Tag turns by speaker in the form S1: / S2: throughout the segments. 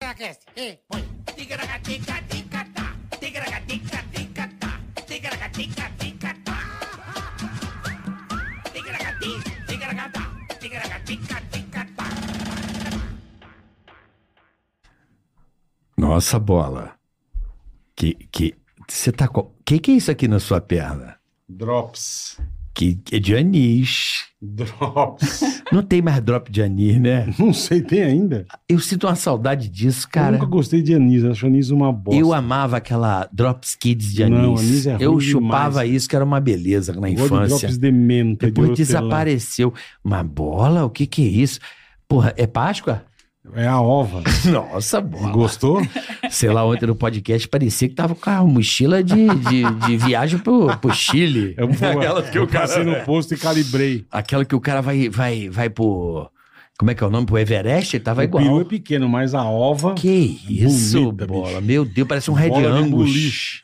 S1: Ticaracast. E põe.
S2: Ticaracatica-ticatá, ticaracatica-ticatá, ticaracatica-ticatá. Ticaracati, ticaracatá, ticaracatica-ticatá.
S3: Nossa bola. Que que você tá com? Que que é isso aqui na sua perna?
S4: Drops.
S3: Que é de anis.
S4: Drops.
S3: Não tem mais drop de anis, né?
S4: Não sei, tem ainda.
S3: Eu sinto uma saudade disso,
S4: eu
S3: cara.
S4: nunca gostei de anis, acho anis uma bosta.
S3: Eu amava aquela Drops Kids de anis.
S4: Não, anis é ruim
S3: eu chupava
S4: demais.
S3: isso, que era uma beleza na
S4: Eu gosto de
S3: infância.
S4: Drops de menta,
S3: Depois
S4: de hortelã.
S3: desapareceu. Uma bola? O que que é isso? Porra, é Páscoa?
S4: É a ova.
S3: Nossa, bola.
S4: Gostou?
S3: Sei lá, ontem no podcast parecia que tava com a mochila de, de, de viagem pro, pro Chile.
S4: Eu vou- É eu passei no posto e calibrei.
S3: Aquela que o cara vai, vai, vai pro. Como é que é o nome? Pro Everest? Ele tava
S4: O
S3: igual.
S4: peru é pequeno, mas a ova...
S3: Que isso,
S4: Bonita,
S3: bola.
S4: bicho.
S3: Meu Deus, parece um Red
S4: Bola de
S3: Angus.
S4: boliche.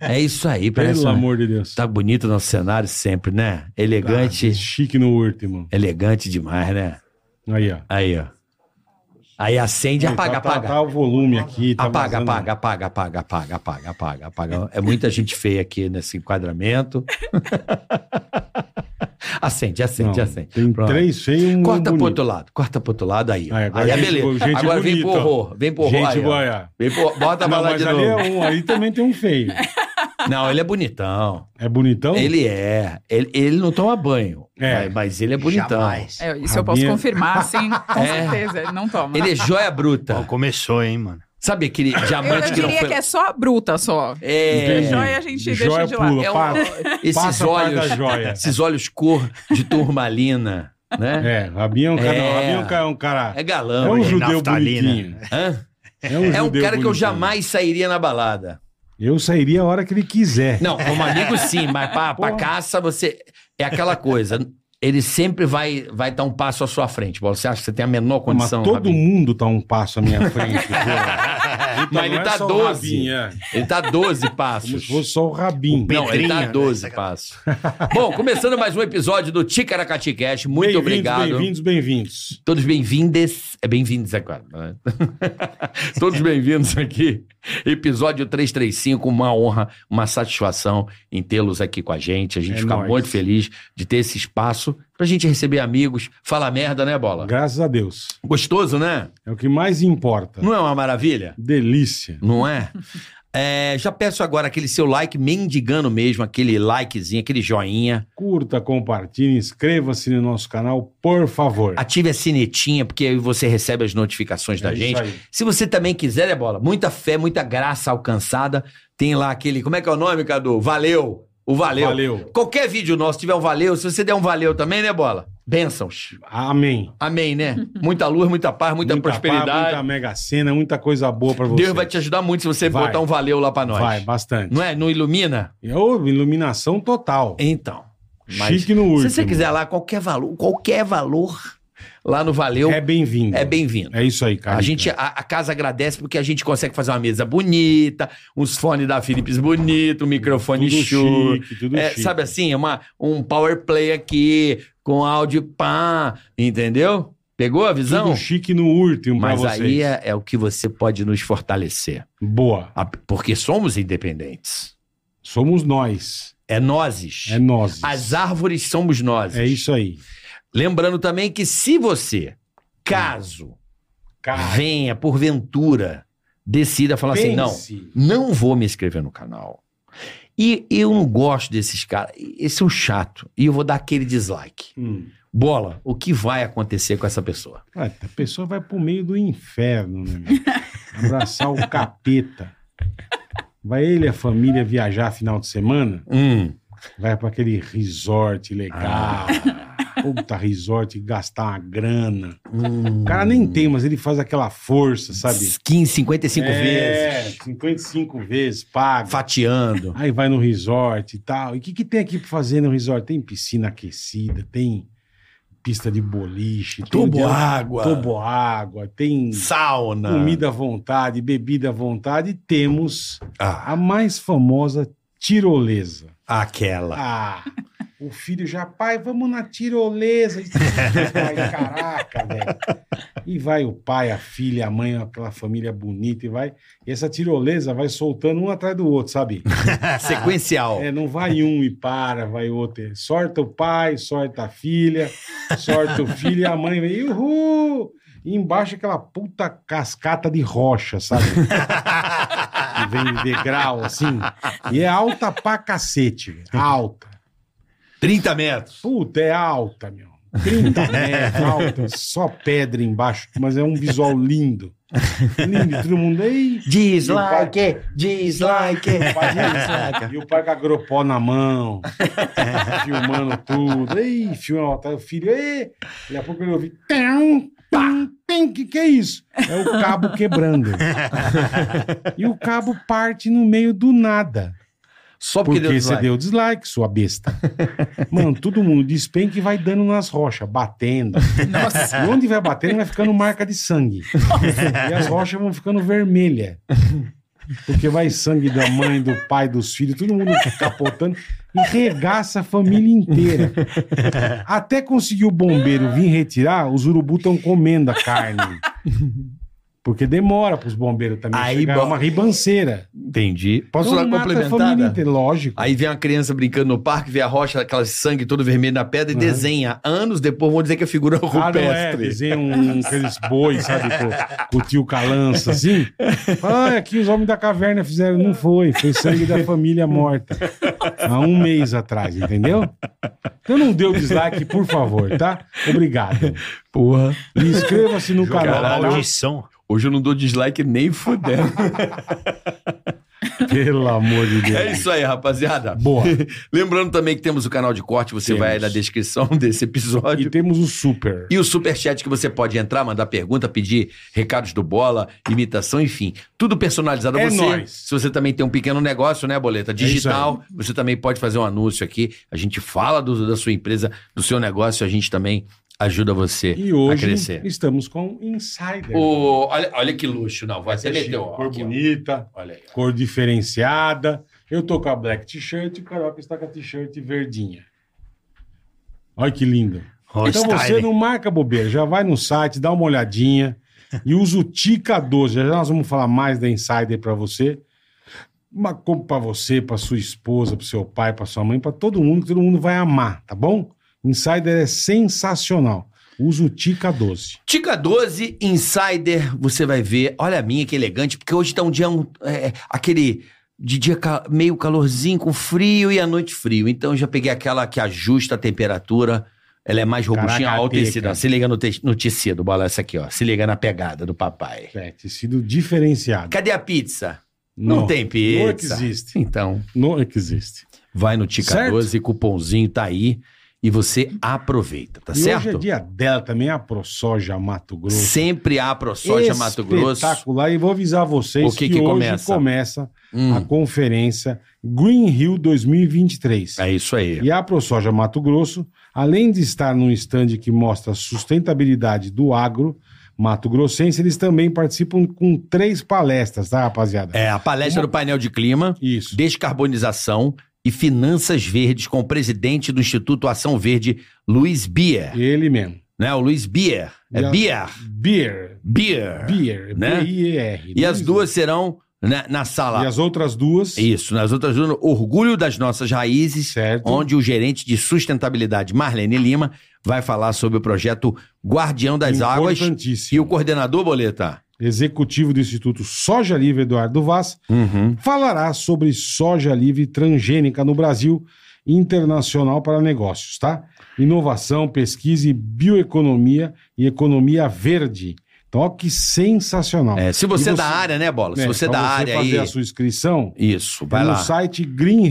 S3: É isso aí, parece
S4: Pelo
S3: um...
S4: amor de Deus.
S3: Tá bonito o nosso cenário sempre, né? Elegante.
S4: Ah, chique no Urte, mano.
S3: Elegante demais, né?
S4: Aí, ó.
S3: Aí, ó. Aí acende,
S4: Aí,
S3: apaga,
S4: tá, tá-
S3: apaga.
S4: Tá o volume aqui. Tá
S3: Apaga,
S4: vazando.
S3: apaga, apaga, apaga, apaga, apaga, apaga, apaga. É muita gente feia aqui nesse enquadramento. acende, acende,
S4: Não,
S3: acende.
S4: Tem
S3: assim. Pronto.
S4: três feios e um
S3: Corta pro
S4: bonito.
S3: outro lado, corta pro outro lado aí. ó.
S4: Aí, agora
S3: Aí é
S4: gente bo-
S3: beleza.
S4: gente
S3: Agora vem pro
S4: bonita, ó.
S3: horror, vem pro horror.
S4: Gente
S3: aí, ó.
S4: boa.
S3: Vem pro- bota a
S4: Não,
S3: bala
S4: mas
S3: de
S4: ali,
S3: novo.
S4: é um, aí também tem um feio.
S3: Não, ele é bonitão.
S4: É bonitão?
S3: Ele é. Ele, ele não toma banho.
S4: É.
S3: Mas, mas ele é bonitão.
S5: Jamais.
S6: É, isso eu posso
S4: Rabinha.
S6: confirmar, sim, com
S3: É.
S6: certeza. Ele não toma.
S3: Ele é joia
S5: Bom,
S3: bruta.
S5: começou, hein, mano.
S3: Sabe aquele
S6: eu, eu
S3: diamante que não
S6: diria
S3: foi.
S6: que é só bruta, só.
S3: É,
S4: Entendi.
S6: Joia a gente deixa
S4: Joia
S6: de lado.
S4: pula,
S3: É um-
S4: pa-
S3: esses
S4: passa a parte
S3: olhos.
S4: da joia.
S3: Esses olhos cor de turmalina, né?
S4: É, Rabinho é um cara.
S3: É.
S4: não, Rabinho é um cara. um cara-
S3: É,
S4: É,
S3: galão.
S4: um
S3: hein?
S4: judeu
S5: naftalina.
S4: bonitinho.
S3: Hã?
S4: É um,
S3: É um
S4: judeu
S3: cara que eu
S4: bonitinho.
S3: jamais sairia na balada.
S4: Eu sairia a hora que ele quiser.
S3: Não, como amigo sim, mas pra, pra
S4: Porra.
S3: caça você. É aquela coisa. Ele sempre vai, vai dar um passo à sua frente. Bola. Você acha que você tem a menor
S4: Mas
S3: condição?
S4: todo
S3: Rabinho?
S4: mundo tá um passo à minha frente. porra.
S3: Mas ele
S4: não é
S3: tá
S4: só o
S3: 12.
S4: Rabinho, é.
S3: Ele tá 12 passos.
S4: Como se fosse só o Rabinho.
S5: Pedro.
S3: Não, ele tá
S5: Pedrinha,
S3: 12
S5: né?
S3: passos. Bom, começando mais um episódio do Ticaracati Cash. Muito
S4: Bem-vindos,
S3: obrigado.
S4: Bem-vindos, bem-vindos.
S3: Todos bem-vindes. É bem-vindos agora. né? Todos bem-vindos aqui. Episódio 335. Uma honra, uma satisfação em tê-los aqui com a gente. A gente
S4: É
S3: fica
S4: nóis.
S3: muito feliz de ter esse espaço pra gente receber amigos. Fala merda, né, Bola?
S4: Graças a Deus.
S3: Gostoso, né?
S4: É o que mais importa.
S3: Não é uma maravilha?
S4: Delícia.
S3: Não é? É, já peço agora aquele seu like, mendigando mesmo, aquele likezinho, aquele joinha.
S4: Curta, compartilhe, inscreva-se no nosso canal, por favor.
S3: Ative a sinetinha, porque aí você recebe as notificações da
S4: É isso
S3: gente.
S4: aí.
S3: Se você também quiser, é bola. Muita fé, muita graça alcançada. Tem lá aquele. Como é que é o nome, Cadu? Valeu! O valeu.
S4: Valeu.
S3: Qualquer vídeo nosso tiver um valeu, se você der um valeu também, né, bola? Bênçãos.
S4: Amém.
S3: Amém, né? Muita luz, muita paz, muita,
S4: paz,
S3: prosperidade.
S4: muita mega cena, muita coisa boa pra você.
S3: Deus vai te ajudar muito se você
S4: Vai.
S3: botar um valeu lá pra nós.
S4: Vai, bastante.
S3: Não é? Não ilumina?
S4: E, ô, iluminação total.
S3: Então. Mas
S4: Chique no último.
S3: se você quiser lá, qualquer valor, qualquer valor lá no valeu
S4: É bem-vindo.
S3: é bem-vindo.
S4: É isso aí, cara.
S3: A gente, a, a casa agradece porque a gente consegue fazer uma mesa bonita, uns fones da Philips bonito, um microfone
S4: tudo
S3: show.
S4: chique, tudo
S3: É,
S4: chique.
S3: sabe assim, é uma, um power play aqui, com áudio pá, entendeu? Pegou a
S4: tudo
S3: visão?
S4: chique no último
S3: Mas
S4: pra vocês.
S3: aí é, é o que você pode nos fortalecer.
S4: Boa.
S3: A- Porque somos independentes.
S4: Somos nós.
S3: É nozes.
S4: É nós.
S3: As árvores somos nós.
S4: É isso aí.
S3: Lembrando também que se você, caso venha, porventura, decida falar assim, não, não vou me inscrever no canal. E eu não gosto desses caras. Esse é um chato. E eu vou dar aquele dislike.
S4: Hum.
S3: Bola, o que vai acontecer com essa pessoa?
S4: Ah, A pessoa vai pro meio do inferno, né? meu? Abraçar o capeta. Vai ele e a família viajar final de semana?
S3: Hum.
S4: Vai pra aquele resort legal. Puta resort, gastar uma grana.
S3: hum.
S4: O cara nem tem, mas ele faz aquela força, sabe?
S3: 15, 55
S4: É,
S3: vezes.
S4: 55 vezes, paga.
S3: Fatiando.
S4: Aí vai no resort e tal. E o que, que tem aqui pra fazer no resort? Tem piscina aquecida, tem pista de boliche, tem
S3: Toboágua.
S4: toboágua, tem
S3: Sauna.
S4: comida à vontade, bebida à vontade. E temos
S3: Ah,
S4: a mais famosa tirolesa.
S3: aquela.
S4: Ah, o filho já, pai, vamos na tirolesa. Ai, caraca, velho. E vai o pai, a filha, a mãe, aquela família bonita, e vai. E essa tirolesa vai soltando um atrás do outro, sabe?
S3: Sequencial.
S4: É, não vai um e para, vai outro. É, Sorta o pai, sorta a filha, sorta o filho e a mãe vem. Uhul! E embaixo aquela puta cascata de rocha, sabe? Que vem de degrau, assim. E é alta pra cacete, velho. Alta.
S3: 30 metros.
S4: Puta, é alta, meu. 30 metros, alta. Só pedra embaixo, mas é um visual lindo. Lindo, todo mundo aí.
S3: Dislike, dislike.
S4: né? E o pai com agropó na mão, filmando tudo. Ei, filma tá, o filho. Ei. Daqui a pouco ele ouvi. Tem, tem, que que é isso? É o cabo quebrando. e o cabo parte no meio do nada.
S3: Só porque,
S4: Porque,
S3: deu
S4: você
S3: dislike.
S4: deu dislike, sua besta. Mano, todo mundo despenca e vai dando nas rochas, batendo.
S6: Nossa.
S4: E onde vai batendo, vai ficando marca de sangue. E as rochas vão ficando vermelhas. Porque vai sangue da mãe, do pai, dos filhos, todo mundo capotando e regaça a família inteira. Até conseguir o bombeiro vir retirar, os urubu estão comendo a carne. Porque demora para os bombeiros também
S3: Aí
S4: chegar. É
S3: bo-
S4: uma ribanceira.
S3: Entendi. Posso dar
S4: Então
S3: uma
S4: mata a família
S3: complementada?
S4: inteira, Lógico.
S3: Aí vem uma criança brincando no parque, vê a rocha, aquela sangue todo vermelho na pedra e
S4: Uhum.
S3: desenha. Anos depois vão dizer que a figura é
S4: Ah, não é,
S3: rupestre.
S4: desenha um, aqueles boi, sabe, com, com o tio Calança, assim. Ah, aqui os homens da caverna fizeram. Não foi, foi sangue da família morta. Há um mês atrás, entendeu? Então não dê o dislike, por favor, tá? Obrigado.
S3: Porra.
S4: E Inscreva-se no canal.
S1: Caralho,
S4: tá?
S1: audição.
S3: Hoje eu não dou dislike nem fudendo.
S4: Pelo amor de
S3: é
S4: Deus.
S3: isso aí, rapaziada.
S4: Boa.
S3: Lembrando também que temos o canal de corte, você
S4: Temos.
S3: vai aí na descrição desse episódio.
S4: E temos o super.
S3: E o superchat que você pode entrar, mandar pergunta, pedir recados do bola, imitação, enfim. Tudo personalizado a
S4: É
S3: você.
S4: nóis. É
S3: Se você também tem um pequeno negócio, né, Boleta? Digital, você também pode fazer um anúncio aqui. A gente fala do- da sua empresa, do seu negócio, a gente também ajuda você
S4: E
S3: a
S4: hoje
S3: crescer.
S4: estamos com Insider.
S3: Ô, olha, olha que luxo, não. Vai
S4: Essa
S3: até
S4: é
S3: meter
S4: chique,
S3: o ó,
S4: cor
S3: aqui, ó.
S4: bonita.
S3: Olha aí. ó.
S4: cor diferenciada. Eu tô com a black t-shirt e o Carioca está com a t-shirt verdinha. Olha que lindo. Então
S1: né?
S4: você não marca bobeira, já vai no site, dá uma olhadinha e usa o Tica 12. Já nós vamos falar mais da Insider para você. Uma compra para você, para sua esposa, para seu pai, para sua mãe, para todo mundo, que todo mundo vai amar, tá bom? Insider é sensacional. Usa o Tica 12.
S3: Tica 12 Insider, você vai ver. Olha a minha que elegante, porque hoje tá um dia um, é, aquele de dia ca- meio calorzinho com frio e à noite frio. Então eu já peguei aquela que ajusta a temperatura. Ela é mais robustinha
S4: Caraca,
S3: ao
S4: teca.
S3: tecido. ó. Se liga no, te- no tecido, bola essa aqui, ó. Se liga na pegada do papai.
S4: É, tecido diferenciado.
S3: Cadê a pizza? Não, tem pizza.
S4: Não existe.
S3: Então,
S4: Não existe.
S3: vai no Tica
S4: Certo.
S3: 12, cupomzinho tá aí e você aproveita, tá
S4: e
S3: certo?
S4: hoje é dia dela também, a ProSoja Mato Grosso.
S3: Sempre a ProSoja Mato Grosso.
S4: Espetacular. E vou avisar vocês
S3: O que que
S4: hoje
S3: começa?
S4: começa a
S3: Hum,
S4: conferência Green Hill 2023.
S3: é isso aí.
S4: E a ProSoja Mato Grosso, além de estar num stand que mostra a sustentabilidade do agro Mato Grossense, eles também participam com três palestras, tá, rapaziada?
S3: É, a palestra do painel de clima,
S4: Isso.
S3: descarbonização e finanças verdes com o presidente do Instituto Ação Verde, Luiz Bier.
S4: Ele mesmo.
S3: Né? O Luiz Bier. É
S4: E a-
S3: Bier.
S4: Beer.
S3: Bier.
S4: Beer.
S3: Né?
S4: B-I-E-R.
S3: E as duas serão na, na
S4: um. E
S3: sala.
S4: as outras duas.
S3: Isso, nas outras duas, Orgulho das Nossas Raízes,
S4: Certo.
S3: onde o gerente de sustentabilidade, Marlene Lima, vai falar sobre o projeto Guardião das Águas.
S4: Importantíssimo.
S3: E o coordenador, Boleta?
S4: executivo do Instituto Soja Livre, Eduardo Vaz, Uhum. falará sobre soja livre transgênica no Brasil e internacional para negócios, tá? Inovação, pesquisa e bioeconomia e economia verde. Então, ó, que sensacional.
S3: É, se você é
S4: E você-
S3: da área, né, Bola? se
S4: É,
S3: você é da
S4: pra
S3: área
S4: fazer
S3: aí...
S4: a sua inscrição,
S3: Isso, vai
S4: é no
S3: lá.
S4: site
S3: Green-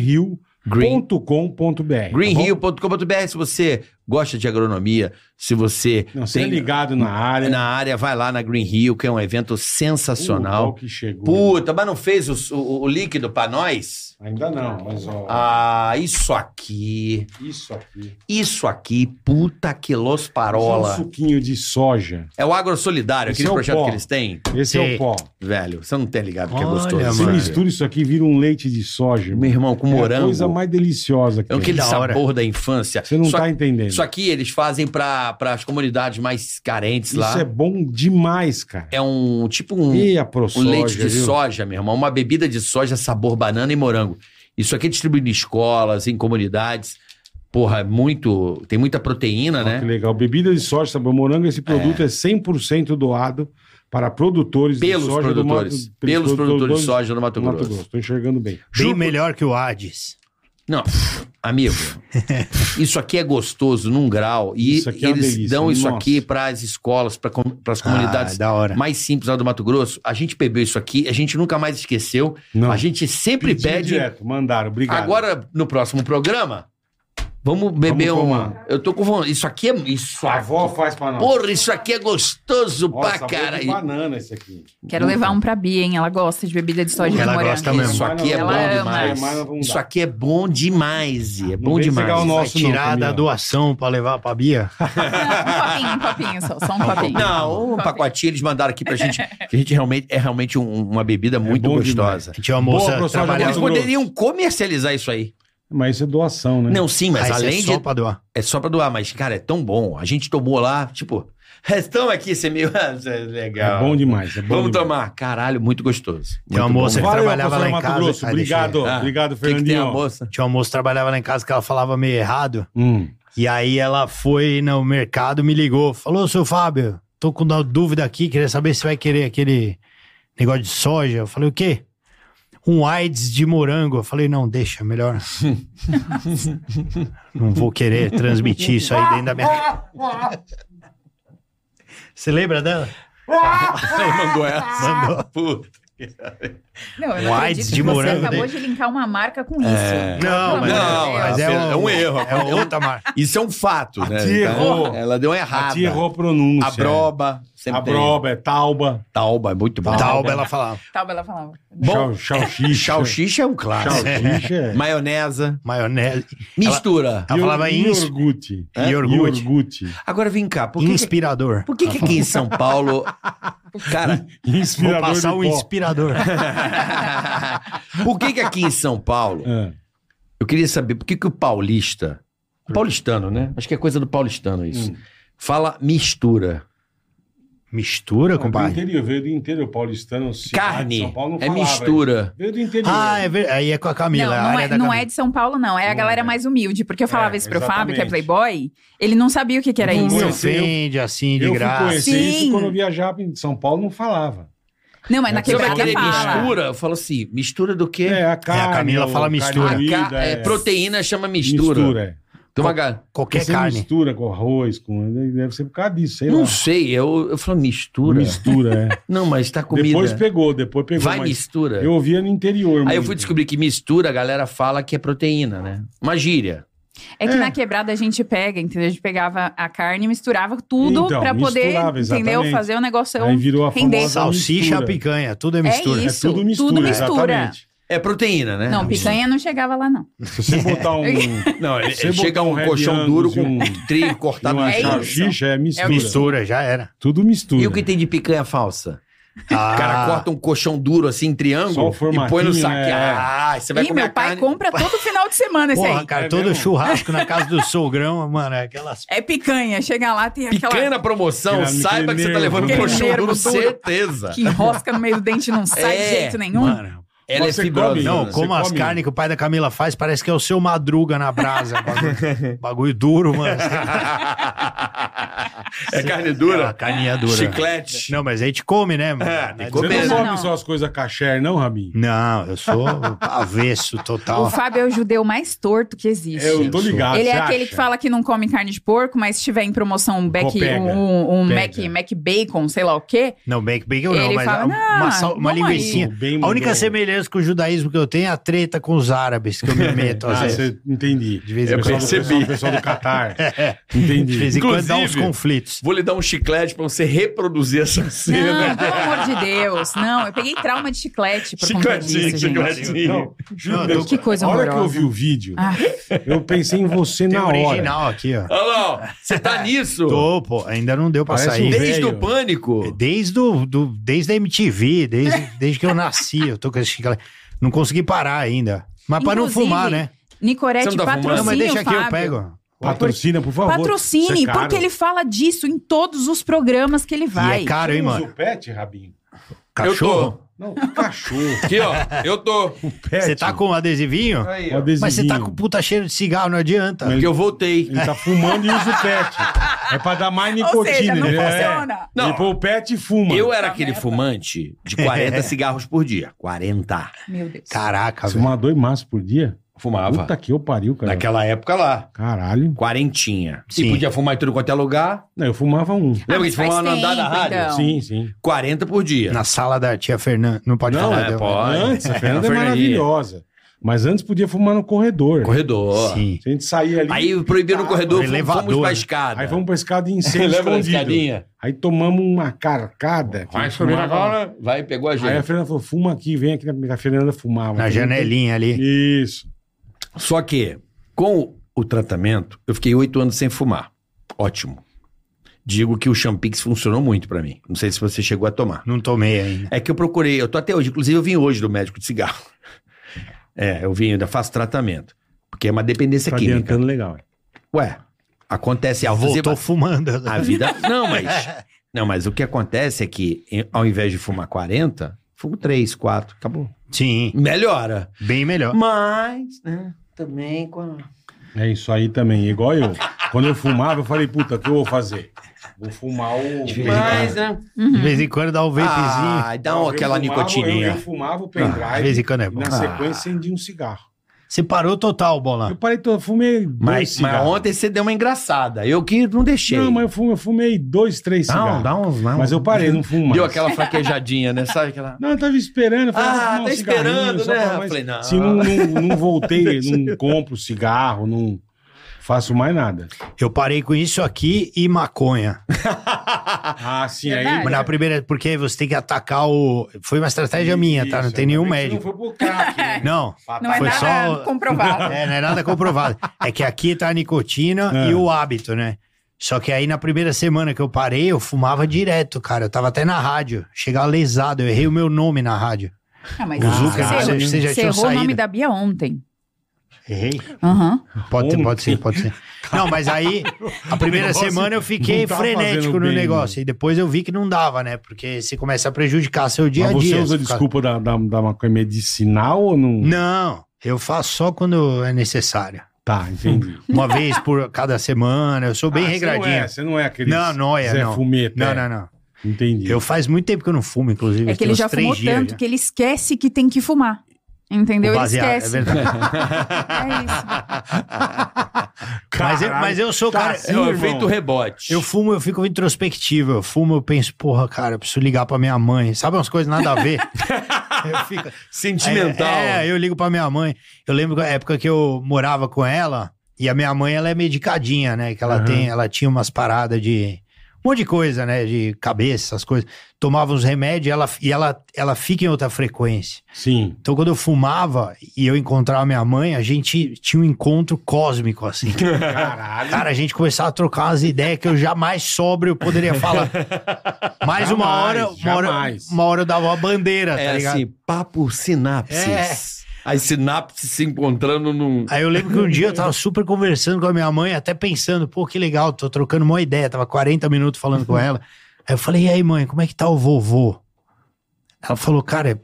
S4: greenhill.com.br.
S3: greenhill.com.br se você gosta de agronomia, se você
S4: Não, você é
S3: tem
S4: ligado né? na área.
S3: na área, vai lá na Green Hill, que é um evento
S4: O
S3: sensacional.
S4: que chegou.
S3: Puta, mas não fez o, o- o líquido pra nós?
S4: Ainda não, mas ó,
S3: Ah, isso aqui,
S4: isso aqui.
S3: isso aqui, puta que los
S4: Isso é um
S3: parola.
S4: suquinho de soja.
S3: É o Agro Solidário,
S4: Esse
S3: aquele
S4: é o
S3: projeto
S4: pó.
S3: que eles têm.
S4: Esse é o
S1: Sim.
S4: pó.
S3: Velho, você não tem ligado que é
S1: Olha,
S3: gostoso.
S1: mano.
S4: Você
S3: velho.
S4: mistura isso aqui, vira um leite de soja.
S3: Meu irmão, com
S4: É a coisa
S3: morango.
S4: mais deliciosa que
S3: É
S4: tem.
S3: aquele
S1: Da hora.
S3: sabor da infância.
S4: Você não
S3: Só
S4: tá entendendo.
S3: Isso aqui eles fazem para as comunidades mais carentes
S4: Isso
S3: lá.
S4: é bom demais, cara.
S3: É... um tipo um,
S4: E a ProSoja,
S3: um leite de
S4: viu?
S3: soja, meu irmão. Uma bebida de soja sabor banana e morango. Isso aqui é distribuído em escolas, em comunidades. Porra, é muito. Tem muita proteína,
S4: Olha
S3: né?
S4: Que legal. Bebida de soja, sabor morango, esse produto é, 100% doado para produtores
S3: Pelos
S4: de soja
S3: produtores.
S4: do Mato,
S3: pelos produtores de soja no Mato
S4: do
S3: Grosso.
S4: Mato Grosso. Estou enxergando bem.
S1: Bem melhor que o Hades.
S3: Não, amigo, isso aqui é gostoso num grau. E
S4: Isso aqui é uma
S3: eles
S4: delícia,
S3: dão isso
S4: nossa.
S3: aqui para as escolas, para as
S1: Ah,
S3: comunidades
S1: da hora.
S3: mais simples lá do Mato Grosso. A gente bebeu isso aqui, a gente nunca mais esqueceu.
S4: Não.
S3: A gente sempre
S4: Pedi
S3: pede.
S4: direto, mandaram. Obrigado.
S3: Agora, no próximo programa, vamos beber
S4: Vamos
S3: uma.
S4: tomar.
S3: Eu tô com vontade. Isso aqui é. Isso
S4: a
S3: aqui.
S4: avó faz para nós.
S3: Porra, isso aqui é gostoso
S4: Nossa,
S3: pra
S4: sabor de
S3: caralho.
S4: banana esse aqui.
S6: Quero levar um pra Bia, hein? Ela gosta de bebida de soja de
S1: Ela
S6: morango.
S1: gosta mesmo.
S3: Isso aqui é
S6: Ela
S3: bom
S6: ama.
S3: demais.
S4: Mas nós vamos
S3: Isso
S4: dar.
S3: aqui é bom demais. É bom
S4: vem
S3: demais.
S4: pegar o nosso.
S1: Vai tirar
S4: não,
S1: da
S4: Camila.
S1: doação pra levar pra Bia?
S6: Um copinho, um copinho só. Só um copinho.
S3: Não, um pacotinho eles mandaram aqui pra gente, que a gente realmente é realmente um- uma bebida muito
S4: É bom Tá
S3: gostosa.
S1: Tinha uma moça
S4: Boa, professor,
S1: trabalhando.
S3: Eles
S4: Mato Grosso.
S3: poderiam comercializar isso aí.
S4: Mas isso é doação, né?
S3: Não, sim, mas
S1: Mas
S3: além
S1: é só
S3: de.
S1: pra doar.
S3: É só pra doar, mas, cara, é tão bom. A gente tomou lá, tipo, estamos aqui, você meio. Ah, isso é
S4: É
S3: legal.
S4: bom demais. É bom
S3: Vamos
S4: demais.
S3: tomar. Caralho, muito gostoso.
S1: Tem uma
S3: Muito bom
S1: moça- Você
S3: mesmo.
S4: Valeu,
S1: trabalhava
S4: professor
S1: lá em
S4: Mato
S1: casa?
S4: Grosso.
S1: Ah, deixa eu
S4: obrigado.
S3: Ah,
S4: obrigado,
S3: O que, que tem a
S4: Fernandinho.
S3: moça?
S1: Tinha uma moça que trabalhava lá em casa que ela falava meio errado.
S4: Hum.
S1: E aí ela foi no mercado, me ligou, falou, seu Fábio, tô com uma dúvida aqui, queria saber se vai querer aquele negócio de soja. Eu falei, o quê? Um AIDS de morango. Eu falei, não, deixa, melhor. não vou querer transmitir isso aí dentro da minha. Você lembra dela?
S3: Ela mandou essa.
S1: Mandou.
S3: Puta.
S6: Não, eu não acredito
S1: Um AIDS
S6: que
S1: de
S6: você
S1: morango,
S6: acabou
S1: né?
S6: de linkar uma marca com isso.
S1: Não,
S6: Pelo
S1: mas,
S6: amor
S3: Não,
S6: de
S1: mas
S6: Deus.
S1: é,
S3: é
S1: um,
S3: um erro.
S1: É outra marca.
S3: Isso é um fato, né?
S4: tia
S3: Então,
S4: errou.
S3: Ela deu uma
S4: A
S3: errada.
S4: tia errou a pronúncia.
S3: A broba.
S4: é.
S3: Sempre
S4: A
S3: tem.
S4: broba, é tauba.
S3: Tauba, é muito bom.
S1: Talba, ela falava.
S6: Tauba, ela falava.
S3: Bom,
S4: chau, xixi.
S3: Chalchicha é um clássico.
S4: é.
S3: Maionesa.
S1: Maionese.
S3: Mistura.
S1: Ela falava
S4: E- e
S1: ins-
S4: iogurte.
S1: É?
S4: Iogurte.
S1: Iogurte.
S4: Iogurte.
S3: Agora vem cá, por que, que,
S1: inspirador.
S3: por que, que aqui em São Paulo. Cara,
S1: Vou
S4: Inspirador
S1: passar
S4: de
S1: o
S4: pó.
S1: inspirador.
S3: por que, que aqui em São Paulo.
S4: É.
S3: Eu queria saber por que, que o paulista. Paulistano, né? Acho que é coisa do paulistano
S4: Hum.
S3: isso. Fala mistura.
S1: Mistura,
S4: É Do
S1: compadre?
S4: interior, veio do interior, paulistano, cidade,
S3: Carne.
S4: São Paulo não
S3: é
S4: falava,
S3: mistura.
S4: hein? Veio do interior.
S1: Ah, é ver... aí é com a
S6: não,
S1: Camila. a
S6: não,
S1: área
S6: é,
S1: da
S6: não
S1: Camila.
S6: é de São Paulo, não. É a
S4: Não
S6: galera
S4: é.
S6: mais humilde. Porque eu falava
S4: É,
S6: isso pro Fábio, que é
S4: exatamente.
S6: playboy, ele não sabia o que, que era
S4: Não,
S6: isso.
S1: Não
S4: eu-
S1: ofende, assim, de
S4: eu fui
S1: graça.
S4: conhecer isso
S6: Sim.
S4: quando eu viajava em São Paulo, não falava.
S6: Não, mas na
S3: Você vai
S6: quebrada
S3: querer
S6: fala.
S3: mistura? Eu falo assim, mistura do quê?
S4: É, a carne.
S1: Camila
S4: o
S1: fala
S4: carne
S1: mistura.
S4: moída,
S3: Ca- é, Proteína chama mistura.
S4: mistura.
S3: mistura.
S4: é.
S3: Toma, gar-
S1: Qualquer
S4: Você
S1: é carne.
S4: mistura com arroz, com... deve ser por causa disso, sei
S3: Não
S4: lá.
S3: sei, eu, eu falo mistura.
S4: Mistura, é.
S3: Não, mas tá comida.
S4: Depois pegou, depois pegou.
S3: Vai
S4: mas
S3: mistura.
S4: Eu ouvia no interior.
S3: Aí eu
S4: muito.
S3: fui descobrir que mistura, a galera fala que é proteína, né? Uma gíria.
S6: É que
S4: É.
S6: na quebrada a gente pega, entendeu? A gente pegava a carne e misturava tudo
S4: Então,
S6: pra poder,
S4: misturava,
S6: entendeu?
S4: exatamente.
S6: Fazer o negócio.
S4: Aí virou a
S6: render.
S4: famosa
S1: Salsicha,
S4: mistura.
S1: picanha, tudo é mistura.
S6: É isso.
S4: é tudo mistura,
S6: tudo mistura.
S4: exatamente.
S3: É proteína, né?
S6: Não, picanha não chegava lá, não.
S4: Se você botar um...
S3: Não, ele-
S4: Você
S3: ele chega
S4: botar um
S3: um
S4: Red
S3: colchão
S4: Angus
S3: duro
S4: e
S3: com
S4: um-
S3: um trigo cortado
S4: uma
S3: no
S6: É
S3: chão.
S6: isso.
S4: salsicha, é mistura.
S1: Mistura, já era.
S4: Tudo mistura.
S3: E o que tá tem de picanha falsa?
S1: Ah,
S3: O cara corta um colchão duro assim, em
S4: Só o
S3: triângulo, e põe
S4: formatinho,
S3: no saque.
S4: é.
S3: Ah, você vai
S6: Ih,
S3: comer
S6: meu pai
S3: carne.
S6: compra todo final de semana esse
S1: Porra,
S6: aí.
S1: cara,
S4: É
S1: todo
S4: mesmo?
S1: churrasco na casa do sogrão, mano, é aquelas...
S6: É picanha. Chega lá, tem aquela
S3: Picanha na promoção,
S4: Aquele
S3: saiba que você tá
S4: nervo,
S3: levando um
S4: né?
S3: colchão
S6: Aquele
S3: duro,
S6: nervo duro.
S3: certeza.
S6: que enrosca no meio do dente e não sai
S3: É,
S6: de jeito nenhum.
S1: Mano,
S3: Ela é
S4: Você come,
S3: fibrosa.
S1: não,
S3: né?
S4: com-
S1: como as
S4: come.
S1: carnes que o pai da Camila faz, parece que é o seu madruga na brasa. Bagulho, bagulho duro, mano.
S3: é carne
S1: A
S3: dura?
S1: carninha Ah, é dura.
S3: Chiclete.
S1: Não, mas a gente come, né, mano?
S3: É, tem que
S4: Você
S3: comer.
S4: não
S6: Não,
S4: come
S6: não.
S4: só as coisas caché, não, Rabinho?
S1: Não, eu sou avesso
S6: O
S3: tá,
S1: total.
S6: Fábio é o judeu mais torto que existe.
S4: Eu tô ligado.
S6: Ele é
S4: você
S6: aquele
S4: acha?
S6: que fala que não come carne de porco, mas se tiver em promoção um, back,
S4: pega,
S6: um, um Mac,
S4: pega.
S6: Mac Bacon, sei lá o quê.
S1: Não, bacon, bacon não,
S6: Ele
S1: mas
S6: fala,
S1: uma,
S6: "Não,
S1: sal- uma
S6: vamos aí."
S1: linguiçinha.
S4: Bem
S1: A
S4: mudou.
S1: única semelhança com o judaísmo que eu tenho é a treta com os árabes, que eu me meto às
S4: Ah,
S1: vezes.
S4: você entendi. De
S1: vez em
S4: o pessoal
S3: quando.
S4: do-
S3: Percebi.
S4: O pessoal do Catar.
S1: De
S4: Entendi.
S1: vez em quando dá uns
S3: Inclusive-
S1: conflitos.
S3: Vou lhe dar um chiclete pra você reproduzir essa
S6: Não,
S4: né?
S3: cena.
S6: pelo amor de Deus. Não, eu peguei trauma de chiclete por conta disso, gente.
S4: Não, juro
S1: Não,
S4: a Deus.
S6: que coisa
S4: A hora que eu
S6: horrorosa.
S4: vi o vídeo,
S6: Ah.
S4: eu pensei em você
S1: Tem
S4: na hora.
S1: original aqui, ó.
S3: Olha lá, ó, você tá nisso.
S1: Tô, pô, ainda não deu pra
S4: Parece
S1: sair.
S4: um
S1: Desde-
S3: Desde
S4: velho.
S3: o pânico.
S1: Desde, o, do, desde a MTV, desde, desde que eu nasci, eu tô com esse chiclete. Não consegui parar ainda. Mas pra não
S6: Inclusive,
S1: fumar, né?
S3: Você
S6: Nicorete
S3: não tá fumando?
S6: patrocina
S1: Não, mas
S6: o
S1: deixa aqui,
S6: Fábio.
S1: eu pego.
S4: Patrocina, por favor.
S6: Patrocine,
S4: Isso é caro.
S6: porque ele fala disso em todos os programas que ele vai.
S1: E é caro, hein,
S4: Você usa
S1: mano?
S4: o pet, Rabinho?
S1: Cachorro?
S4: Não, cachorro.
S5: Aqui, ó. Eu tô.
S4: Pet.
S1: Você tá com um adesivinho?
S5: Aí,
S4: Um
S5: ó.
S4: adesivinho.
S1: Mas você tá com puta cheiro de cigarro, não adianta.
S3: Porque eu voltei.
S4: Ele tá fumando e usa o pet. É pra dar mais
S6: Ou
S4: nicotina.
S6: seja, não
S1: né?
S4: ele- é.
S6: funciona.
S3: Não.
S4: Ele põe o pet e fuma.
S1: é-
S3: Eu era
S6: Puta
S3: aquele
S6: merda.
S3: fumante de 40 cigarros por dia. 40.
S6: É. Meu Deus.
S1: Caraca,
S4: Você
S1: velho.
S4: Fumava dois maços por dia?
S3: Fumava.
S4: Puta que eu pariu, cara.
S3: Naquela época lá.
S4: Caralho.
S3: Quarentinha.
S1: Sim.
S3: E podia fumar em tudo quanto é lugar.
S4: Não, eu fumava um.
S3: Lembra que
S6: Ah, mas
S3: a gente fumava
S6: faz
S3: no andar da
S6: tempo,
S3: rádio?
S6: então. Não.
S4: Sim, sim.
S3: 40 por dia.
S1: Na sala da tia Fernanda. Não pode
S4: Não,
S1: falar né,
S4: é,
S1: dela.
S3: pode. Olha,
S4: Antes, a Fernanda é
S3: Fernandinha.
S4: maravilhosa. Mas antes podia fumar no corredor.
S3: Corredor.
S1: Sim.
S4: Se a gente saía ali, aí,
S3: Aí proibiram no corredor, fomos- fomos
S1: Elevador.
S3: pra escada.
S4: vamos pra escada e incêndio
S3: Lembra da
S4: escondido.
S3: escadinha?
S4: Aí tomamos uma carcada. que
S5: Vai subir
S4: fumava-
S5: agora.
S3: Vai, pegou a
S4: Aí a
S3: gente.
S4: Fernanda falou, fuma aqui, vem aqui. A Fernanda fumava.
S1: Na janelinha ali.
S4: Isso.
S3: Só que, com o tratamento, eu fiquei oito anos sem fumar. Ótimo. Digo que o Champix funcionou muito pra mim. Não sei se você chegou a tomar.
S1: Não tomei ainda.
S3: É que eu procurei, eu tô até hoje, inclusive eu vim hoje do médico de cigarro. É, eu vim, ainda faço tratamento. Porque é uma dependência
S4: Tá
S3: química.
S4: adiantando legal. hein?
S3: Ué, acontece a
S1: Voltou fumando.
S3: A vida. Não, mas. Não, mas o que acontece é que, em- ao invés de fumar 40, fumo 3, 4, acabou.
S1: Sim,
S3: Melhora.
S1: bem melhor.
S3: Mas, né? Também com a-
S4: É isso aí também. Igual eu. Quando eu fumava, eu falei, puta, o que eu vou fazer? Vou fumar o...
S3: De vez em Mas, né?
S6: Uhum.
S1: De vez em quando dá um vapezinho.
S3: Ah, dá
S4: Não,
S3: uma-
S4: eu
S3: aquela
S4: fumava- um Eu, eu
S3: nicotininha.
S4: fumava o
S1: Ah, de
S4: pendrive
S1: vez em quando é
S4: e
S1: bom.
S4: na
S1: Ah,
S4: sequência acendia um cigarro.
S1: Você parou total,
S4: Eu
S1: Bola.
S4: parei, to- eu fumei dois
S3: Mas, mas
S4: cigarros.
S3: ontem você deu uma engraçada. Eu que não deixei.
S4: Um Não, mas eu fumei, eu fumei dois, três cigarros.
S3: Não, dá uns. dá uns-
S4: Mas eu parei, não fumo mais.
S3: Deu aquela fraquejadinha, né? Sabe aquela.
S4: Não, eu tava esperando. eu
S3: Ah,
S4: vou fumar um
S3: tá
S4: cigarrinho,
S3: esperando,
S4: só
S3: né?
S4: pra- mas
S3: Falei, não.
S4: Se não, não, não voltei, não compro cigarro, não faço mais nada.
S1: Eu parei com isso aqui e maconha.
S4: Ah, sim,
S6: Verdade.
S1: Mas na primeira, porque você tem que atacar o. Foi uma estratégia minha, tá? Não
S4: Isso,
S1: tem nenhum
S4: ainda bem que
S1: médico.
S4: Não foi pro crack, né?
S1: Não.
S6: Não é
S1: Foi
S6: nada
S1: só-
S6: comprovado.
S1: É, não é nada comprovado. É que aqui tá a nicotina
S4: É.
S1: e o hábito, né? Só que aí na primeira semana que eu parei, eu fumava direto, cara. Eu tava até na rádio. Chegava lesado, eu errei o meu nome na rádio.
S6: Ah, mas
S1: O Zucker,
S6: você,
S1: você- você já
S6: você
S1: tinha
S6: errou o nome
S1: saído.
S6: da Bia ontem.
S1: Errei?
S6: Aham.
S1: Pode, ter, pode ser, pode ser. Não, mas aí, a primeira
S4: negócio
S1: semana eu fiquei
S4: não tá
S1: frenético
S4: fazendo
S1: no
S4: bem, né?
S1: negócio. E depois eu vi que não dava, né? Porque você começa a prejudicar seu dia a
S4: Mas você
S1: dia.
S4: usa
S1: fica-
S4: desculpa da, da, da maconha medicinal ou não?
S1: Não, eu faço só quando é necessário.
S4: Tá, entendi.
S1: Uma vez por cada semana, eu sou bem
S4: Ah, Você não
S1: regradinho.
S4: é, você não é aquele
S1: Não, noia,
S4: Zé
S1: não.
S4: Fumeta.
S1: Não,
S4: é.
S1: não, não.
S4: Entendi.
S1: Eu faz muito tempo que eu não fumo, inclusive.
S6: É que
S1: tem
S6: ele
S1: uns
S6: já
S1: três
S6: fumou
S1: dias
S6: tanto
S1: já.
S6: que ele esquece que tem que fumar. Entendeu? Ele
S1: Baseado,
S6: esquece.
S1: É
S6: É,
S1: verdade.
S6: isso.
S1: mas, eu,
S4: Caralho,
S1: mas eu sou o
S4: tá
S1: cara.
S4: assim,
S3: É o
S4: irmão.
S3: efeito rebote.
S1: Eu fumo, eu fico introspectivo. Eu fumo, eu penso, porra, cara, eu preciso ligar pra minha mãe. Sabe umas coisas nada a ver? eu fico.
S3: Sentimental.
S1: É, é, eu ligo pra minha mãe. Eu lembro da época que eu morava com ela, e a minha mãe, ela é medicadinha, né? Que ela
S4: Aham.
S1: tem, ela tinha umas paradas de. Um monte de coisa, né? De cabeça, essas coisas. Tomava uns remédios e ela, e ela, ela fica em outra frequência.
S4: Sim.
S1: Então, quando eu fumava e eu encontrava minha mãe, a gente tinha um encontro cósmico, assim.
S4: Caralho.
S1: Cara, a gente começava a trocar umas ideias que eu jamais sobre eu poderia falar. Mais uma
S4: Jamais,
S1: hora, uma hora,
S4: jamais.
S1: uma hora eu dava uma bandeira, tá
S3: É
S1: ligado?
S3: assim, papo sinapses. As sinapses se encontrando num.
S1: Aí eu lembro que um dia eu tava super conversando com a minha mãe, até pensando, pô, que legal, tô trocando uma ideia. Tava 40 minutos falando com ela. Aí eu falei, e aí, mãe, como é que tá o vovô? Ela falou, cara,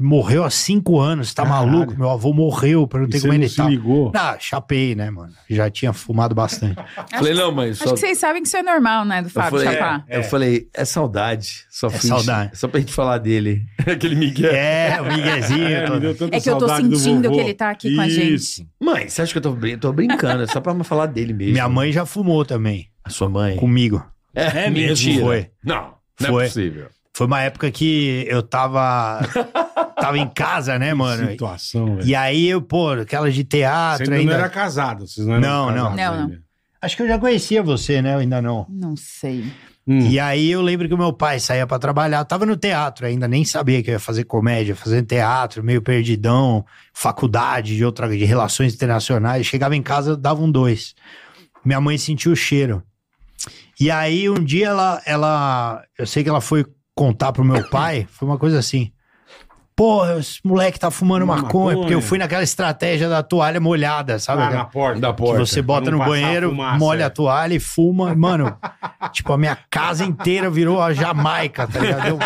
S1: morreu há cinco anos, tá
S4: Caralho. é
S1: maluco? Meu avô morreu, perguntei
S4: E você
S1: como
S4: não
S1: ele
S4: se
S1: tá.
S4: ligou?
S1: Ah, chapei, né, mano? Já tinha fumado bastante.
S3: Falei, não, mãe, só.
S6: Acho que vocês sabem que isso é normal, né, do
S3: Eu
S6: Fábio
S3: falei,
S6: Chapar?
S3: eu falei, é saudade. Só
S1: É
S3: fiz-
S1: saudade.
S3: Só pra gente falar dele. Aquele Miguel.
S1: é, o miguezinho.
S4: É, me
S1: todo.
S4: deu tanta
S6: É que eu tô
S4: saudade do
S6: sentindo
S4: vovô.
S6: que ele tá aqui com a
S4: Isso.
S6: gente.
S3: Mãe, você acha que eu tô, brin- tô brincando? É só pra falar dele mesmo.
S1: Minha mãe já fumou também,
S3: A sua mãe.
S1: comigo.
S3: É,
S1: Foi.
S3: Não, não
S1: Foi.
S3: é possível.
S1: Foi uma época que eu tava. tava em casa, né, mano?
S4: Situação, velho.
S1: E aí eu, pô, aquela de
S4: Você
S1: teatro
S4: ainda
S1: ainda.
S4: não era casado, vocês não eram
S1: Ah, Não,
S4: casados
S1: não.
S6: Não,
S4: ainda.
S1: Acho que eu já conhecia você, né? Eu ainda não.
S6: Não sei.
S4: Hum.
S1: E aí eu lembro que o meu pai saía pra trabalhar, eu tava no teatro ainda, nem sabia que eu ia fazer comédia, fazendo teatro, meio perdidão, faculdade de outra de relações internacionais, chegava em casa, dava um dois. Minha mãe sentiu o cheiro. E aí um dia ela ela, eu sei que ela foi contar pro meu pai, foi uma coisa assim. Porra, esse moleque tá fumando
S4: Fuma
S1: maconha,
S4: maconha.
S1: porque eu fui naquela estratégia da toalha molhada, sabe?
S4: Lá
S1: Aquela-
S4: na porta.
S3: Da
S1: que
S3: porta.
S1: você bota
S4: pra não
S1: no
S4: passar
S1: banheiro,
S4: fumaça,
S1: molha
S4: é.
S1: a toalha e fuma. Mano, tipo, a minha casa inteira virou a Jamaica, tá ligado? Deu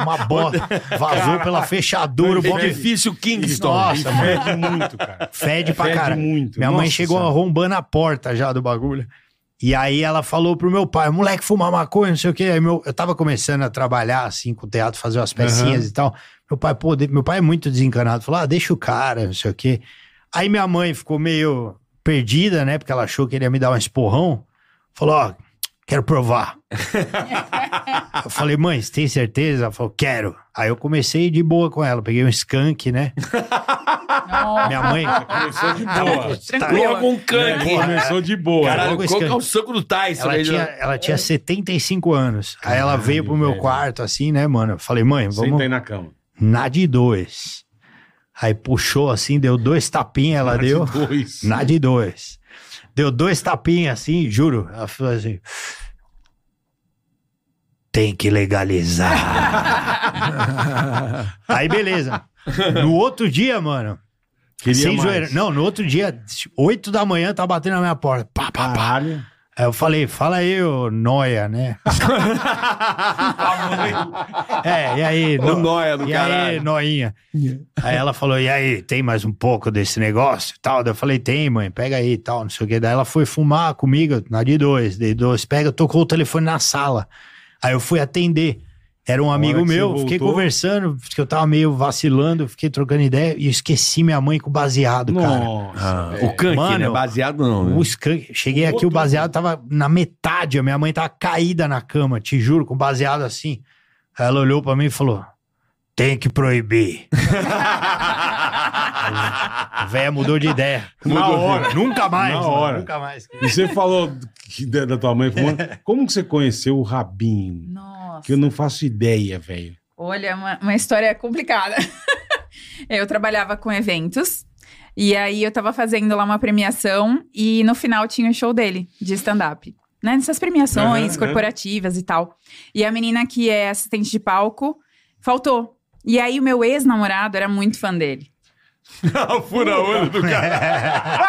S1: uma bola. Vazou pela fechadura, o Bob
S3: Edifício Kingston.
S1: Nossa, mano.
S4: Fede muito, cara.
S1: Fede pra
S4: Fede
S1: caralho.
S4: muito.
S1: Minha mãe
S4: Nossa
S1: chegou
S4: Senhora.
S1: arrombando a porta já do bagulho. E aí ela falou pro meu pai, moleque, fumar maconha, não sei o quê. Aí meu, eu tava começando a trabalhar, assim, com o teatro, fazer umas pecinhas e tal. Meu pai, pô, de- meu pai é muito desencanado. Falou, ah, deixa o cara, não sei o quê. Aí minha mãe ficou meio perdida, né? Porque ela achou que ele ia me dar um esporrão. Falou, ó, quero provar. eu falei, mãe, você tem certeza? Ela falou, quero. Aí eu comecei de boa com ela. Peguei um skunk, né?
S6: Não.
S1: Minha mãe...
S4: Começou de boa.
S6: Tranquilo.
S3: um canque.
S4: Começou de boa.
S1: Caralho,
S3: Caralho,
S1: esse
S3: qual que é
S1: canque.
S3: o soco do Tyson?
S1: Ela
S3: aí,
S1: tinha,
S3: né?
S1: ela tinha 75 anos. aí ela veio pro meu
S4: velho.
S1: quarto, assim, né, mano? Eu falei, mãe, vamos
S4: Senta aí na cama.
S1: na de dois. Aí puxou assim, deu dois tapinhas, ela
S4: Parte
S1: deu.
S4: dois.
S1: Na de dois. Deu dois tapinhas assim, juro. Ela falou assim. Tem que legalizar. aí, beleza. No outro dia, mano.
S4: Queria
S1: sem
S4: mais.
S1: zoeira. Não, no outro dia, 8 da manhã, tá batendo na minha porta. Pá, pá, pá.
S4: Caralho.
S1: Aí eu falei, fala aí, ô noia, né? é, e aí?
S3: Ô, nóia do
S1: e aí,
S3: caralho.
S1: noinha? Aí ela falou, e aí, tem mais um pouco desse negócio e tal? Daí eu falei, tem, mãe, pega aí e tal, não sei o quê. Daí ela foi fumar comigo, na de dois, de dois, pega, tocou o telefone na sala. Aí eu fui atender. Era um amigo
S4: que você
S1: meu, fiquei
S4: voltou.
S1: conversando, porque eu tava meio vacilando, fiquei trocando ideia e eu esqueci minha mãe com o baseado, cara.
S4: Nossa.
S3: Ah,
S4: velho.
S3: o canque,
S1: Mano,
S3: né? Baseado não, né?
S1: O skunk. Cheguei
S4: O
S1: aqui,
S4: outro-
S1: o baseado tava na metade. A minha mãe tava caída na cama, te juro, com o baseado assim. Aí ela olhou pra mim e falou: tem que proibir. A véia mudou de ideia.
S4: Na hora.
S1: Nunca mais.
S4: Na
S1: mano,
S4: hora.
S1: Nunca mais.
S4: E você falou que- da, da tua mãe fumando. Como que você conheceu o Rabinho?
S6: Nossa.
S4: Que eu não faço ideia, velho.
S6: Olha, uma, uma história complicada. eu trabalhava com eventos. E aí eu tava fazendo lá uma premiação e no final tinha o show dele de stand-up. Né? Nessas premiações
S4: Aham,
S6: corporativas e tal. E a menina que é assistente de palco faltou. E aí o meu ex-namorado era muito fã dele.
S3: Ah, Fura olho do cara.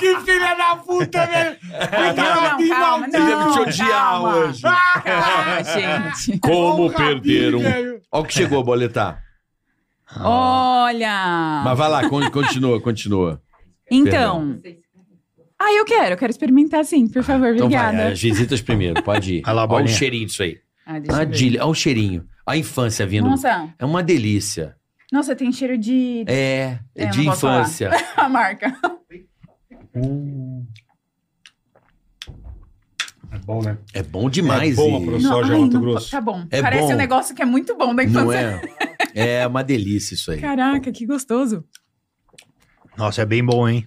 S4: Que filha da puta, velho!
S6: Ai, não, não, calma,
S3: Ele deve te odiar
S6: calma.
S3: hoje.
S1: Ah,
S6: Calma, gente.
S3: Como um? perderam. Olha o que chegou, boletar.
S6: Olha!
S3: Ah. Mas vai lá, con- continua, continua.
S6: Então. Ah, eu quero, eu quero experimentar sim, por favor,
S3: Então vai,
S6: obrigada.
S3: as visitas primeiro, pode ir.
S1: Vai lá,
S3: Olha o
S1: bolinha.
S3: cheirinho disso aí.
S6: Ah, deixa eu ver.
S3: Adilha, olha o cheirinho. A infância vindo.
S6: Nossa,
S3: É uma delícia.
S6: nossa, tem cheiro de.
S3: É, é
S6: É,
S3: de
S6: não posso falar.
S3: infância.
S6: A marca.
S1: Hum.
S4: É bom, né?
S3: É bom demais.
S4: É bom,
S3: e-
S4: professor. Soja, Mato Grosso.
S6: Tá bom.
S3: É
S6: Parece
S3: bom.
S6: um negócio que é muito bom da
S3: Não
S6: infância.
S3: é? É uma delícia isso aí.
S6: Caraca, que gostoso.
S1: Nossa, é bem bom, hein?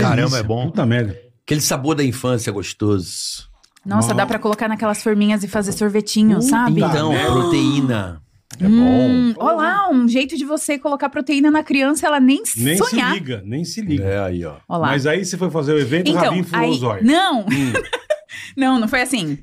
S1: Caramba, é bom.
S4: Puta merda.
S3: Aquele sabor da infância gostoso.
S6: Nossa,
S4: Nossa.
S6: dá pra colocar naquelas forminhas e fazer sorvetinho,
S4: Puta,
S6: sabe?
S3: Então,
S4: merda.
S3: proteína. É
S6: Tá Hum, olha lá, um jeito de você colocar proteína na criança, ela nem,
S4: Nem
S6: sonhar.
S4: se liga, nem se
S3: bom.
S4: liga.
S3: É aí, ó.
S6: Olha lá.
S4: Mas aí você foi fazer o evento, o
S6: Então,
S4: Rabinho furou
S6: aí,
S4: os olhos.
S6: não,
S3: Hum.
S6: não, não foi assim.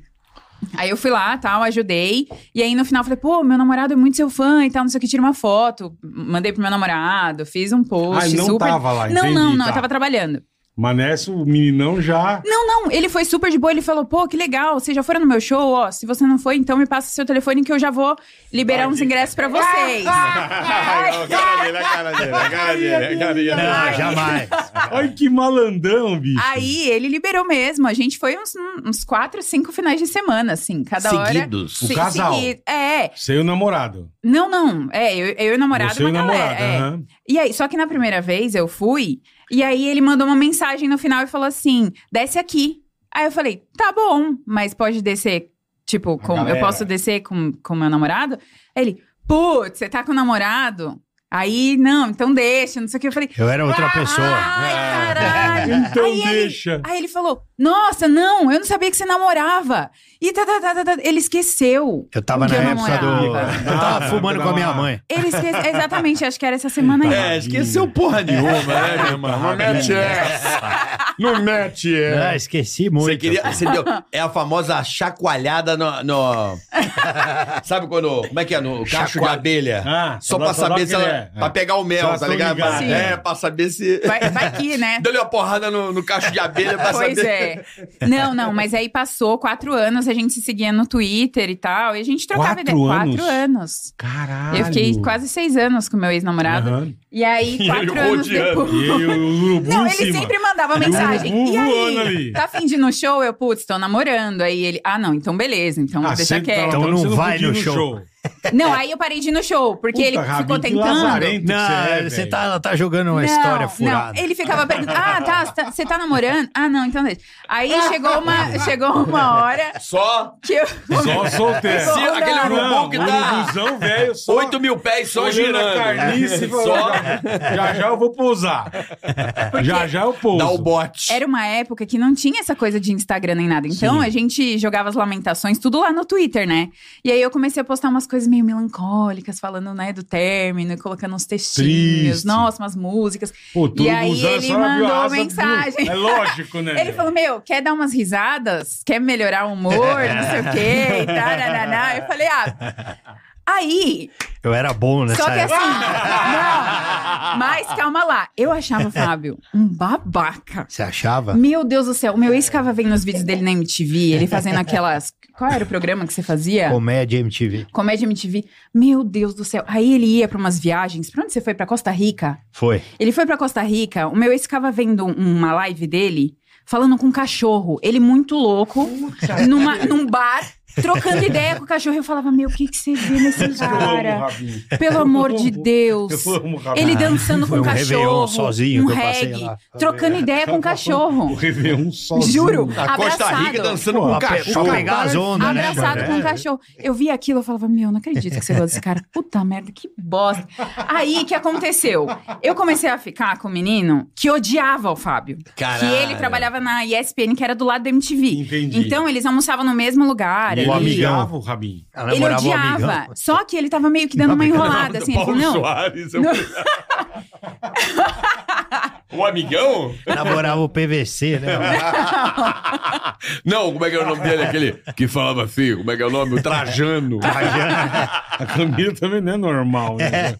S6: Aí eu fui lá, tal, ajudei. E aí no final eu falei, pô, meu namorado é muito seu fã e tal, não sei o que, tira uma foto. Mandei pro meu namorado, fiz um post
S4: Ai, não
S6: super.
S4: tava lá,
S6: não,
S4: entendi,
S6: não, não,
S4: tá.
S6: eu tava trabalhando.
S4: Mas nessa, o meninão já.
S6: Não, não, ele foi super de boa, ele falou, pô, que legal, vocês já foram no meu show, ó, se você não foi, então me passa seu telefone que eu já vou liberar uns ingressos pra vocês.
S1: né, Não, jamais.
S4: Ai, que malandrão, bicho.
S6: Aí ele liberou mesmo. A gente foi uns, uns quatro, cinco finais de semana, assim, cada hora.
S3: Seguidos.
S4: O casal.
S6: seguido. É,
S4: Você e o namorado.
S6: Não, não. É, eu, eu e o namorado,
S4: Você e
S6: uma
S4: o
S6: galera.
S4: namorado.
S6: é.
S4: aham.
S6: E aí, só que na primeira vez eu fui, e aí ele mandou uma mensagem no final e falou assim: desce aqui. Aí eu falei, tá bom, mas pode descer, tipo, com, eu
S4: galera.
S6: posso descer com, com meu namorado? Aí ele, putz, você tá com o namorado? Aí, não, então deixa, não sei o que. Eu falei,
S1: Eu era outra pessoa.
S6: ai, caralho.
S4: Então
S6: aí, ele,
S4: deixa.
S6: aí ele falou, Nossa, não, eu não sabia que você namorava. E tá, tá, tá, tá, tá. Ele esqueceu.
S1: Eu tava
S6: que
S1: na
S6: eu não
S1: época do.
S6: morava.
S1: Eu tava
S4: Ah,
S1: fumando
S4: tá
S1: com a minha
S4: lá.
S1: mãe.
S6: Ele esqueceu. Exatamente, acho que era essa semana aí.
S3: É, esqueceu porra nenhuma, né, meu irmão? Não mete essa. Não mete
S1: Ah,
S3: essa.
S1: esqueci muito.
S3: Você queria. Você deu, é a famosa chacoalhada no. no- sabe quando. Como é que é? No cacho de
S1: Chacoalha.
S3: abelha.
S4: Ah,
S3: Só
S4: pra
S3: pra saber
S4: falar
S3: se
S4: que
S3: ela.
S4: ele é.
S3: Pra pegar o mel,
S4: Já
S3: tá
S4: tô
S3: ligado?
S4: ligado.
S6: Sim.
S3: É, pra saber se.
S6: Vai, vai aqui, né?
S3: Deu-lhe uma porrada no, no cacho de abelha pra
S6: Pois
S3: saber.
S6: é. Não, não, mas aí passou quatro anos, a gente se seguia no Twitter e tal, e a gente trocava
S4: Quatro
S6: ideia. Quatro
S4: anos?
S6: anos.
S4: Caralho.
S6: Eu fiquei quase seis anos com meu ex-namorado.
S4: Aham.
S6: E aí,
S3: ele
S6: quatro anos
S3: rodeando.
S6: depois.
S4: E aí, o urubu
S6: Não,
S4: em
S6: ele
S4: cima.
S6: sempre mandava
S4: Urubu
S6: mensagem. E
S4: voando
S6: aí?
S4: ali.
S6: Tá afim de ir no show? Eu, putz, tô namorando. Aí ele, ah, não, então beleza, então
S4: Ah,
S6: deixa
S4: sempre tava-
S6: quieto.
S1: Então não
S4: você
S1: vai
S4: podia
S1: no
S4: ir
S1: show.
S6: Não, aí eu parei de ir no show, porque
S4: Puta,
S6: ele ficou
S4: Rabin, que
S6: tentando.
S4: lazarento que
S1: Não,
S4: você é,
S1: você
S4: velho.
S1: tá, tá jogando uma história furada.
S6: Não. Ele ficava perguntando: Ah, tá, você tá, você tá namorando? Ah, não, então deixa. Aí chegou uma, chegou uma hora
S3: Só.
S6: que eu.
S4: Só solteiro.
S3: Se-
S6: Não,
S3: aquele
S4: Não,
S3: urubu que tá.
S4: urubuzão, velho, só...
S3: 8 mil pés só
S4: olhando a
S3: girando.
S4: Carnice,
S3: só.
S4: Já já eu vou pousar. Já já eu pouso.
S3: Dá o bote.
S6: Era uma época que não tinha essa coisa de Instagram nem nada. Então
S4: Sim.
S6: a gente jogava as lamentações tudo lá no Twitter, né? E aí eu comecei a postar umas coisas meio melancólicas, falando, né, do término e colocando uns textinhos,
S4: Triste.
S6: nossa, umas músicas.
S4: Pô, tudo
S6: E aí
S4: usando,
S6: ele
S4: só abriu a
S6: mandou
S4: asa,
S6: mensagem.
S4: É lógico, né?
S6: Ele falou: Meu, quer dar umas risadas? Quer melhorar o humor? Não sei o quê. E tarananá. Eu falei: Ah. Aí,
S1: Eu era bom nessa
S6: Só que assim,
S1: época.
S6: não, mas calma lá. Eu achava, Fábio, um babaca.
S1: Você achava?
S6: Meu Deus do céu, o
S1: É.
S6: meu ex ficava vendo os vídeos dele na MTV, ele fazendo aquelas. Qual era o programa que você fazia?
S1: Comédia MTV.
S6: Comédia MTV. Meu Deus do céu. Aí ele ia pra umas viagens. Pra onde você foi? Pra Costa Rica?
S1: Foi.
S6: Ele foi pra Costa Rica, o meu ex ficava vendo um, uma live dele falando com um cachorro. Ele muito louco, numa, num bar, trocando ideia com o cachorro. Eu falava, meu, o que, que você vê nesse
S4: Eu amo o
S6: cara?
S4: Rabinho.
S6: Pelo amor de Deus.
S4: Eu amo o Rabinho.
S6: Ele dançando com
S1: Foi
S6: o
S1: um
S6: cachorro,
S1: Réveillon sozinho
S6: um
S1: que eu passei
S6: reggae,
S1: lá.
S6: trocando ideia com o
S4: O
S6: cachorro.
S4: Réveillon sozinho.
S6: Juro,
S3: A Costa
S6: abraçado.
S3: Rica dançando
S4: Pô,
S3: com
S1: Pra,
S3: um
S1: pe- pra
S3: cachorro.
S1: pegar as ondas, né?
S6: Abraçado
S1: mano?
S6: com
S1: É.
S6: um cachorro. Eu vi aquilo, eu falava, meu, não acredito que você gosta desse cara. Puta merda, que bosta. Aí, o que aconteceu? Eu comecei a ficar com um menino que odiava o Fábio.
S3: Caralho.
S6: Que ele trabalhava na ESPN, que era do lado da MTV.
S4: Entendi.
S6: Então, eles almoçavam no mesmo lugar.
S4: Ele
S1: O
S6: ali.
S1: amigão.
S4: odiava o Rabinho.
S1: Ela
S3: né,
S6: Ele
S1: namorava um
S6: odiava.
S1: amigão.
S6: Só que ele tava meio que dando uma enrolada, assim. Ele
S3: Paulo
S6: falou, não,
S3: Soares, eu- o amigão?
S1: Namorava o PVC, né? mano?
S3: Não, como é que era o nome dele? Aquele que falava feio. Como é que é o nome? O Trajano.
S4: A Camila também não é normal, né?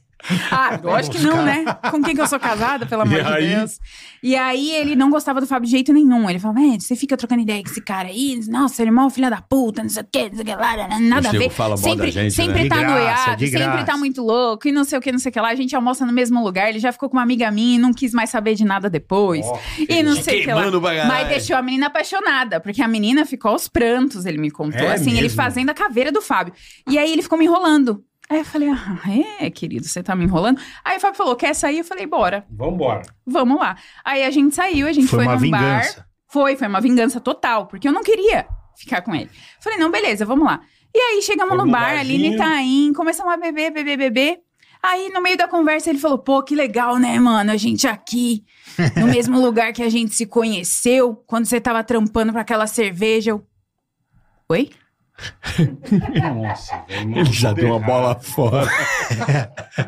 S6: Ah, lógico que não, né? Com quem que eu sou casada, pelo amor
S4: E aí?
S6: de Deus. E aí ele não gostava do Fábio de jeito nenhum. Ele falava, é, você fica trocando ideia com esse cara aí, nossa, ele é mó filha da puta, não sei o que, não sei o que lá, nada a
S3: O Chico
S6: ver.
S3: fala mal
S6: sempre
S3: da gente,
S6: sempre
S1: né?
S6: tá
S1: De graça,
S6: noiado,
S1: de
S6: sempre
S1: graça.
S6: tá muito louco e não sei o que, não sei o que lá. A gente almoça no mesmo lugar, ele já ficou com uma amiga minha e não quis mais saber de nada depois. e não sei o que lá.
S3: queimando pra caralho.
S6: Mas deixou a menina apaixonada, porque a menina ficou aos prantos, ele me contou.
S4: É
S6: assim, ele
S4: mesmo?
S6: fazendo a caveira do Fábio. E aí ele ficou me enrolando. Aí eu falei, ah, é, querido, você tá me enrolando. Aí o Fábio falou, quer sair? Eu falei, bora,
S4: Vambora.
S6: vamos lá. Aí a gente saiu, a gente
S1: Foi
S6: foi,
S1: uma
S6: num
S1: vingança.
S6: bar. Foi, foi uma vingança total, porque eu não queria ficar com ele. Falei, não, beleza, vamos lá. E aí chegamos
S4: Fomos no
S6: no bar, ali no
S4: barzinho.
S6: Itaim, começamos a beber, beber, beber. Aí, no meio da conversa, ele falou, pô, que legal, né, mano? A gente aqui, no mesmo lugar que a gente se conheceu, quando você tava trampando pra aquela cerveja. Eu... Oi?
S4: Nossa, velho.
S3: Ele já deu uma bola fora.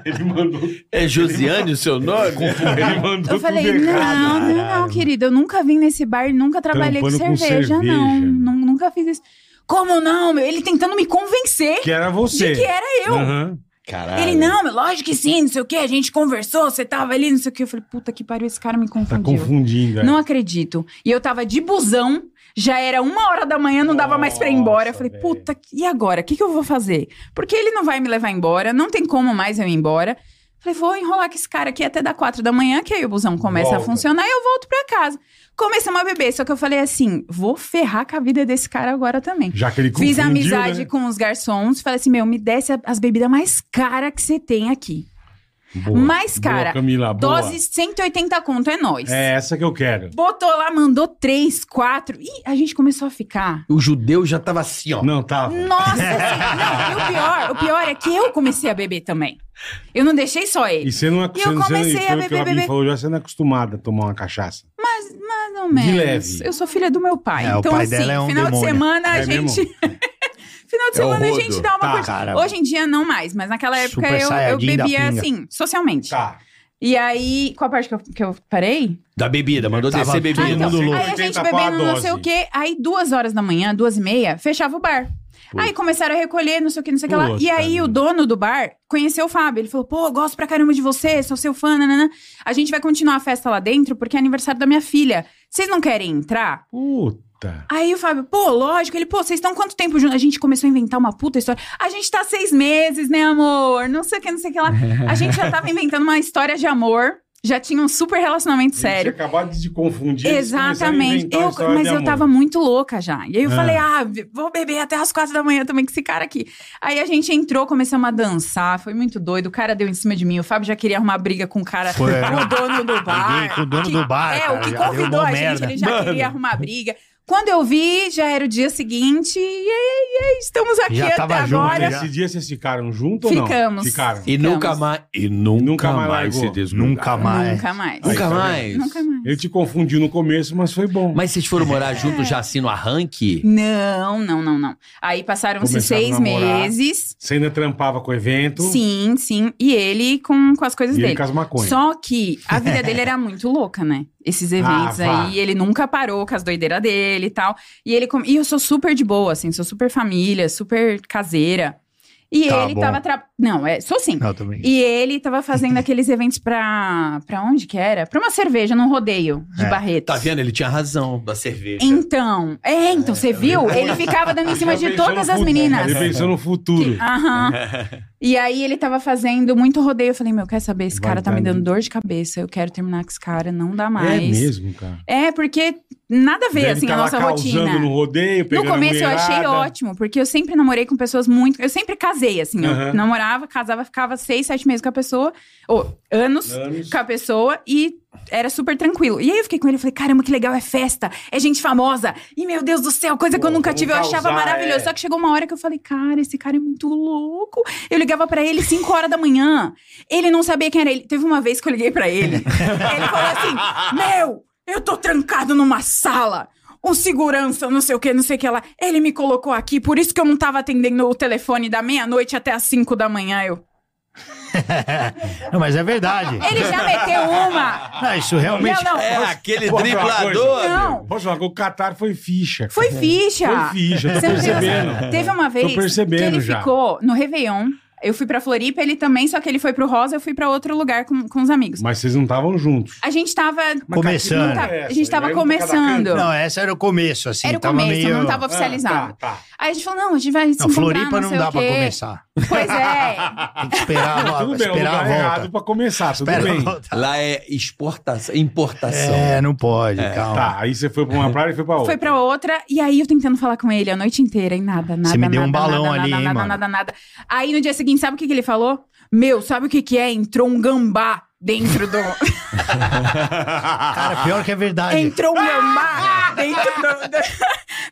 S4: Ele mandou,
S3: É Josiane o seu nome?
S4: ele mandou
S6: Eu falei,
S4: tudo errado.
S6: não, não, não, querida, eu nunca vim nesse bar, e nunca trabalhei com
S4: Trampando com
S6: cerveja,
S4: cerveja.
S6: não. Nun- Nunca fiz isso. Como não? meu? Ele tentando me convencer
S4: Que era você.
S6: de que era eu.
S4: Aham. Ah,
S3: Caralho.
S4: é.
S6: Ele, não, meu, lógico que sim, não sei o quê, a gente conversou, você tava ali, não sei o quê. Eu falei, puta que pariu, esse cara me
S4: Tá
S6: confundiu.
S4: confundindo. é.
S6: Não acredito. E eu tava de busão, já era uma hora da manhã, não dava mais pra ir embora. Eu
S4: Nossa,
S6: falei,
S4: velho.
S6: puta, e agora? O que, que eu vou fazer? Porque ele não vai me levar embora, não tem como mais eu ir embora. Falei, vou enrolar com esse cara aqui até dar quatro da manhã, que aí o busão começa a
S4: Volta.
S6: funcionar e eu volto pra casa. Começamos a beber, só que eu falei assim, vou ferrar com a vida desse cara agora também.
S4: Já que ele confundiu,
S6: Fiz amizade
S4: né?
S6: com os garçons, falei assim, meu, me desce as bebidas mais caras que você tem aqui.
S4: Boa,
S6: Mas, cara,
S4: boa, Camila, boa.
S6: Dose 180 conto, é nóis.
S4: É essa que eu quero.
S6: Botou lá, mandou três, quatro. E a gente começou a ficar.
S3: O judeu já tava assim, ó.
S4: Não, tá. tava.
S6: Nossa, assim, não, e o pior, o pior é que eu comecei a beber também. Eu não deixei só ele.
S4: E você não é
S6: E eu comecei a
S4: pelo que
S6: beber,
S4: o Rabinho
S6: beber.
S4: falou, já você não é acostumada a tomar uma cachaça.
S6: Mas Ah, não, ou menos.
S4: De leve.
S6: Eu sou filha do meu pai.
S1: É, o
S6: então,
S1: pai
S6: assim,
S1: dela é um
S6: final
S1: demônio.
S6: de semana a
S4: É mesmo?
S6: gente. final de
S3: É o
S6: semana a
S3: rodo.
S6: gente dá uma
S4: Tá,
S6: curtida.
S1: Cara,
S6: Hoje em dia não mais, mas naquela época
S1: Super
S6: eu, eu
S1: Saiyajin da
S6: bebia
S1: pinga.
S6: assim, socialmente.
S4: Tá.
S6: E aí, qual a parte que eu, que eu parei?
S3: Da bebida, mandou
S1: Tava
S3: descer
S1: todo
S3: bebida.
S6: Ah, então.
S1: mundo louco.
S6: Aí a
S4: 80
S6: gente
S4: pau a
S6: bebendo não sei
S4: dose.
S6: o quê, aí duas horas da manhã, duas e meia, fechava o bar.
S3: Puta.
S6: Aí começaram a recolher, não sei o que, não sei o que lá.
S4: Puta
S6: E aí
S4: vida.
S6: o dono do bar conheceu o Fábio. Ele falou, pô, eu gosto pra caramba de você, sou seu fã, nananã. A gente vai continuar a festa lá dentro porque é aniversário da minha filha. Vocês não querem entrar?
S4: Puta.
S6: Aí o Fábio, pô, lógico. Ele, pô, vocês estão quanto tempo juntos? A gente começou a inventar uma puta história. A gente tá seis meses, né, amor? Não sei o que, não sei o que lá. A gente já tava inventando uma história de amor. Já tinha um super relacionamento sério.
S4: Você acabou de se confundir. eles começaram a
S6: Exatamente.
S4: inventar
S6: Eu-
S4: uma história
S6: mas
S4: de
S6: eu
S4: amor.
S6: tava muito louca já. E aí eu
S1: É.
S4: Ah.
S6: falei, ah, vi- vou beber até as quatro da manhã também com esse cara aqui. Aí a gente entrou, começamos a dançar, foi muito doido. O cara deu em cima de mim. O Fábio já queria arrumar briga com o cara,
S1: Foi,
S6: com
S1: né?
S6: o dono do bar.
S1: Briguei com o dono
S6: que-
S1: do bar,
S6: É,
S1: cara,
S6: o que
S1: já deu
S6: convidou
S1: mó
S6: a gente,
S1: merda.
S6: ele já
S3: Mano.
S6: queria arrumar briga. Quando eu vi, já era o dia seguinte, e aí, e aí estamos aqui
S1: Já
S6: até
S1: tava junto,
S6: agora.
S1: já.
S4: Nesse dia vocês ficaram junto ou não?
S6: Ficamos.
S4: Ficaram.
S3: E nunca
S6: Ficamos.
S3: mais. E nunca,
S4: Nunca mais
S3: mais,
S4: largou.
S3: se desgrudaram.
S1: Nunca mais.
S6: Nunca mais.
S3: Nunca
S4: Aí, tá
S3: mais.
S6: Nunca mais.
S4: Ele te confundiu no começo, mas foi bom.
S3: Mas vocês foram morar junto já assim no arranque?
S6: Não, não, não, não. Aí passaram-se
S4: Começaram a
S6: seis
S4: namorar.
S6: meses.
S4: Você ainda trampava com o evento.
S6: Sim, sim. E ele com, com as coisas
S4: E ele
S6: dele.
S4: com as maconhas.
S6: Só que a vida dele era muito louca, né?
S1: Ah,
S6: Esses eventos
S4: vá.
S6: aí, ele nunca parou com as doideiras dele e tal. E ele com- e eu sou super de boa, assim, sou super família, super caseira. E
S1: Tá
S6: ele
S1: bom.
S6: tava tra... Não, é, sou sim.
S1: Não, também.
S6: E ele tava fazendo aqueles eventos pra. pra onde que era? Pra uma cerveja, num rodeio de
S1: É,
S6: Barretos.
S3: Tá vendo? Ele tinha razão da cerveja.
S6: Então, é, então, você viu? Ele ficava dando em cima de todas as meninas.
S4: um né? Ele pensou no futuro.
S6: Aham. E aí ele tava fazendo muito rodeio. Eu falei, meu, quer saber? Esse
S4: Vai
S6: cara tá me
S4: dar-
S6: dando dor de cabeça. Eu quero terminar com esse cara, não dá mais.
S4: É mesmo, cara.
S6: É, porque nada a ver, assim, a
S4: tava
S6: nossa
S4: tá causando
S6: rotina.
S4: no rodeio,
S6: No
S4: pegando
S6: começo eu
S4: mulherada.
S6: achei ótimo, porque eu sempre namorei com pessoas muito. Eu sempre casei, assim.
S4: Aham.
S6: Eu namorava, casava, ficava seis, sete meses com a pessoa. Ou anos
S4: Anos.
S6: com a pessoa e era super tranquilo. E aí eu fiquei com ele e falei: caramba, que legal, é festa, é gente famosa. E meu Deus do céu, coisa que
S4: Pô,
S6: eu nunca
S4: vamos
S6: tive, eu achava
S4: causar,
S6: maravilhoso.
S4: é.
S6: Só que chegou uma hora que eu falei: cara, esse cara é muito louco. Eu ligava pra ele 5 horas da manhã. Ele não sabia quem era ele. Teve uma vez que eu liguei pra ele. ele falou assim: meu, eu tô trancado numa sala. O segurança, não sei o que, não sei o que lá. Ele me colocou aqui, por isso que eu não tava atendendo o telefone da meia-noite até as 5 da manhã. Eu.
S1: Não, mas é verdade.
S6: Ele já meteu uma!
S1: Não, isso realmente.
S6: Não, não.
S3: É aquele
S4: Posso falar uma
S3: driblador.
S6: coisa?
S3: meu.
S6: Não.
S4: Posso falar que o Catar foi ficha. cara.
S6: Foi ficha!
S4: É. Foi ficha, tô
S6: Você não tem
S4: percebendo.
S6: noção. Teve uma vez
S4: percebendo
S6: que ele
S4: já.
S6: ficou no Réveillon. Eu fui pra Floripa, ele também, só que ele foi pro Rosa, eu fui pra outro lugar com, com os amigos.
S4: Mas vocês não estavam juntos.
S6: A gente tava.
S1: Começando.
S6: Não tá-
S4: É,
S6: a gente tava
S4: aí vai um pra cada
S6: começando.
S4: canto.
S1: Não, essa era o começo, assim.
S6: é Era o
S1: tava
S6: começo,
S1: meio...
S6: não tava
S4: Ah,
S6: oficializado.
S4: tá, tá.
S6: Aí a gente falou: não, a gente vai se
S1: Não,
S6: encontrar,
S1: Floripa não,
S6: sei
S1: dá
S6: o
S1: pra
S6: quê.
S1: começar.
S6: Pois é.
S1: Tem que esperar, a-
S4: Tudo bem, é um
S1: esperar
S4: lugar
S1: a
S4: errado
S1: volta.
S4: pra começar, tudo
S1: Espera a
S4: bem.
S1: volta.
S3: Lá é exportação, importação.
S1: É, não pode, calma.
S4: Tá, aí você foi pra uma praia e foi pra outra.
S6: Foi pra outra, e aí eu tentando falar com ele a noite inteira, e nada, nada,
S1: Você me deu
S6: nada,
S1: um balão
S6: nada,
S1: ali,
S6: nada,
S1: hein,
S6: nada,
S1: mano?
S6: nada, nada. Aí no dia seguinte, sabe o que, que ele falou? Meu, sabe o que que é? Entrou um gambá dentro do...
S1: Cara, pior que é verdade.
S6: Entrou um gambá dentro do- da-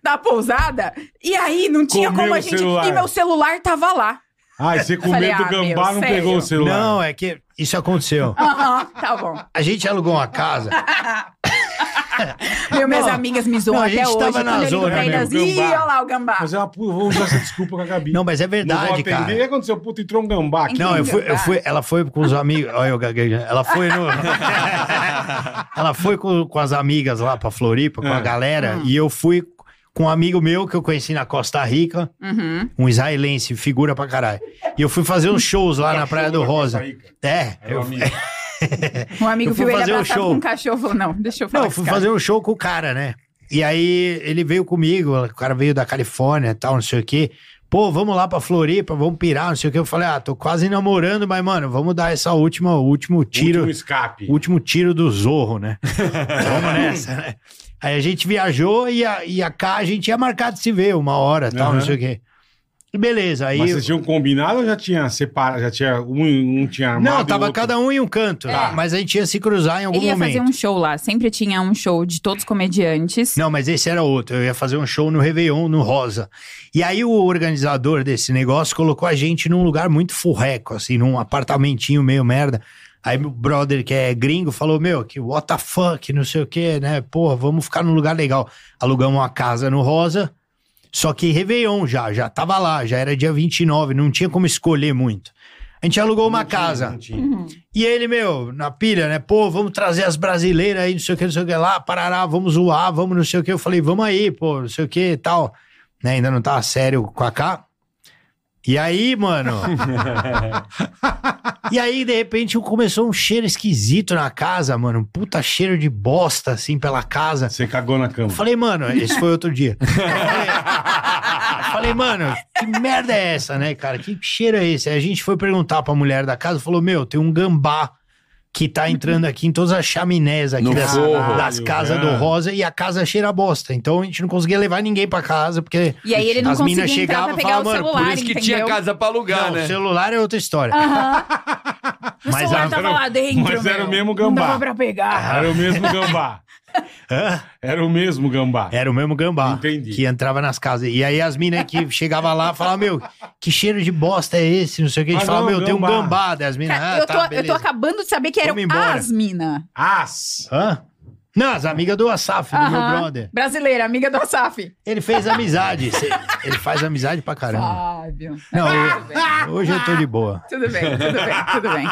S6: da pousada, e aí não tinha
S4: Comeu
S6: como a
S4: o
S6: gente...
S4: celular.
S6: E meu celular tava lá.
S4: Ah, e você com
S6: Falei,
S4: medo do
S6: ah,
S4: gambá
S6: meu,
S4: não
S6: sério?
S4: pegou o celular.
S1: Não, é que isso aconteceu.
S6: Aham, tá bom.
S1: A gente alugou uma casa.
S6: Meu, minhas
S1: Não.
S6: amigas me zoam
S1: Não, a
S6: até
S1: gente
S6: hoje.
S1: tava na
S6: quando eu ligo
S1: zona,
S6: pra
S1: né,
S6: elas,
S4: o
S6: Ih,
S4: gambá.
S6: olha lá o gambá.
S4: Mas é uma puta, vou usar essa desculpa com a Gabi.
S1: Não, mas é
S4: Não vou
S1: verdade,
S4: atender. O que
S1: cara.
S4: aconteceu? Puta, entrou um gambá aqui.
S1: Não, eu fui, eu
S6: Entendeu?
S1: fui, ela foi com os amigos. Olha, eu gaguejando. Ela foi no. ela foi com, com as amigas lá pra Floripa, com a
S4: É.
S1: galera, e eu fui com um amigo meu que eu conheci na Costa Rica,
S6: Uhum.
S1: um israelense, figura pra caralho. E eu fui fazer uns shows lá na Praia do Rosa. É,
S4: Era um
S1: eu,
S4: amigo.
S6: Um amigo
S1: Eu fui
S6: viu ele
S1: fazer o
S6: abraçado
S1: show.
S6: com um cachorro falou, não, deixa eu falar
S1: não, eu
S6: com
S1: fui
S6: esse cara.
S1: fazer um show com o cara, né? E aí ele veio comigo, o cara veio da Califórnia e tal, não sei o quê. Pô, vamos lá pra Floripa, vamos pirar, não sei o quê. Eu falei, ah, tô quase namorando, mas, mano, vamos dar essa última, o último tiro.
S4: Último escape.
S1: O último tiro do Zorro, né? Vamos nessa, né? Aí a gente viajou e a, e a cá a gente ia marcar de se ver uma hora tal,
S4: Aham.
S1: não sei o quê. E beleza, aí.
S4: Mas vocês tinham combinado ou já tinha separado? Já tinha um, um tinha armado?
S1: não, tava cada um em um canto,
S4: Tá.
S1: mas a gente ia se cruzar em algum
S6: É. Ele ia
S1: momento.
S6: fazer um show lá, sempre tinha um show de todos os comediantes.
S1: Não, mas esse era outro. Eu ia fazer um show no Réveillon, no Rosa. E aí o organizador desse negócio colocou a gente num lugar muito furreco, assim, num apartamentinho meio merda. Aí meu brother, que é gringo, falou: Meu, que what the fuck, não sei o quê, né? Porra, vamos ficar num lugar legal. Alugamos uma casa no Rosa, só que Réveillon já, já tava lá, já era dia 29, não tinha como escolher muito. A gente alugou uma casa. E ele, meu, na pilha, né? Pô, vamos trazer as brasileiras aí, não sei o que, não sei o que lá, parará, vamos zoar, vamos não sei o que. Eu falei, vamos aí, pô, não sei o que e tal. Né, ainda não tava sério com a K. E aí, mano. e aí, de repente, começou um cheiro esquisito na casa, mano. Um puta cheiro de bosta, assim, pela casa.
S4: Você cagou na
S1: Eu
S4: cama.
S1: falei, mano, esse foi outro dia. Eu falei, eu falei, mano, que merda é essa, né, cara? Que cheiro é esse? Aí a gente foi perguntar pra mulher da casa, falou, meu, tem um gambá que tá entrando aqui em todas as chaminés aqui
S3: No
S1: das,
S3: forro.
S1: das casas
S4: Caralho,
S1: do
S4: é.
S1: Rosa e a casa cheira a bosta. Então a gente não conseguia levar ninguém pra casa, porque
S6: E aí ele não
S1: as
S6: conseguia
S1: minas
S6: entrar pra
S1: chegavam e
S6: pegar o
S1: falavam, mano,
S6: celular, Ah.
S3: Por isso que
S6: entendeu?
S3: tinha casa pra alugar,
S1: não,
S3: né?
S1: celular é outra história.
S6: Aham. O
S1: Mas um-
S6: celular
S1: a-
S6: tava lá dentro,
S4: Mas era
S6: meu.
S4: o mesmo
S6: Não dava
S4: gambá.
S6: pra pegar.
S4: Era o mesmo gambá.
S1: Hã?
S4: Era o mesmo gambá.
S1: Era o mesmo gambá
S4: Entendi.
S1: que entrava nas casas. E aí as minas que chegavam lá falavam, meu, que cheiro de bosta é esse? Não sei o que. A gente
S4: Ah,
S1: falava,
S4: não,
S1: meu, tem um
S4: gambá.
S1: gambá. Daí as minas,
S6: Cara,
S1: ah,
S6: eu, tô,
S1: tá,
S6: eu tô
S1: beleza.
S6: acabando de saber que eram
S1: Vamos embora.
S6: as mina.
S4: As.
S1: Hã? Não, as amigas do Asaf, do meu
S6: Aham.
S1: brother.
S6: Brasileira, amiga do Asaf.
S1: Ele fez amizade. Cê- Ele faz amizade pra caramba.
S6: Fábio.
S1: Não,
S6: Tudo bem,
S1: eu- hoje eu tô de boa.
S6: tudo bem, tudo bem, tudo bem.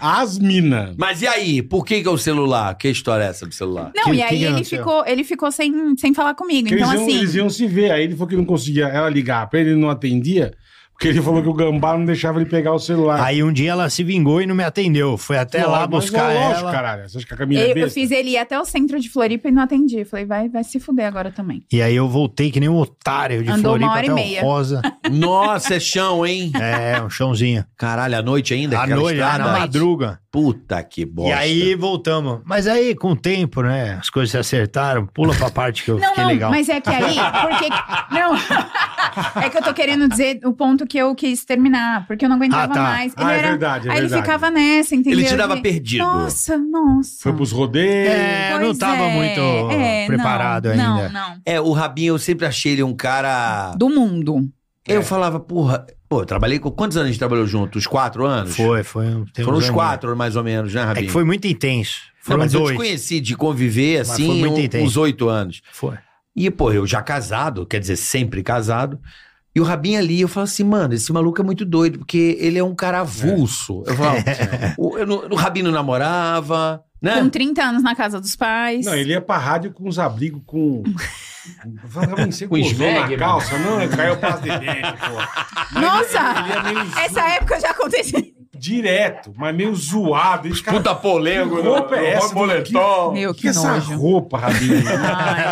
S4: As mina.
S3: Mas e aí? Por que, que é o celular? Que história é essa do celular?
S6: Não,
S1: Que-
S6: e
S1: que
S6: aí
S1: que
S6: ele
S1: aconteceu?
S6: ficou, ele ficou sem, sem falar comigo.
S4: Que
S6: Então,
S3: um
S4: eles, iam,
S6: assim.
S4: eles iam se ver. Aí ele falou que não conseguia ela ligar pra ele, ele não atendia, porque ele falou que o gambá não deixava ele pegar o celular.
S1: Aí um dia ela se vingou e não me atendeu. Foi até
S4: Pô,
S1: lá
S4: mas
S1: buscar
S4: é lógico,
S1: ela.
S4: caralho. Você acha que a Camila é
S6: Eu, eu
S4: besta?
S6: fiz ele ir até o centro de Floripa e não atendi. Falei, vai, vai se fuder agora também.
S1: E aí eu voltei que nem um otário de
S6: Andou uma
S1: Floripa
S6: hora e
S1: até o
S6: meia.
S1: Rosa.
S3: Nossa, é chão, hein?
S1: É, um chãozinho.
S3: Caralho, à noite ainda?
S1: À
S3: aquela
S1: noite, lá
S3: estrada?
S1: na madruga.
S3: Puta que bosta.
S1: E aí voltamos. Mas aí, com o tempo, né? As coisas se acertaram. Pula pra parte que eu
S6: Não,
S1: fiquei
S6: não,
S1: legal.
S6: mas é que aí, porque. que- não. é que eu tô querendo dizer o ponto que eu quis terminar, porque eu não aguentava
S1: Ah, tá.
S6: mais.
S4: Ah, é verdade, é
S6: aí ele
S4: verdade.
S6: ficava assim. nessa, entendeu?
S3: Ele te dava perdido.
S6: Nossa, nossa.
S4: Foi pros rodeios.
S1: É, não
S6: Pois
S1: tava
S6: é,
S1: muito
S6: é,
S1: preparado
S6: não,
S1: ainda.
S6: Não, não.
S3: É, o Rabinho, eu sempre achei ele um cara.
S6: Do mundo.
S1: É.
S3: Eu falava, porra. Pô, eu trabalhei com. Quantos anos a gente trabalhou junto? Uns quatro anos?
S1: Foi, foi. um- tem
S3: Foram
S1: uns
S3: uns
S1: anos.
S3: quatro, mais ou menos, né,
S1: É
S3: Rabinho?
S1: que foi muito intenso.
S3: Não,
S1: Foram
S3: mas eu te
S1: dois.
S3: conheci de conviver,
S1: Mas foi
S3: assim,
S1: muito
S3: um-
S1: intenso.
S3: uns oito anos.
S1: Foi.
S3: E, pô, eu já casado, quer dizer, sempre casado. E o Rabinho ali, eu falo assim, mano, esse maluco é muito doido, porque ele é um cara avulso. Eu falo,
S1: É.
S3: o, eu não- o Rabinho não namorava, né?
S6: Com 30 anos na casa dos pais.
S4: Não, ele ia pra rádio com uns abrigos com. Eu Falava em ser
S3: Com esmague,
S4: na calça. Não, ele caiu o passo de dentro, pô. Ele ia
S6: Nossa!
S4: meio zo-
S6: Essa época já aconteceu.
S4: direto, mas meio zoado. Esse cara,
S3: Puta polego,
S4: que
S3: no-
S4: roupa
S3: no
S4: é essa?
S3: boletom.
S6: Meu,
S4: que,
S6: que,
S4: que é essa
S6: nojo.
S4: roupa, Rabinho?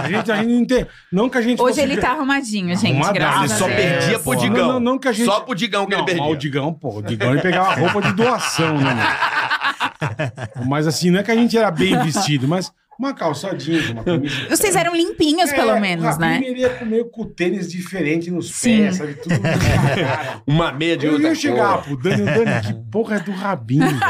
S4: a gente, a gente não entende. Não que a gente
S6: Hoje
S4: fosse
S6: ele
S4: ver-
S6: tá arrumadinho, gente.
S4: Arrumadaço,
S3: Ele
S6: Graças
S3: só
S6: a Deus.
S3: perdia pro
S1: Porra.
S3: Digão.
S4: Não, não, não que a gente-
S3: Só pro Digão que
S4: Não,
S3: ele
S4: mas o
S3: perdia.
S4: Digão, pô, o Digão ele pegava roupa de doação, né, mano? Mas assim, não é que a gente era bem vestido, mas uma calçadinha, uma camisa.
S6: Vocês eram limpinhos,
S4: É,
S6: pelo menos,
S4: o
S6: né?
S4: Rabinho, Ele ia comer com tênis diferente nos
S6: Sim.
S4: pés, sabe? Tudo cara.
S3: Uma meia de
S4: Eu
S3: outra
S4: ia chegar
S3: cor.
S4: pro Dani, o Dani, que porra é do Rabinho, velho?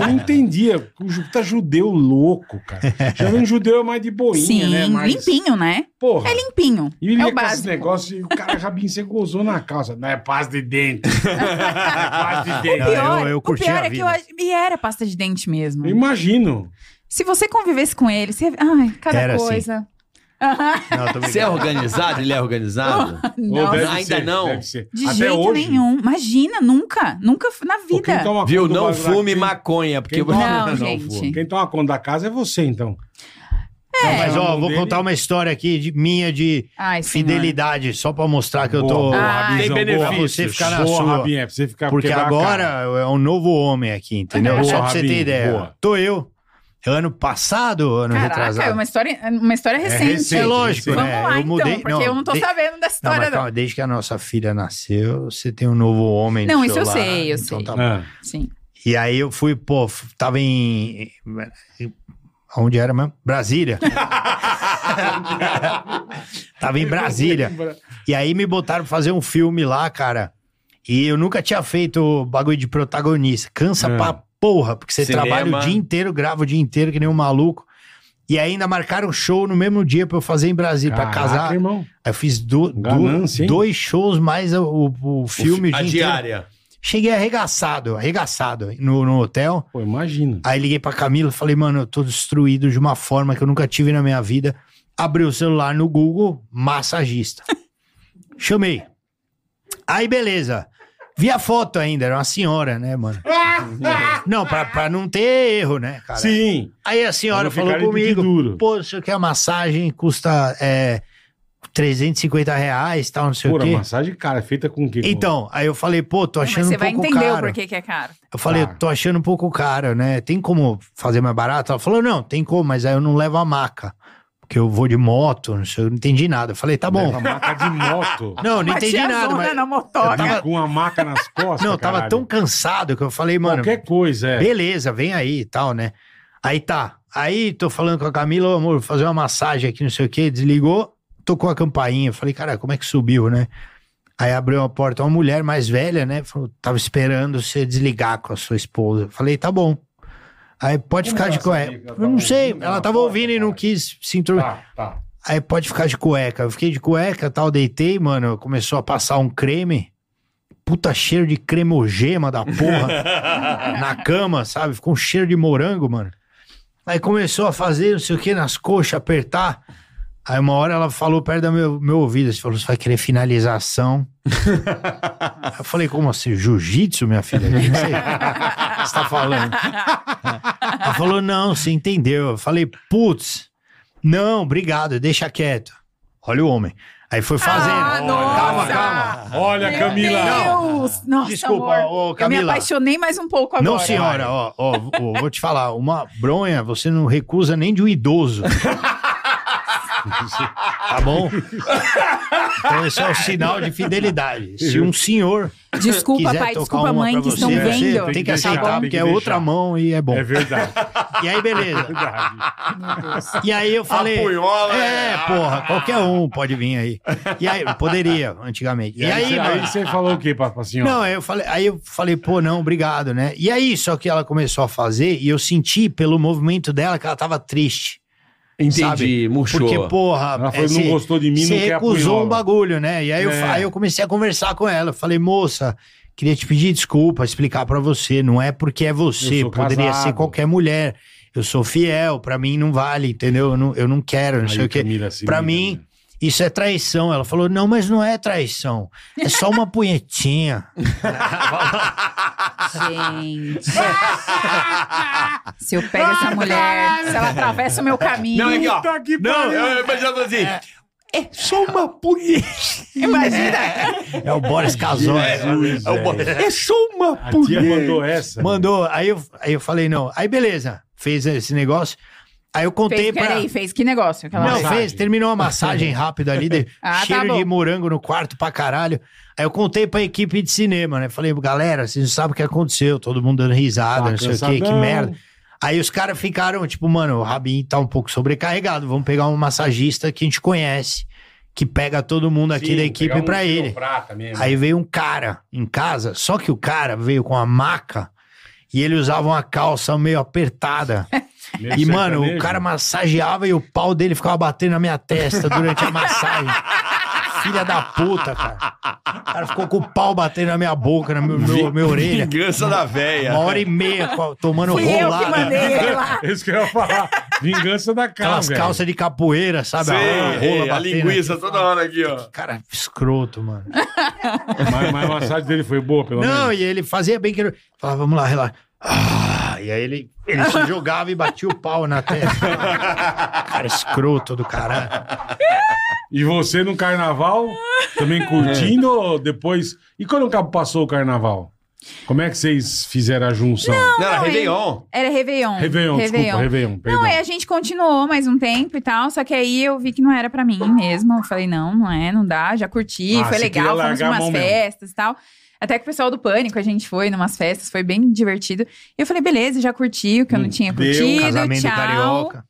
S4: Eu não entendia. O ju- tá judeu louco, cara. Já vem um judeu é mais de boinha,
S6: Sim,
S4: né? Mas,
S6: limpinho, né?
S4: Porra.
S6: É limpinho.
S4: E ele
S6: é
S4: ia
S6: o
S4: com esse
S6: básico.
S4: negócio e o cara, Rabinho, você gozou na calça. Não é paz de dente. Não é paz de
S6: O
S1: Não,
S4: dente.
S1: eu-
S6: pior,
S1: eu
S6: o
S1: curti
S6: pior
S1: a
S6: é que
S1: vida.
S6: eu acho- E era pasta de dente mesmo.
S4: Eu imagino.
S6: Se você convivesse com ele, você. Ai, cada
S1: Era assim.
S6: coisa. Aham.
S1: Não, tô
S3: Você é
S1: brincando.
S3: organizado? Ele é organizado?
S4: Ou
S6: Não,
S4: deve
S3: ainda
S4: ser,
S3: não.
S4: deve ser.
S6: de
S4: Até
S6: jeito
S4: hoje. então-
S6: nenhum. Imagina, nunca. Nunca f- na
S4: Pô, quem
S6: vida.
S4: toma
S3: Viu?
S4: conta do
S3: Não
S4: bagulho-
S3: fume maconha, porque...
S4: Quem toma-
S6: Não, gente.
S3: fume.
S4: Quem toma conta da casa é você, então.
S1: Não, mas ó,
S4: É.
S1: vou
S4: Dele-
S1: contar uma história aqui de- minha de
S6: Ai, senhor.
S1: fidelidade, só pra mostrar que eu tô.
S4: Boa,
S6: Ah,
S4: Rabinzão,
S3: tem
S4: boa.
S1: benefícios. Você ficar na
S4: Boa,
S1: sua.
S4: Rabinho, é pra você ficar
S1: Porque
S4: quebrar a
S1: agora
S4: cara.
S1: é um novo homem aqui, entendeu?
S4: Boa,
S1: Só pra você
S4: Rabinho,
S1: ter ideia.
S4: boa.
S1: Tô eu. Ano passado, ano
S6: Caraca,
S1: retrasado.
S6: é uma história, uma história recente.
S4: recente,
S1: É lógico,
S4: recente.
S6: Vamos
S1: né?
S6: lá,
S1: eu
S6: então,
S1: mudei.
S6: porque eu não tô
S1: de-
S6: sabendo dessa
S1: Não,
S6: história,
S1: mas
S6: não.
S1: calma, desde que a nossa filha nasceu, você tem um novo homem. do
S6: Não,
S1: seu
S6: isso eu
S1: lado,
S6: sei, eu
S1: então
S6: sei.
S1: tá bom.
S4: Ah.
S6: Sim.
S1: E aí eu fui, pô, f- tava em. Onde era mesmo? Brasília. tava em Brasília. E aí me botaram pra fazer um filme lá, cara. E eu nunca tinha feito bagulho de protagonista. Cansa
S4: É.
S1: pra porra, porque você
S3: Cinema.
S1: trabalha o dia inteiro, grava o dia inteiro que nem um maluco. E ainda marcaram show no mesmo dia pra eu fazer em Brasília, pra
S4: Caraca,
S1: casar. Aí
S4: irmão.
S1: eu fiz du- du-
S4: Ganância, hein?
S1: dois shows mais o, o filme o dia
S3: A
S1: inteiro.
S3: diária.
S1: Cheguei arregaçado, arregaçado no, no hotel.
S4: Pô, imagina.
S1: Aí liguei pra Camila falei, mano, eu tô destruído de uma forma que eu nunca tive na minha vida. Abri o celular no Google, massagista. Chamei. Aí, beleza. Vi a foto ainda, era uma senhora, né, mano? Não, pra, pra não ter erro, né, cara?
S4: Sim.
S1: Aí a
S4: Pra
S1: senhora
S4: não
S1: falou
S4: ficar de
S1: comigo,
S4: duro.
S1: pô, isso aqui é massagem, custa é, 350 reais, tal, não sei
S4: Pô, a
S1: o quê.
S4: massagem, cara, é feita com o quê?
S1: Então, aí eu falei, pô, tô
S6: Mas
S1: achando
S6: você
S1: um
S6: vai
S1: pouco
S6: entender o
S1: caro.
S6: porquê que é caro.
S1: Eu falei,
S4: Claro.
S1: tô achando um pouco caro, né? Tem como fazer mais barato? Ela falou, não, tem como, mas aí eu não levo a maca. Porque eu vou de moto, não sei, eu não entendi nada. Eu falei, tá bom.
S4: Uma maca de moto.
S1: Não, eu não entendi
S6: Bati a
S1: nada,
S6: zona
S1: mas...
S6: na motoca.
S4: Tava com uma maca nas costas.
S1: Não, eu tava
S4: caralho.
S1: tão cansado que eu falei, mano,
S4: Qualquer coisa, é.
S1: beleza, vem aí e tal, né? Aí tá. Aí tô falando com a Camila, "Ô, amor, vou fazer uma massagem aqui, não sei o quê. Desligou, tocou a campainha. Eu Falei, cara, como é que subiu, né? Aí abriu uma porta, uma mulher mais velha, né? Falou, tava esperando você desligar com a sua esposa. Eu Falei, tá bom. Aí pode
S4: Como
S1: ficar
S4: ela
S1: de cueca.
S4: sabia que ela
S1: Eu não
S4: tava
S1: sei,
S4: ouvindo
S1: ela
S4: na
S1: tava
S4: porta,
S1: ouvindo e não
S4: cara?
S1: quis se introduzir.
S4: Tá, tá.
S1: Aí pode ficar de cueca. Eu fiquei de cueca, tal, deitei, mano. Começou a passar um creme. Puta cheiro de cremogema da porra na cama, sabe? Ficou um cheiro de morango, mano. Aí começou a fazer não sei o que nas coxas, apertar. Aí uma hora ela falou perto do meu, meu ouvido, você falou, você vai querer finalização. Aí eu falei, como assim? Jiu-jitsu, minha filha? O que que você, o que você tá falando? Ela falou, não, você entendeu. Eu falei, putz, não, obrigado, deixa quieto. Olha o homem. Aí foi fazendo.
S6: Ah, nossa!
S1: Calma, calma.
S4: Olha,
S6: Meu
S4: Camila.
S6: Deus! Nossa,
S1: Desculpa,
S6: amor.
S1: ô,
S6: Eu me
S1: Camila.
S6: apaixonei mais um pouco agora.
S1: Não, senhora, ó, ó, ó, vou te falar, uma bronha você não recusa nem de um idoso. Tá bom? Então esse é o sinal de fidelidade. Se um senhor
S6: Desculpa,
S1: quiser
S6: pai,
S1: tocar
S6: desculpa,
S1: uma
S6: mãe,
S1: pra
S6: que
S1: você,
S6: estão
S1: você
S6: vendo.
S1: tem que
S4: Tá
S1: aceitar
S4: bom.
S1: porque
S4: Tem
S1: é
S4: que
S1: outra
S4: deixar.
S1: mão e é bom.
S4: É verdade. É
S1: E aí beleza.
S4: verdade.
S1: E aí eu falei.
S3: punhola,
S1: é,
S3: é.
S1: porra, qualquer um pode vir aí. E aí poderia antigamente. E aí,
S4: você,
S1: mano,
S4: você falou o quê assim, pra, pra senhora?
S1: Não, aí eu falei, aí eu falei, pô, não, obrigado, né? E aí, só que ela começou a fazer e eu senti pelo movimento dela que ela tava triste.
S3: Entendi,
S1: sabe?
S3: murchou.
S1: Porque, porra,
S4: Ela falou,
S1: é,
S4: não gostou de mim,
S1: você
S4: não quer a
S1: recusou
S4: punhola.
S1: um bagulho, né? E aí, eu,
S4: É.
S1: aí eu comecei a conversar com ela. Eu falei, moça, queria te pedir desculpa, explicar pra você. Não é porque é
S4: Eu
S1: você,
S4: sou
S1: poderia
S4: casado.
S1: ser qualquer mulher. Eu sou fiel, pra mim não vale, entendeu? Eu não, eu não quero, não
S4: Aí
S1: sei o quê.
S4: Camila se
S1: Pra
S4: liga,
S1: mim,
S4: né?
S1: isso é traição. Ela falou, não, mas não é traição. É só uma punhetinha.
S6: Gente. Se eu pego essa mulher, se ela atravessa o meu caminho.
S3: Não, é que, ó.
S1: Tá
S4: Puta que
S3: não,
S4: pariu.
S3: eu imaginava assim. É, só uma punheta.
S6: Imagina!
S1: É o Boris Casoy.
S4: Jesus, velho.
S3: É só uma
S4: A tia mandou essa.
S1: Mandou. Aí eu, aí eu falei, não. Aí beleza. Fez esse negócio. Aí eu contei
S6: Fez,
S1: pra.
S6: peraí, fez que negócio? Que ela
S1: um Não,
S6: fez?
S1: fez, terminou uma massagem rápida ali, de,
S6: Ah, tá
S1: cheiro
S6: bom.
S1: de morango no quarto pra caralho. Aí eu contei pra equipe de cinema, né? Falei, galera, vocês não sabem o que aconteceu, todo mundo dando risada,
S4: Tá
S1: não sei o quê, que
S4: cansadão.
S1: merda. Aí os caras ficaram, tipo, mano, o Rabin tá um pouco sobrecarregado, vamos pegar um massagista que a gente conhece, que pega todo mundo aqui
S4: Sim,
S1: da equipe
S4: pegar um
S1: pra ele.
S4: quiroprata mesmo.
S1: Aí veio um cara em casa, só que o cara veio com a maca e ele usava uma calça meio apertada.
S3: é
S4: Meio
S1: E, mano, o
S4: sertanejo.
S1: cara massageava e o pau dele ficava batendo na minha testa durante a massagem. Filha da puta, cara. O cara ficou com o pau batendo na minha boca, na meu, meu, minha orelha.
S3: Vingança da véia.
S1: Uma hora e meia co- tomando
S6: Fui eu que
S1: rolada.
S6: mandei ele lá.
S4: É Isso que eu ia falar. Vingança da cara,
S1: Aquelas
S4: velho.
S1: calças de capoeira, sabe?
S3: Sei,
S1: a rola
S3: ei, a
S1: batendo.
S3: linguiça toda hora aqui, ó.
S1: Cara, escroto, mano.
S4: Mas, mas a massagem dele foi boa, pelo
S1: Não,
S4: menos.
S1: e ele fazia bem que ele falava, vamos lá, relaxa. Ah, e aí ele, ele se jogava e batia o pau na testa. Cara, escroto do caralho.
S4: E você no carnaval, também
S1: É.
S4: curtindo ou depois... E quando acabou- passou o carnaval? Como é que vocês fizeram a junção?
S3: Não, era
S6: não,
S3: Réveillon.
S6: Era Réveillon.
S4: Réveillon, desculpa, Réveillon, perdão.
S6: Não, é- e a gente continuou mais um tempo e tal, só que aí eu vi que não era pra mim mesmo. Eu falei, não, não é, não dá, já curti,
S4: Ah,
S6: foi
S4: você queria
S6: legal, fomos pra
S4: largar a
S6: umas
S4: mão mesmo.
S6: festas e tal. Até que o pessoal do Pânico, a gente foi numas festas, foi bem divertido. E eu falei, beleza, já curti o que eu não tinha
S4: deu,
S6: curtido,
S1: Um Casamento
S6: tchau.
S1: carioca.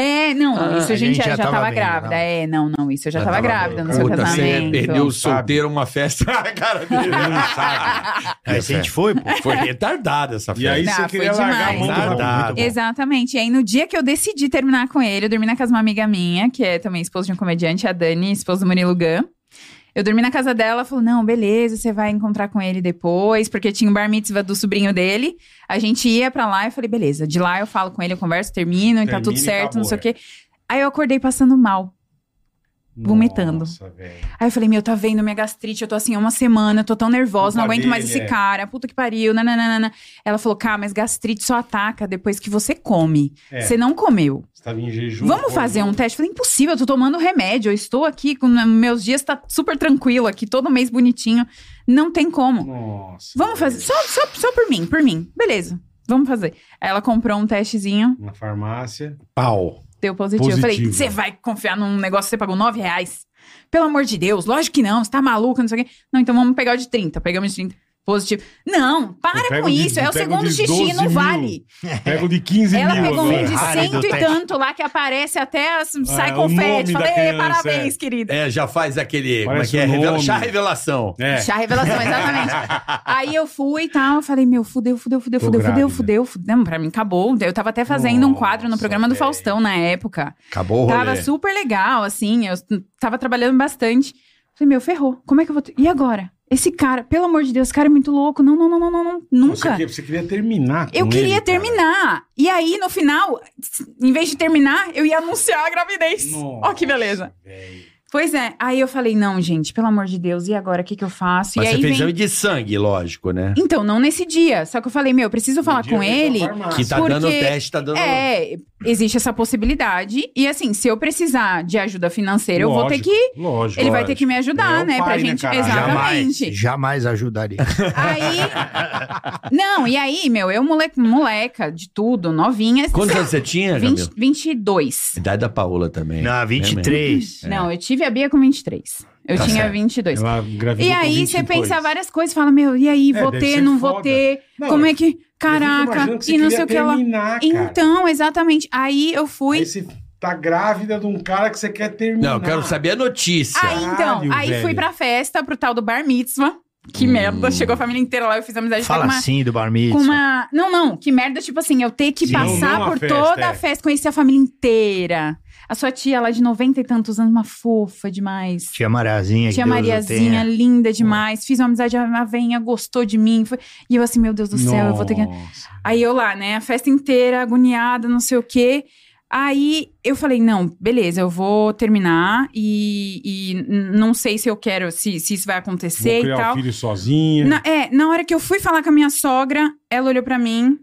S6: É, não,
S3: Ah,
S6: isso a gente, já, já tava,
S1: bem,
S6: grávida.
S1: não.
S6: É, não, não, isso eu já,
S3: Já
S6: tava,
S3: tava
S6: grávida no
S4: bem.
S6: seu
S4: Puta, você
S6: casamento.
S3: perdeu o
S4: Sabe.
S3: solteiro uma festa. A cara dele.
S4: Não sabe.
S1: Aí se a gente foi, pô.
S3: Foi retardada essa festa.
S4: E aí
S6: Não,
S4: você
S6: Ah, foi
S4: queria largar a
S6: demais.
S4: mão do
S3: Nada.
S4: Raul. é
S3: Bom.
S6: Exatamente. E aí, no dia que eu decidi terminar com ele, eu dormi na casa de uma amiga minha, que é também esposa de um comediante, a Dani, esposa do Murilo Gun. Eu dormi na casa dela, falou: não, beleza, você vai encontrar com ele depois, porque tinha o bar mitzvah do sobrinho dele. A gente ia pra lá e falei: beleza, de lá eu falo com ele, eu converso, termino, e tá
S4: Termina
S6: tudo
S4: e
S6: certo, não
S4: acabou, é.
S6: sei o quê. Aí eu acordei passando mal. Vomitando.
S4: Nossa, velho.
S6: Aí eu falei, meu, tá vendo minha gastrite? Eu tô assim há uma semana, eu tô tão nervosa,
S4: Culpa
S6: não aguento mais
S4: dele,
S6: esse
S4: é.
S6: cara, puta que pariu, nananana. Ela falou, cara, mas gastrite só ataca depois que você come.
S4: É.
S6: Você não comeu.
S4: Você tava em jejum.
S6: Vamos fazer um teste? Eu falei, impossível, eu tô tomando remédio, eu estou aqui, com meus dias tá super tranquilo aqui, todo mês bonitinho. Não tem como.
S4: Nossa.
S6: Vamos
S4: velho.
S6: fazer, só, só, só por mim, por mim. Beleza, vamos fazer. Aí Ela comprou um testezinho,
S4: Na farmácia.
S3: Pau.
S6: Deu positivo. Eu falei,
S4: Positivo.
S6: você vai confiar num negócio que você pagou 9 reais? Pelo amor de Deus, lógico que não, você tá maluca, não sei o quê. Não, então vamos pegar o de 30. Pegamos de 30. Positivo. Não,
S4: Eu
S6: para
S4: pego
S6: com
S4: de-
S6: isso, é
S4: eu
S6: o
S4: pego
S6: segundo
S4: de
S6: xixi,
S4: 12
S6: não
S4: mil.
S6: vale.
S4: Pega o de 15
S6: Ela
S4: mil. assim.
S6: pegou um
S4: agora.
S6: de
S1: Ferrari do
S6: cento e
S1: teste.
S6: tanto lá que aparece até, as- sai
S4: É, o nome
S6: confete.
S4: da
S6: Falei, "Ei,
S4: criança,
S6: parabéns,
S4: é.
S6: querida.
S3: É, já faz aquele.
S4: Parece
S3: como é que é?
S4: o
S3: Revela-
S4: nome.
S3: chá revelação.
S4: É.
S6: Já a revelação, exatamente. Aí eu fui e tal, eu falei, meu, fudeu, fudeu, fudeu,
S4: Tô
S6: fudeu, fudeu,
S4: grávida.
S6: fudeu, fudeu. Não, pra mim acabou. Eu tava até fazendo um quadro no
S4: Nossa,
S6: programa do
S4: velho.
S6: Faustão na época.
S3: Acabou o rolê.
S6: Tava super legal, assim, eu s- tava trabalhando bastante. Falei, meu, ferrou. Como é que eu vou. ter- E agora? Esse cara, pelo amor de Deus, esse cara é muito louco. Não, não, não, não, não, não,
S4: Você,
S6: nunca.
S4: que- você queria terminar. com
S6: Eu queria
S4: ele, Um cara.
S6: terminar. E aí, no final, em vez de terminar, eu ia anunciar a gravidez. Ó,
S4: Nossa,
S6: que beleza.
S4: velho.
S6: Pois é. Aí eu falei, não, gente, pelo amor de Deus, e agora? O que, que eu faço?
S3: Mas
S6: e
S3: você fez
S6: aí vem.
S3: exame de sangue, lógico, né?
S6: Então, não nesse dia. Só que eu falei, meu, eu preciso falar
S4: Um
S6: com
S4: dia eu fui
S6: ele.
S4: pra farmácia.
S3: Que tá
S6: Porque-
S3: dando teste, tá dando.
S6: É, existe essa possibilidade. E assim, se eu precisar de ajuda financeira, eu vou ter
S4: Lógico,
S6: que
S4: Lógico.
S6: Ele vai ter que me
S4: É
S6: ajudar,
S4: o
S6: né?
S4: pai,
S6: pra
S4: né,
S6: gente.
S4: cara?
S1: Jamais,
S6: Exatamente. É
S1: jamais ajudaria.
S6: Aí. Não, e aí, meu, eu, moleque, moleca de tudo, novinha.
S3: Quantos anos você tinha, Gabriel?
S6: 20, 22.
S3: Idade da Paola
S6: é
S3: também. é
S1: Na 23.
S4: É.
S6: Não, eu tive a Bia com 23. Eu
S3: Tá
S6: tinha
S3: certo.
S6: 22.
S4: Ela gravidou
S6: E
S4: com
S6: aí, você
S4: 22.
S6: pensa várias coisas, fala, meu, e aí,
S4: É,
S6: vou
S4: deve
S6: ter,
S4: ser
S6: não vou
S4: foda.
S6: ter,
S4: Não,
S6: como é que,
S4: Eu fico
S6: caraca,
S4: imaginando que
S6: e não
S4: você
S6: sei o que
S4: queria
S6: lá.
S4: terminar, cara.
S6: Então, exatamente, aí eu fui,
S4: Aí você tá grávida de um cara que você quer terminar.
S3: Não, eu quero saber a notícia.
S6: Aí então,
S4: Caralho,
S6: aí
S4: velho.
S6: fui pra festa, pro tal do bar mitzvah. Que
S3: Hum.
S6: merda, chegou a família inteira lá, eu fiz amizade
S1: Fala
S6: com uma...
S1: assim do bar mitzvah.
S6: com uma... Não, não, que merda, tipo assim, eu ter que
S1: Sim.
S6: passar
S4: Não, não a
S6: por
S4: festa,
S6: toda a
S4: é.
S6: festa, conhecer a família inteira. A sua tia lá de 90 e tantos anos, uma fofa demais.
S1: Tia Mariazinha. que
S6: Tia
S1: Deus o
S6: Mariazinha,
S1: tenha.
S6: linda demais. Fiz uma amizade, a venha gostou de mim. Foi- E eu assim, meu Deus do céu, eu vou ter que...
S4: Nossa.
S6: Aí eu lá, né, a festa inteira, agoniada, não sei o quê. Aí eu falei, não, beleza, eu vou terminar e, e n- não sei se eu quero, se, se isso vai acontecer
S4: Vou
S6: e
S4: criar
S6: tal.
S4: um filho sozinha.
S6: Na, é, na hora que eu fui falar com a minha sogra, ela olhou pra mim.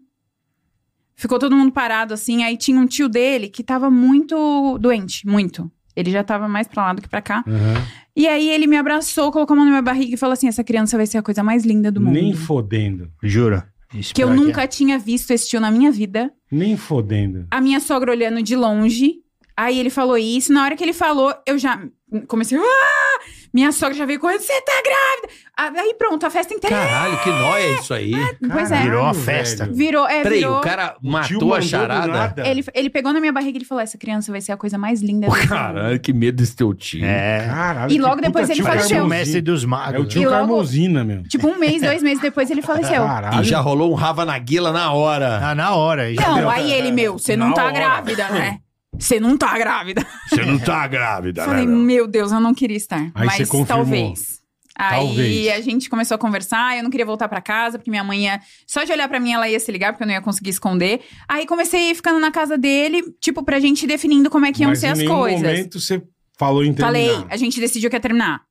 S6: Ficou todo mundo parado assim. Aí tinha um tio dele que tava muito doente, muito. Ele já tava mais pra lá do que pra cá.
S4: Aham.
S6: E aí ele me abraçou, colocou a mão na minha barriga e falou assim: essa criança vai ser a coisa mais linda do mundo.
S4: Nem fodendo.
S1: Jura? Isso
S6: que eu
S1: pior
S6: nunca tinha visto esse tio na minha vida.
S4: Nem fodendo.
S6: A minha sogra olhando de longe. Aí ele falou isso. Na hora que ele falou, eu já comecei. "Ah!" Minha sogra já veio correndo: você tá grávida! Aí pronto, a festa inteira.
S3: Caralho, que nóia isso aí.
S6: pois é.
S4: Caralho,
S1: Virou uma
S4: velho.
S1: festa.
S6: Virou, é,
S3: Peraí,
S6: virou.
S3: o cara
S4: Tio
S3: matou
S4: mandou
S3: a
S4: do
S3: charada.
S4: nada.
S6: Ele, ele pegou na minha barriga e ele falou: Essa criança vai ser a coisa mais linda do mundo.
S3: Caralho, que medo desse teu
S1: que
S3: tio.
S1: é. É.
S4: Caralho,
S6: E
S4: que
S6: logo depois
S4: puta
S6: ele
S4: tio
S3: É
S1: Parece
S6: faleceu.
S1: o
S4: Carmozzi.
S1: mestre dos
S4: É o
S1: magos.
S4: tio
S1: né?
S6: E logo-
S4: Carmozina, meu.
S6: Tipo, um mês, dois meses depois ele faleceu.
S4: Caralho.
S3: E já rolou um rava na guila na hora.
S1: Ah, na hora. já
S6: Não,
S1: deu.
S6: aí ele, meu, você não
S4: Na
S6: tá
S4: hora.
S6: grávida, né? Você não tá grávida.
S3: Você não tá grávida,
S6: Falei, né, meu Deus, eu não queria estar.
S4: Aí você
S6: mas
S4: confirmou.
S6: talvez. Aí
S4: Talvez.
S6: a gente começou a conversar, "Ah, eu não queria voltar pra casa, porque minha mãe ia. Só de olhar pra mim, ela ia se ligar, porque eu não ia conseguir esconder. Aí comecei ficando na casa dele, tipo, pra gente ir definindo como é que iam
S4: Mas
S6: ser
S4: em
S6: as
S4: nenhum
S6: coisas.
S4: momento você falou em
S6: Falei,
S4: terminar.
S6: a gente decidiu que ia terminar.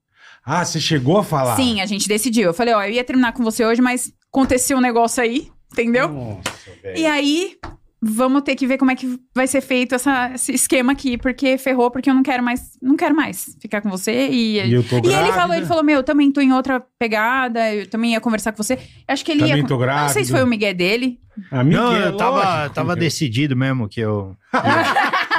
S4: Ah, você chegou a falar?
S6: Sim, a gente decidiu. Eu falei, ó, eu ia terminar com você hoje, mas aconteceu um negócio aí, entendeu?
S4: Nossa, velho.
S6: É, E aí, vamos ter que ver como é que vai ser feito essa- esse esquema aqui, porque ferrou, porque eu não quero mais, não quero mais ficar com você. E,
S4: E eu tô
S6: e ele falou,
S4: grávida.
S6: ele falou, meu, eu também tô em outra pegada, eu também ia conversar com você. Acho que ele
S4: Também
S6: ia.
S4: Tá tô grávida.
S6: Não sei se foi o Miguel dele.
S4: A minha
S1: Não,
S4: que é
S1: eu tava,
S4: lógico,
S1: tava
S4: cara.
S1: decidido mesmo que eu...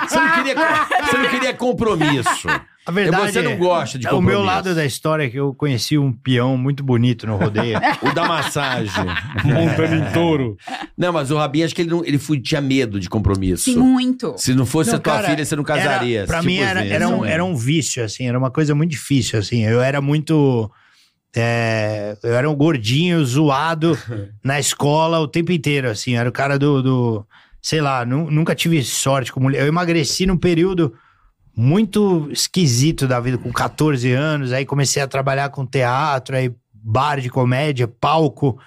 S3: Você não queria, você não queria compromisso.
S1: A verdade
S3: você não
S1: é-
S3: gosta de
S1: é o
S3: compromisso.
S1: meu lado da história é que eu conheci um peão muito bonito no rodeio.
S3: O da massagem.
S4: Montando em touro.
S3: Não, mas o Rabinho, acho que ele, não, ele fu- tinha medo de compromisso.
S6: Sim, muito.
S3: Se não fosse
S1: Não,
S3: a tua
S1: cara,
S3: filha, você não casaria.
S1: Era, pra
S3: Tipo
S1: mim era,
S3: assim,
S1: era, um,
S3: né?
S1: era um vício, assim, era uma coisa muito difícil, assim. Eu era muito. é, eu era um gordinho, zoado na escola o tempo inteiro, assim. Eu era o cara do. do- sei lá, nu- nunca tive sorte com mulher. Eu emagreci num período muito esquisito da vida, com 14 anos. Aí comecei a trabalhar com teatro, aí bar de comédia, palco.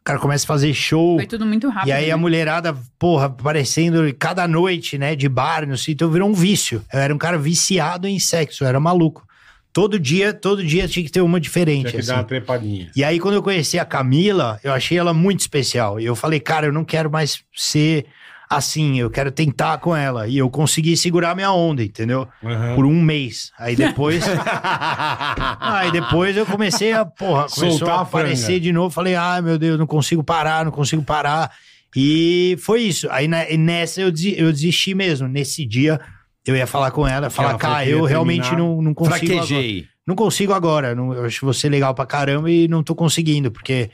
S1: O cara começa a fazer show.
S6: Foi tudo muito rápido.
S1: E aí a
S6: né?
S1: mulherada, porra, aparecendo cada noite, né, de bar, não sei, então virou um vício. Eu era um cara viciado em sexo, eu era maluco. Todo dia, todo dia tinha que ter uma
S4: Tinha
S1: diferente,
S4: que
S1: assim.
S4: dar uma trepadinha.
S1: E aí quando eu conheci a Camila, eu achei ela muito especial. E eu falei, cara, eu não quero mais ser assim, eu quero tentar com ela. E eu consegui segurar minha onda, entendeu?
S4: Aham.
S1: Por um mês. Aí depois... Aí Ah, depois eu comecei a, porra, começou
S4: Soltar
S1: a
S4: a franga.
S1: aparecer de novo. Falei, ai meu Deus, não consigo parar, não consigo parar. E foi isso. Aí na- e nessa eu, desi- eu desisti mesmo. Nesse dia eu ia falar com ela, falar,
S4: Ela falou
S1: cara,
S4: que ia
S1: eu realmente
S4: terminar.
S1: não, não consigo agora.
S3: Fraquejei.
S1: Não consigo agora. Não, eu acho você legal pra caramba e não tô conseguindo, porque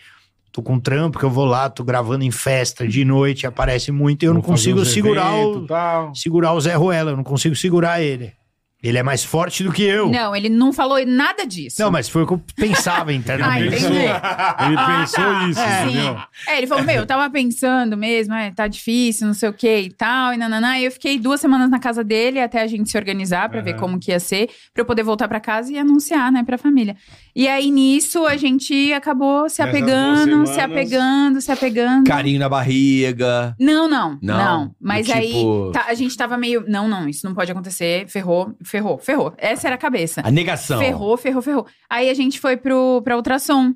S1: tô com trampo, que eu vou lá, tô gravando em festa de noite, aparece muito e eu não
S4: Vou fazer
S1: consigo
S4: uns
S1: segurar
S4: eventos,
S1: o,
S4: tal.
S1: segurar o Zé Ruela, eu não consigo segurar ele. Ele é mais forte do que eu.
S6: Não, ele não falou nada disso.
S1: Não, mas foi o que eu pensava
S6: Ah,
S1: internamente.
S6: entendi.
S4: Ele
S6: Ah,
S4: pensou
S6: tá.
S4: isso,
S6: É.
S4: entendeu?
S6: É, ele falou, meu, eu tava pensando mesmo, é, tá difícil, não sei o que e tal, e nananá. E eu fiquei duas semanas na casa dele até a gente se organizar pra ver
S4: Aham.
S6: como que ia ser, pra eu poder voltar pra casa e anunciar, né, pra família. E aí, nisso, a gente acabou se
S4: Nessas duas
S6: apegando, se
S4: semanas-
S6: apegando, se apegando.
S3: Carinho na barriga.
S6: Não, não,
S3: Não?
S6: não. Mas
S3: Do tipo-
S6: aí tá, a gente tava meio. Não, não, isso não pode acontecer. Ferrou, ferrou, ferrou. Essa era a cabeça.
S3: A negação.
S6: Ferrou, ferrou, ferrou. Aí a gente foi pro, pra ultrassom.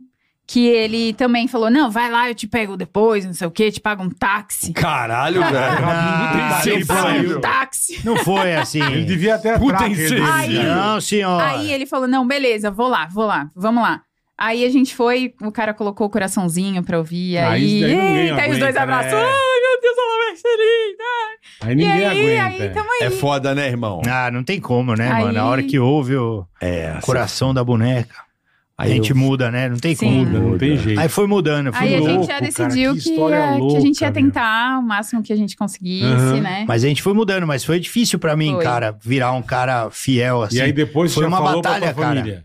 S6: Que ele também falou: não, vai lá, eu te pego depois, não sei o quê, te pago um táxi.
S3: Caralho, velho.
S1: Ah,
S3: Puta
S1: não
S3: que
S1: foi-
S6: Pago
S4: pariu.
S6: um táxi.
S1: Não foi assim.
S4: Ele devia até a
S3: Puta
S4: tracker dele,
S3: insensato.
S4: né?
S1: Não, senhor.
S6: Aí ele falou: não, beleza, vou lá, vou lá, vamos lá. Aí a gente foi, o cara colocou o coraçãozinho pra ouvir.
S4: Ah,
S6: Aí,
S4: isso daí ninguém
S6: eita, aí os dois
S4: aguenta, né?
S6: abraçou. Ai, meu Deus, ela vai ser linda.
S4: Aí
S6: E
S4: ninguém
S6: aí,
S4: aguenta.
S6: aí, então, tamo aí.
S3: É foda, né, irmão?
S1: Ah, não tem como, né,
S6: Aí-
S1: mano? A hora que ouve o
S3: É.
S1: coração da boneca, a
S3: Aí
S1: gente
S3: eu-
S1: muda, né? Não tem
S6: Sim.
S1: como.
S4: Muda, não tem jeito.
S1: Aí foi mudando, foi
S6: Aí a gente né?
S1: mudando.
S4: louco,
S6: já
S4: cara,
S6: decidiu
S4: que
S6: que,
S4: história
S6: ia, que a gente ia
S4: louca, meu.
S6: tentar o máximo que a gente conseguisse,
S4: Aham.
S6: né?
S1: Mas a gente foi mudando, mas foi difícil pra mim,
S6: Foi.
S1: cara, virar um cara fiel assim.
S4: E aí depois
S1: Foi
S4: já
S1: uma
S4: falou
S1: batalha,
S4: pra tua
S1: cara.
S4: família.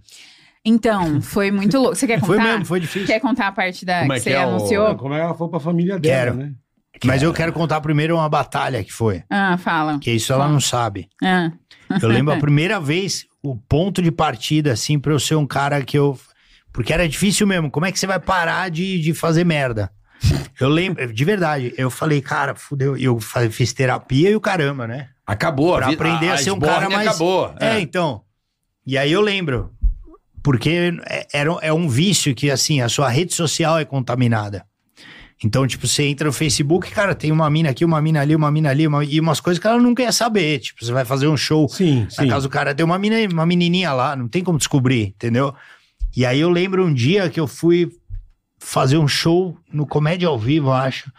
S6: Então, foi muito louco. Você quer contar?
S1: foi mesmo, foi difícil.
S6: Quer contar a parte da
S3: Como
S6: que
S3: é que
S6: você
S3: é o-
S4: Não,
S6: anunciou?
S4: como ela falou pra família dela,
S1: Quero.
S4: né?
S1: Mas eu quero contar primeiro uma batalha que foi,
S6: Ah, fala.
S1: que isso ela não sabe.
S6: Ah.
S1: Eu lembro a primeira vez, o ponto de partida, assim, pra eu ser um cara que eu. Porque era difícil mesmo. Como é que você vai parar de, de fazer merda? Eu lembro, de verdade, eu falei, cara, fudeu. E Eu fa- fiz terapia e o caramba, né?
S3: Acabou.
S1: Pra
S3: vi-
S1: aprender a ser um cara
S3: esborne
S1: mais-
S3: Acabou.
S1: É, então. E aí eu lembro. Porque é, era, é um vício que, assim, a sua rede social é contaminada. Então, tipo, você entra no Facebook, cara, tem uma mina aqui, uma mina ali, uma mina ali, uma- e umas coisas que ela nunca ia saber. Tipo, você vai fazer um show
S4: Sim,
S1: na
S4: sim.
S1: casa do cara tem uma, mina, uma menininha lá, não tem como descobrir, entendeu? E aí eu lembro um dia que eu fui fazer um show no Comédia ao Vivo, eu acho.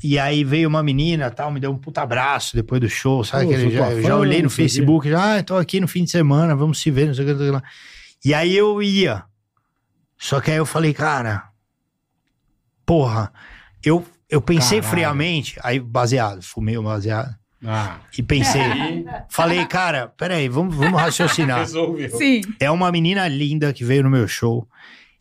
S1: E aí veio uma menina tal, me deu um puta abraço depois do show, sabe?
S4: Pô,
S1: aquele-
S4: sou
S1: já,
S4: tua
S1: eu
S4: fã,
S1: já olhei no
S4: não sei o quê.
S1: Facebook, já, ah, tô aqui no fim de semana, vamos se ver, não sei o que, não sei o que lá. E aí eu ia. Só que aí eu falei, cara, porra, eu, eu pensei
S4: Caralho.
S1: friamente, aí baseado, fumei o baseado,
S4: Ah,
S1: e pensei,
S4: aí
S1: falei, cara, peraí, vamos, vamos raciocinar.
S4: resolveu.
S6: Sim.
S1: é uma menina linda que veio no meu show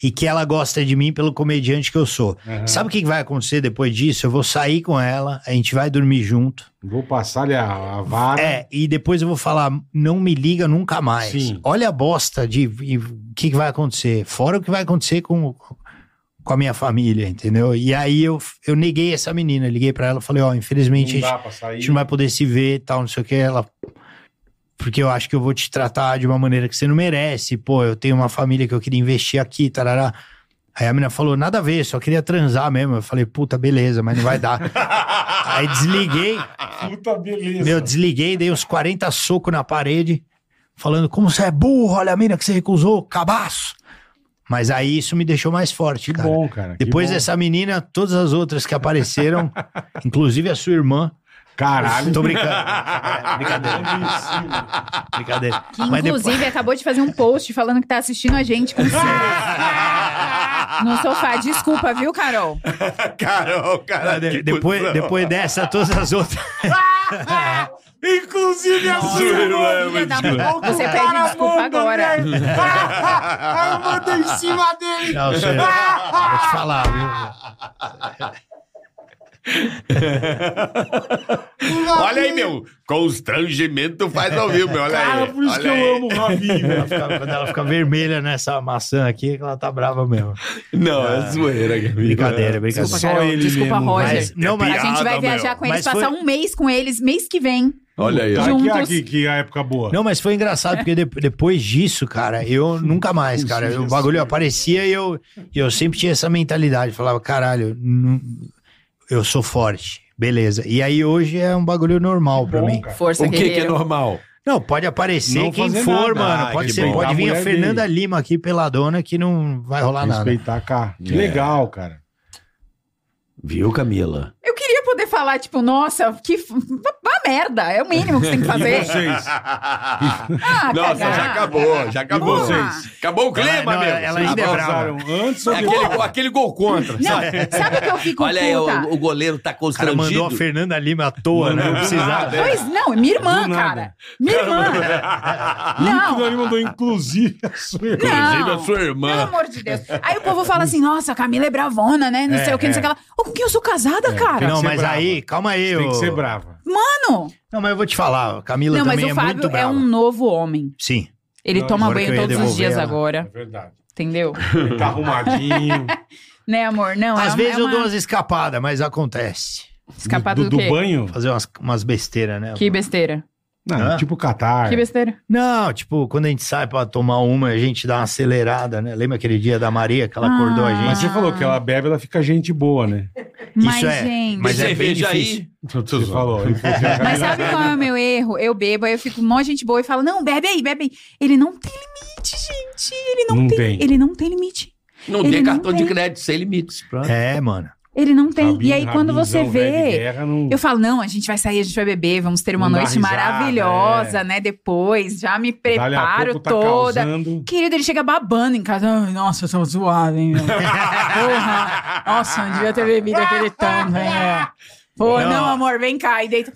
S1: e que ela gosta de mim pelo comediante que eu sou.
S4: Aham.
S1: Sabe o que vai acontecer depois disso? Eu vou sair com ela, a gente vai dormir junto.
S4: Vou passar-lhe a, a vara.
S1: É, e depois eu vou falar, não me liga nunca mais.
S4: Sim.
S1: Olha a bosta de e o que, que vai acontecer. Fora o que vai acontecer com, com a minha família, entendeu? E aí eu, eu neguei essa menina, liguei pra ela, falei, ó, infelizmente
S4: não
S1: a gente
S4: dá pra
S1: a
S4: sair.
S1: gente não vai poder se ver e tal, não sei o que. Ela. Porque eu acho que eu vou te tratar de uma maneira que você não merece. Pô, eu tenho uma família que eu queria investir aqui, tarará. Aí a menina falou, nada a ver, só queria transar mesmo. Eu falei, puta, beleza, mas não vai dar. Aí desliguei,
S4: Puta beleza.
S1: meu, desliguei, dei uns 40 socos na parede, falando, como você é burro, olha a mina que você recusou, cabaço. Mas aí isso me deixou mais forte,
S4: que
S1: cara.
S4: bom, cara. que
S1: Depois
S4: bom.
S1: dessa menina, todas as outras que apareceram, inclusive a sua irmã,
S4: Caralho.
S1: Tô brincando. É, brincadeira.
S4: brincadeira.
S1: Brincadeira.
S6: Que,
S1: Ah, Mas
S6: inclusive,
S1: depois-
S6: acabou de fazer um post falando que tá assistindo a gente com ciúmes. no sofá. Desculpa, viu, Carol?
S3: Carol, cara.
S1: Ah, de- depois, depois dessa, todas as outras.
S4: Inclusive a
S6: Nossa,
S4: sua irmã.
S6: filha da
S4: velho.
S6: puta. Você
S4: O
S6: pede
S4: cara
S6: desculpa
S4: manda,
S6: agora.
S4: velho. Ah, eu mandei em cima dele.
S1: Não, senhor, vou te falar, viu?
S3: Olha aí, meu. Constrangimento faz ao vivo, meu. Olha
S4: Cara,
S3: aí.
S4: por isso
S3: olha
S4: que eu
S3: aí.
S4: amo o Rabinho, velho.
S1: Ela fica- quando ela fica vermelha nessa maçã aqui, é que ela tá brava mesmo.
S3: Não, é zoeira. É cara.
S1: Ah, Brincadeira,
S6: Desculpa,
S1: é brincadeira.
S4: Só
S6: Carol.
S4: ele
S6: Desculpa,
S4: mesmo,
S6: Roger.
S1: Mas, não,
S6: A
S1: mas
S3: piada,
S6: gente vai
S3: meu.
S6: viajar com eles,
S1: Mas foi-
S6: passar um mês com eles, mês que vem.
S3: Olha aí. ó.
S4: Tá
S6: Juntos.
S4: aqui, aqui, que é a época boa.
S1: Não, mas foi engraçado, porque de- depois disso, cara, eu nunca mais, cara.
S4: Isso,
S1: O
S4: isso.
S1: bagulho aparecia e eu, e eu sempre tinha essa mentalidade. Falava, caralho, nu- eu sou forte. Beleza. E aí hoje é um bagulho normal pra
S4: Bom,
S1: mim.
S4: cara.
S6: Força,
S3: O que, que é
S6: guerreiro.
S3: normal?
S1: Não, pode aparecer
S4: Não
S1: quem
S4: fazer
S1: for,
S4: nada.
S1: mano.
S3: Ah,
S1: pode,
S3: que
S1: ser,
S3: bom.
S1: pode
S4: A
S1: vir a
S4: mulher
S1: Fernanda Lima aqui pela dona que não vai rolar nada.
S4: Respeitar cá. Que
S3: É.
S4: legal, cara.
S3: Viu, Camila?
S6: Eu queria poder falar, tipo, nossa, que f- vá merda. É o mínimo que você tem que
S4: E
S6: fazer.
S4: vocês?
S6: Ah,
S3: Nossa,
S6: cagar.
S3: já acabou, já acabou.
S6: Vocês.
S3: Acabou o clima,
S1: Ela- não,
S3: meu.
S1: ela ainda é brava.
S4: Abraçaram antes ou depois?
S3: Aquele, gol- aquele gol contra.
S6: Não,
S3: sabe?
S6: sabe o que eu fico
S3: Olha aí,
S6: puta?
S3: o, o goleiro tá
S1: O cara mandou
S3: constrangido.
S1: a Fernanda Lima à toa, né? Não precisava.
S6: Pois não, é minha irmã,
S4: Do nada.
S6: cara. Minha irmã.
S4: O
S6: Não.
S4: Dani mandou, inclusive, a sua irmã.
S3: Inclusive a
S6: Ah, Não.
S3: sua
S6: Pelo
S3: irmã.
S6: amor de Deus. Aí o povo fala assim, nossa, a Camila é bravona, né? Não
S4: É,
S6: sei o que, não sei o
S4: é.
S6: que lá. Ô, com quem eu sou casada, cara?
S1: Não,
S4: ser
S1: mas
S4: brava.
S1: aí, calma aí.
S4: Tem que
S1: ô-
S4: ser brava.
S6: Mano!
S1: Não, mas eu vou te falar. a Camila
S6: Não, mas
S1: também
S6: o
S1: é muito
S6: Fábio é
S1: brava.
S6: um novo homem.
S1: Sim.
S6: Ele
S4: Não,
S6: toma
S1: agora que
S6: banho
S1: eu ia
S6: todos os
S1: devolver
S6: dias
S1: ela.
S6: agora,
S4: É verdade.
S6: entendeu?
S4: Ele tá arrumadinho.
S6: né, amor? Não, é
S1: Às
S6: uma-
S1: vezes
S6: é
S1: eu dou
S6: uma
S1: umas escapadas, mas acontece.
S6: escapada do,
S4: do,
S6: quê?
S4: banho?
S1: Fazer umas, umas besteiras, né?
S6: Que besteira.
S4: Não,
S1: Ah.
S4: tipo Catar.
S6: Que besteira.
S1: Não, tipo, quando a gente sai pra tomar uma, a gente dá uma acelerada, né? Lembra aquele dia da Maria que ela
S6: Ah.
S1: acordou a gente?
S4: Mas você falou que ela bebe, ela fica gente boa, né?
S6: Mas,
S1: é-
S6: gente.
S1: mas é- bem
S3: Cerveja
S1: difícil.
S3: aí.
S4: Você falou. né? ele falou que a
S6: Mas
S4: Camila
S6: sabe
S4: bebe.
S6: qual é o meu erro? Eu bebo, aí eu fico com um monte de gente boa e falo, não, bebe aí, bebe aí. Ele não tem limite, gente. Ele não,
S4: Não
S6: tem,
S4: tem.
S6: Ele não tem limite.
S3: Não
S6: Ele
S3: tem
S6: não
S3: cartão
S6: tem.
S3: de crédito, sem limites. Pronto.
S1: É, mano.
S6: Ele não tem. e aí,
S4: Rabin-
S6: quando você
S4: Rabinzão, velho de
S6: vê,
S4: guerra, não-
S6: eu falo, não, a gente vai sair, a gente vai beber, vamos ter uma
S4: Não dá
S6: noite
S4: risada,
S6: maravilhosa,
S4: é.
S6: né? Depois, já me
S4: Dali a
S6: preparo
S4: pouco tá
S6: toda.
S4: causando.
S6: Querido, ele chega babando em casa. Ai, nossa, eu sou zoado, hein? meu? Porra! Nossa, não devia ter bebido aquele tanto, hein? é. Pô, não.
S1: Não.
S6: amor, vem cá e deita.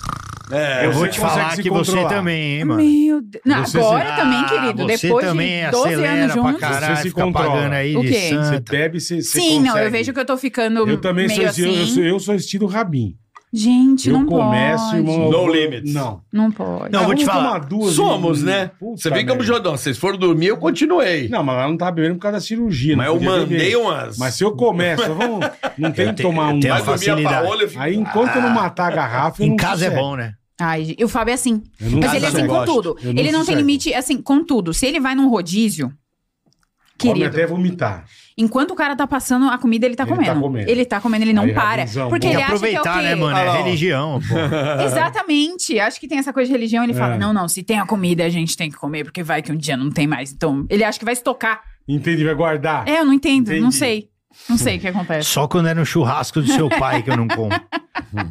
S3: É,
S1: Eu
S4: Você
S1: vou te
S4: consegue
S1: falar
S4: se
S1: que você
S4: controlar.
S1: também, hein, mano.
S6: Meu Deus. Não,
S4: Você se-
S6: agora
S1: Ah,
S6: também, querido.
S1: Você
S6: Depois
S1: também
S6: de 12 anos
S1: acelera pra
S6: juntos.
S1: caralho,
S4: Você se
S1: fica
S4: controla.
S1: pagando aí
S6: O
S1: de
S6: quê?
S4: Você
S1: santa.
S4: bebe, você, você
S6: Sim, não, eu
S4: consegue.
S6: vejo que eu tô ficando
S4: Eu também sou,
S6: meio
S4: esse- eu-
S6: assim.
S4: eu, sou, eu sou estilo Rabin.
S6: Gente,
S4: eu
S6: não
S4: começo,
S6: pode.
S4: irmão.
S3: No
S4: eu-
S3: limits.
S4: Não.
S6: Não pode.
S1: Não,
S4: Ah,
S1: vou te
S4: vamos
S1: falar.
S4: tomar duas,
S3: Somos,
S4: hein?
S3: né?
S4: Puta
S3: Você viu como
S4: merda.
S3: Jordão, vocês foram dormir, eu continuei.
S4: Não, mas ela não tá bebendo por causa da cirurgia.
S3: Mas
S4: não
S3: eu
S4: podia
S3: mandei
S4: beber.
S3: umas.
S4: Mas se eu começo, vamos... não tem que
S1: tenho-
S4: tomar
S1: eu
S4: um.
S1: tenho
S3: Vai
S1: uma
S3: dormir a
S1: facilidade.
S3: paola, eu fico...
S4: Aí, enquanto eu não matar a garrafa, eu
S1: Em
S4: não
S1: casa é
S4: sossego.
S1: bom, né?
S6: Ai, e o Fábio é assim.
S4: Eu não
S6: Mas ele é assim
S4: sossego.
S6: com
S3: gosto.
S6: tudo.
S4: Eu não
S6: ele não tem
S4: sossego.
S6: limite, assim, com tudo. Se ele vai num rodízio,
S4: Come
S6: querido,
S4: até vomitar.
S6: enquanto o cara tá passando a comida, ele tá
S4: Ele tá
S6: comendo.
S4: comendo.
S6: Ele tá comendo, ele não
S4: Aí, é
S6: para.
S4: Rabinzão,
S6: porque
S4: bom.
S1: Tem
S6: ele
S1: que
S6: acha que é o quê?
S1: aproveitar, né, mano?
S3: Ah,
S1: É
S3: ó.
S1: religião, pô.
S6: Exatamente. Acho que tem essa coisa de religião. Ele fala:
S4: É.
S6: não, não, se tem a comida, a gente tem que comer, porque vai que um dia não tem mais. Então, ele acha que vai estocar.
S4: Entende? Vai guardar.
S6: É, eu não entendo, não
S4: Entendi.
S6: sei. Não sei o que acontece.
S1: Só quando era um churrasco do seu pai que eu não como.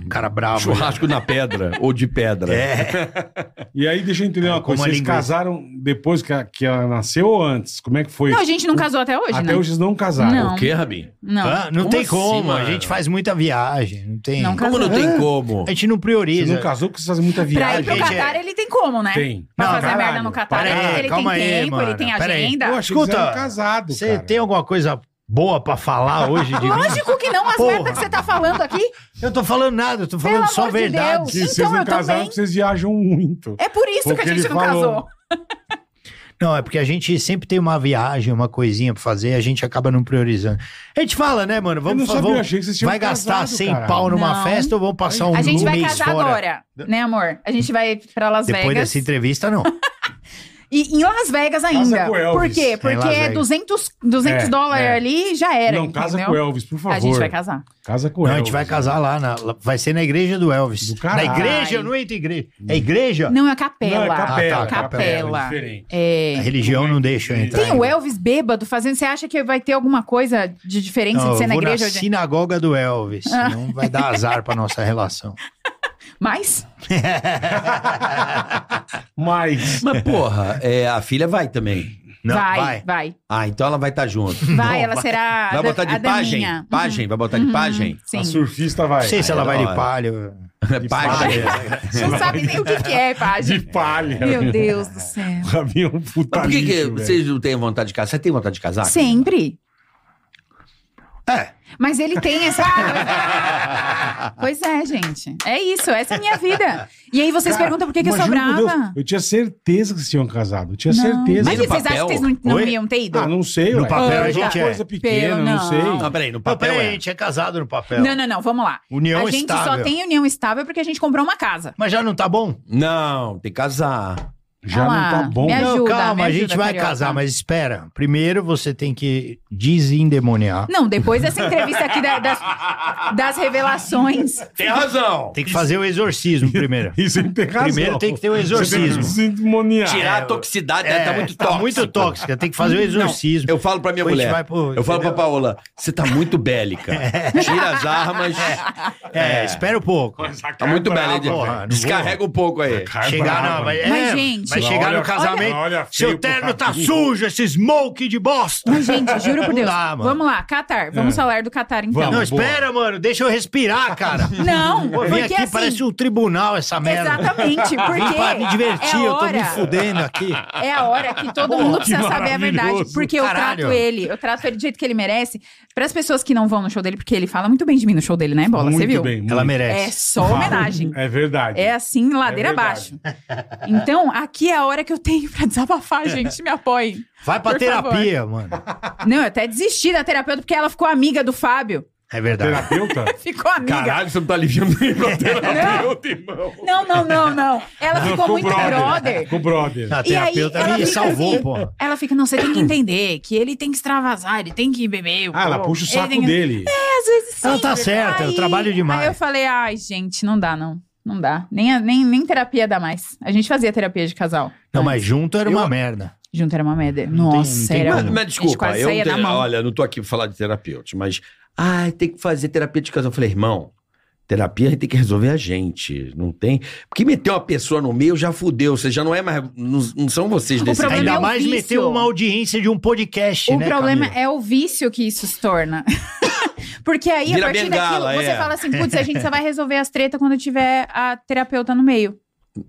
S1: Cara bravo.
S3: Churrasco na pedra ou de pedra.
S1: tá É.
S4: E aí, deixa eu entender uma
S1: Como
S4: coisa.
S1: a é-
S4: Vocês
S1: linguiça.
S4: casaram depois que, a- que ela nasceu ou antes? Como é que foi?
S6: Não, a gente não casou até hoje,
S4: Até
S6: né?
S4: hoje eles não casaram.
S6: Não.
S3: O quê, Rabin?
S6: Não.
S1: Hã? Ah, Não
S3: Como
S1: tem
S3: assim,
S1: como. A
S3: mano?
S1: gente faz muita viagem. Não tem.
S6: Não
S3: Como não
S6: Casou.
S3: tem como?
S1: A gente não
S4: Você
S1: prioriza.
S4: não casou porque vocês fazem muita
S6: Pra ir
S4: viagem.
S6: pro
S1: gente,
S6: Catar,
S1: é-
S6: ele tem como, né?
S4: Tem.
S6: Pra
S1: Não,
S6: fazer
S1: caralho,
S6: merda no Catar,
S1: para aí,
S6: ele tem
S1: calma aí,
S6: tempo, ele
S1: mano,
S6: tem
S1: pera aí.
S6: agenda.
S4: Eu achei que vocês
S1: Escuta,
S4: eram casados,
S1: Você
S4: cara.
S1: tem alguma coisa boa pra falar hoje de mim?
S6: Lógico que não, as
S1: Porra.
S6: merdas que você tá falando aqui.
S1: Eu tô falando nada, eu tô falando
S6: Pelo
S1: só
S6: amor de
S1: verdade.
S4: Se
S6: Então,
S4: vocês não
S6: eu
S4: casaram
S6: também.
S4: porque vocês viajam muito.
S6: É por isso
S4: Porque
S6: que a gente
S4: ele
S6: não
S4: falou.
S6: casou.
S1: Não, é porque a gente sempre tem uma viagem, uma coisinha pra fazer, a gente acaba não priorizando. A gente fala, né, mano? Vamos,
S4: eu não sabia, eu
S1: vamos
S4: achei que vocês tinham
S1: vai gastar
S4: casado,
S1: 100
S4: caralho.
S1: pau numa
S6: Não.
S1: festa ou vamos passar um,
S6: a gente
S1: um
S6: vai
S1: mês
S6: casar
S1: fora?
S6: agora, né, amor? A gente vai pra Las
S1: Depois
S6: Vegas.
S1: dessa entrevista, não.
S6: E em Las Vegas ainda.
S4: com o Elvis.
S6: Por quê?
S4: É,
S6: Porque
S1: Las Vegas.
S6: 200, 200
S4: É,
S6: dólares
S4: é.
S6: ali já era.
S4: Não, casa
S6: entendeu?
S4: com o Elvis, por favor.
S6: A gente vai casar.
S4: Casa com o
S1: Não, a
S4: Elvis. né?
S1: gente vai casar lá, na- lá- vai ser na igreja do Elvis.
S4: Do
S1: na
S4: caralho.
S1: igreja? Eu não entro em igreja. É igreja?
S6: Não, é a
S4: Não,
S6: capela.
S4: é capela.
S1: Ah, tá,
S4: capela.
S6: capela.
S4: é diferente.
S1: A
S6: É.
S1: religião não deixa eu entrar.
S6: Tem o Elvis bêbado fazendo. Você acha que vai ter alguma coisa de diferença
S1: Não,
S6: de ser
S1: eu
S6: na
S1: vou
S6: igreja?
S1: na
S6: ou de-
S1: sinagoga do Elvis.
S6: Ah.
S1: Não vai dar azar pra nossa relação.
S6: Mas
S4: Mas...
S3: Mas, porra, é, a filha vai também.
S1: Não,
S6: vai,
S1: vai.
S6: vai. Vai,
S3: Ah, então ela vai estar junto.
S6: ela será. a
S3: Vai
S6: da-
S3: botar
S6: a
S3: de pajem?
S6: daminha. Uhum.
S3: Pajem? Vai botar de pajem?
S6: Sim.
S4: A surfista vai.
S1: Não sei se ela
S3: Ai,
S1: vai
S3: da
S1: de
S3: hora.
S1: palho.
S4: De
S3: Pajem.
S6: Não sabe nem o que, que é pajem.
S4: De palha.
S6: Meu Deus do céu.
S4: Pra mim é um puta
S3: Mas por que, que
S4: lixo, velho.
S3: vocês não têm vontade de casar? Você tem vontade de casar?
S6: Sempre.
S1: É.
S6: Mas ele tem essa coisa. pois é, gente. É isso, essa é a minha vida. E aí vocês
S4: Cara,
S6: perguntam por que, que eu
S4: mas
S6: sou
S4: juro por
S6: brava.
S4: Deus, eu tinha certeza que vocês tinham casado. Eu tinha
S6: Não.
S4: certeza.
S3: Nem
S6: Mas e
S3: no
S6: vocês acham
S3: papel?
S6: que vocês não, não
S1: Oi?
S6: iam ter ido?
S4: Ah, não sei,
S1: No
S4: ué. Ah,
S1: papel a gente
S4: uma
S1: é.
S4: coisa pequena,
S6: Pelo-
S4: não.
S6: não.
S3: Não,
S4: sei.
S3: peraí, no
S1: Não,
S3: papel
S1: peraí, a
S3: é.
S1: gente é casado no papel.
S6: Não, não, não, vamos lá.
S1: União
S6: a gente
S1: estável.
S6: só tem união estável porque a gente comprou uma casa.
S1: Mas já não tá bom?
S3: Não, tem que casar.
S4: Já
S6: Olha
S4: não
S6: lá,
S4: tá bom.
S6: me
S1: não,
S6: ajuda,
S1: calma,
S6: me
S1: a gente
S6: ajuda,
S1: vai
S6: carioca.
S1: casar, mas espera. Primeiro você tem que desendemoniar.
S6: Não, depois dessa entrevista aqui da- das, das revelações.
S3: Tem razão.
S1: Tem que fazer o exorcismo primeiro.
S4: Isso ele tem razão.
S1: Primeiro tem que ter o exorcismo.
S4: Você tem que demoniar.
S3: Tirar a toxicidade, né? tá muito
S1: tá
S3: tóxico.
S1: muito tóxica, tem que fazer o exorcismo.
S3: Eu falo pra minha
S1: Depois a gente
S3: mulher.
S1: vai pro-
S3: eu falo pra
S1: entendeu?
S3: Paola, você tá muito bélica. Tira as armas.
S1: É, espera um pouco.
S4: Mas a
S3: Tá
S4: cara
S3: muito
S4: é brava,
S3: bélica.
S1: porra,
S4: velho.
S1: não vou- Tá
S3: Descarrega um pouco aí.
S4: Cara é
S1: Chegar
S4: brava,
S1: na, vai,
S4: velho.
S1: é,
S6: Mas, gente,
S1: vai chegar
S4: olha-
S1: no casamento.
S4: olha- olha
S1: seu
S4: feio pro
S1: terno tá
S4: capim.
S1: sujo, esse smoke de bosta.
S6: Mas, gente, juro por
S1: Não
S6: Deus.
S1: dá, mano.
S6: vamos lá, Qatar. Vamos
S4: É.
S6: falar do Qatar,
S3: Tá
S6: então.
S1: não,
S4: Vamos, boa.
S1: espera, mano, deixa eu respirar, cara.
S6: Não,
S1: Pô, vem
S6: porque
S1: aqui,
S6: assim...
S1: parece um tribunal essa merda.
S6: Exatamente,
S1: Vim
S6: porque
S1: pra me divertir,
S6: é a
S1: eu tô
S6: hora,
S1: me fudendo aqui.
S6: é a hora que todo
S4: Porra,
S6: mundo
S4: que
S6: precisa saber a verdade,
S4: maravilhoso.
S6: porque eu
S1: Caralho.
S6: trato ele, eu trato ele do jeito que ele merece. Para as pessoas que não vão no show dele, porque ele fala muito bem de mim no show dele, né, Bola? Você
S4: Muito
S6: viu?
S4: bem, muito
S1: Ela
S6: É
S1: merece.
S6: só homenagem.
S4: É verdade.
S6: É assim, ladeira
S4: É
S6: abaixo. Então, aqui é a hora que eu tenho pra
S1: É.
S6: desabafar, gente. Me apoiem.
S1: Vai pra
S6: É, Por
S1: terapia, mano.
S6: Não, eu até desisti da terapeuta porque ela ficou amiga do Fábio.
S1: É verdade.
S4: Terapeuta?
S6: Ficou amiga.
S3: Caralho, você não tá aliviando nem pra terapeuta, irmão.
S6: Não, não, não, não. Ela ficou muito brother.
S4: Ficou brother.
S1: A
S6: E aí,
S1: terapeuta
S6: ela fica
S1: me salvou,
S6: assim-
S1: porra.
S6: Ela fica, não, você tem que entender que ele tem que extravasar, ele tem que beber.
S4: Ah, ela
S6: pô,
S4: puxa o
S6: ele
S4: saco
S6: tem que-
S4: dele.
S6: É, às vezes sim.
S1: Ela tá certa, eu trabalho demais.
S6: Aí eu falei, ai, gente, não dá, não. Não dá. Nem, a- nem, nem terapia dá mais. A gente fazia terapia de casal.
S1: Não, mas junto era uma
S3: Eu-
S1: merda.
S6: Junto era uma merda. Nossa,
S1: tem
S6: era.
S1: como.
S3: Mas, mas
S6: a gente
S3: desculpa,
S6: quase
S3: eu
S6: saía
S3: não
S6: da
S3: tenho-
S6: mão.
S3: olha, não tô aqui pra falar de terapeuta, mas. Ai, tem que fazer terapia de casal. Eu falei, irmão, terapia a gente tem que resolver a gente. Não tem. Porque meter uma pessoa no meio já fudeu. Você já não é mais. Não, não são vocês
S6: O
S3: desse
S6: problema
S1: Ainda
S6: é o
S1: mais
S6: vício.
S1: meteu uma audiência de um podcast,
S6: O
S1: né,
S6: problema
S1: Camila?
S6: é o vício que isso se torna. Porque aí,
S3: Vira
S6: a partir
S3: bengala,
S6: daquilo, você
S3: é.
S6: fala assim, putz, a gente só vai resolver as tretas quando tiver a terapeuta no meio.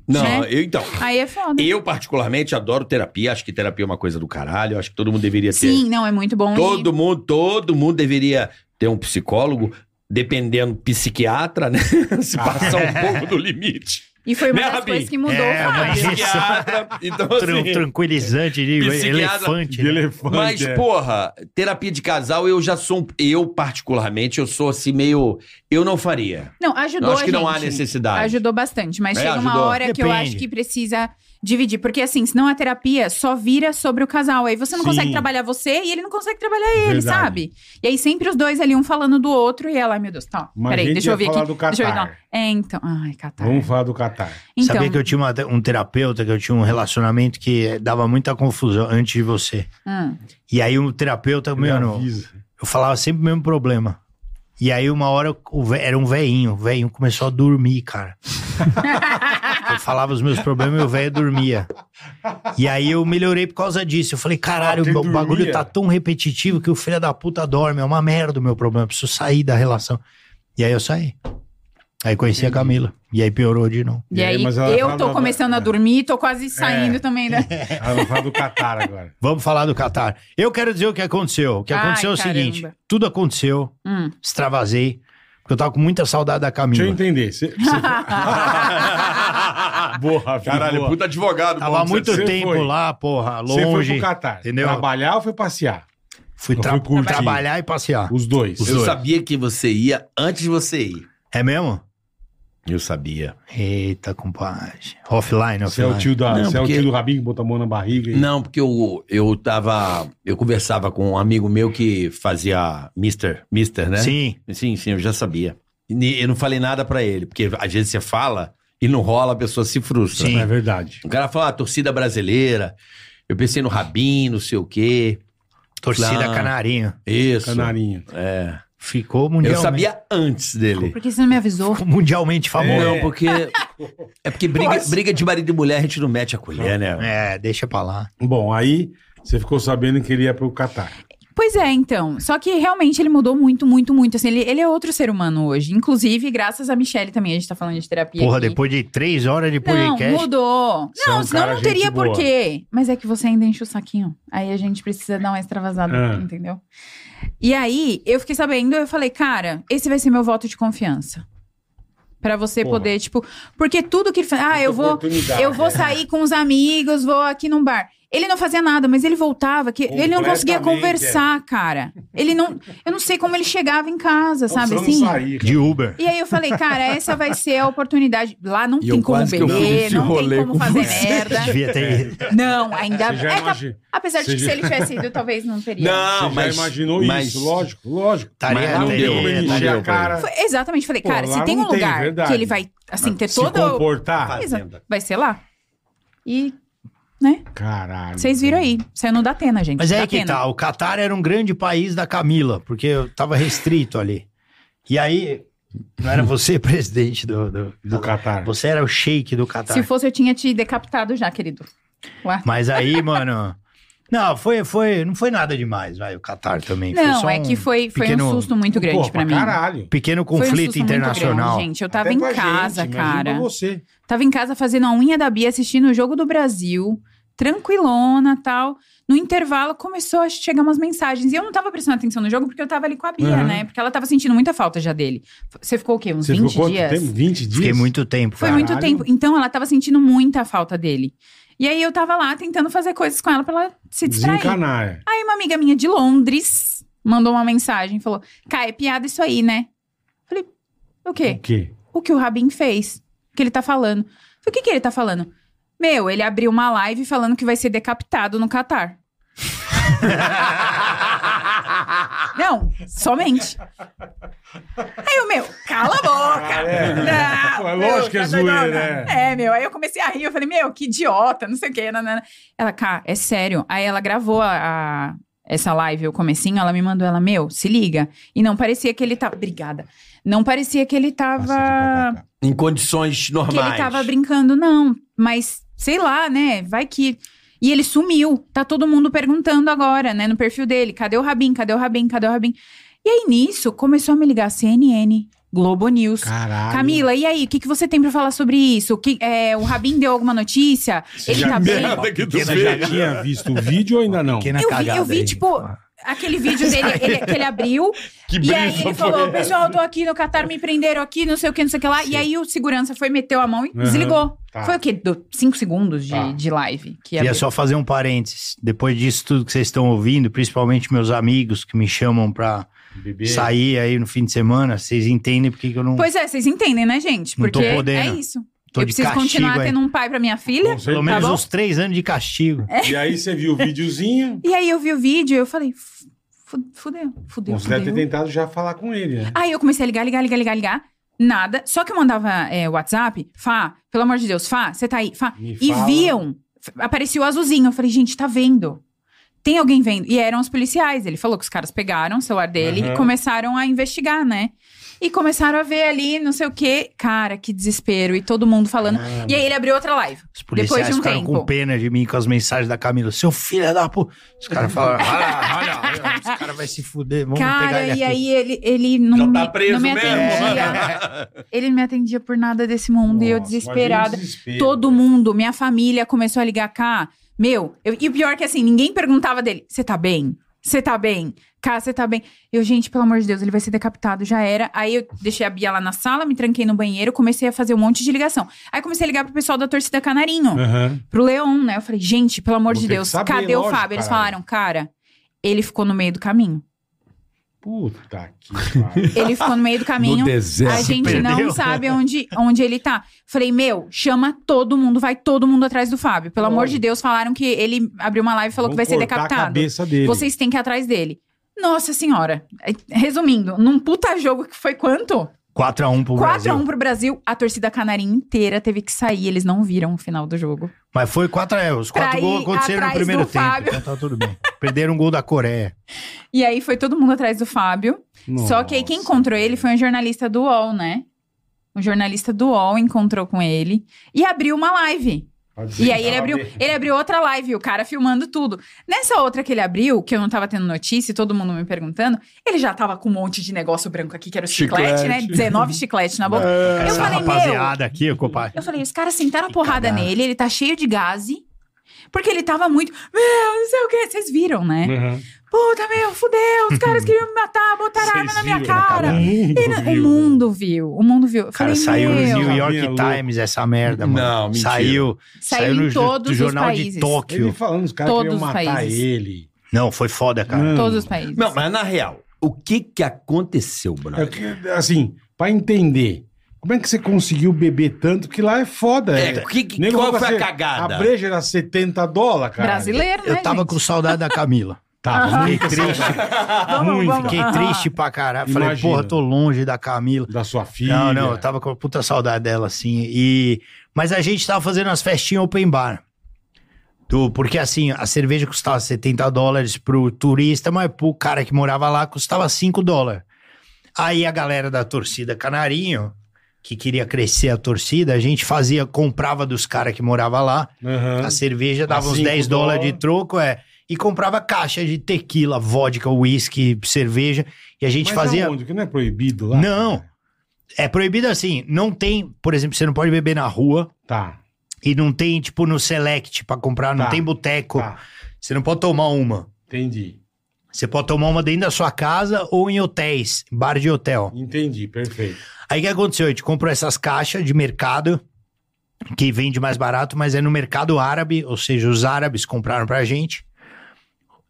S3: Não,
S6: né?
S3: eu então.
S6: Aí é foda.
S3: Eu, particularmente, adoro terapia. Acho que terapia é uma coisa do caralho. eu Acho que todo mundo deveria ter.
S6: Sim, não, é muito bom.
S3: Todo mundo, todo mundo deveria ter um psicólogo, dependendo psiquiatra, né? Se
S6: Ah,
S3: passar um
S6: é.
S3: pouco do limite.
S6: E, e foi uma
S3: Né,
S6: das
S3: Rabi?
S6: coisas que mudou
S1: É,
S6: o Fábio.
S1: mas isso-
S3: Psiquiatra, então
S6: é
S1: Tran-
S3: assim...
S1: Tranquilizante de
S3: Psiquiatra-
S1: elefante.
S4: De
S1: né?
S4: elefante.
S3: Mas,
S4: é.
S3: porra, terapia de casal, eu já sou. um- Eu, particularmente, eu sou assim meio. Eu não faria.
S6: Não, ajudou
S3: eu acho que
S6: a gente.
S3: não há necessidade.
S6: Ajudou bastante, mas
S3: É,
S6: chega uma
S3: ajudou.
S6: hora que eu
S1: Depende.
S6: acho que precisa dividir. Porque assim, senão a terapia só vira sobre o casal. Aí você não
S4: Sim.
S6: consegue trabalhar você e ele não consegue trabalhar ele,
S4: Verdade.
S6: sabe? E aí sempre os dois ali, um falando do outro, e ela, ai meu Deus, tá.
S4: Mas a
S6: peraí,
S4: gente
S6: deixa eu
S4: ia
S6: ver
S4: falar
S6: aqui.
S4: do Catar.
S6: Deixa eu ver, não. É, então. Ai, Catar.
S4: Vamos falar do Catar.
S6: Então,
S1: Sabia que eu tinha uma- um terapeuta, que eu tinha um relacionamento que eh, dava muita confusão antes de você.
S6: hum,
S1: E aí o terapeuta,
S4: Ele
S1: meu, não-
S4: avisa.
S1: eu falava sempre o mesmo problema. E aí uma hora, o vé- era um veinho, o veinho começou a dormir, cara. eu falava os meus problemas e o velho dormia. E aí eu melhorei por causa disso. Eu falei, caralho,
S4: Ah, quem
S1: o bagulho
S4: dormia?
S1: tá tão repetitivo que o filho da puta dorme. É uma merda o meu problema, eu preciso sair da relação. E aí eu saí. Aí conheci a Camila. E aí piorou de novo.
S6: E,
S4: E aí,
S6: aí,
S4: mas ela
S6: eu
S4: fala-
S6: tô começando a dormir, tô quase saindo também, né?
S4: Ah, vamos falar do Catar agora.
S1: Vamos falar do Catar. Eu quero dizer o que aconteceu. O que
S6: Ai,
S1: aconteceu é o
S6: caramba.
S1: seguinte: tudo aconteceu,
S6: Hum.
S1: extravasei, porque eu tava com muita saudade da
S4: Deixa eu
S1: Camila.
S4: entender. Você, Boa,
S3: Caralho,
S4: boa.
S3: puta advogado.
S1: Tava há
S3: bom,
S1: muito
S4: você
S1: tempo
S4: foi.
S1: lá, porra,
S4: Você foi pro
S1: longe.
S4: Catar.
S1: entendeu?
S4: Trabalhar ou foi passear?
S1: Fui
S4: Eu
S1: tra-
S4: fui curtir.
S1: trabalhar e passear.
S4: Os dois.
S1: Os
S3: Eu
S1: dois.
S3: sabia que você ia antes de você ir.
S1: É mesmo?
S3: Eu sabia.
S1: Eita, compadre. Offline,
S4: Você é o
S1: offline.
S4: tio, da,
S3: Não,
S4: você é o
S3: porque-
S4: tio do Rabinho que botou a mão na barriga. e-
S3: Não, porque eu, eu tava. Eu conversava com um amigo meu que fazia Mister, Mister, né?
S1: Sim.
S3: Sim, sim, eu já sabia. E ne- eu não falei nada pra ele, porque às vezes você fala e não rola, a pessoa se frustra.
S1: Sim.
S4: É verdade.
S3: O cara fala, ah, torcida brasileira. Eu pensei no Rabin, não sei o quê.
S1: Torcida
S3: Lá.
S1: Canarinho.
S3: Isso.
S4: Canarinho.
S3: É.
S1: Ficou
S3: Eu
S1: mundialmente.
S3: sabia antes dele.
S6: Por que você não me avisou?
S1: Ficou mundialmente famoso.
S3: né? Não, porque. É porque briga, briga de marido e mulher a gente não mete a colher, né?
S1: É, deixa pra lá.
S4: Bom, aí você ficou sabendo que ele ia pro Catar.
S6: Pois é, então. Só que realmente ele mudou muito, muito, muito. Assim, ele, ele é outro ser humano hoje. Inclusive, graças a Michelle também, a gente tá falando de terapia.
S1: Porra,
S6: aqui.
S1: depois de três horas de podcast.
S6: Não, mudou.
S4: Você é
S6: Não,
S4: um
S6: senão
S4: cara
S6: não
S4: gente
S6: teria
S4: boa.
S6: porquê. Mas é que você ainda enche o saquinho. Aí a gente precisa dar uma extravasada,
S4: Ah.
S6: um entendeu? E aí, eu fiquei sabendo, eu falei, cara, esse vai ser meu voto de confiança. Pra você
S4: Porra.
S6: poder, tipo, porque tudo que ele faz, ah, eu vou,
S4: Oportunidade,
S6: eu vou
S4: né?
S6: sair com os amigos, vou aqui num bar. Ele não fazia nada, mas ele voltava, que ele não conseguia
S4: Completamente, é.
S6: conversar, cara. Ele não, eu não sei como ele chegava em casa,
S4: Tá
S6: sabe
S4: precisando
S6: assim?
S4: sair.
S1: De Uber.
S6: E aí eu falei, cara, essa vai ser a oportunidade. Lá não
S5: E
S6: tem
S5: eu
S6: como
S5: quase que eu fui
S6: beber,
S5: nesse
S6: não
S5: rolê
S6: tem como
S5: com
S6: fazer
S5: você.
S6: merda.
S1: Devia
S4: É.
S1: ter ido.
S6: Não, ainda.
S4: Você já
S6: é cap-
S4: imagi-
S6: Apesar de
S4: Você
S6: que se
S4: já-
S6: ele tivesse ido, talvez não Tá teria.
S5: Não,
S4: você
S5: mas.
S4: já imaginou
S5: mas-
S4: isso? Lógico, lógico.
S1: Estaria-
S5: Mas não
S1: teria-
S5: deu,
S4: Como ele
S5: não
S4: encher
S5: deu
S4: a cara,
S6: Foi- exatamente, falei,
S4: Pô,
S6: cara,
S4: lá
S6: se tem
S4: não
S6: um
S4: tem,
S6: lugar
S4: verdade.
S6: que ele vai, assim, ter
S4: se
S6: toda.
S3: tá Ah,
S4: comportar.
S6: Exa- Vai ser lá. E, né?
S4: Caralho.
S6: Vocês viram aí. Saiu no Datena, gente.
S1: Mas é aí que
S6: Datena.
S1: tá. O Catar era um grande país da Camila, porque eu tava restrito ali. E aí, não era você presidente do, do,
S4: Do Catar.
S1: Você era o sheik do Catar.
S6: Se fosse, eu tinha te decapitado já, querido. Lá.
S1: Mas aí, mano. Não, foi, foi, não foi nada demais, vai, o Catar também. foi
S6: Não,
S1: só
S6: é que foi, foi
S1: pequeno,
S6: um susto muito grande
S4: Pô,
S6: pra mim.
S4: Caralho.
S1: Pequeno
S6: Foi um susto
S1: conflito
S6: muito
S1: internacional.
S6: grande, gente, eu tava
S4: Até pra
S6: em casa,
S4: gente, imagina
S6: cara.
S4: pra você.
S6: Tava em casa fazendo a unha da Bia, assistindo o Jogo do Brasil, tranquilona tal. No intervalo começou a chegar umas mensagens. E eu não tava prestando atenção no jogo porque eu tava ali com a Bia,
S4: Uhum.
S6: né? Porque ela tava sentindo muita falta já dele. Você ficou o quê? Uns
S4: Você
S6: 20
S4: ficou quanto
S6: dias?
S4: tempo? 20 dias?
S1: Fiquei muito tempo.
S6: Foi
S1: cara.
S6: muito
S4: Caralho.
S6: tempo. Então ela tava sentindo muita falta dele. E aí eu tava lá tentando fazer coisas com ela pra ela se distrair.
S4: Desencanar. é.
S6: Aí uma amiga minha de Londres mandou uma mensagem, falou: Cara, é piada isso aí, né? Falei, o quê?
S4: O quê?
S6: o que o Rabin fez, o que ele tá falando. Falei, O que, que ele tá falando? Meu, ele abriu uma live falando que vai ser decapitado no Catar. Não, somente. Aí eu, meu, cala a boca!
S4: é. Pô, é lógico que é
S6: tá doido,
S4: zoeira,
S6: né? É, meu, aí eu comecei a rir, eu falei, meu, que idiota, não sei o quê. nanana. Ela, cá, é sério. Aí ela gravou a, a- essa live, o comecinho, ela me mandou, ela, meu, se liga. E não parecia que ele tava... Obrigada. Não parecia que ele
S4: Passa de
S6: tava
S4: batata.
S5: Em condições normais.
S6: que ele tava brincando, não. Mas, sei lá, né? Vai que. E ele sumiu. Tá todo mundo perguntando agora, né? No perfil dele. Cadê o Rabin? Cadê o Rabin? Cadê o Rabin? E aí, nisso, começou a me ligar CNN, Globo News.
S4: Caralho.
S6: Camila, e aí? O que, que você tem pra falar sobre isso? O Que, é, o Rabin deu alguma notícia? ele
S4: já
S6: tá bem?
S4: merda.
S5: que tu
S1: Pequena
S4: Você
S5: fez.
S4: já tinha visto o vídeo ou ainda não?
S1: Pequena
S6: Eu vi- eu
S1: cagada
S6: vi,
S1: aí.
S6: tipo, Aquele vídeo dele ele- que ele abriu.
S5: Que
S6: e aí
S5: brisa
S6: ele
S5: foi
S6: falou:
S5: essa?
S6: pessoal, eu tô aqui no Catar, me prenderam aqui, não sei o que, não sei o que lá. E aí o segurança foi, meteu a mão e
S4: Aham.
S6: desligou.
S4: Tá.
S6: Foi o quê? Do- cinco segundos de,
S4: Tá.
S6: de live. Que é
S1: Queria
S6: abriu.
S1: só fazer um parênteses. Depois disso tudo que vocês estão ouvindo, principalmente meus amigos que me chamam pra
S4: Bebê.
S1: sair aí no fim de semana, vocês entendem porque que eu não
S6: Pois é, vocês entendem, né, gente?
S1: um- Não tô
S6: Porque é
S1: podendo.
S6: isso.
S1: tô
S6: eu
S1: de
S6: preciso
S1: castigo
S6: continuar
S1: aí.
S6: tendo um pai pra minha filha.
S4: Com certeza.
S1: Pelo menos
S6: bom? É,
S1: uns três anos de castigo.
S4: E aí você viu o videozinho,
S6: E aí eu vi o vídeo e eu falei: "Fu- fu- fudeu, fudeu.
S4: você deve ter
S6: fudeu.
S4: tentado já falar com ele, né?
S6: Aí eu comecei a ligar, ligar, ligar, ligar, ligar. Nada. Só que eu mandava é, WhatsApp, Fá, pelo amor de Deus, Fá, você tá aí, Fá.
S4: Me
S6: E
S4: fala.
S6: viam. f- Apareceu o azulzinho. Eu falei, gente, tá vendo? Tem alguém vendo? E eram os policiais. Ele falou que os caras pegaram o celular dele
S4: Aham.
S6: e começaram a investigar, né? E começaram a ver ali, não sei o quê. Cara, que desespero. E todo mundo falando. E aí ele abriu outra live.
S1: Os
S6: Depois
S1: policiais
S6: de um
S1: ficaram
S6: tempo.
S1: com pena de mim com as mensagens da Camila. Seu filho é da puta. Os caras falaram, ah, olha, olha, os caras vão se fuder, vamos pegar
S6: Cara,
S1: ele
S6: e
S1: aqui.
S6: aí ele, ele não,
S5: Já
S6: me,
S5: tá preso
S6: não me
S5: mesmo.
S6: atendia. Ele não me atendia por nada desse mundo. e eu
S4: Nossa,
S6: desesperada.
S4: imagina o desespero.
S6: Todo mundo, minha família começou a ligar cá. Meu, eu- e o pior que assim, ninguém perguntava dele: você tá bem? Você tá bem? Cá, você tá bem? Eu, gente, pelo amor de Deus, ele vai ser decapitado, já era. Aí eu deixei a Bia lá na sala, me tranquei no banheiro, comecei a fazer um monte de ligação. Aí comecei a ligar pro pessoal da torcida Canarinho,
S4: Aham.
S6: pro Leon, né? Eu falei, gente, pelo amor
S4: Vou
S6: de
S4: ter É. que
S6: Deus,
S4: saber,
S6: cadê o
S4: lógico,
S6: Fábio? Eles
S4: caralho.
S6: falaram, cara, ele ficou no meio do caminho.
S4: Puta que pariu.
S6: Ele ficou no meio do caminho.
S5: No deserto.
S6: A gente
S1: perdeu.
S6: não sabe onde, onde ele tá. Falei, meu, chama todo mundo, vai todo mundo atrás do Fábio. Pelo amor de Deus, falaram que ele abriu uma live e falou
S4: Vão
S6: que vai ser
S4: cortar a
S6: decapitado.
S4: cabeça dele.
S6: Vocês têm que ir atrás dele. Nossa senhora. É, Resumindo, num puta jogo que foi quanto?
S1: 4x1 pro
S6: 4 a
S1: Brasil.
S6: 1 pro Brasil, a torcida canarinha inteira teve que sair, eles não viram o final do jogo.
S1: Mas foi 4x1. Os
S6: Pra
S1: 4
S6: ir
S1: gols aconteceram no
S6: atrás
S1: primeiro
S6: do
S1: tempo.
S6: Fábio.
S1: Então tá tudo bem. Perderam um gol da Coreia.
S6: E aí foi todo mundo atrás do Fábio.
S4: Nossa.
S6: Só que aí quem encontrou ele foi um jornalista do UOL, né? Um jornalista do UOL encontrou com ele e abriu uma live.
S4: Pode ser
S6: E
S4: que
S6: aí ele
S4: tava
S6: abriu,
S4: bem.
S6: ele abriu outra live, o cara filmando tudo. Nessa outra que ele abriu, que eu não tava tendo notícia e todo mundo me perguntando, ele já tava com um monte de negócio branco aqui, que era o chiclete,
S5: Chiclete.
S6: né? 19 chicletes na boca. eu
S1: Essa
S6: falei, meu...
S1: rapaziada aqui, compadre.
S6: Eu falei, os caras sentaram a porrada nele, ele tá cheio de gase. Porque ele tava muito... Meu, não sei o quê. Vocês viram, né?
S4: Aham.
S6: Pô, Puta meu, fudeu, os caras queriam me matar, botaram arma
S4: Vocês
S6: na minha
S4: viram na
S1: né,
S6: cara.
S3: cara.
S6: E na-
S4: né?
S6: o mundo viu, o mundo viu. Eu
S1: Cara,
S6: falei,
S1: saiu
S6: meu,
S1: no New York
S4: Minha louca.
S1: Times essa merda, mano.
S3: Não, mentira.
S1: Saiu.
S6: Saiu em
S1: no jo-
S6: todos
S1: do
S6: os
S1: jornal de
S6: países.
S1: Tóquio.
S4: Ele falando, os caras
S6: Todos
S4: queriam
S6: os
S4: matar
S6: países.
S4: ele.
S1: Não, foi foda, cara.
S4: Não.
S6: Todos os países.
S3: Não, mas na real, o que que aconteceu,
S4: É
S3: brother?
S4: que, assim, pra entender, como é que você conseguiu beber tanto? Que lá é foda.
S3: É, que- que-
S4: Nego,
S3: qual
S4: pra
S3: foi a
S4: você-
S3: cagada?
S4: A breja era 70 dólares, cara. Tá
S6: Brasileiro, né,
S1: Eu tava
S6: gente? Ah,
S1: com saudade da Camila. Tava. Fiquei triste.
S6: Vamos,
S4: ruim,
S6: vamos. Ah.
S1: Fiquei
S6: Aham.
S1: triste pra caralho. Falei,
S4: Imagina.
S1: porra, tô longe da Camila.
S4: Da sua filha.
S1: Não, não, tá eu tava com uma puta saudade dela, assim. E... Mas a gente tava fazendo as festinhas open bar. Do... Porque, assim, a cerveja custava 70 dólares pro turista, mas pro cara que morava lá custava 5 dólares. Aí a galera da torcida Canarinho, que queria crescer a torcida, a gente fazia, comprava dos caras que morava lá,
S4: Aham.
S1: a cerveja dava uns
S4: Ah, cinco
S1: 10 dólares de
S4: dólares.
S1: troco, é. E comprava caixa de tequila, vodka, uísque, cerveja. E a gente
S4: Mas
S1: fazia.
S4: aonde? Que não é proibido lá?
S1: Não. É proibido assim, não tem, por exemplo, você não pode beber na rua
S4: Tá,
S1: e não tem, tipo, no Select pra comprar, não
S4: Tá.
S1: tem boteco.
S4: tá.
S1: Você não pode tomar uma.
S4: Entendi.
S1: Você pode tomar uma dentro da sua casa ou em hotéis, bar de hotel.
S4: Entendi, perfeito.
S1: Aí o que aconteceu? A gente comprou essas caixas de mercado, que vende mais barato, mas é no mercado árabe, ou seja, os árabes compraram pra gente.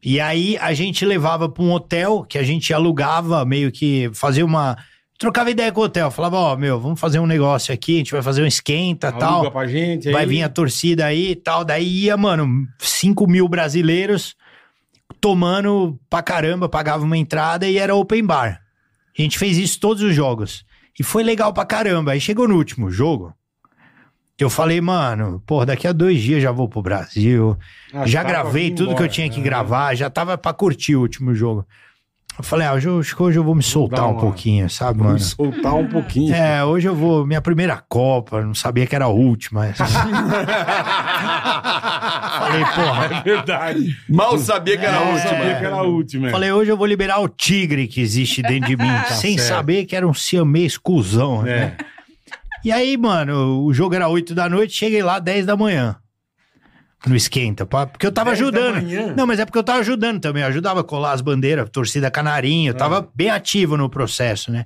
S1: E aí a gente levava pra um hotel que a gente alugava, meio que fazia uma. Trocava ideia com o hotel, falava, ó, meu, vamos fazer um negócio aqui, a gente vai fazer um esquenta
S4: Aluga
S1: tal.
S4: pra gente aí.
S1: Vai vir a torcida aí e tal. Daí ia, mano, 5 mil brasileiros tomando pra caramba, pagava uma entrada e era open bar. A gente fez isso todos os jogos. E foi legal pra caramba. Aí chegou no último jogo. Eu falei, mano, pô, daqui a dois dias já vou pro Brasil.
S4: Ah,
S1: já
S4: tá, pra
S1: gravei
S4: vir
S1: tudo que eu
S4: embora.
S1: tinha que
S4: Ah,
S1: gravar, já tava pra curtir o último jogo. Eu falei, ah, hoje, eu- acho que hoje eu vou me soltar um
S4: uma-
S1: pouquinho, sabe,
S4: Vamos
S1: mano?
S4: soltar um pouquinho.
S1: É, hoje eu vou. Minha primeira Copa, não sabia que era a última. Falei, porra.
S4: É verdade.
S3: Mal sabia que era um a
S4: Eu
S3: última.
S4: sabia que era a última.
S1: Falei, hoje eu vou liberar o tigre que existe dentro de mim, sem
S4: Tá certo.
S1: saber que era um siamês cuzão, né?
S4: É.
S1: E aí, mano, o jogo era 8 da noite, cheguei lá 10 da manhã. No esquenta, pá, porque eu tava
S4: 10 da
S1: ajudando.
S4: manhã?
S1: Não, mas é porque eu tava ajudando também, eu ajudava a colar as bandeiras, torcida canarinho, eu tava
S4: É.
S1: bem ativo no processo, né?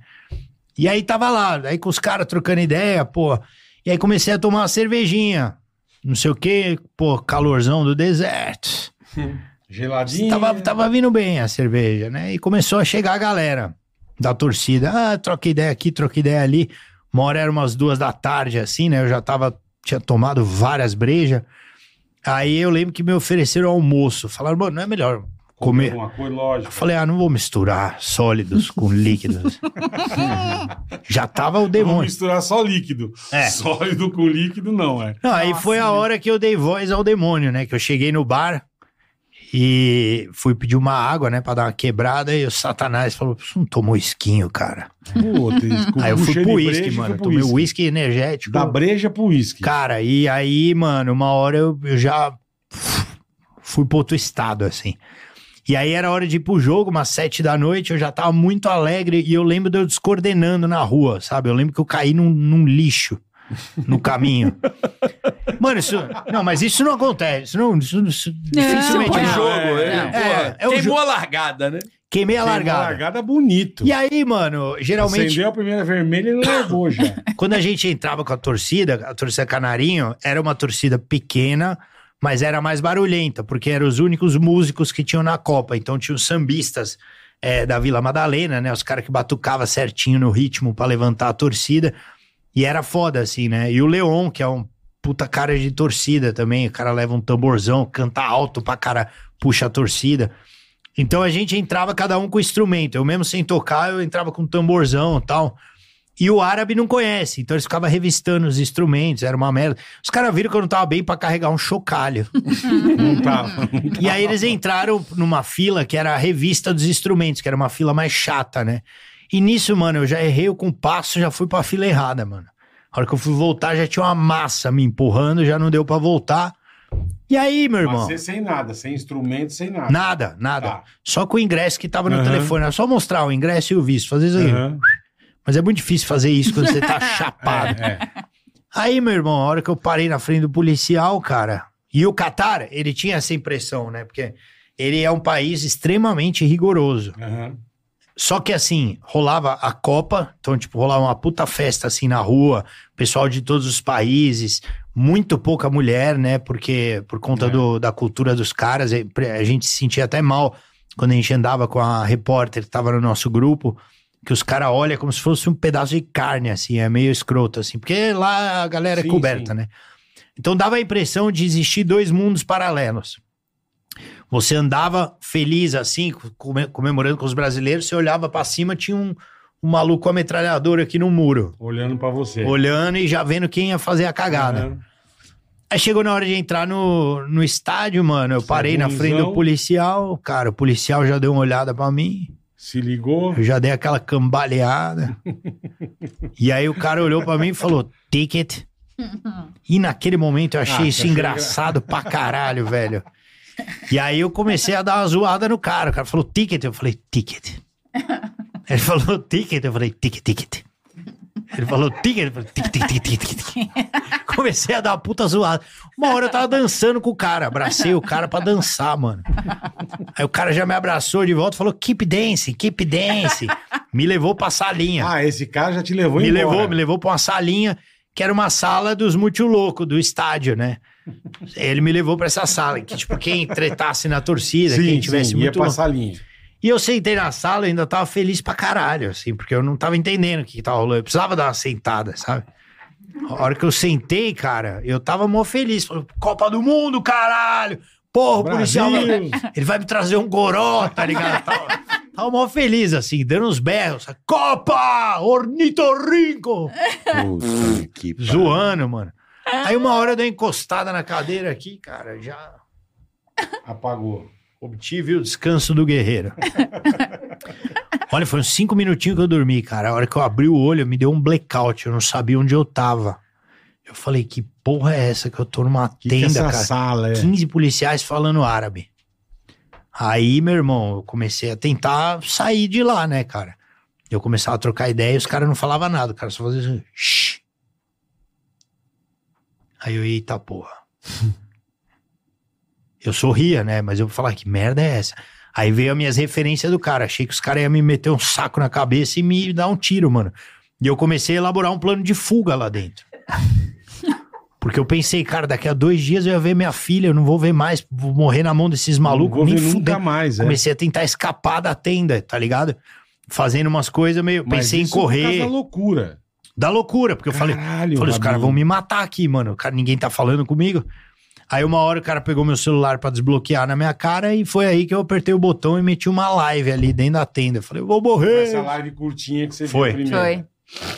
S1: E aí tava lá, aí com os caras trocando ideia, pô. E aí comecei a tomar uma cervejinha. Não sei o quê, pô, calorzão do deserto.
S4: Geladinho.
S1: Tava, tava vindo bem a cerveja, né? E começou a chegar a galera da torcida. Ah, troca ideia aqui, troca ideia ali. Uma hora era umas duas da tarde, assim, né? Eu já tava, tinha tomado várias brejas. Aí eu lembro que me ofereceram almoço. Falaram, mano, não é melhor comer.
S4: Alguma coisa,
S1: Eu
S4: lógico.
S1: falei, ah, não vou misturar sólidos com líquidos. já tava o
S4: Vamos
S1: demônio.
S4: misturar só líquido.
S1: É.
S4: Sólido com líquido, não, é.
S1: Não, aí
S6: Nossa,
S1: foi a
S6: né?
S1: hora que eu dei voz ao demônio, né? Que eu cheguei no bar e fui pedir uma água, né? Pra dar uma quebrada. E o Satanás falou: Você não tomou esquinho, cara.
S4: Puta, com
S1: aí Ah, eu fui
S4: cheiro
S1: pro
S4: de
S1: uísque,
S4: breja,
S1: mano.
S4: fui
S1: Eu
S4: pro
S1: tomei
S4: uísque.
S1: uísque energético.
S4: Da breja pro uísque.
S1: Cara, e aí, mano, uma hora eu, eu já fui pro outro estado, assim. E aí era hora de ir pro jogo, umas sete da noite, eu já tava muito alegre e eu lembro de eu descoordenando na rua, sabe? Eu lembro que eu caí num, num lixo no caminho. mano, isso... Não, mas isso não acontece, isso não... Isso, isso, dificilmente...
S6: não.
S3: O jogo,
S4: É,
S3: é,
S6: não.
S3: pô,
S1: É, é o
S3: queimou
S1: jogo.
S3: a largada, né?
S1: Queimei a
S4: Queimou
S1: largada.
S4: largada bonito.
S1: E aí, mano, geralmente...
S4: Acendeu a primeira vermelha e largou já.
S1: Quando a gente entrava com a torcida, a torcida Canarinho era uma torcida pequena, mas era mais barulhenta, porque eram os únicos músicos que tinham na Copa. Então tinha os sambistas eh, da Vila Madalena, né? Os caras que batucavam certinho no ritmo pra levantar a torcida. E era foda, assim, né? E o Leon, que é um puta cara de torcida também, o cara leva um tamborzão, canta alto pra cara, puxa a torcida. Então a gente entrava cada um com instrumento. Eu mesmo sem tocar, eu entrava com um tamborzão e tal. E o árabe não conhece, então eles ficavam revistando os instrumentos, era uma merda. Os caras viram que eu não tava bem pra carregar um chocalho.
S4: Não
S1: tá,
S4: tava.
S1: e aí eles entraram numa fila que era a revista dos instrumentos, que era uma fila mais chata, né? E nisso, mano, eu já errei o compasso, já fui pra fila errada, mano. A hora que eu fui voltar, já tinha uma massa me empurrando, já não deu pra voltar. E aí, meu
S4: Mas
S1: irmão?
S4: você sem nada, sem instrumento, sem nada.
S1: Nada, nada.
S4: Tá.
S1: Só com o ingresso que tava no
S4: Aham.
S1: telefone. Era só mostrar o ingresso e o visto, fazer isso aí.
S4: Aham.
S1: Mas é muito difícil fazer isso quando você tá chapado.
S4: É, é.
S1: Aí, meu irmão, a hora que eu parei na frente do policial, cara, e o Catar, ele tinha essa impressão, né? Porque ele é um país extremamente rigoroso.
S4: Aham.
S1: Só que assim, rolava a Copa, então, tipo, rolava uma puta festa assim na rua, pessoal de todos os países, muito pouca mulher, né? Porque por conta
S4: É.
S1: do- da cultura dos caras, eh, pre- a gente se sentia até mal quando a gente andava com a repórter que tava no nosso grupo, que os caras olham como se fosse um pedaço de carne, assim, é meio escroto, assim, porque lá a galera
S4: Sim,
S1: é coberta,
S4: sim.
S1: né? Então dava a impressão de existir dois mundos paralelos. Você andava feliz assim, come- comemorando com os brasileiros, você olhava pra cima, tinha um, um maluco com a metralhadora aqui no muro,
S4: Olhando pra você.
S1: olhando e já vendo quem ia fazer a cagada.
S4: Aham.
S1: Aí chegou na hora de entrar no, no estádio, mano, eu parei na frente do
S4: Segundão.
S1: policial, cara, o policial já deu uma olhada pra mim,
S4: Se ligou.
S1: eu já dei aquela cambaleada. e aí o cara olhou pra mim e falou: ticket. E naquele momento eu achei
S4: Ah,
S1: isso
S4: achei
S1: engraçado pra caralho, velho. E aí eu comecei a dar uma zoada no cara. O cara falou: ticket. Eu falei: ticket. Ele falou: ticket. Eu falei: ticket, ticket. Ele falou ticket, eu falei, ticket, ticket, ticket, ticket, ticket. Comecei a dar uma puta zoada. Uma hora eu tava dançando com o cara, abracei o cara pra dançar, mano. Aí o cara já me abraçou de volta e falou: keep dancing, keep dancing. Me levou pra salinha.
S4: Ah, esse cara já te levou
S1: me
S4: embora.
S1: levou, me levou pra uma salinha, que era uma sala dos muito loucos do estádio, né? Ele me levou pra essa sala, que tipo, quem tretasse na torcida,
S4: Sim,
S1: quem tivesse
S4: sim, ia
S1: muito.
S4: passar a linha.
S1: E eu sentei na sala e ainda tava feliz pra caralho, assim, porque eu não tava entendendo o que, que tava rolando. Eu precisava dar uma sentada, sabe? A hora que eu sentei, cara, eu tava mó feliz. Falei, Copa do Mundo, caralho! Porra, o policial.
S4: Brasil!
S1: Ele vai me trazer um goró, tá ligado? Tava, tava mó feliz, assim, dando uns berros. sabe? Copa! Ornitorrinco!
S3: Puta que pariu.
S1: Zoando, mano. Aí uma hora eu dei uma encostada na cadeira aqui, cara, já
S4: Apagou.
S1: obtive o descanso do guerreiro. Olha, foi uns cinco minutinhos que eu dormi, cara. A hora que eu abri o olho, me deu um blackout. Eu não sabia onde eu tava. Eu falei, que porra é essa que eu tô numa
S4: Que que é
S1: tenda,
S4: essa
S1: cara?
S4: sala é?
S1: 15 policiais falando árabe. Aí, meu irmão, eu comecei a tentar sair de lá, né, cara? Eu começava a trocar ideia e os caras não falavam nada, o cara só fazia assim, shh. Aí eu, eita porra. eu sorria, né? Mas eu falava, que merda é essa? Aí veio as minhas referências do cara. Achei que os caras iam me meter um saco na cabeça e me dar um tiro, mano. E eu comecei a elaborar um plano de fuga lá dentro. Porque eu pensei, cara, daqui a dois dias eu ia ver minha filha, eu não vou ver mais, vou morrer na mão desses malucos,
S4: Não vou
S1: nem
S4: ver nunca
S1: fudendo.
S4: mais, é.
S1: Comecei a tentar escapar da tenda, tá ligado? Fazendo umas coisas meio.
S4: Mas
S1: pensei em
S4: isso é por causa
S1: correr.
S4: da loucura.
S1: Da loucura, porque eu falei.
S4: Caralho,
S1: falei, os caras
S4: Rabinho.
S1: vão me matar aqui, mano. Cara, ninguém tá falando comigo. Aí uma hora o cara pegou meu celular pra desbloquear na minha cara e foi aí que eu apertei o botão e meti uma live ali dentro da tenda. Eu falei, eu vou morrer.
S4: Essa live curtinha que você
S1: Foi.
S4: viu primeiro.
S6: Foi.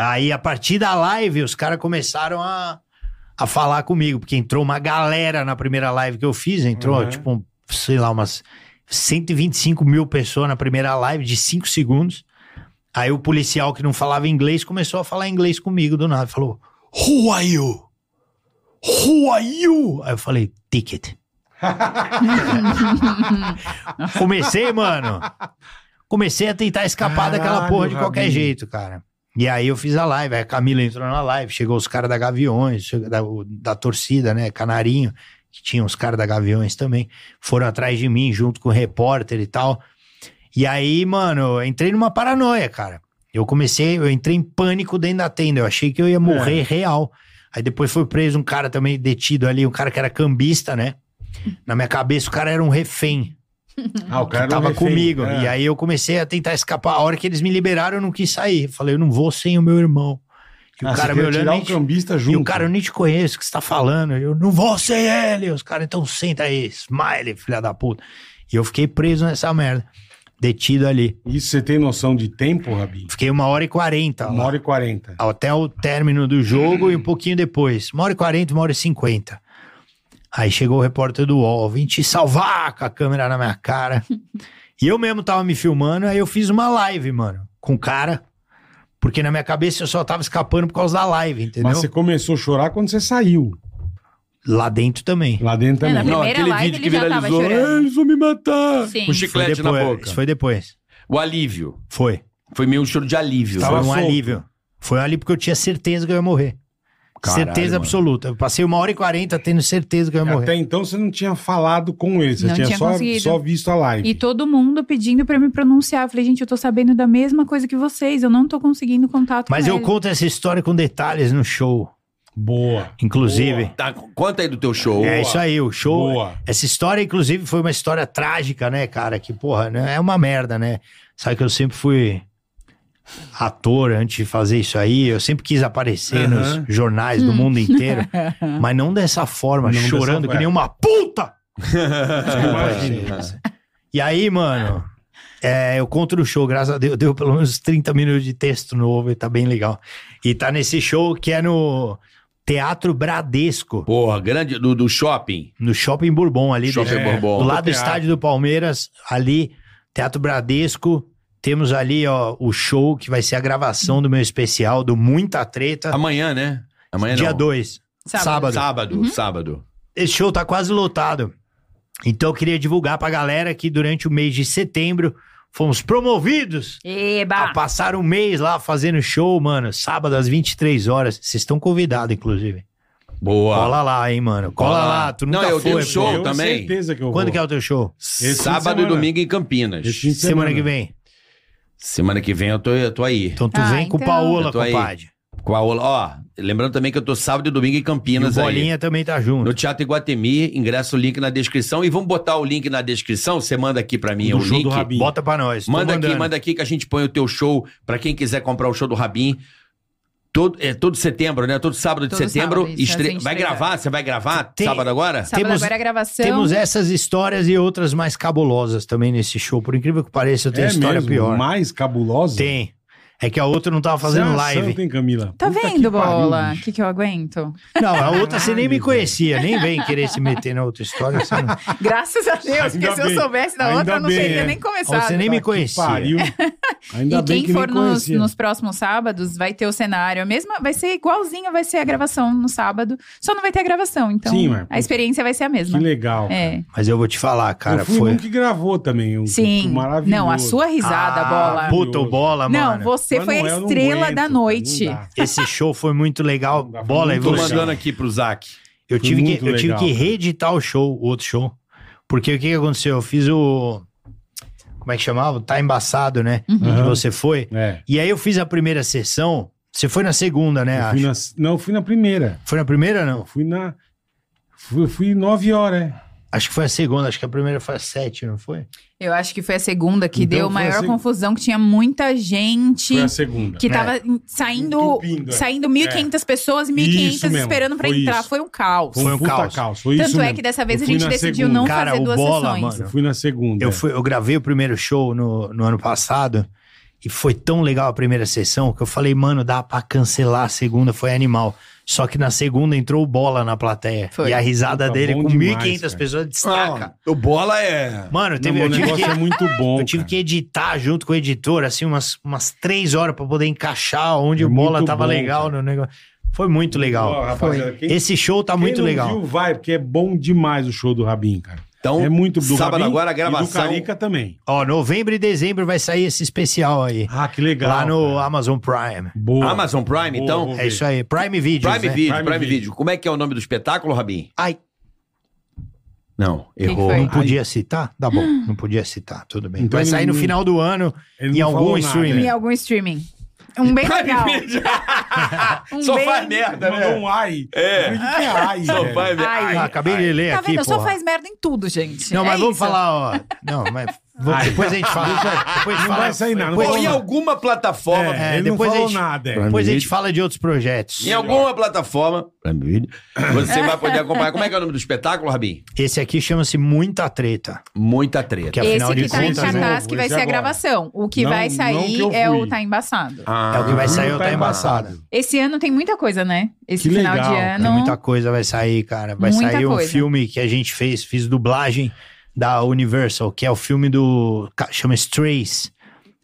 S1: Aí, a partir da live, os caras começaram a, a falar comigo, porque entrou uma galera na primeira live que eu fiz, entrou,
S4: Uhum.
S1: tipo, um, sei lá, umas 125 mil pessoas na primeira live de 5 segundos. Aí o policial que não falava inglês começou a falar inglês comigo do nada. Falou, Who are you? Who are you? Aí eu falei, Ticket. Comecei, mano. Comecei a tentar escapar daquela
S4: Caralho,
S1: porra de qualquer
S4: Rabinho.
S1: jeito, cara. E aí eu fiz a live, aí a Camila entrou na live, chegou os caras da Gaviões, chegou da, o- da torcida, né, Canarinho, que tinha os caras da Gaviões também, foram atrás de mim junto com o repórter e tal. E aí, mano, eu entrei numa paranoia, cara. Eu comecei, eu entrei em pânico dentro da tenda, eu achei que eu ia
S4: É.
S1: morrer real. Aí depois foi preso um cara também detido ali, um cara que era cambista, né? Na minha cabeça o cara era um refém
S4: Ah, o cara
S1: que tava
S4: não refém.
S1: comigo.
S4: É.
S1: E aí eu comecei a tentar escapar. A hora que eles me liberaram, eu não quis sair. Eu Falei, eu não vou sem o meu irmão. E o
S4: Ah, você
S1: cara me
S4: queria
S1: olhando.
S4: tirar
S1: nem
S4: o
S1: te-
S4: cambista junto.
S1: E o cara, eu nem te conheço, o que você tá falando? Eu não vou sem ele. Os caras, então senta aí, smile, filha da puta. E eu fiquei preso nessa merda. Detido ali.
S4: Isso você tem noção de tempo, Rabi?
S1: Fiquei uma hora e quarenta. Tá lá.
S4: Uma hora e quarenta.
S1: Até o término do jogo e um pouquinho depois. Uma hora e quarenta, uma hora e cinquenta. Aí chegou o repórter do UOL, vim te salvar com a câmera na minha cara. e eu mesmo tava me filmando, aí eu fiz uma live, mano, com o cara. Porque na minha cabeça eu só tava escapando por causa da live, entendeu?
S4: Mas você começou a chorar quando você saiu.
S1: Lá dentro também.
S4: Lá dentro
S6: É, na
S4: também.
S3: Não,
S6: primeira
S3: aquele
S6: live
S3: vídeo que
S6: ele já tava
S3: viralizou. "Ah,
S6: chorando.
S3: eles vão me matar.
S6: Sim.
S3: Com
S1: Foi
S3: chiclete na
S1: depois.
S3: boca.
S1: Isso foi depois.
S3: O alívio.
S1: Foi.
S3: Foi meio um choro de alívio.
S4: Tava
S1: foi um
S4: solto.
S1: alívio. Foi um alívio porque eu tinha certeza que eu ia morrer.
S3: Caralho,
S1: certeza
S3: mano.
S1: absoluta. Eu passei uma hora e quarenta tendo certeza que eu ia morrer.
S4: Até então você não tinha falado com ele, você
S6: Não
S4: tinha,
S6: tinha
S4: só,
S6: conseguido.
S4: só visto a live.
S6: E todo mundo pedindo pra eu me pronunciar. Eu falei, gente, eu tô sabendo da mesma coisa que vocês. Eu não tô conseguindo contato
S1: Mas
S6: com
S1: eu
S6: ele.
S1: conto essa história com detalhes no show,
S4: Boa.
S1: inclusive.
S3: Tá, conta aí do teu show.
S1: É isso aí, o show.
S4: Boa.
S1: Essa história, inclusive, foi uma história trágica, né, cara? Que, porra, né, é uma merda, né? Sabe que eu sempre fui ator antes de fazer isso aí. Eu sempre quis aparecer
S4: Aham.
S1: nos jornais do mundo inteiro. mas não dessa forma,
S4: Não dessa
S1: chorando que
S4: forma.
S1: nem uma puta!
S4: Imagina.
S1: E aí, mano, é, eu conto o show, graças a Deus, deu pelo menos 30 minutos de texto novo e tá bem legal. E tá nesse show que é no Teatro Bradesco,
S3: Porra, grande, do, do shopping.
S1: no Shopping Bourbon ali.
S3: shopping
S1: do,
S4: é,
S3: Bourbon.
S1: do lado do
S4: Teatro.
S1: estádio do Palmeiras, ali, Teatro Bradesco. Temos ali, ó, o show que vai ser a gravação do meu especial, do Muita Treta,
S3: Amanhã, né? Amanhã
S1: dia
S3: não.
S1: 2, sábado.
S3: Sábado, sábado.
S1: Esse show tá quase lotado. Então eu queria divulgar pra galera que durante o mês de setembro fomos promovidos
S6: Eba!
S1: Ah, passaram um mês lá fazendo show, mano. Sábado às 23 horas. Vocês estão convidados, inclusive.
S3: Boa.
S1: Cola lá, hein, mano. Cola,
S3: Cola
S1: lá.
S3: lá.
S1: Tu
S3: Não,
S1: nunca
S3: eu
S1: foi.
S3: dei um
S1: pô.
S3: show
S4: Eu
S3: também.
S4: certeza que eu
S1: Quando
S4: vou.
S1: que é o teu show?
S4: fim de
S3: Sábado e
S4: semana.
S3: domingo em Campinas.
S4: Esse fim de
S1: Semana.
S4: semana
S1: que vem.
S3: Semana que vem eu tô, eu tô aí.
S1: Então tu
S6: Ah,
S1: vem com
S6: então.
S1: Paola,
S3: Eu tô aí.
S1: compadre.
S3: Com a Ola. Ó, lembrando também que eu tô sábado e domingo em
S1: E o
S3: Campinas aí.
S1: Bolinha também tá junto.
S3: No Teatro Iguatemi, ingresso o link na descrição. E vamos botar o link na descrição. Você manda aqui pra mim é
S4: Do
S3: o
S4: show
S3: link.
S4: do Rabin.
S1: Bota pra nós. Tô
S3: Manda
S1: mandando.
S3: aqui, manda aqui que a gente põe o teu show pra quem quiser comprar o show do Rabin. Todo, é, todo setembro, né? Todo sábado de
S6: Todo
S3: setembro.
S6: sábado, isso,
S3: estre-
S6: às 23
S3: Vai gravar? Você vai gravar
S1: Tem-
S3: sábado agora?
S6: Sábado
S1: Temos-
S6: agora é a gravação.
S1: Temos essas histórias e outras mais cabulosas também nesse show. Por incrível que pareça, eu tenho
S4: é
S1: história
S4: mesmo,
S1: pior.
S4: mais cabulosa?
S1: Tem. É que a outra não tava fazendo
S4: Você é
S1: live.
S4: santo, hein, Camila?
S6: Tá
S4: Puta que pariu,
S6: vendo, Bola? O
S4: bicho.
S6: que, que eu aguento?
S1: Não, a outra você nem me
S4: Caralho,
S1: conhecia. Nem vem querer se meter na outra história. Você, não...
S6: Graças a Deus,
S4: Ainda
S6: porque se eu
S4: bem.
S6: soubesse da
S4: Ainda
S6: outra, eu não
S4: bem,
S6: teria
S4: é.
S6: nem começado.
S1: você nem me
S4: Puta que
S1: conhecia.
S4: pariu. Ainda
S6: E
S4: bem
S6: quem
S4: que
S6: for
S4: nem
S6: nos,
S4: conhecia.
S6: nos próximos sábados vai ter o cenário. A mesma, vai ser igualzinho, vai ser a gravação no sábado. Só não vai ter a gravação, então
S4: Sim, mas-
S6: a experiência vai ser a
S4: Que
S6: mesma.
S4: legal.
S6: É.
S1: Mas eu vou te falar, cara.
S4: eu fui
S1: Foi.
S4: um que gravou também. Um,
S6: Sim.
S4: Maravilhoso.
S6: Não, a sua risada,
S4: Ah,
S6: Bola.
S1: Puta, o bola,
S6: não,
S1: mano.
S6: você
S4: Mas
S6: foi
S4: não
S6: a
S4: é, eu não
S6: estrela
S4: aguento,
S6: da
S4: cara,
S6: noite.
S4: não dá.
S1: Esse show foi muito legal.
S4: Não dá, foi
S1: Bola, e
S4: muito
S3: Tô
S1: você.
S4: legal.
S3: mandando aqui pro Zac.
S1: Eu
S4: Foi
S1: tive, que,
S4: muito
S1: eu tive
S4: legal,
S1: que
S4: cara.
S1: reeditar o show, o outro show. Porque o que, que aconteceu? Eu fiz o. Como é que chamava? Tá embaçado, né?
S6: Uhum.
S1: Que
S4: Aham.
S1: você foi.
S4: É.
S1: E aí eu fiz a primeira sessão. Você foi na segunda, né?
S4: Eu
S1: acho.
S4: fui na, não, eu fui na primeira.
S1: Foi na primeira, não?
S4: Eu fui na. Fui, fui nove horas, é.
S1: Acho que foi a segunda. Acho que a primeira foi a sete, não foi?
S6: Eu acho que foi a segunda que
S4: Então foi
S6: deu
S4: a
S6: maior
S4: seg-
S6: confusão, que tinha muita gente
S4: Foi a segunda.
S6: que tava saindo,
S4: Entupindo, é.
S6: saindo 1.500 pessoas,
S4: Isso
S6: 1.500
S4: mesmo,
S6: esperando pra
S4: foi
S6: entrar.
S4: isso.
S6: Foi um caos.
S1: Foi um
S4: puta
S1: caos.
S4: Foi
S6: Tanto
S4: isso
S6: é
S4: mesmo.
S6: que dessa vez
S4: Eu
S6: a
S4: fui
S6: gente
S4: na
S6: decidiu
S4: segunda.
S6: não
S1: Cara,
S6: fazer
S1: o
S6: duas
S1: Bola,
S6: sessões.
S1: mano.
S4: Eu fui na segunda. é.
S1: Eu, fui, eu gravei o primeiro show no, no ano passado e foi tão legal a primeira sessão que eu falei, mano, dá pra cancelar a segunda, foi animal. Só que na segunda entrou o bola na plateia.
S6: Foi.
S1: E a risada
S4: Puta,
S1: dele
S4: Tá bom
S1: com
S4: demais,
S1: 1.500
S4: cara.
S1: pessoas destaca.
S3: o bola é.
S1: Mano,
S4: Não,
S1: teve,
S4: o
S1: eu tive, que,
S4: negócio é muito bom.
S1: eu tive
S4: cara.
S1: que editar junto com o editor, assim, umas, umas três horas pra poder encaixar onde
S4: É
S1: o bola
S4: muito
S1: tava
S4: bom,
S1: legal no negócio. Foi muito legal.
S4: Ó, rapaziada, quem-
S1: Esse show tá
S4: Quem
S1: muito
S4: não
S1: legal.
S4: Viu, vai, porque é bom demais o show do Rabin, cara.
S3: Então,
S4: é muito do
S3: sábado
S4: Rabin
S3: agora a
S4: E do
S3: gravação.
S4: Carica também.
S1: Ó, novembro e dezembro vai sair esse especial aí.
S4: Ah, que legal.
S1: lá no
S4: cara.
S1: Amazon Prime.
S4: Boa.
S3: Amazon Prime,
S4: Boa,
S3: então.
S4: vou ver.
S1: É isso aí. Prime Video.
S3: Prime
S1: né?
S3: Video, Prime,
S4: Prime
S3: Video.
S4: Video.
S3: Como é que é o nome do espetáculo, Rabin?
S1: Ai,
S3: Não,
S6: que
S3: errou.
S6: foi?
S1: não podia citar? Tá bom, não podia citar, tudo bem.
S4: Então
S1: Vai sair no
S4: não-
S1: final do ano
S4: Ele
S1: em
S4: não
S1: algum
S4: falou nada,
S1: streaming.
S6: Em
S4: né?
S6: algum streaming. Um bem legal.
S3: Prime Video.
S6: Um
S3: Só
S6: bem-
S3: faz merda,
S4: Mandou
S3: né?
S4: um ai.
S3: É.
S4: Eu falei, O que que é
S1: um
S4: ai?
S3: Só
S4: velho?
S3: faz merda.
S6: Ai.
S1: Ah, acabei de ler
S6: Tá
S1: aqui,
S6: vendo? Só
S1: porra.
S6: faz merda em tudo, gente.
S1: Não,
S6: É
S1: mas vamos
S6: isso.
S1: falar, ó. Não, mas vamos- depois a gente fala. Depois a gente
S4: Não
S1: fala-
S4: vai sair nada, não
S1: Depois,
S3: Ou
S1: a
S3: em
S1: gente-
S3: alguma plataforma.
S4: É, ele não
S1: depois a
S4: falou
S1: gente-
S4: nada. é.
S1: depois a gente fala de outros projetos.
S3: Em alguma plataforma. Prime Video. Você vai poder acompanhar. Como é que é o nome do espetáculo, Rabin?
S1: Esse aqui chama-se Muita Treta.
S3: Muita treta.
S1: Que é afinal
S6: Esse que
S1: de
S6: tá em
S1: contas, né?
S6: cartaz, que vai
S4: Esse
S6: ser a
S4: agora.
S6: gravação. O que
S4: Não-
S6: vai
S4: não
S6: sair
S4: que eu
S6: é o
S4: fui.
S6: Tá Embaçado.
S3: Ah,
S1: É o que vai sair,
S4: Não
S1: eu tá embaçado.
S6: Esse ano tem muita coisa, né? Esse
S4: Que
S6: final
S4: legal,
S6: de
S4: cara.
S1: Tem
S6: ano.
S1: Muita coisa vai sair, cara. Vai
S6: É Muita
S1: sair um
S6: coisa.
S1: filme que a gente fez, fiz dublagem da Universal, que é o filme do. ca- chama Strays.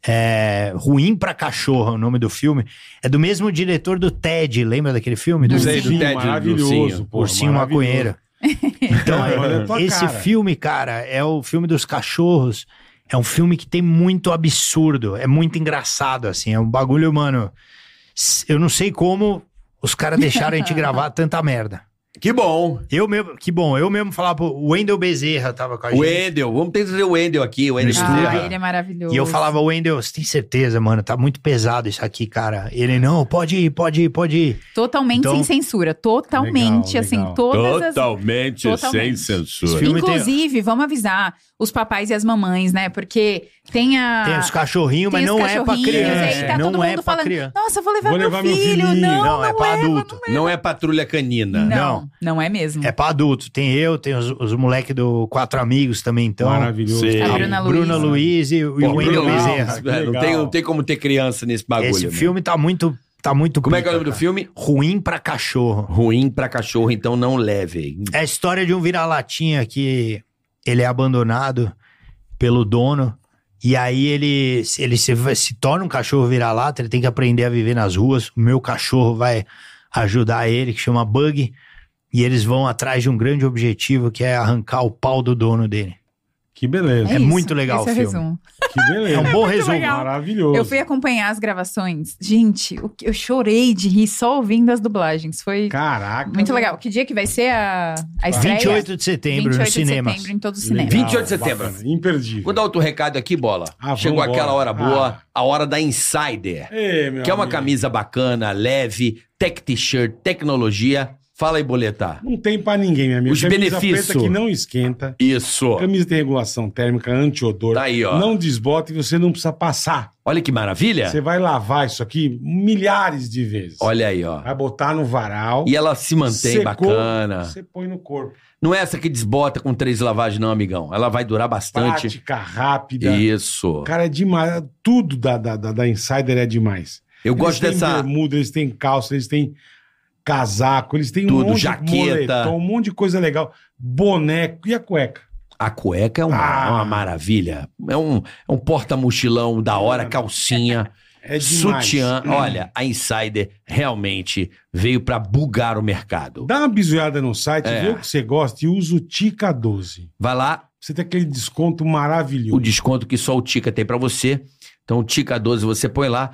S1: É, Ruim pra Cachorro é o nome do filme. É do mesmo diretor do Ted, lembra daquele filme?
S3: Do
S1: Do
S3: Sei, do
S4: Ursinho,
S3: Ted, do
S4: maravilhoso.
S3: ursinho.
S4: pô,
S1: Ursinho
S4: maravilhoso.
S1: Maconheiro. Então,
S4: Olha a tua
S1: esse
S4: cara.
S1: filme, cara, é o filme dos cachorros. É um filme que tem muito absurdo. É muito engraçado, assim. É um bagulho, mano. s- Eu não sei como Os caras deixaram a gente gravar tanta merda.
S3: Ah, Que bom.
S1: Eu mesmo, que bom, eu mesmo falava, pro- o Wendel Bezerra tava com a
S3: O
S1: gente.
S3: Wendel, vamos ter que trazer o Wendel aqui, o Wendel
S1: Ah,
S3: Bezerra.
S6: ele é maravilhoso.
S1: E eu falava, Wendel, você tem certeza, mano? Tá muito pesado isso aqui, cara. Ele, não, pode ir, pode ir, pode ir.
S6: Totalmente
S1: Então-
S6: sem censura. Totalmente,
S4: Legal,
S6: assim,
S4: legal.
S1: é
S6: todas as...
S5: Totalmente, sem
S6: Totalmente.
S1: Esse
S5: censura.
S1: filme tem-
S6: Inclusive, vamos avisar os papais e as mamães, né? Porque tem a...
S1: Tem os cachorrinhos,
S6: Ah, tem
S1: mas
S6: os
S1: não é pra
S6: cachorrinhos,
S1: criança.
S6: aí tá
S1: não
S6: todo
S1: é
S6: mundo
S1: pra
S6: falando,
S1: criança.
S6: Nossa, eu vou levar,
S4: Vou
S6: meu
S4: levar meu
S6: filho.
S4: filhinho.
S6: Não, não,
S1: é pra
S6: leva,
S1: adulto.
S3: Não é patrulha canina.
S6: Não,
S1: Não.
S6: não, é mesmo.
S1: É pra adulto. Tem eu, tem os, os moleques do Quatro Amigos também, então.
S4: Maravilhoso.
S5: Sim.
S6: A
S1: A
S6: Bruna
S1: Bruna,
S6: Luiz.
S1: Luiz e, o- e
S3: Pô,
S1: o Wendel
S3: Bruno,
S4: Luiz,
S1: Bezerra.
S4: cara, que
S3: Não
S4: legal.
S3: tem, não tem como ter criança nesse bagulho.
S1: Esse
S3: né?
S1: filme tá muito, tá muito
S3: Como é que é o
S1: pica,
S3: nome do
S1: cara.
S3: filme?
S1: Ruim pra cachorro.
S3: Ruim pra cachorro, então não leve.
S1: É a história de um vira-latinha que ele é abandonado pelo dono. E aí ele, ele se, se torna um cachorro vira-lata, ele tem que aprender a viver nas ruas. O meu cachorro vai ajudar ele, que chama Bug. E eles vão atrás de um grande objetivo, que é arrancar o pau do dono dele.
S4: Que beleza.
S1: É
S6: isso.
S1: muito legal
S6: Esse
S1: o
S6: é
S1: filme.
S6: resumo.
S4: Que beleza.
S1: É um bom resumo.
S6: legal.
S4: Maravilhoso.
S6: Eu fui acompanhar as gravações. Gente, o que- eu chorei de rir só ouvindo as dublagens. Foi
S4: Caraca.
S6: muito legal. Que dia que vai ser a, a estreia?
S1: 28 de setembro,
S6: 28
S1: nos cinemas.
S6: de setembro em todos os
S4: Legal,
S6: cinemas.
S3: 28 de setembro.
S4: bacana, Imperdível.
S3: Vou dar outro recado aqui, bola.
S4: Ah,
S3: Chegou
S4: vambora.
S3: aquela hora boa,
S4: Ah.
S3: a hora da Insider.
S4: Ei, meu
S3: que é uma
S4: amigo.
S3: camisa bacana, leve, tech t-shirt, tecnologia. Fala aí, boletar.
S4: Não tem pra ninguém, meu amigo.
S3: Os benefícios.
S4: preta que não esquenta.
S3: Isso.
S4: Camisa de regulação térmica, anti-odor.
S3: Tá aí, ó.
S4: Não desbota e você não precisa passar.
S3: Olha que maravilha.
S4: Você vai lavar isso aqui milhares de vezes.
S3: Olha aí, ó.
S4: Vai botar no varal.
S3: E ela se mantém
S4: Secou,
S3: bacana.
S4: Você põe no corpo.
S3: Não é essa que desbota com três lavagens, não, amigão. Ela vai durar bastante.
S4: Prática, rápida.
S3: Isso.
S4: Cara, é demais. Tudo da, da, da, da Insider é demais.
S3: Eu gosto
S4: eles
S3: dessa.
S4: Têm bermuda, eles têm calça, eles têm casaco, eles têm
S3: Tudo,
S4: um monte de
S3: jaqueta.
S4: moletom, um monte de coisa legal. Boneco. E a cueca?
S3: A cueca é uma,
S4: Ah.
S3: é uma maravilha. É um, é um porta-mochilão da
S4: Ah.
S3: hora, calcinha,
S4: É demais.
S3: sutiã. Olha, a Insider realmente veio pra bugar o mercado.
S4: Dá uma bisoiada no site,
S3: É.
S4: vê o que você gosta e usa o Tica 12.
S3: Vai lá,
S4: Você tem aquele desconto maravilhoso.
S3: o desconto que só o Tica tem pra você. Então, o Tica 12 você põe lá,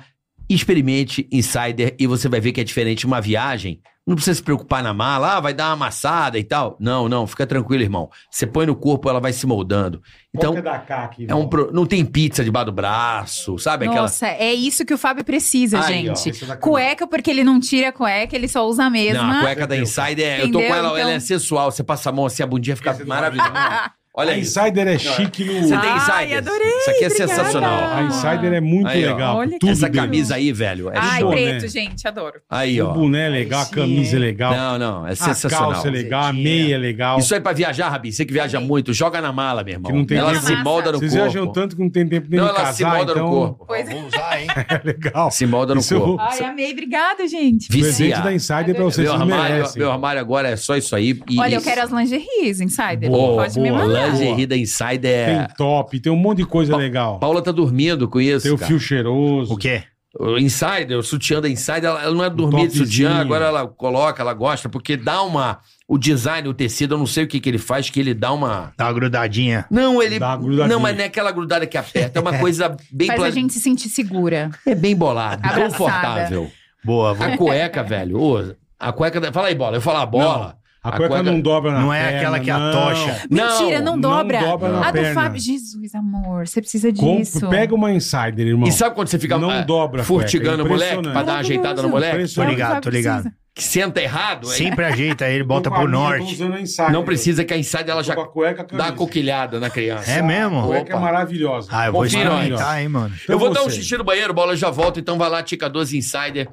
S3: experimente Insider e você vai ver que é diferente de uma viagem. Não precisa se preocupar na mala, ah, vai dar uma amassada e tal. Não, não, fica tranquilo, irmão. Você põe no corpo, ela vai se moldando.
S4: Qual
S3: Então,
S4: que é da cá aqui,
S3: é um
S4: irmão?
S3: pro- não tem pizza debaixo do braço, sabe? Aquela
S6: Nossa, é isso que o Fábio precisa,
S3: Aí, ó,
S6: gente.
S4: esse é da camisa.
S6: cueca, porque ele não tira a cueca, ele só usa a mesma.
S3: Não, a cueca da
S4: Entendeu?
S3: Insider, é- eu tô
S6: Entendeu?
S3: com ela,
S6: Então-
S3: ela é sensual. Você passa a mão assim, a bundinha fica
S4: Esse é do
S3: maravilhosa. Olha
S4: a
S3: aí.
S4: Insider é chique no...
S3: Você tem Insider?
S6: Ai, adorei,
S3: Isso aqui é
S6: obrigada.
S3: sensacional.
S4: A Insider é muito
S3: Aí, ó.
S4: legal.
S6: Olha que
S4: tudo
S3: Essa
S4: dele.
S3: camisa aí, velho, é
S6: Ai,
S4: bom,
S3: show.
S4: pre-
S6: preto,
S4: né?
S6: gente, adoro.
S3: Aí,
S4: O
S3: ó.
S4: boné é legal, a camisa é legal.
S3: Não, não, é
S4: a
S3: sensacional.
S4: calça é legal, a meia é legal.
S3: Isso aí pra viajar, Rabi, você que viaja muito, joga na mala, meu irmão.
S4: Que não tem
S3: ela
S6: tempo.
S3: se molda no
S4: Vocês
S3: é corpo.
S4: viajam tanto que não tem tempo nem
S3: não,
S4: de
S3: ela se
S4: casar,
S3: molda
S4: então...
S3: no corpo.
S6: Pois é.
S1: Vou usar, hein?
S4: É legal.
S3: Se molda no
S4: Isso eu
S3: corpo.
S4: vou-
S6: Ai, amei, obrigada, gente.
S4: O
S3: Vicia.
S4: presente da Insider é pra vocês,
S3: Meu
S4: vocês
S3: armário,
S4: merecem.
S3: meu armário agora é só isso aí. e-
S6: Olha, eu
S3: isso.
S6: quero as lingeries, Insider.
S3: Boa,
S6: Pode me
S4: boa,
S6: mandar.
S3: Lingerie da Insider
S4: Tem
S3: é...
S4: top, tem um monte de coisa
S3: Pa-
S4: legal.
S3: Paula tá dormindo com isso,
S4: Tem o
S3: cara.
S4: fio cheiroso.
S1: O quê?
S3: O insider, o sutiã da insider, ela, ela não é dormir de
S4: Um topzinho.
S3: sutiã, agora ela coloca, ela gosta, porque dá uma. O design, o tecido, eu não sei o que, que ele faz, que ele dá uma.
S1: Dá uma grudadinha.
S3: Não, ele.
S4: Dá uma grudadinha.
S3: Não, mas não é aquela grudada que aperta, é uma coisa bem.
S6: Faz
S3: pla-
S6: a gente se sentir segura.
S3: É bem bolada,
S6: Abraçada.
S3: confortável.
S1: Boa, vou...
S3: A cueca, velho. ô, a cueca. da- Fala aí, bola. Eu falo a bola.
S4: A cueca não dobra na
S1: não é
S4: perna,
S1: aquela que
S4: Ah, não.
S1: atocha.
S6: Mentira, não, dobra.
S4: Não dobra na
S6: a do
S4: perna.
S6: Fábio. Jesus, amor, você precisa
S4: Com-
S6: disso.
S4: Pega uma Insider, irmão.
S3: E sabe quando você fica
S4: Não
S3: ah,
S4: dobra a cueca, é
S3: furtigando o moleque
S4: impressionante.
S3: pra dar uma ajeitada no moleque?
S1: Tô
S4: Impressionante.
S1: ligado, tô ligado.
S3: Que senta errado? é?
S1: Sempre ajeita ele, bota
S4: Eu tô com
S1: pro
S4: a minha,
S1: norte.
S4: tô usando a Insider.
S3: Não precisa que a insider ela
S4: Eu tô
S3: já
S4: né? com a cueca,
S3: dá a
S4: camisa.
S3: coquilhada na criança.
S1: É
S4: A
S1: mesmo?
S4: cueca é
S3: Opa.
S4: maravilhosa.
S1: Ah, eu vou
S3: Confira,
S1: experimentar, hein, mano.
S4: Então
S3: eu vou dar um
S4: você,
S3: xixi no banheiro, bola, eu já volto. Então vai lá, Tica 12 Insider.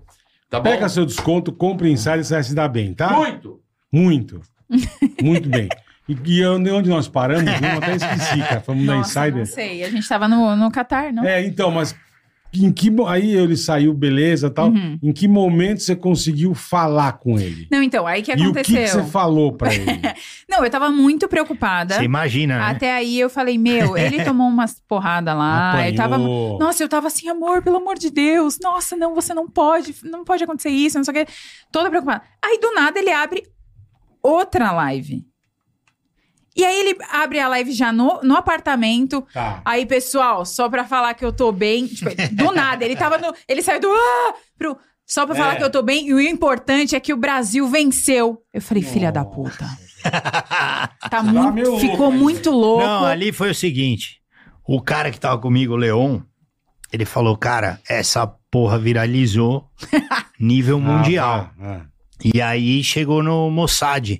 S3: Tá bom?
S4: Pega seu desconto, compre Insider e você vai se dar bem, tá?
S3: Muito!
S4: Muito. Muito bem. E, e onde onde nós paramos, eu até esqueci, cara. Fomos na
S6: Nossa,
S4: Insider.
S6: não sei. A gente tava no, no Catar, não?
S4: É, então, mas em que mo- aí ele saiu beleza, tal.
S6: Uhum.
S4: Em que momento você conseguiu falar com ele?
S6: Não, então, aí que
S4: e o que, que
S6: aconteceu.
S4: você falou pra ele?
S6: Não, eu tava muito preocupada.
S1: Você imagina, né?
S6: Até aí eu falei, meu, ele tomou umas porradas lá. Eu tava.
S4: Apanhou.
S6: Nossa, eu tava assim, amor, pelo amor de Deus. Nossa, não, você não pode, não pode acontecer isso, não sei o quê. Toda preocupada. Aí do nada ele abre outra live. E aí ele abre a live já no, no apartamento.
S4: Tá.
S6: Aí, pessoal, só pra falar que eu tô bem. Tipo, do nada, ele tava no. Ele saiu do. Ah! Pro. Só pra
S4: É.
S6: falar que eu tô bem. E o importante é que o Brasil venceu. Eu falei, filha da puta.
S4: Ah,
S6: Tá muito-
S4: meio louco
S6: ficou
S4: aí.
S6: muito louco.
S1: Não, ali foi o seguinte: o cara que tava comigo, o Leon, ele falou, cara, essa porra viralizou nível mundial.
S4: Ah, tá.
S1: E aí chegou no Mossad,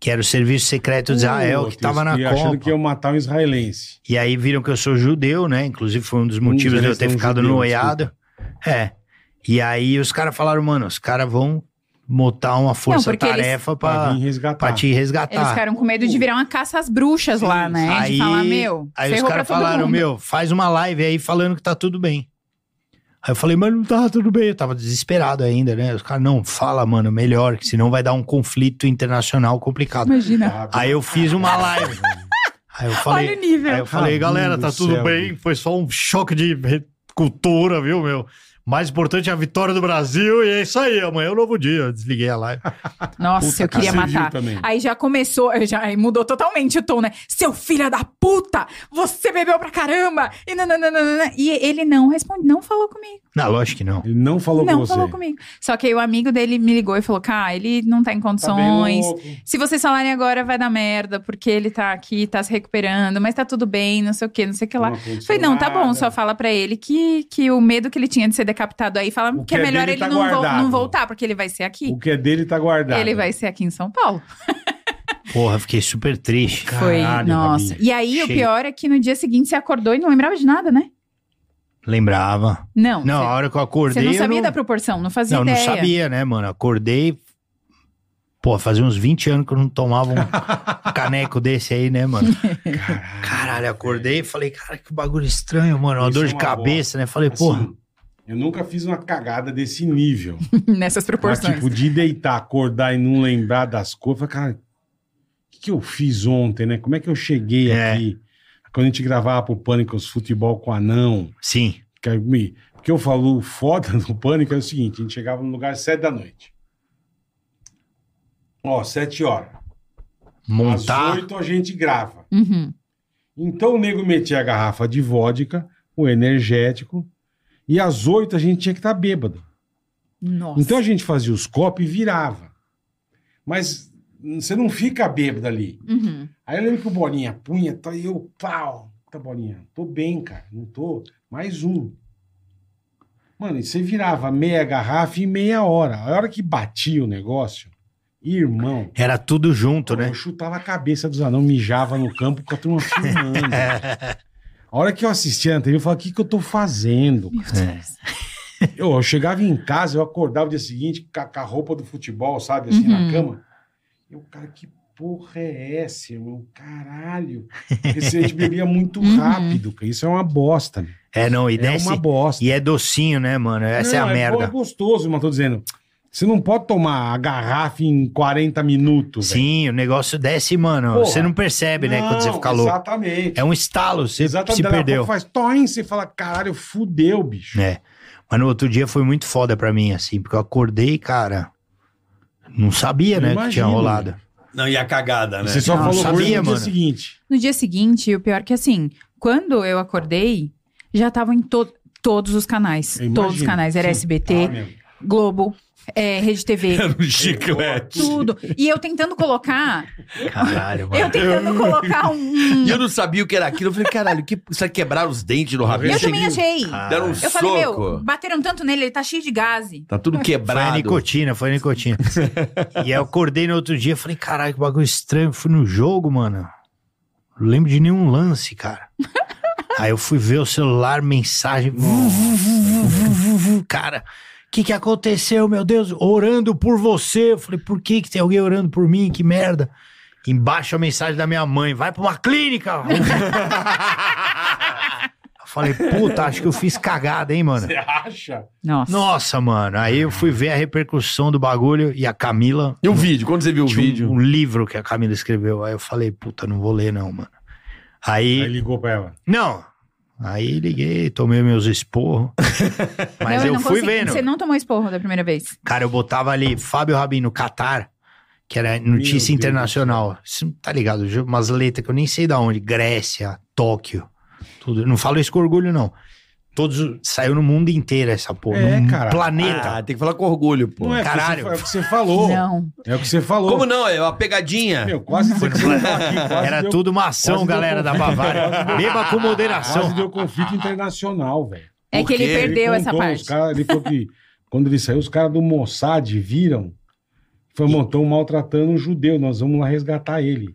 S1: que era o serviço secreto de Israel, que
S4: Putz,
S1: tava na
S4: e
S1: Copa.
S4: Achando que ia matar um israelense.
S1: E aí viram que eu sou judeu, né? Inclusive foi um dos motivos de eu
S4: deles
S1: ter
S4: são
S1: ficado
S4: judeus,
S1: no noiado. É. E aí os caras falaram, mano, os caras vão montar uma força-tarefa
S4: Pra,
S1: pra,
S4: vir resgatar.
S1: pra te
S6: Eles
S1: resgatar.
S6: ficaram com medo de virar uma caça às
S4: Ah.
S6: bruxas
S4: Sim,
S6: lá, né?
S1: Aí-
S6: de falar, meu,
S1: Aí os
S6: ferrou
S1: caras
S6: pra todo
S1: falaram,
S6: mundo.
S1: meu, faz uma live aí falando que tá tudo bem. Aí eu falei, mano, não tá tudo bem. Eu tava desesperado ainda, né? Os caras, não, fala, mano, melhor, que senão vai dar um conflito internacional complicado.
S6: Imagina.
S4: Sabe?
S1: Aí eu fiz uma live. Aí eu falei,
S6: Olha o nível.
S1: Aí eu falei,
S4: Amigo
S1: galera, tá
S4: do
S1: tudo
S4: céu,
S1: bem. Foi só um choque de re- cultura, viu, meu? Mais importante é a vitória do Brasil e é isso aí. Amanhã é um novo dia. Eu desliguei a live.
S6: Nossa,
S4: Puta,
S6: eu queria
S4: cara, você viu
S6: matar.
S4: também.
S6: Aí já começou, já aí mudou totalmente o tom, né? Seu filho da puta! Você bebeu pra caramba! E, nananana. e ele não responde, não falou comigo.
S1: Não, lógico que não.
S4: Ele não falou
S6: não
S4: com você.
S6: falou comigo. Só que aí o amigo dele me ligou e falou: Cara, ele não tá
S4: Tá bem
S6: em condições.
S4: louco.
S6: Se vocês falarem agora, vai dar merda, porque ele tá aqui, tá se recuperando, mas tá tudo bem, não sei o que, não sei o que lá.
S4: Não aconteceu
S6: Falei, não, tá
S4: nada.
S6: bom, só fala pra ele que, que o medo que ele tinha de ser decapitado aí, fala
S4: O
S6: que é
S4: que é
S6: melhor
S4: dele
S6: ele
S4: tá
S6: não, vol-
S4: guardado.
S6: não voltar, porque ele vai ser aqui.
S4: O que é dele tá guardado.
S6: Ele vai ser aqui em São Paulo.
S1: Porra, fiquei super triste.
S6: Foi,
S4: Caralho,
S6: nossa.
S4: Rabinho.
S6: E aí, o
S1: Cheio.
S6: pior é que no dia seguinte você acordou e não lembrava de nada, né?
S1: Lembrava.
S6: Não.
S1: Não,
S6: você-
S1: a hora que eu
S6: você
S1: acordei.
S6: não
S1: eu
S6: sabia da proporção, não fazia
S1: Não, não
S6: ideia.
S1: sabia, né, mano? Acordei. Pô, fazia uns 20 anos que eu não tomava um caneco desse aí, né, mano?
S4: Caralho.
S1: Caralho, acordei e falei, cara, que bagulho estranho, mano. Uma
S4: Isso
S1: dor
S4: é
S1: de
S4: uma
S1: cabeça, né? Falei,
S4: Assim,
S1: porra.
S4: Eu nunca fiz uma cagada desse nível.
S6: Nessas
S4: Mas,
S6: proporções.
S4: tipo, de deitar, acordar e não lembrar das coisas. Falei, cara, o que, que eu fiz ontem, né? Como é que eu cheguei
S1: É.
S4: aqui? Quando a gente gravava pro Pânico os futebol com anão.
S1: Sim.
S4: Que aí me- Porque eu falo o foda do pânico é o seguinte: a gente chegava no lugar às sete da noite. Ó, sete horas. Às
S1: Montar.
S4: oito a gente grava.
S6: Uhum.
S4: Então o nego metia a garrafa de vodka, o energético, e às oito a gente tinha que estar bêbado.
S6: Nossa.
S4: Então a gente fazia os copos e virava. Mas hum, você não fica bêbado ali.
S6: Uhum.
S4: Aí eu lembro que o Bolinha punha, tá, e eu, pau, tá, Bolinha, tô bem, cara, não tô, mais um. Mano, e você virava meia garrafa em meia hora. A hora que batia o negócio, irmão,
S1: Era tudo junto, né?
S4: eu chutava a cabeça dos anão, mijava no campo com a turma filmando. A hora que eu assistia na TV, eu falava, o que, que eu tô fazendo?
S6: Meu Deus.
S4: Eu, eu chegava em casa, eu acordava o dia seguinte ca- com a roupa do futebol, sabe, assim,
S6: Uhum.
S4: na cama. Eu, cara, que porra é essa, irmão? Caralho. Esse a gente bebia muito
S6: Uhum.
S4: rápido, cara. Isso é uma bosta. meu.
S1: É, não, e
S4: É
S1: desce.
S4: uma bosta.
S1: E é docinho, né, mano? Essa
S4: Não,
S1: é a
S4: bom, É
S1: merda.
S4: gostoso, mas tô dizendo. Você não pode tomar a garrafa em 40 minutos, velho.
S1: Sim, o negócio desce, mano.
S4: Porra.
S1: Você não percebe, né, quando você
S4: Não,
S1: fica louco.
S4: Exatamente.
S1: É um estalo, você
S4: exatamente.
S1: se
S4: Daqui a
S1: perdeu.
S4: pouco faz toim, você fala, caralho, fudeu, bicho.
S1: É. Mas no outro dia foi muito foda pra mim, assim, porque eu acordei, cara. Não sabia, né, que tinha
S4: Imagino,
S1: rolado.
S3: Não, e a cagada, né?
S4: Você só
S6: Não,
S4: falou
S1: sabia,
S4: coisa no dia
S1: mano.
S4: seguinte.
S6: No dia seguinte, o pior é que assim, quando eu acordei, já tava em to- todos os canais.
S4: Eu
S6: Todos os
S4: imagino.
S6: canais. Era
S4: Sim.
S6: SBT,
S4: Ah, meu.
S6: Globo, é, Rede TV.
S3: Era um chiclete.
S6: Tudo. E eu tentando colocar,
S1: Caralho, mano.
S6: eu tentando colocar um.
S3: E eu não sabia o que era aquilo. Eu falei, caralho, que... será que quebraram os dentes do
S6: Eu,
S3: rabinho?
S6: também achei.
S3: Deram um
S6: Eu
S3: soco.
S6: falei, meu, bateram tanto nele, ele tá cheio de gase.
S3: Tá tudo
S1: Foi a
S3: quebrado.
S1: nicotina, foi a nicotina. e aí eu acordei no outro dia falei, caralho, que bagulho estranho. Fui no jogo, mano. Não lembro de nenhum lance, cara. aí eu fui ver o celular, mensagem. vu, vu, vu, vu, vu, vu, cara, o que, que aconteceu, meu Deus? Orando por você. Eu falei, por que, que tem alguém orando por mim? Que merda. Embaixo a mensagem da minha mãe: vai pra uma clínica. eu falei, puta, acho que eu fiz cagada, hein, mano.
S4: Você acha?
S6: Nossa.
S1: Nossa, mano. Aí eu fui ver a repercussão do bagulho e a Camila.
S3: E o vídeo? Quando você viu o
S1: tinha um-
S3: vídeo?
S1: Um, livro que a Camila escreveu. Aí eu falei, puta, não vou ler, não, mano.
S4: Aí
S1: Aí.
S4: ligou pra ela.
S1: Não. Aí liguei, tomei meus esporros. Mas
S6: Não,
S1: eu
S6: não
S1: fui
S6: consegui.
S1: vendo.
S6: Você não tomou esporro da primeira vez.
S1: Cara, eu botava ali Fábio Rabin no Catar, que era notícia
S4: Deus
S1: internacional. Você não tá ligado? ju- Umas letras que eu nem sei da onde. Grécia, Tóquio, tudo. Eu Não falo isso com orgulho, não. Todos, os- saiu no mundo inteiro essa porra.
S4: É,
S1: no
S4: cara.
S1: planeta.
S3: Ah, tem que falar com orgulho, pô.
S4: Não é,
S1: Caralho.
S4: Caralho. é o que você falou.
S6: Não.
S4: É o que você falou.
S3: Como não? É uma pegadinha.
S4: Meu, quase você que você não tá aqui, quase
S1: Era
S4: deu-
S1: tudo uma ação,
S4: quase deu
S1: galera da
S4: conflito.
S1: Bavária. Beba com moderação.
S4: Quase deu conflito internacional, velho.
S6: É
S3: Por
S6: que ele
S3: quê?
S6: perdeu
S4: Ele
S6: essa
S4: contou,
S6: parte.
S4: Os cara, ele falou que quando ele saiu, os caras do Mossad viram. Foi, mano, tão maltratando um judeu, nós vamos lá resgatar ele.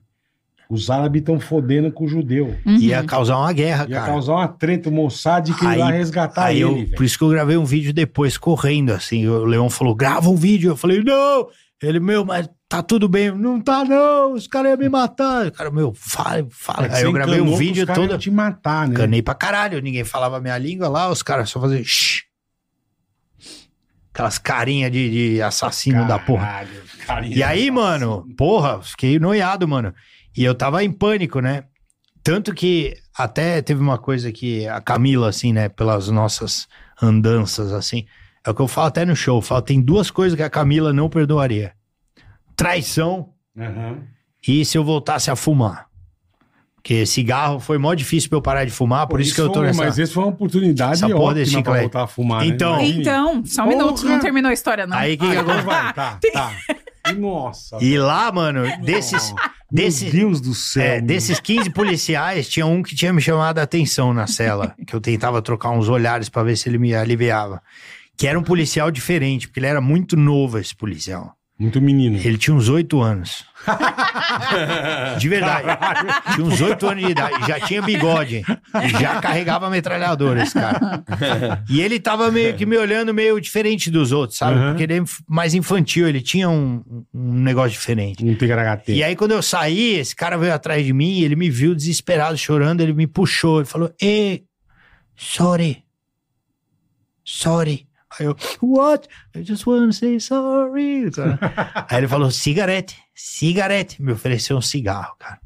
S4: Os árabes estão fodendo com o judeu.
S6: Uhum.
S1: Ia causar uma guerra,
S4: Ia
S1: Ah, cara.
S4: causar uma treta, o Mossad queria ir lá
S1: Aí-
S4: resgatar
S1: Aí eu,
S4: ele, velho.
S1: por isso que eu gravei um vídeo depois, correndo, assim. O Leão falou, grava um vídeo. Eu falei, não. Ele, meu, mas tá tudo bem. Não tá, não. Os caras iam me matar. O cara, meu, fala, fala. Aí
S4: Você
S1: eu gravei
S4: encanou
S1: um
S4: É que
S1: vídeo
S4: os caras
S1: todo.
S4: iam te matar, né?
S1: Canei pra caralho. Ninguém falava a minha língua lá. Os caras só faziam... "Shh". Aquelas carinhas de, de assassino da porra.
S4: Caralho, carinha
S1: E aí,
S4: da-
S1: mano, porra, fiquei noiado, mano. E eu tava em pânico, né? Tanto que até teve uma coisa que a Camila, assim, né, pelas nossas andanças, assim, é o que eu falo até no show. Eu falo, tem duas coisas que a Camila não perdoaria: traição
S4: Aham.
S1: e se eu voltasse a fumar. Porque cigarro foi mó difícil pra eu parar de fumar, por
S4: Pô,
S1: isso que eu tô
S4: foi- um-
S1: nessa.
S4: Mas é- esse foi uma oportunidade
S1: Essa porra desse
S4: ótima pra
S1: chiclete.
S4: voltar a fumar, né?
S1: Então-
S4: Imagina.
S6: Então, só um
S4: Porra.
S6: minuto, não terminou a história, não.
S1: Aí que
S4: Ah,
S1: que
S4: então
S1: agora.
S4: vai, tá, tá. Nossa.
S1: E lá, mano, desses,
S4: Nossa.
S1: desses,
S4: Meu Deus do céu.
S1: É,
S4: meu.
S1: desses 15 policiais, tinha um que tinha me chamado a atenção na cela, que eu tentava trocar uns olhares pra ver se ele me aliviava. Que era um policial diferente, porque ele era muito novo, esse policial.
S4: Muito menino.
S1: Ele tinha uns 8 anos. De verdade. Tinha uns 8 anos de idade. Já tinha bigode. E já carregava metralhadora, esse cara. E ele tava meio que me olhando meio diferente dos outros, sabe?
S4: Uhum.
S1: Porque ele é inf- mais infantil, ele tinha um- um negócio diferente.
S4: Um tigaragate.
S1: E é- aí, quando eu saí, esse cara veio atrás de mim, ele me viu desesperado, chorando, ele me puxou, ele falou, ei, sorry, sorry. Aí eu, what? I just wanna say sorry. aí ele falou, cigarette, cigarette. Me ofereceu um cigarro, cara.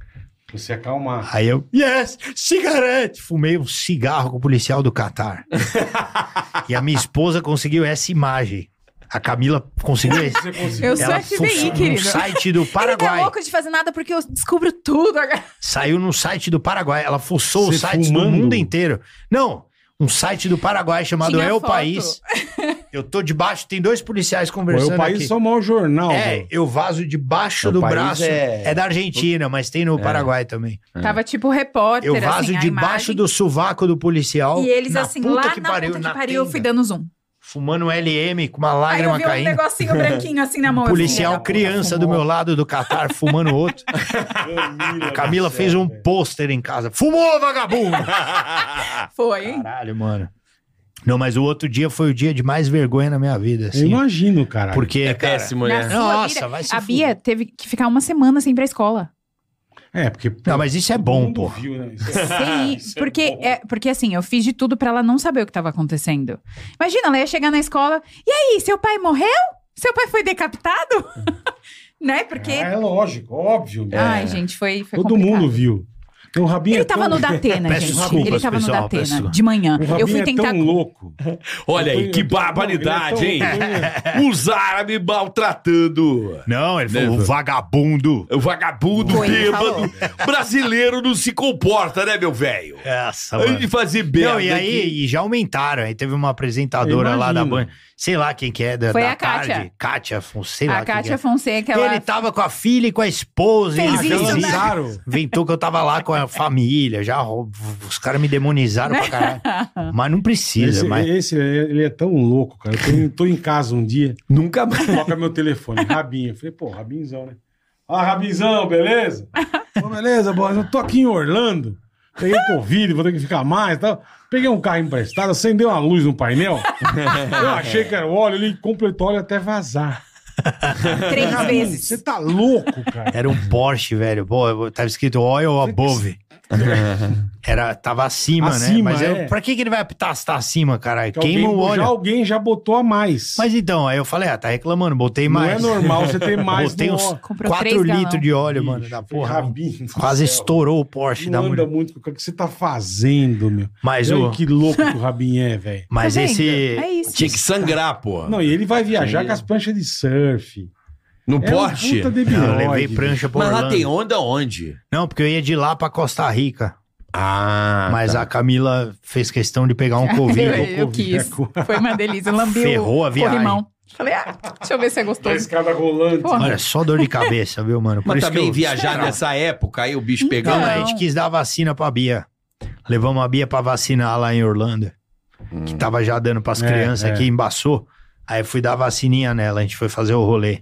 S4: Você acalmar.
S1: Aí eu, yes, cigarette. Fumei um cigarro com o policial do Catar. e a minha esposa conseguiu essa imagem. A Camila conseguiu esse.
S4: Você conseguiu.
S6: Eu sou
S1: Ela
S6: FBI,
S1: funciona no
S6: querido.
S1: site do
S6: Ele tá
S1: Paraguai.
S6: louco de fazer nada porque eu descubro tudo agora.
S1: Saiu num site do Paraguai. Ela fuçou
S4: Você
S1: os sites do
S4: fumando?
S1: mundo inteiro. Não, um site do Paraguai chamado
S6: Tinha
S1: É o
S6: foto.
S1: País. Eu tô debaixo, tem dois policiais
S4: Pô,
S1: conversando
S4: o país
S1: aqui.
S4: só o maior jornal.
S1: É,
S4: velho.
S1: eu vazo debaixo
S3: O
S1: do
S3: País
S1: braço.
S3: é-
S1: É... da Argentina, mas tem
S4: É.
S1: no Paraguai também.
S6: Tava tipo repórter,
S1: É. Eu vazo
S6: assim, a
S1: debaixo
S6: imagem.
S1: do sovaco do policial.
S6: E eles,
S1: na
S6: assim,
S1: puta
S6: lá
S1: que
S6: na
S1: pariu,
S6: puta que
S1: na
S6: pariu, eu fui
S1: tenda,
S6: dando zoom.
S1: Fumando LM com uma
S6: Aí eu
S1: lágrima
S6: vi um
S1: caindo.
S6: negocinho branquinho assim na mão. eu falei,
S1: policial
S6: "Filha da puta,
S1: criança do
S6: fumou."
S1: meu lado do Catar fumando outro.
S4: Camila,
S1: Camila
S4: do
S1: fez
S4: céu,
S1: um
S4: velho.
S1: pôster em casa. Fumou, vagabundo!
S6: Foi, hein?
S1: Caralho, mano. Não, mas o outro dia foi o dia de mais vergonha na minha vida,
S4: Eu
S1: assim.
S4: imagino, cara.
S1: Porque,
S3: É
S1: cara,
S3: péssimo,
S6: Na
S3: né?
S6: sua
S1: Nossa,
S6: vida,
S1: vai se
S6: A Bia teve que ficar uma semana sem ir pra escola.
S4: É, porque.
S1: Não, mas isso é
S4: todo
S1: bom,
S4: mundo
S1: porra.
S4: viu, né?
S6: Sim,
S4: Isso é
S6: porque,
S4: bom.
S6: é, porque assim, eu fiz de tudo pra ela não saber o que tava acontecendo. Imagina, ela ia chegar na escola, e aí, seu pai morreu? Seu pai foi decapitado? né? Porque...
S4: Ah, é lógico, óbvio.
S1: É.
S4: meu.
S6: Ai, gente, foi, foi
S4: Todo
S6: complicado.
S4: mundo viu. Então, o Rabinho
S6: Ele
S4: é tão-
S6: tava no Datena,
S1: Peço
S6: gente.
S1: desculpas,
S6: Ele tava
S1: pessoal,
S6: no Datena,
S1: peço desculpas.
S6: de manhã.
S4: O Rabinho
S6: Eu fui
S4: é
S6: tentar...
S4: tão louco.
S3: Olha aí,
S4: Eu-
S3: que
S4: eu-
S3: barbaridade, hein?
S4: ele é tão- ele é-
S3: Os árabes maltratando.
S1: Não, ele falou,
S3: Never.
S1: vagabundo.
S3: O vagabundo,
S6: Foi, ele
S3: bêbado. Brasileiro não se comporta, né, meu velho?
S1: Essa,
S3: Aí De
S1: mano.
S3: fazer merda.
S1: Tá Não, e aí
S3: aqui.
S1: e já aumentaram. Aí teve uma apresentadora
S4: Eu
S1: lá da
S4: imagino.
S1: Band. Sei lá quem que é. Da,
S6: Foi
S1: da
S6: a Kátia.
S1: Tarde. Kátia, Fon- sei lá
S6: A
S1: quem que
S6: Kátia
S1: é.
S6: Fonseca, ela...
S1: Ele tava com a filha e com a esposa.
S6: Fez
S1: ele
S6: isso,
S1: fez
S6: né?
S1: isso. Inventou que eu tava lá com a família. Já rou- os caras me demonizaram pra caralho. Mas não precisa.
S4: Esse,
S1: mas...
S4: esse, ele é tão louco, cara. Eu tô, em- tô em casa um dia,
S3: Nunca mais.
S4: toca meu telefone, Rabinho. Eu falei, pô, Rabinzão, né? Fala, Rabinzão, beleza? Pô, beleza, boa. Eu tô aqui em Orlando. Peguei Covid, vou ter que ficar mais e tal. Peguei um carro emprestado, acendeu uma luz no painel. Eu achei que era o óleo, ele completou óleo até vazar.
S6: Três
S4: Rabinho,
S6: vezes.
S4: Você tá louco, cara.
S1: Era um Porsche, velho. Pô, tava escrito oil above. Era, tava acima, né?
S4: Acima,
S1: Mas eu,
S4: é.
S1: pra que, que ele vai apitar se tá acima, caralho?
S4: Que
S1: Queima
S4: alguém-
S1: o óleo.
S4: Já alguém já botou a mais.
S1: Mas então, aí eu falei, ah, tá reclamando, botei
S4: não
S1: mais.
S4: é normal você ter mais
S1: botei
S4: no
S1: uns
S4: óleo.
S6: Comprou
S1: 4
S6: três galão.
S1: litros de óleo, mano.
S4: Bicho,
S1: Da
S4: falei,
S1: porra.
S4: Rabinho do
S1: Quase
S4: céu.
S1: estourou o Porsche
S4: Não
S1: da
S4: anda
S1: mulher.
S4: muito com o cara. O que você tá fazendo, meu?
S1: Mas,
S4: E aí,
S1: o,
S4: que louco que o Rabinho é, velho.
S1: mas
S6: Tá vendo?
S1: esse.
S6: É isso.
S3: Tinha que sangrar, pô.
S4: Não, e ele vai viajar
S3: Sim.
S4: com as pranchas de surf.
S3: No
S4: É um
S3: Porsche.
S4: puta debilóide,
S1: Não, eu levei
S4: bicho.
S1: prancha pra
S3: Mas lá
S1: Orlando.
S3: tem onda onde?
S1: Não, porque eu ia de lá pra Costa Rica.
S3: Ah,
S1: mas
S3: tá.
S1: a Camila fez questão de pegar um
S6: Eu,
S1: Covid. né?
S6: eu quis. Foi uma delícia. Lambi
S1: Ferrou
S6: o
S1: a viagem.
S6: corrimão. Falei, ah, deixa eu ver se é
S4: Da
S6: gostoso.
S4: Tá escada rolante.
S6: Porra.
S1: Olha, só dor de cabeça, viu, mano? Por
S3: Mas
S1: isso
S4: tá
S1: que
S3: também
S1: eu-
S3: viajar nessa época, aí o bicho
S1: Não,
S3: pegando.
S6: Então,
S1: a
S4: um
S1: gente quis dar a vacina pra Bia. Levamos a Bia pra vacinar lá em Orlando. Que tava já dando pras
S4: É,
S1: crianças
S4: é.
S1: aqui, embaçou. Aí eu fui dar a vacininha nela, a gente foi fazer o rolê.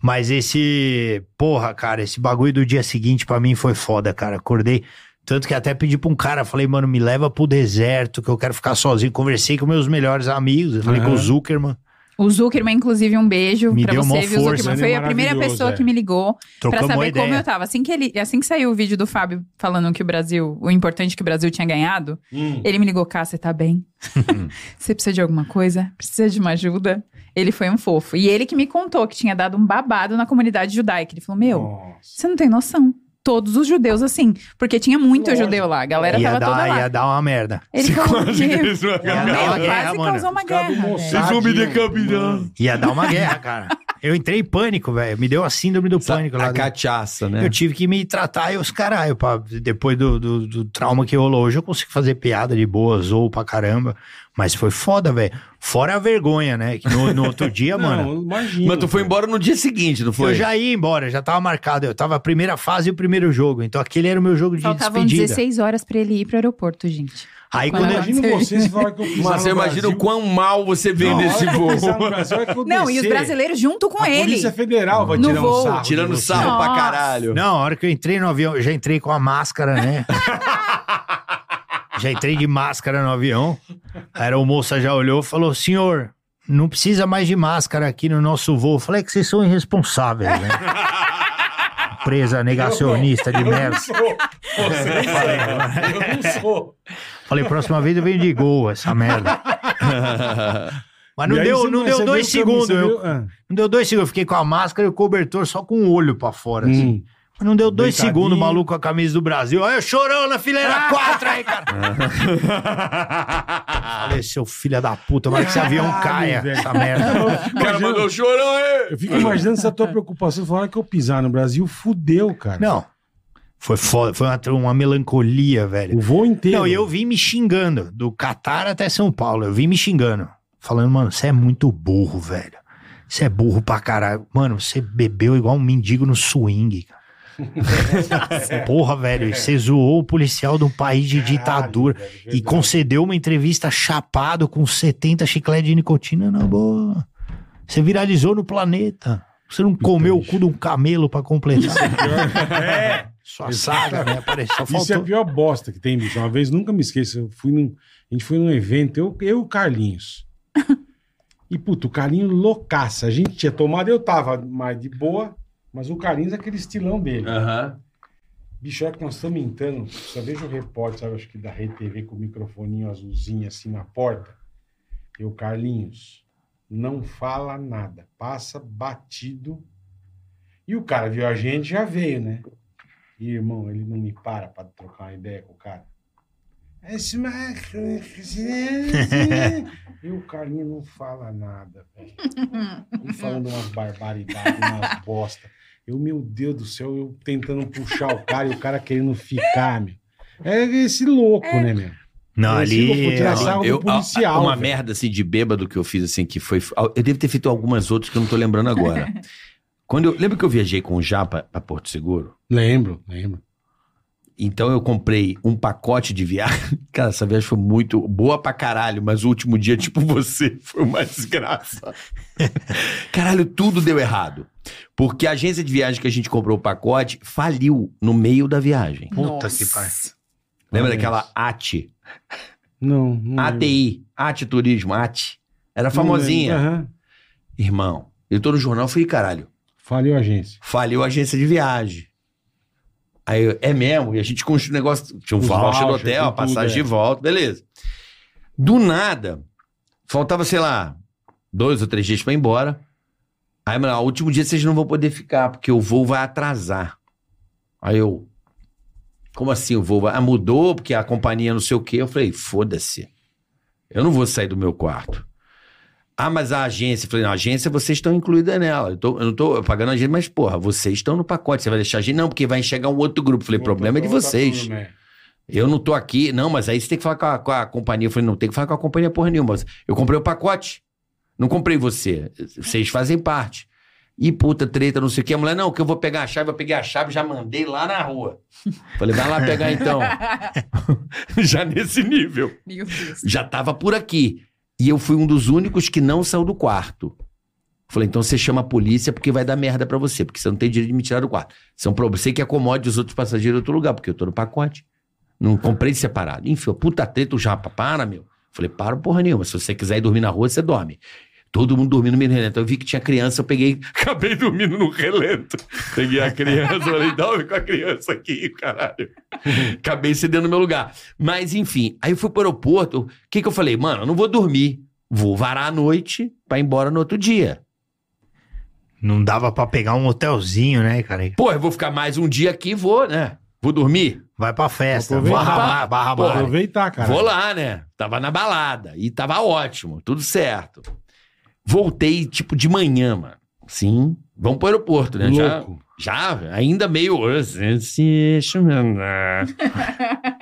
S1: Mas esse. Porra, cara, esse bagulho do dia seguinte pra mim foi foda, cara. Acordei. Tanto que até pedi pra um cara, falei, mano, me leva pro deserto, que eu quero ficar sozinho. Conversei com meus melhores amigos, eu falei
S4: Aham.
S1: com o Zuckerman.
S6: O Zuckerman, inclusive, um beijo
S1: Me
S6: pra
S1: deu mó
S6: você. viu,
S1: força,
S6: Zuckerman
S4: ele é
S6: foi a primeira
S4: maravilhoso,
S6: pessoa
S4: é.
S6: que me ligou pra
S1: Trocamos uma
S6: saber como eu
S1: ideia.
S6: tava. Assim que, ele, assim que saiu o vídeo do Fábio falando que o Brasil, o importante que o Brasil tinha ganhado,
S4: Hum.
S6: ele me ligou, cá, você tá bem?
S1: Hum.
S6: você precisa de alguma coisa? Precisa de uma ajuda? Ele foi um fofo. E ele que me contou que tinha dado um babado na comunidade judaica. Ele falou, meu,
S4: Nossa.
S6: Você não tem noção. Todos os judeus assim. Porque tinha muito
S4: Lógico.
S6: judeu lá. A galera
S1: Ia
S6: tava toda
S1: dar,
S6: lá.
S1: ia dar uma merda.
S6: Ele falou, meu, meu,
S4: É,
S1: Ia dar uma guerra,
S6: quase
S1: mano.
S6: causou uma
S4: Os caras do
S6: guerra. né?
S4: Mossad,
S6: velho.
S3: vão me
S4: mano.
S3: decapitar.
S1: Ia dar uma guerra, cara. Eu entrei em pânico, velho. Me deu a síndrome do
S3: Essa-
S1: pânico lá.
S3: a
S1: dentro.
S3: cachaça, né?
S1: Eu tive que me tratar e os caralho, pra, depois do, do, do trauma que rolou. Hoje eu consigo fazer piada de boas ou pra caramba. Mas foi foda, velho. Fora a vergonha, né? Que no, no outro dia,
S4: Não,
S1: mano.
S4: imagina.
S3: Mas tu foi embora no dia seguinte, não foi?
S1: Eu já ia embora, já tava marcado. Eu tava a primeira fase e o primeiro jogo. Então aquele era o meu jogo de
S6: Faltavam
S1: despedida.
S6: 16 horas pra ele ir pro aeroporto, gente.
S1: Aí
S6: Quando
S1: quando eu-
S4: Imagina
S6: Não.
S4: né? você se falar que eu pisar
S3: Mas
S4: no
S3: eu imagino o
S4: Brasil.
S3: quão mal você veio
S4: Não,
S3: nesse
S4: a hora que eu
S3: voo.
S4: pisar no Brasil, a hora que eu
S6: Não, e os
S4: descer,
S6: brasileiros junto com
S4: a
S6: ele.
S4: Polícia Federal vai
S6: No
S4: tirar um
S6: voo.
S4: sarro. de
S3: Tirando
S4: você.
S3: sarro pra
S6: Nossa.
S3: caralho.
S1: Não, a hora que eu entrei no avião, eu já entrei com a máscara, né? já entrei de máscara no avião. A aeromoça já olhou e falou: senhor, não precisa mais de máscara aqui no nosso voo. Eu falei "É que vocês são irresponsáveis, né? Presa negacionista de
S4: Eu não
S1: merda. É,
S4: sou.
S1: né?
S4: Você Eu não sou.
S1: Falei, próxima vez eu venho de gol, essa merda. Mas não
S4: E aí
S1: deu,
S4: você-
S1: não
S4: você
S1: deu
S4: viu
S1: dois
S4: o
S1: segundos.
S4: caminho,
S1: eu-
S4: você viu? Ah.
S1: não deu dois segundos. Eu fiquei com a máscara e o cobertor só com o olho pra fora. assim.
S4: Hum.
S1: Mas Não deu dois
S4: Deitadinho.
S1: segundos, maluco, com a camisa do Brasil. Olha eu chorão na
S4: Ah.
S1: fileira 4 aí, cara. Falei, seu filho da puta, mas que esse avião
S4: Caralho,
S1: caia,
S4: velho.
S1: essa merda.
S3: O cara mandou um chorão aí.
S4: Eu fico imaginando essa tua preocupação. Falar que eu pisar no Brasil, fudeu, cara.
S1: Não. Foi foda, foi uma, uma melancolia, velho.
S4: O voo inteiro.
S1: Não, e eu vim me xingando, do Catar até São Paulo, eu vim me xingando. Falando, mano, você é muito burro, velho. Você é burro pra caralho. Mano, você bebeu igual um mendigo no swing, cara. Porra, velho, você zoou o policial de um país de ditadura.
S4: velho,
S1: e
S4: verdade.
S1: concedeu uma entrevista chapado com 70 chicletes de nicotina na boa. Você viralizou no planeta. Você não comeu o cu de um camelo pra completar. Sua saga, né? Peraí, só
S4: É, Isso é a
S1: faltou.
S4: pior bosta que tem, bicho. Uma vez, nunca me esqueço, eu fui num- a gente foi num evento, eu eu e o Carlinhos. E, puto, o Carlinhos loucaça. A gente tinha tomado, eu tava mais de boa, mas o Carlinhos é aquele estilão dele.
S3: Aham.
S4: Bicho, olha que nós estamos entrando, só vejo o repórter, sabe, acho que da Rede TV com o microfoninho azulzinho assim na porta. Eu, Carlinhos, não fala nada, passa batido. E o cara viu a gente, já veio, né? E, irmão, ele não me para pra trocar uma ideia com o cara. É Esse macho- é E o Carlinhos não fala nada, velho.
S6: Uhum.
S4: E falando umas barbaridades, umas bosta. Eu, meu Deus do céu, eu tentando puxar o cara e o cara querendo ficar, meu. É esse louco, né, meu?
S1: Não,
S4: Eu vou
S1: ali.
S4: tirar sarro do
S3: É, Eu, a-
S4: policial,
S3: uma
S4: velho.
S3: merda assim de bêbado que eu fiz assim, que foi. Eu devo ter feito algumas outras que eu não tô lembrando agora. Quando eu, lembra que eu viajei com o Japa pra Porto Seguro?
S4: Lembro, lembro.
S3: Então eu comprei um pacote de viagem. Cara, essa viagem foi muito boa pra caralho, mas o último dia, tipo você, foi uma desgraça. Caralho, tudo deu errado. Porque a agência de viagem que a gente comprou o pacote faliu no meio da viagem.
S1: Puta que pariu.
S3: Lembra
S4: Olha
S3: daquela
S4: isso.
S3: AT?
S4: Não, não lembro.
S3: ATI, AT Turismo, AT. Era é famosinha.
S4: Não lembro. Aham.
S3: Irmão, eu tô no jornal, eu falei, caralho,
S4: Falhou a agência.
S3: faliu a agência de viagem. Aí, eu, é mesmo? E a gente com o negócio, tinha um
S4: Os
S3: voucher do
S4: voucher,
S3: hotel,
S4: tem
S3: a passagem
S4: tudo,
S3: de
S4: é.
S3: volta, beleza. Do nada, faltava, sei lá, dois ou três dias pra ir embora. Aí, mano, ó, o último dia vocês não vão poder ficar, porque o voo vai atrasar. Aí eu, como assim o voo vai? Ah, mudou, porque a companhia não sei o quê. Eu falei, foda-se. Eu não vou sair do meu quarto. Ah, mas a agência, eu falei, não, a agência vocês estão incluída nela. Eu, tô- eu não tô pagando a agência, mas
S4: tá
S3: porra, vocês estão no pacote, você vai deixar a gente? Não, porque vai enxergar um outro grupo. Eu falei, problema é de
S4: Outra
S3: vocês.
S4: turma, é.
S3: Eu não tô aqui. Não, mas aí você tem que falar com a, com a companhia. Eu falei, não, tem que falar com a companhia porra nenhuma. Mas Eu comprei o pacote. Não comprei você. Vocês fazem parte. E puta treta, não sei o quê. A mulher, não, que eu vou pegar a chave. Eu peguei a chave, já mandei lá na rua. Falei, vai lá pegar então. já nesse nível.
S6: Meu Deus.
S3: Já tava por aqui. E eu fui um dos únicos que não saiu do quarto. Falei, então você chama a polícia porque vai dar merda pra você, porque você não tem direito de me tirar do quarto. São pra você que acomode os outros passageiros em outro lugar, porque eu tô no pacote. Não comprei separado. Enfim, eu, puta treta, o japa, para, meu. Falei, para porra nenhuma. Se você quiser ir dormir na rua, você dorme. Todo mundo dormindo no meu relento. Eu vi que tinha criança, eu peguei, acabei dormindo no relento. Peguei a criança, falei, dorme com a criança aqui, caralho. Acabei cedendo o meu lugar. Mas, enfim, aí eu fui pro aeroporto. O que que eu falei? Mano, eu não vou dormir. Vou varar a noite pra ir embora no outro dia.
S1: Não dava pra pegar um hotelzinho, né, cara?
S3: Pô, eu vou ficar mais um dia aqui, vou, né? Vou dormir?
S1: Vai pra festa.
S4: Aproveitar.
S1: Barra, barra, barra,
S4: Pô,
S1: barra.
S4: aproveitar, cara.
S3: Vou lá, né? Tava na balada. E tava ótimo, tudo certo. Voltei, tipo, de manhã, mano. Sim. Vamos pro aeroporto, né?
S4: Louco.
S3: Já, já, ainda meio. né?"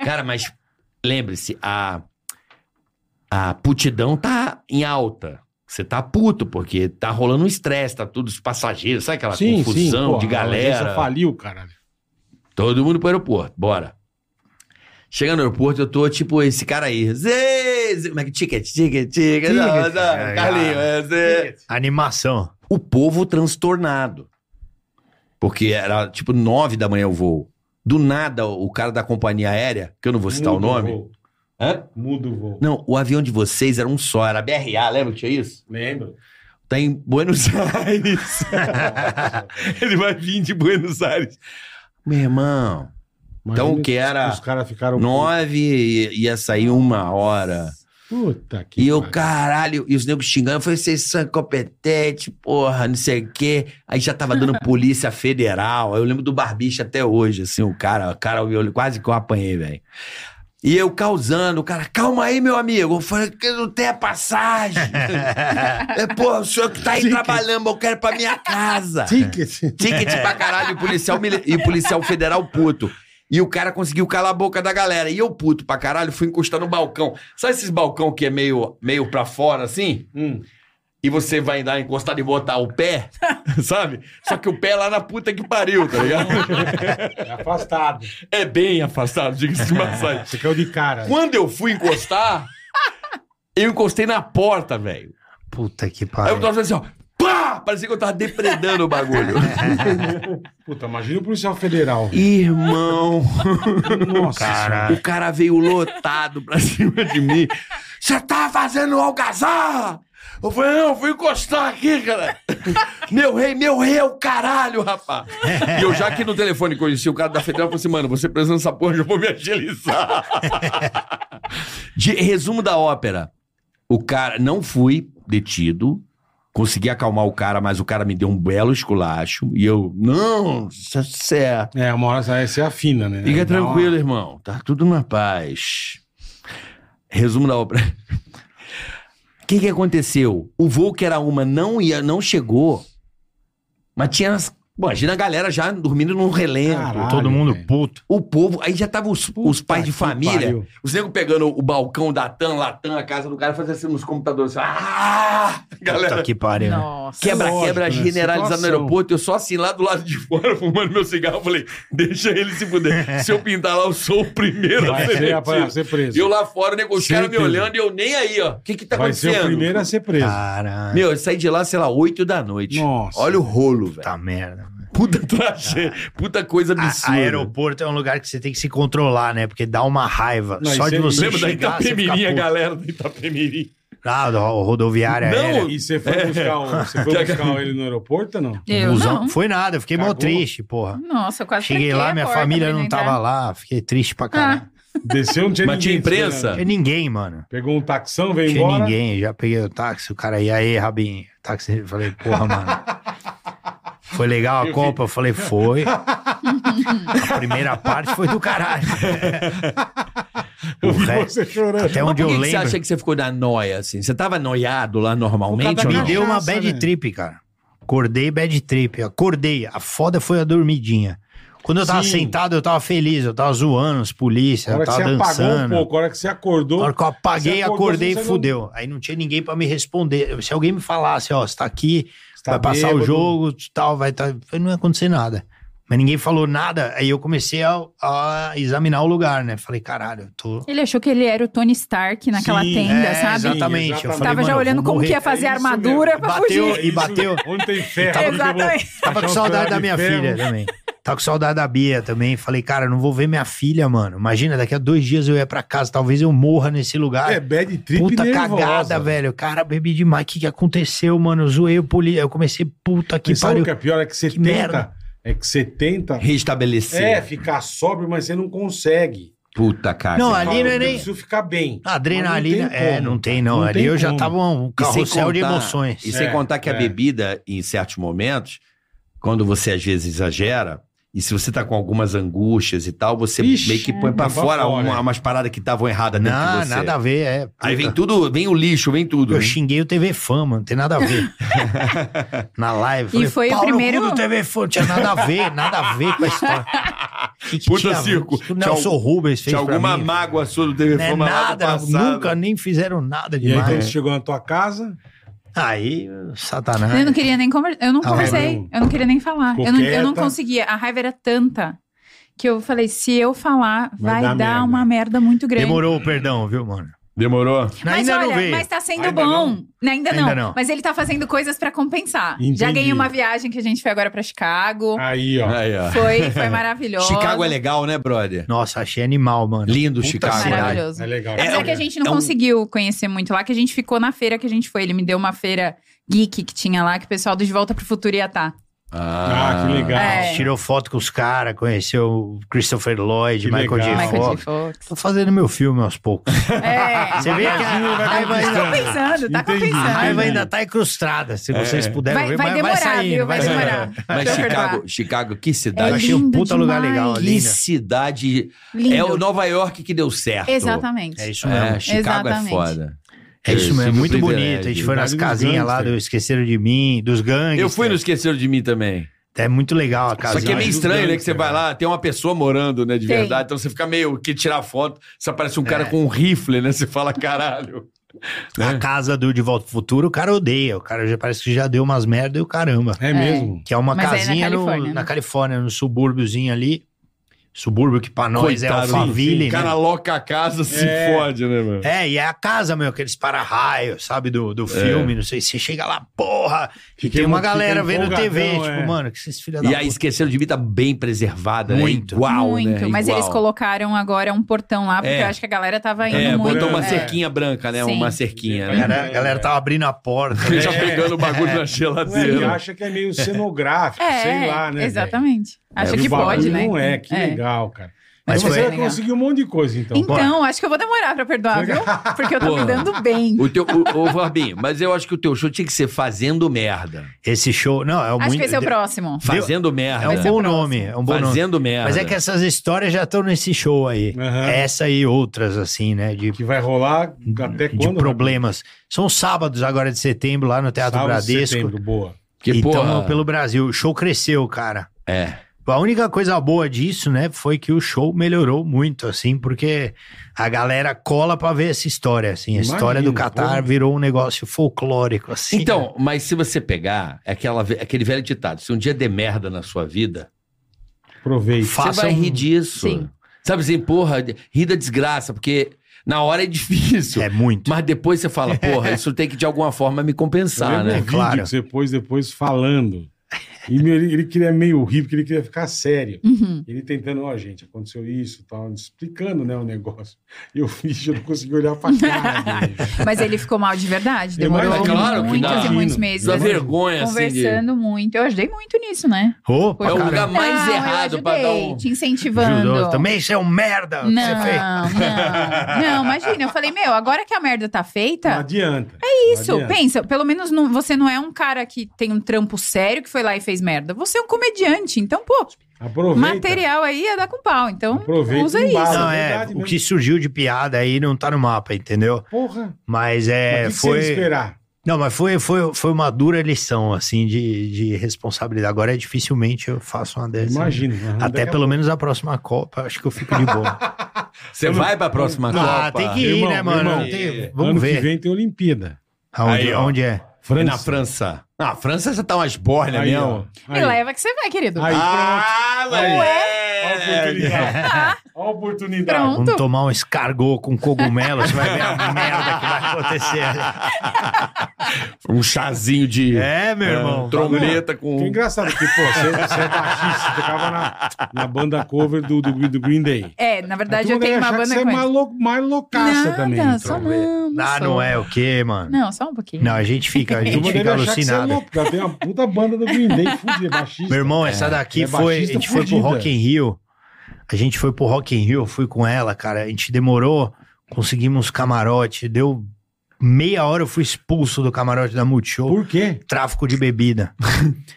S3: Cara, mas lembre-se, a, a putidão tá em alta. Você tá puto, porque tá rolando um estresse, tá tudo os passageiros, sabe aquela confusão
S4: pô,
S3: de
S4: A agência
S3: galera?
S4: faliu, caralho.
S3: Todo mundo pro aeroporto, bora. Chega no aeroporto, eu tô tipo esse cara aí. Zê, zê, como é que ticket, ticket, ticket.
S1: Ticket,
S3: não, não,
S1: cara,
S3: Carlinho,
S1: cara.
S3: é, zê.
S1: Animação.
S3: O povo transtornado. Porque era tipo nove da manhã o voo. Do nada, o cara da companhia aérea, que eu não vou citar
S4: Muda
S3: o nome.
S4: voo.
S3: Hã?
S4: Muda o voo.
S3: Não, o avião de vocês era um só, era BRA, lembra que tinha isso?
S4: Lembra?
S3: Tá em Buenos Aires. Ele vai vir de Buenos Aires. Meu irmão, então o que era?
S4: Os caras ficaram...
S3: Nove e- ia sair uma hora.
S4: Puta que
S3: E eu,
S4: pariu.
S3: caralho, e os negros xingando, eu falei, vocês são incompetentes, porra, não sei o quê. Aí já tava dando polícia federal. Eu lembro do Barbicha até hoje, assim, o cara, o cara, eu quase que eu apanhei, velho. E eu causando, o cara, calma aí, meu amigo. Eu falei, que não tem a passagem. é, pô, o senhor que tá aí
S4: Ticket.
S3: trabalhando, eu quero ir pra minha casa.
S4: Ticket.
S3: Ticket pra caralho, o policial mili- e o policial federal puto. E o cara conseguiu calar a boca da galera. E eu, puto pra caralho, fui encostar no balcão. Sabe esses balcão que é meio, meio pra fora, assim?
S4: Hum.
S3: E você vai dar encostado e botar o pé, sabe? Só que o pé é lá na puta que pariu, tá ligado?
S4: É afastado.
S3: É bem afastado, diga-se de passagem.
S4: Você caiu de cara.
S3: Quando eu fui encostar, eu encostei na porta, velho.
S1: Puta que
S3: Aí eu
S1: pariu.
S3: tava fazendo assim, ó. Pá! Parecia que eu tava depredando o bagulho.
S4: Puta, imagina o policial federal.
S3: Irmão...
S4: Nossa.
S1: Cara.
S4: senhora.
S3: O cara veio lotado pra cima de mim. Você tá fazendo algazarra? Eu falei, não, eu fui encostar aqui, cara. Meu rei, meu rei é o caralho, rapaz. E eu já aqui no telefone conheci o cara da federal, falei assim, mano, você precisando dessa porra, eu vou me agilizar. De- resumo da ópera. O cara, não fui detido, consegui acalmar o cara, mas o cara me deu um belo esculacho. E eu, não, isso é certo.
S4: É, uma hora você afina, né?
S3: Fica
S4: Dá uma-
S3: tranquilo, irmão. Tá tudo na paz. Resumo da obra. O que, que aconteceu? O voo que era uma não ia, não chegou. Mas tinha. as- Bom, imagina a galera já dormindo num relento.
S4: Caralho.
S1: Todo mundo
S4: velho.
S1: puto.
S3: O povo. Aí já tava os, os
S4: Puta
S3: pais de
S4: que
S3: família.
S4: pariu.
S3: Os negros pegando o balcão da TAM, Latam, a casa do cara, fazendo assim nos computadores. Ah! Galera.
S1: Puta que pariu. né?
S6: Nossa.
S3: Quebra-quebra
S4: Lógico, né?
S3: generalizado no
S4: Situação.
S3: aeroporto, eu só assim lá do lado de fora, fumando meu cigarro, eu falei, deixa ele se fuder. Se eu pintar lá, eu sou o primeiro a
S4: Vai
S3: ser
S4: ser, vai
S3: demitido.
S4: ser preso.
S3: E eu lá fora, nego, os caras me
S4: Certeza.
S3: olhando e eu nem aí, ó. O que que tá
S4: Vai ser o
S3: acontecendo?
S4: primeiro a ser preso.
S1: Tá. Caralho.
S3: Meu, eu saí de lá, sei lá, 8 da noite.
S4: Nossa.
S3: Olha o rolo, velho.
S1: Puta merda.
S3: Puta tragédia, puta coisa
S1: Tá. A-
S3: absurda.
S1: aeroporto é um lugar que você tem que se controlar, né? Porque dá uma raiva.
S4: Não,
S1: Só
S4: isso
S1: de
S4: é-
S1: você
S3: Lembra da
S1: chegar, você fica
S3: Itapemirim, a
S1: puto.
S3: galera da Itapemirim?
S1: Ah, do- o rodoviária
S3: Não,
S1: aérea.
S4: E você foi buscar, o, você
S3: Que a-
S4: foi buscar ele no aeroporto ou não?
S6: Eu
S1: Busão-
S6: não.
S1: Foi nada, eu fiquei mó
S4: Cagou.
S1: triste, porra.
S6: Nossa, eu quase
S1: Cheguei
S6: tranquei
S1: lá,
S6: a
S1: minha
S6: porta
S1: família
S6: pra
S1: não
S6: entrar.
S1: tava lá, fiquei triste pra caralho.
S4: Desceu, não tinha
S3: Mas tinha
S4: ninguém.
S3: imprensa?
S1: Não tinha ninguém, mano.
S4: Pegou um taxão, veio
S1: Não tinha
S4: embora.
S1: ninguém, já peguei o táxi, o cara, e aí, Rabinho? Táxi, eu falei, porra, mano. Foi legal a Copa? Eu falei, foi. A primeira parte foi do caralho. O
S4: Eu vi
S1: resto-
S4: você chorando.
S1: Até
S3: Mas
S1: onde
S3: por que
S1: eu
S3: que você acha
S1: lembro.
S3: que você ficou na noia, assim? Você tava noiado lá normalmente
S4: Por
S3: ou
S4: causa
S1: Me
S3: não?
S4: da
S1: deu uma
S4: Cachaça,
S1: bad
S4: né?
S1: trip, cara. Acordei bad trip. Acordei. A foda foi a dormidinha. Quando eu tava
S4: Sim.
S1: sentado, eu tava feliz, eu tava zoando os polícia,
S4: A
S1: eu
S4: hora que você
S1: tava
S4: apagou um
S1: dançando.
S4: pouco, a hora que você acordou.
S1: Na hora que eu apaguei,
S4: Você acordou,
S1: acordei e
S4: você não-
S1: fudeu. Aí não tinha ninguém pra me responder. Se alguém me falasse, ó, você tá aqui,
S4: você tá
S1: vai passar
S4: bêbado.
S1: o jogo, tal, vai tá... Falei, não ia acontecer nada. Mas ninguém falou nada, aí eu comecei a, a examinar o lugar, né? Falei, caralho, eu tô...
S6: Ele achou que ele era o Tony Stark naquela
S4: Sim,
S6: tenda,
S1: é,
S6: sabe?
S1: exatamente. Eu
S4: Exatamente.
S1: falei,
S6: Tava já
S1: mano, eu
S6: olhando
S1: vou
S6: como que
S1: morrer.
S6: ia fazer
S4: É
S6: a
S4: isso
S6: armadura
S4: mesmo.
S6: pra
S1: Bateu
S6: fugir.
S1: e bateu.
S4: Onde tem ferro, onde que eu vou
S6: Exatamente.
S1: Tava
S4: achar
S1: com
S4: um
S1: saudade
S4: cara
S1: da
S4: de
S1: minha
S4: ferro?
S1: filha também. Tava com saudade da Bia também. Falei, cara, eu não vou ver minha filha, mano. Imagina, daqui a dois dias eu ia pra casa, talvez eu morra nesse lugar.
S4: É bad trip
S1: Puta
S4: nervosa.
S1: cagada, velho. Cara, bebi demais. O que, que aconteceu, mano? Eu zoei o polícia. Eu comecei, puta que
S4: Mas sabe
S1: pariu.
S4: o que é pior? É que você
S1: Que
S4: tenta.
S1: merda.
S4: É que você tenta.
S3: Restabelecer.
S4: É, ficar sóbrio, mas você não consegue.
S3: Puta cara.
S1: Não,
S3: Você
S1: ali
S3: fala,
S1: não é
S4: eu
S1: nem- Tá
S4: preciso ficar bem.
S1: A
S4: Mas não
S1: Adrenalina.
S4: tem
S1: é,
S4: como,
S1: não tem,
S4: cara.
S1: não.
S4: Não
S1: ali
S4: tem
S1: eu já
S4: como.
S1: tava um
S3: E sem
S1: carrossel de
S3: contar-
S1: emoções.
S3: E sem
S4: É,
S3: contar que a
S4: é.
S3: bebida, em certos momentos, quando você às vezes exagera, e se você tá com algumas angústias e tal, você
S4: Ixi,
S3: meio que põe pra
S4: põe pra
S3: fora,
S4: fora,
S3: uma-
S4: é.
S3: umas paradas que estavam erradas dentro
S1: Não,
S3: de você.
S1: nada a ver, é.
S3: Aí vem
S1: Puta.
S3: tudo, vem o lixo, vem tudo.
S1: Eu
S3: né?
S1: xinguei o TV Fama, não tem nada a ver. Na live. falei,
S6: foi o
S1: "Pau no cu
S6: primeiro-
S1: do TV Fama, não tinha nada a ver, nada a ver com a história. Que que
S3: Puta
S1: tinha a ver?
S3: circo.
S1: O que que o
S3: Tinha
S1: Nelson
S3: algum-
S1: Rubens fez
S3: Tinha
S1: pra
S3: alguma
S1: mim?
S3: mágoa sua do TV
S1: Não é
S3: Fama lá do
S1: nada,
S3: passado.
S1: nunca nem fizeram nada
S4: E aí, quando
S3: é
S1: demais.
S4: você chegou na tua casa,
S1: Aí, satanás.
S6: Eu não queria nem conversar. Eu não
S1: Ah,
S6: conversei.
S4: mas não-
S6: Eu não queria nem falar.
S4: Ficou
S6: Eu não, eu não
S4: quieta.
S6: conseguia. A raiva era tanta que eu falei: se eu falar, vai,
S4: Vai
S6: dar,
S4: dar merda.
S6: uma merda muito grande.
S1: Demorou o perdão, viu, mano?
S3: Demorou?
S6: Mas
S1: ainda não
S6: olha,
S1: veio.
S6: mas tá sendo
S4: Ainda
S6: bom.
S4: não?
S6: Né, Ainda, não.
S1: Ainda não.
S6: Mas ele tá fazendo coisas pra compensar. Já
S4: Entendi.
S6: ganhei uma viagem que a gente foi agora pra Chicago.
S4: aí, ó.
S3: Aí, ó.
S6: Foi, foi maravilhoso.
S3: Chicago é legal, né, brother?
S1: Nossa, achei animal, mano.
S3: Lindo
S1: Puta
S3: Chicago.
S1: cidade.
S3: né?
S6: Maravilhoso.
S4: É legal.
S6: Apesar que a gente não
S3: é um-
S6: conseguiu conhecer muito lá, que a gente ficou na feira que a gente foi. Ele me deu uma feira geek que tinha lá, que o pessoal do De Volta pro Futuro ia tá. estar.
S4: Ah, que legal.
S1: A
S6: É.
S1: gente Tirou foto com os caras, conheceu o Christopher Lloyd,
S4: Que
S1: Michael J.
S4: legal.
S6: Michael
S1: Fox.
S6: J. Fox.
S1: Tô fazendo meu filme aos poucos.
S6: É.
S1: Você vê que
S4: Devagarzinho,
S1: a
S4: vai
S1: raiva
S4: conquistando.
S6: Tá
S1: ainda,
S6: compensando, tá
S4: Entendi.
S1: a
S6: compensando.
S1: raiva ainda tá incrustada, se
S3: É.
S1: vocês puderem
S6: Vai,
S1: ver.
S6: vai
S1: mas
S6: demorar,
S1: saindo,
S6: viu? Vai,
S1: saindo.
S6: demorar.
S3: Ah, Mas
S1: É
S6: Deixa eu
S3: Chicago,
S6: perdoar.
S3: Chicago, que cidade.
S1: Eu
S6: É
S1: achei um
S6: lindo
S1: puta lugar
S6: demais.
S1: legal
S3: que
S1: ali, né?
S3: cidade.
S6: Lindo.
S3: É o Nova York que deu certo.
S6: Exatamente.
S1: É isso mesmo.
S3: É, Chicago
S6: Exatamente.
S3: é foda.
S1: É isso mesmo,
S3: tive o
S1: muito
S3: privilégio.
S1: bonito. A gente foi
S4: Lugar
S1: nas
S4: dos
S1: casinhas lá
S4: gangsters.
S1: do Esqueceram de Mim, dos gangues.
S3: Eu fui no Esqueceram de Mim também.
S1: É muito legal a
S3: Só
S1: casa.
S3: que é meio estranho, né? Que você
S4: cara.
S3: vai lá, tem uma pessoa morando, né? De
S6: Tem.
S3: verdade. Então você fica meio que tirar foto. Só aparece um cara com um rifle, né? Você fala, caralho. né?
S1: A casa do De Volta pro Futuro, o cara odeia. O cara já parece que já deu umas merda e o caramba.
S4: É mesmo.
S1: Que é uma
S6: Mas aí na
S1: casinha no- na, Califórnia,
S6: Califórnia, né?
S1: no, subúrbiozinho ali. Subúrbio que pra nós é
S3: Coitado,
S1: Alphaville,
S3: O cara
S1: né?
S3: loca a casa, se
S4: É.
S3: fode, né, mano?
S1: É, e é a casa, meu, aqueles para-raios, sabe, do, do filme, não sei. Você chega lá, porra, e
S4: É. Fiquei
S1: tem uma
S4: muito-
S1: galera
S4: fiquei
S1: vendo TV,
S4: empolgadão,
S1: tipo,
S4: é.
S1: mano, que esses filhos da
S3: E a
S1: puta.
S3: Esqueceram de Mim tá bem preservada,
S1: Muito.
S3: né? Igual,
S6: Muito,
S3: né?
S6: mas
S3: Igual.
S6: eles colocaram agora um portão lá, porque
S3: É.
S6: eu acho que a galera tava indo
S3: É,
S6: muito.
S3: botou uma
S6: é.
S3: cerquinha branca, né?
S6: Sim.
S3: Uma cerquinha,
S1: A
S3: né?
S1: galera, a galera
S4: é.
S1: tava abrindo a porta. né?
S3: Já pegando o bagulho na
S4: Ué, ele
S3: geladeira.
S4: acha que é meio cenográfico,
S6: É,
S4: sei lá, né?
S6: Exatamente. Acho
S3: É,
S4: velho?
S6: que
S4: O bagulho
S6: pode, né?
S4: Não é, que legal, cara.
S1: Mas
S4: Mas
S1: foi
S4: você vai
S6: legal.
S4: conseguir um monte de coisa, então.
S6: Então, acho que eu vou demorar pra perdoar, viu? Porque eu tô
S3: Porra.
S6: me dando bem.
S3: O teu, o, ô, Fabinho, mas eu acho que o teu show tinha que ser Fazendo Merda.
S1: Esse show, não, é um
S6: Acho
S1: muito...
S6: que esse é o próximo.
S3: Fazendo Merda.
S1: É um
S6: ser o
S1: bom
S6: próximo.
S1: nome, é um bom nome.
S3: Fazendo Merda.
S1: Mas é que essas histórias já estão nesse show aí. É
S4: Aham.
S1: Essa e outras, assim, né? De,
S4: Que vai rolar até
S1: de
S4: quando?
S1: problemas. São sábados agora de setembro, lá no Teatro
S4: Sábado,
S1: Bradesco.
S4: setembro, boa.
S3: Que,
S1: e
S3: porra,
S1: tamo Então, pelo Brasil. O show cresceu, cara.
S3: É.
S1: A única coisa boa disso, né, foi que o show melhorou muito, assim, porque a galera cola pra ver essa história, assim. A
S4: Imagino,
S1: história do Catar
S4: porra.
S1: virou um negócio folclórico, assim.
S3: Então, mas se você pegar é aquela, ve- aquele velho ditado, se um dia der merda na sua vida,
S4: Aproveite.
S1: Faça
S3: você vai
S1: um-
S3: rir disso.
S6: Sim.
S3: Sabe assim, porra, rir da desgraça, porque na hora é difícil.
S1: é muito.
S3: Mas depois você fala, porra, isso tem que de alguma forma me
S4: Eu
S3: compensar,
S4: lembro um
S3: né?
S1: É claro.
S4: vídeo que você pôs depois falando. E meu, ele, ele queria meio rir, porque ele queria ficar sério.
S6: Uhum.
S4: Ele tentando, ó, gente, aconteceu isso, tal, explicando, né, o negócio. E eu fiz, eu não consegui olhar pra cara dele.
S6: Mas ele ficou mal de verdade.
S4: Eu
S6: Demorou
S3: imagino, É claro que
S6: muitos
S3: dá.
S6: e muitos meses.
S3: Da vergonha, assim. de-
S6: Conversando muito. Eu ajudei muito nisso, né?
S4: um
S1: Ô,
S3: É o
S1: cara,
S3: lugar mais
S6: Não, eu
S3: errado pra dar
S6: ajudei,
S3: um.
S6: Te incentivando.
S1: ajudou. Também isso é um merda
S6: Não,
S1: que você fez.
S6: não. Não, imagina. Eu falei, meu, agora que a merda tá feita,
S4: Não adianta. É
S6: Isso, pensa, pelo menos não- você não é um cara que tem um trampo sério que foi lá e fez merda. Você é um comediante, então, pô,
S4: Aproveita.
S6: material aí ia dar com pau. Então,
S4: Aproveita
S6: usa
S4: e
S6: isso.
S4: embala.
S1: Não,
S4: é
S1: é,
S4: verdade
S1: o
S4: mesmo.
S1: que surgiu de piada aí não tá no mapa, entendeu?
S4: Porra.
S1: Mas é,
S4: Mas o que que você
S1: foi...
S4: ia esperar?
S1: Não, mas foi, foi, foi uma dura lição, assim, de, de responsabilidade. Agora é dificilmente eu faço uma dessas.
S4: Imagino.
S1: Até pelo menos a próxima Copa, acho que eu fico de boa.
S3: Você vai pra próxima Copa?
S1: ah, tem que ir,
S4: Irmão,
S1: né, mano?
S4: irmão,
S1: Não tem-
S4: Vamos
S1: vamos
S4: ano
S1: ver.
S4: que vem tem Olimpíada.
S1: Aonde,
S3: Aí, ó.
S1: onde é?
S3: É na França. Ah, a França já tá umas bornas
S4: Aí,
S3: mesmo.
S4: ó.
S6: Me
S4: Aí.
S6: leva que você vai, querido.
S4: Aí.
S3: ah,
S6: É,
S3: moleque!
S4: Olha a oportunidade.
S6: Pronto.
S1: Vamos tomar um escargot com cogumelo, você vai ver a merda que vai acontecer.
S3: Um chazinho de
S1: É, meu irmão.
S4: Então,
S3: trombeta com...
S4: Que é engraçado, porque, pô, você, você é baixista, você tocava na, na banda cover do, do, do Green Day.
S6: É, na
S4: A
S6: verdade
S4: turma
S6: eu tenho
S4: deve
S6: uma
S4: achar que
S6: banda
S4: Você é
S6: com
S4: mais,
S6: isso.
S4: lou, mais loucaça
S6: Nada,
S4: também.
S6: só
S4: então.
S6: não.
S1: Ah,
S6: sou.
S1: não é o quê, mano?
S6: Não, só um pouquinho.
S1: Não, a gente fica, a
S4: A turma
S1: gente
S4: deve
S1: fica
S4: achar que você é
S1: alucinado.
S4: louco, cara. Tem uma puta banda do Green Day, fudido, é baixista.
S1: Meu irmão, essa daqui
S4: é
S1: foi. A
S4: baixista
S1: gente foi pro
S4: fudida.
S1: Rock in Rio. A gente foi pro Rock in Rio, eu fui com ela, cara. A gente demorou, conseguimos camarote. Deu meia hora, eu fui expulso do camarote da Multishow.
S4: Por quê?
S1: Tráfico de bebida.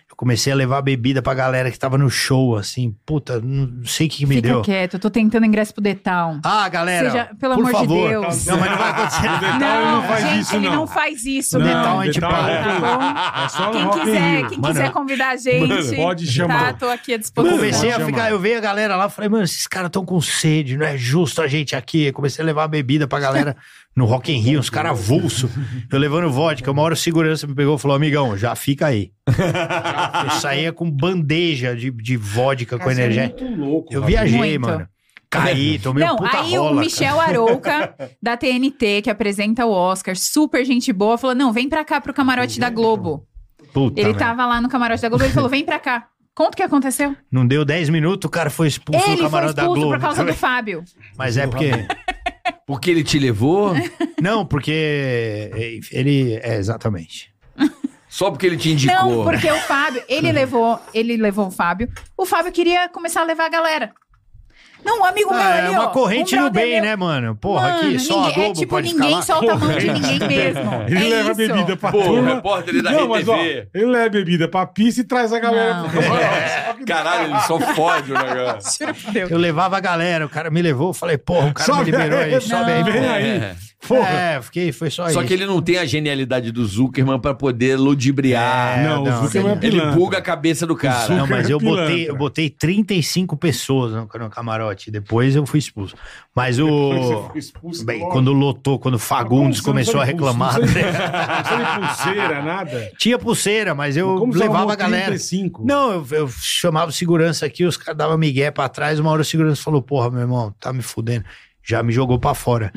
S1: eu comecei a levar bebida pra galera que tava no show, assim. Puta, não sei o que, que me
S6: Fica
S1: deu.
S6: quieto, eu tô tentando ingresso pro The Town.
S1: Ah, galera,
S6: Seja- pelo
S1: por
S6: amor de
S1: favor.
S6: Deus.
S1: Não, mas não vai acontecer nada.
S4: Detal, ele não faz
S6: gente,
S4: isso,
S6: ele
S4: não.
S6: não. faz isso.
S4: Não,
S6: The Town.
S1: a gente
S4: Detal
S1: para.
S4: é tudo.
S6: Tá
S4: É só no
S6: Quem
S4: Rock in
S6: quiser,
S4: Rio.
S6: quem
S1: Mano,
S6: quiser convidar a gente,
S4: mano, pode chamar.
S6: Tá, tô aqui à disposição.
S1: Eu comecei a
S4: Pode
S1: ficar,
S4: chamar.
S1: eu vi a galera lá, falei, mano, esses caras estão com sede, não é justo a gente aqui. Eu comecei a levar bebida pra galera no Rock in Rio, uns caras avulso. Eu levando vodka, uma hora o segurança me pegou e falou, amigão, já fica aí. eu saía com bandeja de, de vodka com
S4: Cara, você é
S1: energético.
S4: muito louco,
S1: Eu
S4: rapaz.
S1: viajei,
S6: Muito.
S1: mano. Caí, tomei um
S6: Não,
S1: puta
S6: aí
S1: rola.
S6: o
S1: cara.
S6: Michel Arouca, da TNT, que apresenta o Oscar, super gente boa, falou: não, vem pra cá pro camarote da Globo.
S1: Puta,
S6: Ele tá
S1: merda.
S6: tava lá no camarote da Globo, ele falou: vem pra cá. Conta o que aconteceu.
S1: Não deu 10 minutos, o cara foi expulso do
S6: ele foi
S1: camarote da
S6: expulso
S1: Globo.
S6: por causa do
S1: também.
S6: Fábio.
S1: Mas é porque...
S3: Porque ele te levou?
S1: Não, porque ele... É, exatamente.
S3: Só porque ele te
S6: Não,
S3: indicou.
S6: porque o Fábio, ele levou, ele levou o Fábio. O Fábio queria começar a levar a galera. Não, um amigo meu
S1: Ah,
S6: ali,
S1: é
S6: ó,
S1: uma
S6: um
S1: corrente do
S6: brother
S1: bem,
S6: meu.
S1: né, mano? Porra,
S6: Mano,
S1: aqui só a
S6: ninguém-
S1: Globo
S6: É tipo,
S1: pode
S6: ninguém
S1: ficar lá.
S6: solta a mão de ninguém mesmo.
S4: Ele
S6: é
S4: leva
S6: isso.
S4: bebida pra
S3: Pô, o
S4: turma.
S3: repórter da
S4: mas, ó,
S3: RTV.
S4: ele leva bebida pra pista e traz a galera.
S6: Não.
S4: pro camarote.
S3: Caralho, ele só fode o negócio.
S6: Juro por Deus.
S1: Eu levava a galera, o cara me levou, eu falei, porra, o cara
S4: Sobe
S1: me liberou aí,
S4: aí,
S1: sobe aí.
S6: não.
S1: pô.
S4: Vem aí.
S3: É.
S4: Porra.
S1: É, fiquei, foi só,
S3: Só
S1: isso.
S3: que ele não tem a genialidade do Zuckerman pra poder ludibriar.
S1: É,
S4: não,
S1: não,
S4: o Zuckerman é
S1: ele-
S3: Ele
S4: pilantra.
S3: buga a cabeça do cara.
S1: Não, mas eu
S4: Pilantra.
S1: botei, eu botei 35 pessoas no, no camarote, depois eu fui expulso. Mas o...
S4: expulso.
S1: Bem, quando lotou, quando o Fagundes começou a reclamar, né?
S4: Não precisa de pulseira, nada.
S1: tinha pulseira, mas eu
S4: Como você é um
S1: levava
S4: arrumou
S1: a galera.
S4: 35?
S1: Não, eu, eu chamava o segurança aqui, os caras davam migué pra trás, uma hora o segurança falou, porra, meu irmão, tá me fudendo. Já me jogou pra fora.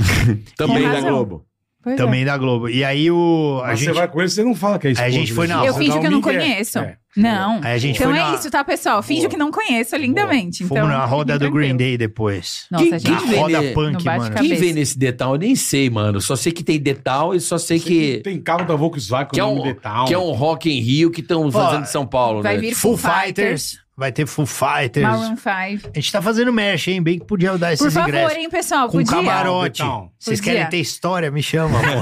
S3: Também
S6: Com
S3: da
S6: razão.
S3: Globo.
S6: Pois é.
S1: Também da Globo. E aí o. A
S4: Mas
S1: gente,
S4: você vai com ele, você não fala que é esposa.
S1: A gente foi na-
S4: né?
S6: Eu
S1: Vou
S6: finjo
S4: Dá um
S6: que eu não
S4: migué.
S6: conheço.
S4: É.
S6: Não.
S1: Aí a gente
S6: Então
S1: foi
S6: é
S1: na-
S6: isso, tá, pessoal? Finjo
S4: Boa.
S6: que não conheço lindamente.
S1: fomos
S6: então,
S1: na roda do
S6: fiquem
S1: Green
S6: tranquilos.
S1: Day depois.
S6: Nossa,
S3: Quem-
S1: a
S6: gente.
S3: quem-
S1: roda
S3: Não
S1: punk,
S6: bate
S1: mano.
S6: cabeça.
S3: Quem vem nesse detalhe? Eu nem sei, mano. Só sei que tem detalhe e só sei que.
S4: Tem carro da Volkswagen
S3: Que é,
S4: com o
S3: um,
S4: nome de tal.
S3: que é um rock em Rio que estão fazendo em São Paulo,
S6: vai
S3: né?
S6: vir
S1: Full
S6: Foo
S1: Fighters. Vai ter Full Fighters.
S6: Maroon 5.
S1: A gente tá fazendo mesh, hein? Bem que podia dar é esses
S6: Por favor,
S1: ingressos.
S6: hein, pessoal?
S1: Com
S6: podia.
S1: camarote.
S4: Então,
S1: Vocês
S6: podia.
S1: querem ter história? Me chama, amor.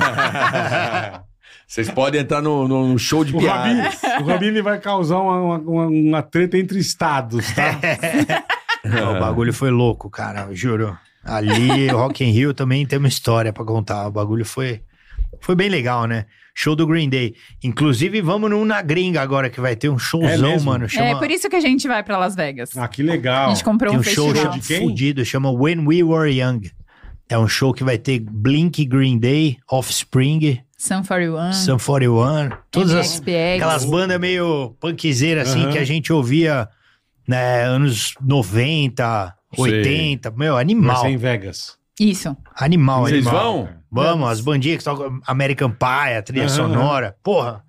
S3: Vocês podem entrar no, no- no show de
S4: O Rabin,
S3: piadas.
S4: o Rabin ele vai causar uma, uma, uma treta entre estados, tá?
S1: É, o bagulho foi louco, cara. eu Juro. Ali, Rock in Rio também tem uma história pra contar. O bagulho foi, foi bem legal, né? Show do Green Day. Inclusive, vamos num na gringa agora, que vai ter um showzão,
S4: mesmo?
S1: mano. Chama...
S6: É por isso que a gente vai pra Las Vegas.
S4: Ah, que
S6: A
S4: legal.
S6: gente comprou
S1: Tem
S6: um,
S1: um show
S6: festival.
S1: chama,
S4: De quem?
S1: fudido, chama When We Were Young. É um show que vai ter Blink, Green Day, Offspring,
S6: Sun 41.
S1: Sun 41, todas
S6: É,
S1: as,
S6: MXPX.
S1: aquelas bandas meio punkzeiras assim
S4: Aham.
S1: que a gente ouvia né, anos 90,
S3: Sei.
S1: 80, meu,
S4: Mas
S1: animal,
S4: é em Vegas.
S6: Isso.
S1: animal,
S3: Vocês
S1: animal.
S3: vão?
S1: Vamos, as bandinhas que tocam American Pie, a trilha
S4: Aham,
S1: sonora, porra,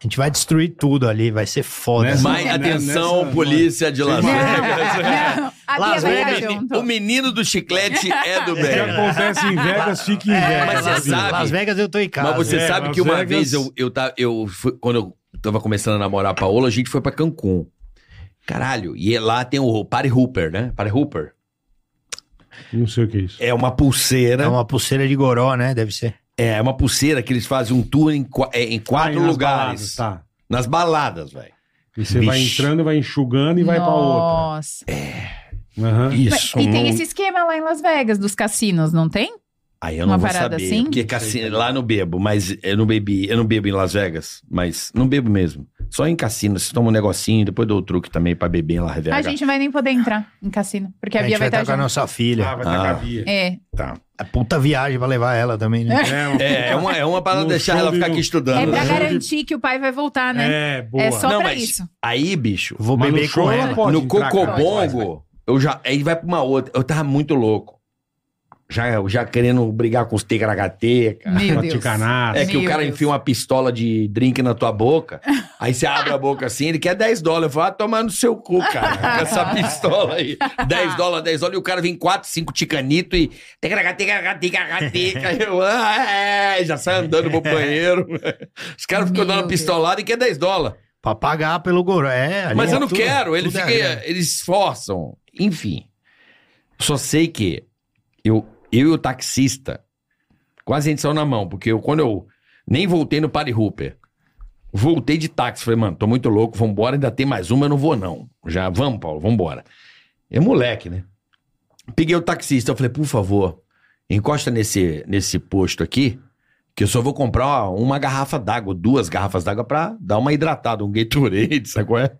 S1: a gente vai destruir tudo ali, vai ser foda.
S4: Nessa-
S3: Mas
S4: Né,
S3: atenção,
S4: nessa-
S3: polícia de Las
S6: Não,
S3: Vegas.
S6: não. A Bia
S1: Las
S6: vai estar
S1: Vegas,
S6: junto.
S3: O menino do chiclete é do
S4: O que
S3: bem.
S4: acontece em Vegas,
S1: É,
S4: fica em Vegas.
S3: É, mas você
S4: Brasil.
S3: sabe-
S1: Las Vegas eu tô em casa.
S3: Mas você
S4: É,
S3: sabe
S4: Las
S3: que uma
S4: Vegas-
S3: vez eu, eu, ta- eu fui- quando eu tava começando a namorar a Paola, a gente foi pra Cancún. Caralho, e lá tem o Party Hooper, né? Party Hooper.
S4: Não sei o que é isso.
S3: É uma pulseira.
S1: É uma pulseira de goró, né? Deve ser.
S3: É uma pulseira que eles fazem um tour em, qua- é, em quatro
S4: Vai nas
S3: lugares.
S4: baladas, tá.
S3: Nas baladas, velho.
S4: E você vai
S1: Vixe.
S4: entrando, vai enxugando e vai pra outra.
S6: Nossa.
S4: Aham.
S3: Isso.
S6: E tem
S3: um-
S6: esse esquema lá em Las Vegas, dos cassinos, não tem?
S3: Aí eu não
S6: Uma
S3: vou
S6: parada
S3: saber,
S6: assim?
S3: porque cassino, lá eu não bebo, mas eu não bebi, eu não bebo em Las Vegas, mas não bebo mesmo. Só em cassino, você toma um negocinho, depois dou o truque também pra beber em Las Vegas.
S6: A gente não vai nem poder entrar em cassino, porque a,
S1: a gente
S6: Bia
S1: vai
S6: vai
S1: estar
S6: estar
S1: com a
S6: junto.
S1: nossa filha.
S4: Ah, vai tacar a
S3: Ah.
S4: Bia.
S6: É,
S3: Tá.
S1: A puta viagem pra levar ela também, né?
S4: É,
S3: É, é uma, é uma para
S4: No
S3: deixar
S4: show
S3: ela
S4: de-
S3: ficar aqui
S6: é
S3: estudando.
S6: pra
S4: Uhum.
S3: né?
S6: garantir que o pai vai voltar, né?
S4: é, boa.
S6: É, só
S3: Não,
S6: pra
S3: mas-
S6: isso.
S3: Aí, bicho,
S1: Vou
S4: Mas no
S1: beber
S4: show
S1: com
S3: é
S4: ela
S1: ela.
S4: pode
S3: no
S4: entrar, cara.
S3: Cocobongo, eu já. Aí vai pra uma outra. Eu tava muito louco. Já, eu já querendo brigar com os tegragateca.
S6: Meu Deus.
S4: Paticanaço.
S3: É que o
S6: Meu
S3: cara
S6: Deus.
S3: enfia uma pistola de drink na tua boca, aí você abre a boca assim, ele quer 10 dólares. Eu falo, ah, toma no seu cu, cara, com essa pistola aí. 10 dólares, 10 dólares, e o cara vem 4, 5 ticanito e. tegragateca. Aí eu, ah, é, já sai andando pro banheiro. Os caras ficam
S6: Meu
S3: dando
S6: Deus.
S3: pistolada e quer 10 dólares.
S1: Pra pagar pelo goró. É, ali
S3: Mas
S1: é
S3: eu não
S1: tudo-
S3: quero, ele
S1: tudo
S3: fica,
S1: é grana.
S3: eles esforçam. Enfim. Só sei que eu, eu e o taxista quase a gente saiu na mão, porque eu, quando eu nem voltei no Party Hooper, voltei de táxi. Falei, mano, tô muito louco, vambora, ainda tem mais uma, eu não vou não. Já, vamos, Paulo, vambora. É moleque, né? Peguei o taxista, eu falei, por favor, encosta nesse, nesse posto aqui, que eu só vou comprar uma garrafa d'água, duas garrafas d'água pra dar uma hidratada, um Gatorade, sabe qual é?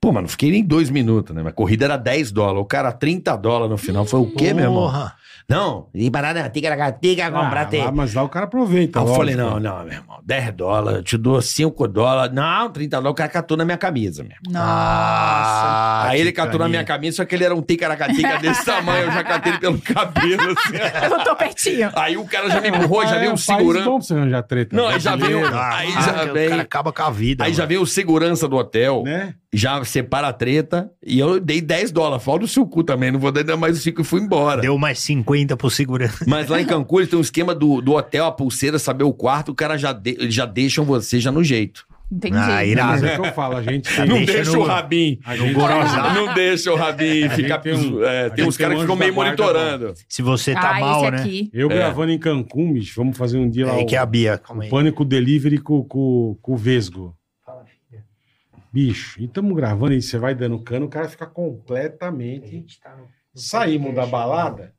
S3: Pô, mano, fiquei nem dois minutos, né? Mas A corrida era 10 dólares, o cara 30 dólares no final. Foi o quê, meu irmão?
S1: Porra.
S3: Não, e barada, tica, tica, comprar,
S4: Ah,
S3: tem.
S4: lá, mas lá o cara aproveita.
S3: Aí eu
S4: lógico.
S3: falei, não, não, meu irmão, 10 dólares, eu te dou 5 dólares. Não, 30 dólares, o cara catou na minha camisa, meu. irmão.
S1: Ah,
S6: Nossa.
S3: Aí ele
S1: que
S3: catou na
S1: carinha.
S4: né?
S3: minha camisa, só que ele era um ticaracatica desse tamanho, eu já catei ele pelo cabelo, assim.
S6: Eu tô pertinho.
S3: Aí o cara já me empurrou, já
S4: Ah, é
S3: veio um
S4: um país
S3: segurança.
S4: bom pra você arranjar treta. né?
S3: Não, aí já veio. um-
S4: Brasileiro,
S3: Aí já
S1: Ah, que O cara
S3: veio.
S1: acaba com a vida.
S3: Aí já
S1: mano.
S3: veio o segurança do hotel,
S4: Né?
S3: já separa a treta, e eu dei 10 dólares. Fala do seu cu também, não vou dar ainda mais o 5 e fui embora.
S1: Deu mais 50 pro segurança.
S3: Mas lá em Cancún eles têm um esquema do, do hotel, a pulseira, saber o quarto, o cara já, de, eles já deixam você já no jeito.
S6: Entendi.
S1: Ah, irado.
S4: Mas é que eu falo, a gente tem...
S1: Não
S4: a
S1: deixa no-
S3: Rabin.
S4: a gente-
S1: gorozar.
S3: Não deixa o Rabin
S4: gente
S3: ficar.
S4: tem um-
S3: é,
S4: a
S3: tem
S4: gente
S3: uns
S4: tem
S3: caras que ficam
S4: um anjo
S3: meio
S4: da guarda
S3: monitorando.
S1: Se você tá
S6: ah,
S1: mal,
S6: esse
S1: né?
S6: aqui.
S4: Eu
S3: É.
S4: gravando em Cancún, bicho, vamos fazer um dia lá
S1: Aí
S4: o
S1: que é a Bia. Calma aí.
S4: Pânico Delivery com, com, com o Vesgo. Bicho, e tamo gravando e você vai dando cano, o cara fica completamente...
S5: tá
S4: Saímos da balada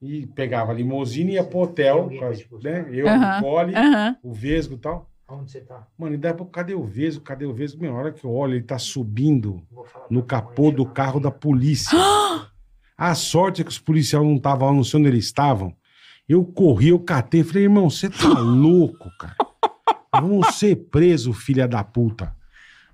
S4: e pegava a limusine e ia pro hotel, com as- né? eu,
S6: Aham.
S4: o Poli,
S6: Aham.
S4: o Vesgo e tal.
S5: Onde você tá?
S4: Mano, e daí a pouco, cadê o Vesgo? Cadê o Vesgo? Minha hora que eu olho, ele tá subindo
S5: Vou falar
S4: no
S5: pra mamãe
S4: capô do
S5: chamar
S4: carro da polícia. A sorte é que os policiais não estavam lá, não sei onde eles estavam. Eu corri, eu catei, falei, irmão, você tá louco, cara. Vamos ser preso, filha da puta.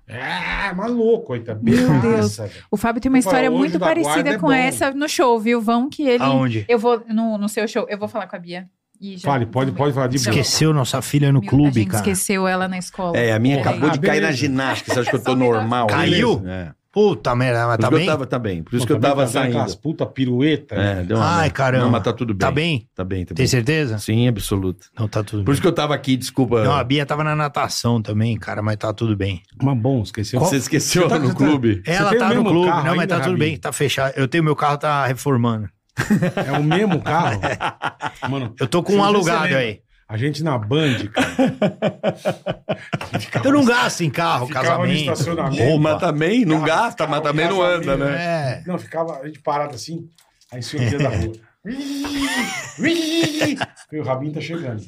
S4: É, maluco, coitado.
S6: Meu
S4: Bebaça, velho.
S6: O Fábio tem uma
S4: Eu falo,
S6: história
S4: o anjo
S6: muito
S4: da guarda
S6: parecida
S4: é
S6: com
S4: bom.
S6: essa no show, viu? Vão que ele.
S1: Aonde?
S6: Eu vou no, no seu show, eu vou falar com a Bia. E já-
S4: Fale, pode, pode falar de
S6: é
S4: boa.
S1: Esqueceu nossa filha no
S6: Meu, a
S1: clube,
S6: gente
S1: cara.
S6: esqueceu ela na escola.
S3: É, a minha
S6: Peraí.
S3: acabou de
S4: Ah,
S3: cair na
S4: beleza.
S3: ginástica. Você acha que eu tô normal?
S1: Caiu?
S3: Beleza, É.
S1: Puta merda, mas
S3: Por isso
S1: tá
S3: que eu
S1: bem?
S3: tava, tá bem. Por isso
S4: Pô,
S3: que eu
S4: também
S3: tava
S4: fazendo Aquelas
S3: saindo.
S4: puta pirueta. né?
S3: É, deu uma-
S1: Ai, caramba.
S3: Não, mas tá tudo bem.
S1: Tá bem?
S3: Tá bem, tá
S1: Tem
S3: bem.
S1: certeza?
S3: Sim, absoluto.
S1: Não, tá tudo
S3: Por
S1: bem.
S3: isso que eu tava aqui, desculpa.
S1: Não, a Bia tava na natação também, cara, mas tá tudo bem.
S4: Mas bom, esqueceu.
S3: Você esqueceu
S4: Você tá-
S3: no
S4: você tá-
S3: clube?
S1: Ela
S4: tem o
S1: tá no
S4: mesmo
S1: clube,
S4: carro
S1: não, mas
S4: ainda,
S1: tá tudo
S4: Rabin?
S1: bem, tá fechado. Eu tenho meu carro, tá reformando.
S4: É o mesmo carro? Mano,
S1: Eu tô com
S4: Você
S1: um
S4: não sei se
S1: alugado
S4: lembra.
S1: aí.
S4: a gente na Band, cara.
S1: Eu não gasto em carro,
S4: Ficava no
S1: casamento,
S4: estacionamento.
S1: roupa.
S3: Mas também não
S4: Cara,
S3: gasta, mas
S4: cara,
S3: também não
S4: gasta
S3: anda, né?
S1: É.
S4: Não, ficava a gente parado assim, aí subia da rua. e o Rabinho tá chegando.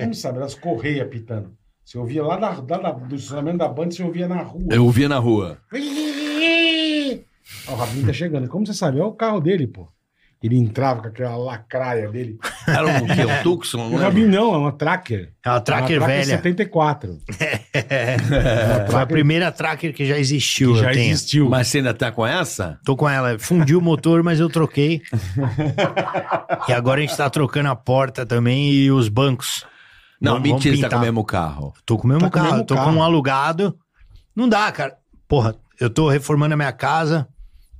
S4: Como sabe, elas correiam apitando. Você ouvia lá da, da- da- do estacionamento da banda, você ouvia na rua.
S3: Eu via na rua.
S4: Ó, o Rabinho tá chegando. Como você sabe? É o carro dele, pô. Ele entrava com aquela lacraia dele.
S3: Era um, o quê? um Tucson,
S4: E o
S3: né?
S4: Rabinho não, é uma Tracker.
S1: É uma
S4: é
S1: tracker
S4: uma
S1: velha. É,
S4: 74.
S1: Foi a primeira tracker que já existiu,
S4: que
S1: eu
S4: já
S1: tenho.
S4: existiu.
S3: Mas você ainda tá com essa?
S1: Tô com ela. Fundiu o motor, mas eu troquei. e agora a gente tá trocando a porta também e os bancos.
S3: Não,
S1: Vamos- vamos
S3: mentira, você tá com
S1: pintar.
S3: o mesmo carro.
S1: Tô com o mesmo
S4: Tá com o
S1: carro,
S4: mesmo
S1: tô
S4: carro.
S1: com um alugado. Não dá, cara. Porra, eu tô reformando a minha casa,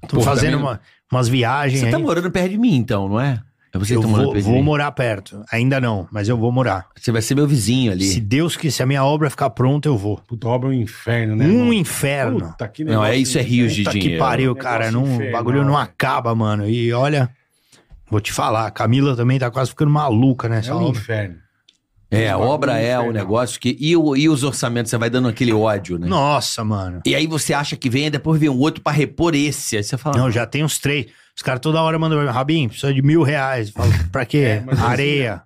S1: tô
S3: Porra,
S1: fazendo
S3: também-
S1: uma- umas viagens
S3: Você
S1: aí.
S3: tá morando perto de mim, então, não é? É você que
S1: eu
S3: tá morando
S1: vou,
S3: perto de
S1: vou
S3: mim.
S1: morar perto. Ainda não, mas eu vou morar.
S3: Você vai ser meu vizinho ali.
S1: Se Deus quiser, se a minha obra ficar pronta, eu vou.
S4: Puta, obra é um inferno, né?
S1: um
S4: irmão?
S1: inferno.
S4: Puta, que
S3: Não, é isso é rios de
S1: Puta que
S3: dinheiro.
S1: pariu,
S4: um Negócio
S1: cara. Não, o
S4: infernal.
S1: bagulho não acaba, mano. E olha, vou te falar, a Camila também tá quase ficando maluca
S4: É
S1: nessa
S4: um
S1: obra.
S4: inferno.
S3: É É, a
S4: Bagulho
S3: obra é
S4: infernal.
S3: um negócio que. E, o- e os orçamentos, você vai dando aquele ódio, né?
S1: Nossa, mano.
S3: E aí você acha que vem, e depois vem um outro pra repor esse. Aí você fala.
S1: Não, já tem uns três. Os caras toda hora mandam pra mim, Rabinho, precisa de mil reais. Eu Falo, pra quê?
S4: É, mas assim,
S1: Areia.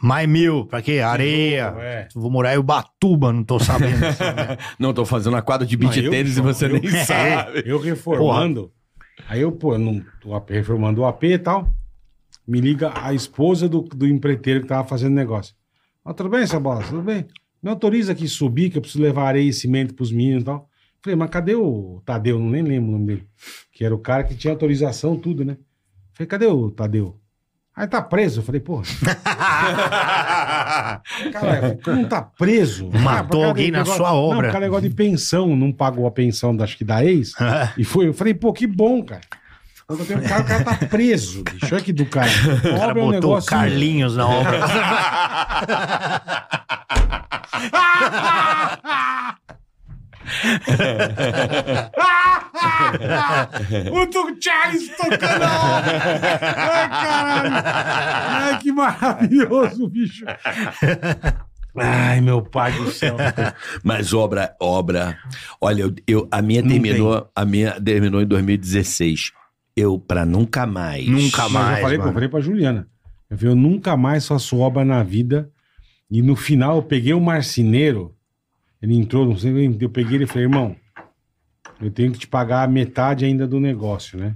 S1: Mais mil, pra quê? Areia.
S4: novo, é.
S1: Vou morar em Ubatuba, não tô sabendo.
S3: Não, tô fazendo a quadra de beat
S4: Ah, eu-
S3: tênis e você
S4: eu-
S3: nem sabe.
S4: Eu reformando. Aí eu, pô, não, o AP, reformando o AP e tal. Me liga a esposa do, do empreiteiro que tava fazendo negócio. Ah, tudo bem, Sabola? Tudo bem? Me autoriza aqui subir, que eu preciso levar areia e cimento pros meninos e tal. Falei, mas cadê o Tadeu? Não nem lembro o nome dele. Que era o cara que tinha autorização, tudo, né? Falei, cadê o Tadeu? Aí tá preso. Eu Falei, pô, Caralho, tu não tá preso?
S1: É. Matou
S4: Ah, por causa
S1: alguém
S4: do
S1: na sua
S4: Não,
S1: obra.
S4: por causa do negócio de pensão, não pagou a pensão, da, acho que da ex.
S1: É.
S4: E foi, eu falei, pô, que bom, cara. Quando eu tenho um cara, o cara tá preso, bicho. Olha que do cara. é um
S1: o cara botou Carlinhos na obra.
S4: o do Charles tocando a obra. Ai, caralho. Ai, que maravilhoso, bicho. Ai, meu pai do céu.
S3: Mas obra, obra. Olha, eu, eu- a minha terminou, a minha terminou em 2016. Eu pra nunca mais.
S1: Nunca mais.
S4: Mas eu falei,
S1: mano.
S4: eu falei pra Juliana. Eu falei, eu nunca mais faço obra na vida. E no final eu peguei o marceneiro. Ele entrou, não sei, eu peguei ele e falei, irmão, eu tenho que te pagar a metade ainda do negócio, né?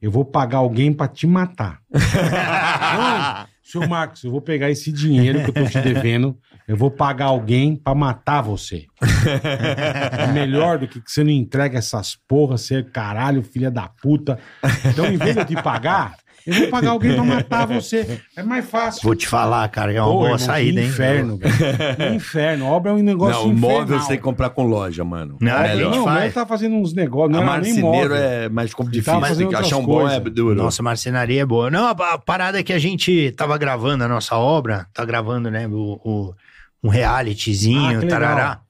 S4: Eu vou pagar alguém pra te matar. Não, seu Marcos, eu vou pegar esse dinheiro que eu tô te devendo, eu vou pagar alguém pra matar você. É melhor do que que você não entrega essas porras, você é caralho, filha da puta. Então, em vez de eu te pagar, eu vou pagar alguém pra matar você. É mais fácil.
S1: Vou te falar, cara, é uma
S4: Pô,
S1: boa
S4: irmão, que
S1: saída, hein?
S4: Inferno, velho. Inferno. Obra é um negócio
S3: Não,
S4: infernal.
S3: móvel você tem que comprar com loja, mano.
S1: Não,
S3: é
S1: a gente
S3: melhor.
S4: Não,
S1: faz.
S4: mas ele tá fazendo uns negócios,
S3: A
S4: não era nem
S3: marceneiro
S4: móvel. Tá
S3: é mais como difícil.
S4: fazendo
S3: tem que
S4: outras
S3: achar um bom é
S4: coisas.
S3: duro.
S1: Nossa, marcenaria é boa. Não, a a parada é que a gente tava gravando a nossa obra, tá gravando, né, o, o- um
S4: Ah,
S1: realityzinho,
S4: que legal.
S1: tarará.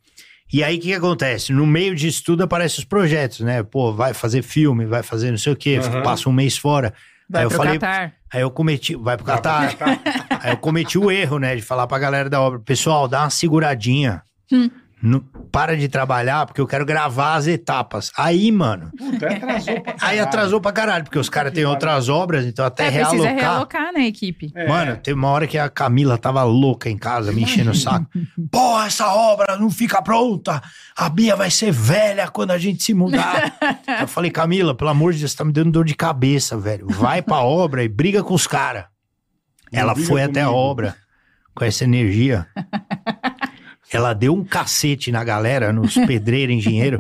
S1: E aí, o que, que acontece? No meio disso tudo aparecem os projetos, né? Pô, vai fazer filme, vai fazer não sei o quê,
S4: Aham.
S1: passa um mês fora.
S6: Vai
S1: aí eu
S6: pro
S1: falei,
S6: Catar.
S1: aí eu cometi,
S4: Tá,
S1: vai pro Catar. aí eu cometi o erro, né, de falar pra galera da obra, pessoal, dá uma seguradinha. Não, para de trabalhar, porque eu quero gravar as etapas. Aí, mano,
S4: Puta, atrasou pra
S1: Aí
S4: caralho.
S1: atrasou pra caralho, porque os caras têm outras obras, então até
S6: É, precisa
S1: realocar.
S6: realocar, né, equipe?
S4: É.
S1: Mano, teve uma hora que a Camila tava louca em casa, me enchendo o saco. Porra, essa obra não fica pronta. A Bia vai ser velha quando a gente se mudar. Eu falei, Camila, pelo amor de Deus, você tá me dando dor de cabeça, velho. Vai pra obra e briga com os caras.
S4: Não
S1: Ela
S4: briga
S1: foi até a
S4: comigo.
S1: obra com essa energia. Ela deu um cacete na galera, nos pedreiros, engenheiro,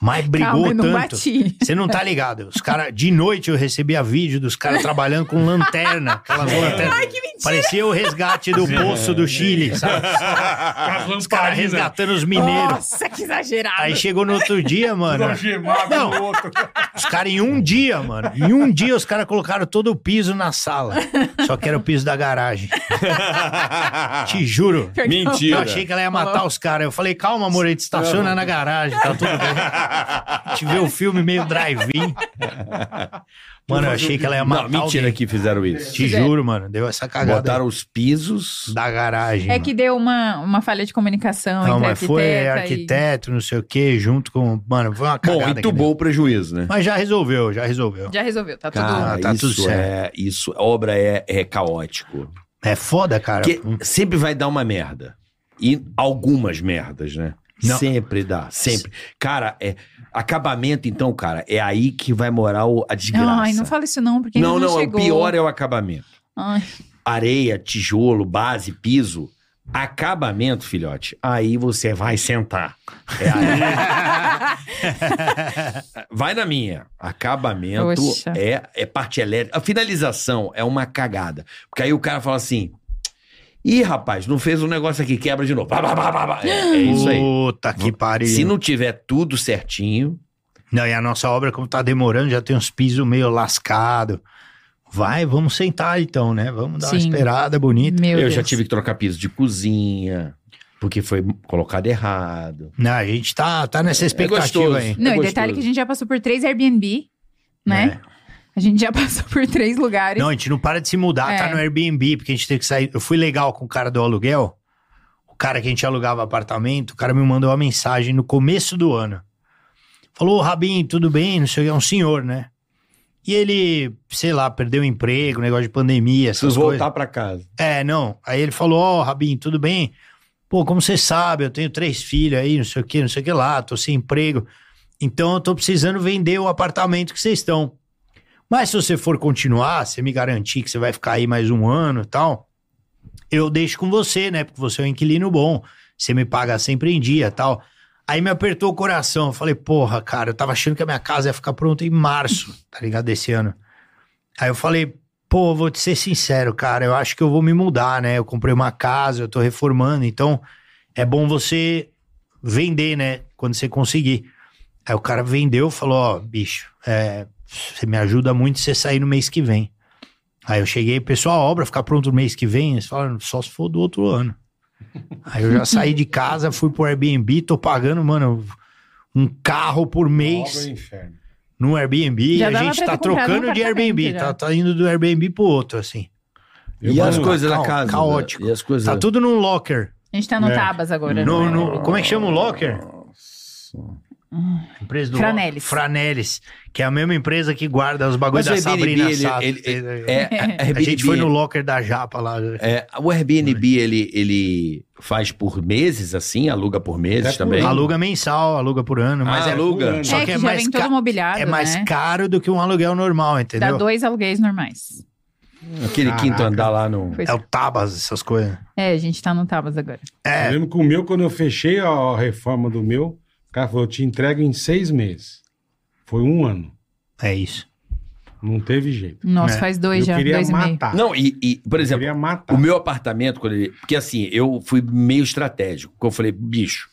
S1: mas brigou
S6: Calma, eu não
S1: tanto.
S6: bati.
S1: Você não tá ligado. Os caras, de noite eu recebia vídeo dos caras trabalhando com lanterna. Aquelas lanternas.
S6: Ai, que mentira.
S1: Parecia o resgate do poço do Chile, sabe? Os caras resgatando os mineiros.
S6: Nossa, que exagerado.
S1: Aí chegou no outro dia, mano. Não, os caras em um dia, mano. Em um dia os caras colocaram todo o piso na sala. Só que era o piso da garagem. Te juro. Eu
S3: Mentira.
S1: achei que ela ia matar os caras. Eu falei, calma, amor, a gente estaciona na garagem, tá tudo bem. A gente vê o filme meio drive-in. Mano, eu achei que ela ia
S3: Não,
S1: matar
S3: mentira
S1: alguém.
S3: que fizeram isso.
S1: Te juro, mano, deu essa cagada
S3: é. Botaram os pisos.
S1: da garagem.
S6: É que
S1: mano.
S6: deu uma, uma falha de comunicação
S1: Não,
S6: entre
S1: mas foi é
S6: arquiteta e-
S1: arquiteto, não sei o quê, junto com... Mano, foi
S3: Bom,
S1: uma cagada. que deu.
S3: entubou o prejuízo, né?
S1: Mas já resolveu, já resolveu.
S6: Já resolveu, tá tudo...
S3: Cara,
S1: tá
S3: isso
S1: tudo certo.
S3: é. Isso, obra é, é caótico.
S1: É foda, cara.
S3: Porque sempre vai dar uma merda. E algumas merdas, né?
S1: Não.
S3: Sempre dá, sempre. Cara, é, acabamento, então, cara, é aí que vai morar o- a desgraça.
S6: Ai, não fala isso não, porque
S3: não,
S6: ainda
S3: não, é
S6: não,
S3: o
S6: chegou.
S3: pior é o acabamento.
S6: Ai,
S3: Areia, tijolo, base, piso. Acabamento, filhote, aí você vai sentar. É aí. vai na minha. Acabamento
S6: Poxa.
S3: é, é parte elétrica. A finalização é uma cagada. Porque aí o cara fala assim: ih, rapaz, não fez um negócio aqui, quebra de novo. Bá, bá, bá, bá, bá. É, é isso aí.
S1: Puta que pariu.
S3: Se não tiver tudo certinho,
S1: Não, e a nossa obra, como tá demorando, já tem uns pisos meio lascado. Vai, vamos sentar então, né? Vamos dar uma
S6: Sim.
S1: esperada bonita.
S6: meu
S3: eu
S6: Deus.
S3: já tive que trocar piso de cozinha, porque foi colocado errado.
S1: Não, a gente tá, tá nessa expectativa
S3: É gostoso.
S1: aí.
S6: Não,
S3: É
S6: e detalhe
S3: gostoso.
S6: que a gente já passou por três Airbnb, né? A gente já passou por três lugares.
S1: É. Não, a gente não para de se mudar,
S6: É.
S1: tá no Airbnb, porque a gente tem que sair. Eu fui legal com o cara do aluguel, o cara que a gente alugava apartamento, o cara me mandou uma mensagem no começo do ano. Falou, "Ô, Rabin, tudo bem? Não sei o que, é um senhor, né? E ele, sei lá, perdeu o emprego, negócio de pandemia, essas
S4: Preciso
S1: coisas.
S4: voltar pra casa.
S1: É, não. Aí ele falou, ó, Rabin, tudo bem? Pô, como você sabe, eu tenho três filhos aí, não sei o que, não sei o que lá, tô sem emprego. Então eu tô precisando vender o apartamento que vocês estão. Mas se você for continuar, você me garantir que você vai ficar aí mais um ano e tal, eu deixo com você, né? Porque você é um inquilino bom, você me paga sempre em dia e tal. Aí me apertou o coração, eu falei, porra, cara, eu tava achando que a minha casa ia ficar pronta em março, tá ligado, desse ano. Aí eu falei, pô, vou te ser sincero, cara, eu acho que eu vou me mudar, né? Eu comprei uma casa, eu tô reformando, então é bom você vender, né? Quando você conseguir. Aí o cara vendeu, falou, ó, bicho, é, você me ajuda muito se você sair no mês que vem. Aí eu cheguei, pessoal, a obra ficar pronta no mês que vem? Eles falaram, só se for do outro ano. Aí eu já saí de casa, fui pro Airbnb, tô pagando, mano, um carro por mês
S4: Obra é inferno.
S1: no Airbnb
S6: Já
S1: e a
S6: dava
S1: gente
S6: pra
S1: tá
S6: ter comprado
S1: trocando
S6: um
S1: de Airbnb,
S6: apartamento já.
S1: tá, tá indo do Airbnb pro outro, assim.
S4: Eu
S3: e
S4: moro
S3: as
S4: lá.
S3: coisas da
S1: ca-
S3: casa.
S1: caótico.
S3: E as coisas.
S1: Tá tudo num locker.
S6: A gente tá no
S4: É.
S6: Tabas agora.
S1: No,
S6: né?
S1: no- como é que chama o locker?
S3: Nossa.
S1: A Empresa do
S6: Franelis.
S1: Franelis, que é a mesma empresa que guarda os bagulhos
S3: Mas
S1: da
S3: o Airbnb,
S1: Sabrina
S3: ele,
S1: Sato.
S3: ele- ele-
S1: É,
S3: é, a- a
S1: a gente foi
S3: Airbnb,
S1: no locker da Japa lá.
S3: é, o Airbnb, ele, ele faz por meses, assim, aluga por meses
S4: É por
S3: também.
S4: ano.
S1: Aluga mensal, aluga por ano, mas
S3: Ah,
S1: é,
S3: aluga.
S4: É,
S6: É,
S1: só que,
S6: que,
S1: é
S6: já
S1: mais
S6: vem todo
S1: ca-
S6: mobiliado,
S1: é mais
S6: né?
S1: caro do que um aluguel normal,
S6: Dá
S1: entendeu?
S6: dois aluguéis normais.
S3: Aquele
S4: Caraca.
S3: quinto andar lá no.
S6: Foi
S1: É
S6: isso.
S1: o Tabas, essas coisas.
S6: É, a gente tá no Tabas agora.
S1: É.
S4: Eu lembro que o meu, quando eu fechei a reforma do meu, o cara falou, eu te entrego em seis meses. Foi um ano.
S1: É isso.
S4: Não teve jeito.
S6: Nossa,
S1: É.
S6: faz dois
S4: eu
S6: já,
S4: queria
S6: dois e meio.
S4: matar.
S3: Não, e, e, por
S4: eu
S3: exemplo,
S4: queria matar.
S3: o meu apartamento, quando ele. Porque assim, eu fui meio estratégico. Porque eu falei, bicho,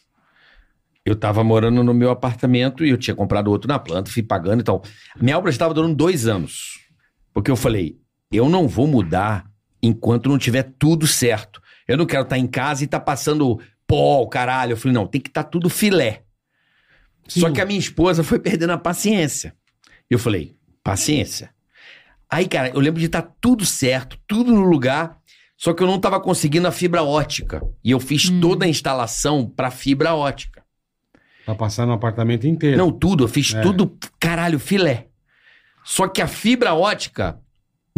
S3: eu tava morando no meu apartamento e eu tinha comprado outro na planta, fui pagando e tal. Minha obra estava durando dois anos. Porque eu falei, eu não vou mudar enquanto não tiver tudo certo. Eu não quero estar em casa e estar passando pó, o caralho. Eu falei, não, tem que estar tudo filé. Só
S4: Sim.
S3: que a minha esposa foi perdendo a paciência. Eu falei, paciência. Aí, cara, eu lembro de estar tudo certo, tudo no lugar, só que eu não estava conseguindo a fibra ótica. E eu fiz
S6: Hum.
S3: toda a instalação para fibra ótica.
S4: Pra passar no apartamento inteiro.
S3: Não, tudo, eu fiz
S4: É.
S3: tudo, caralho, filé. Só que a fibra ótica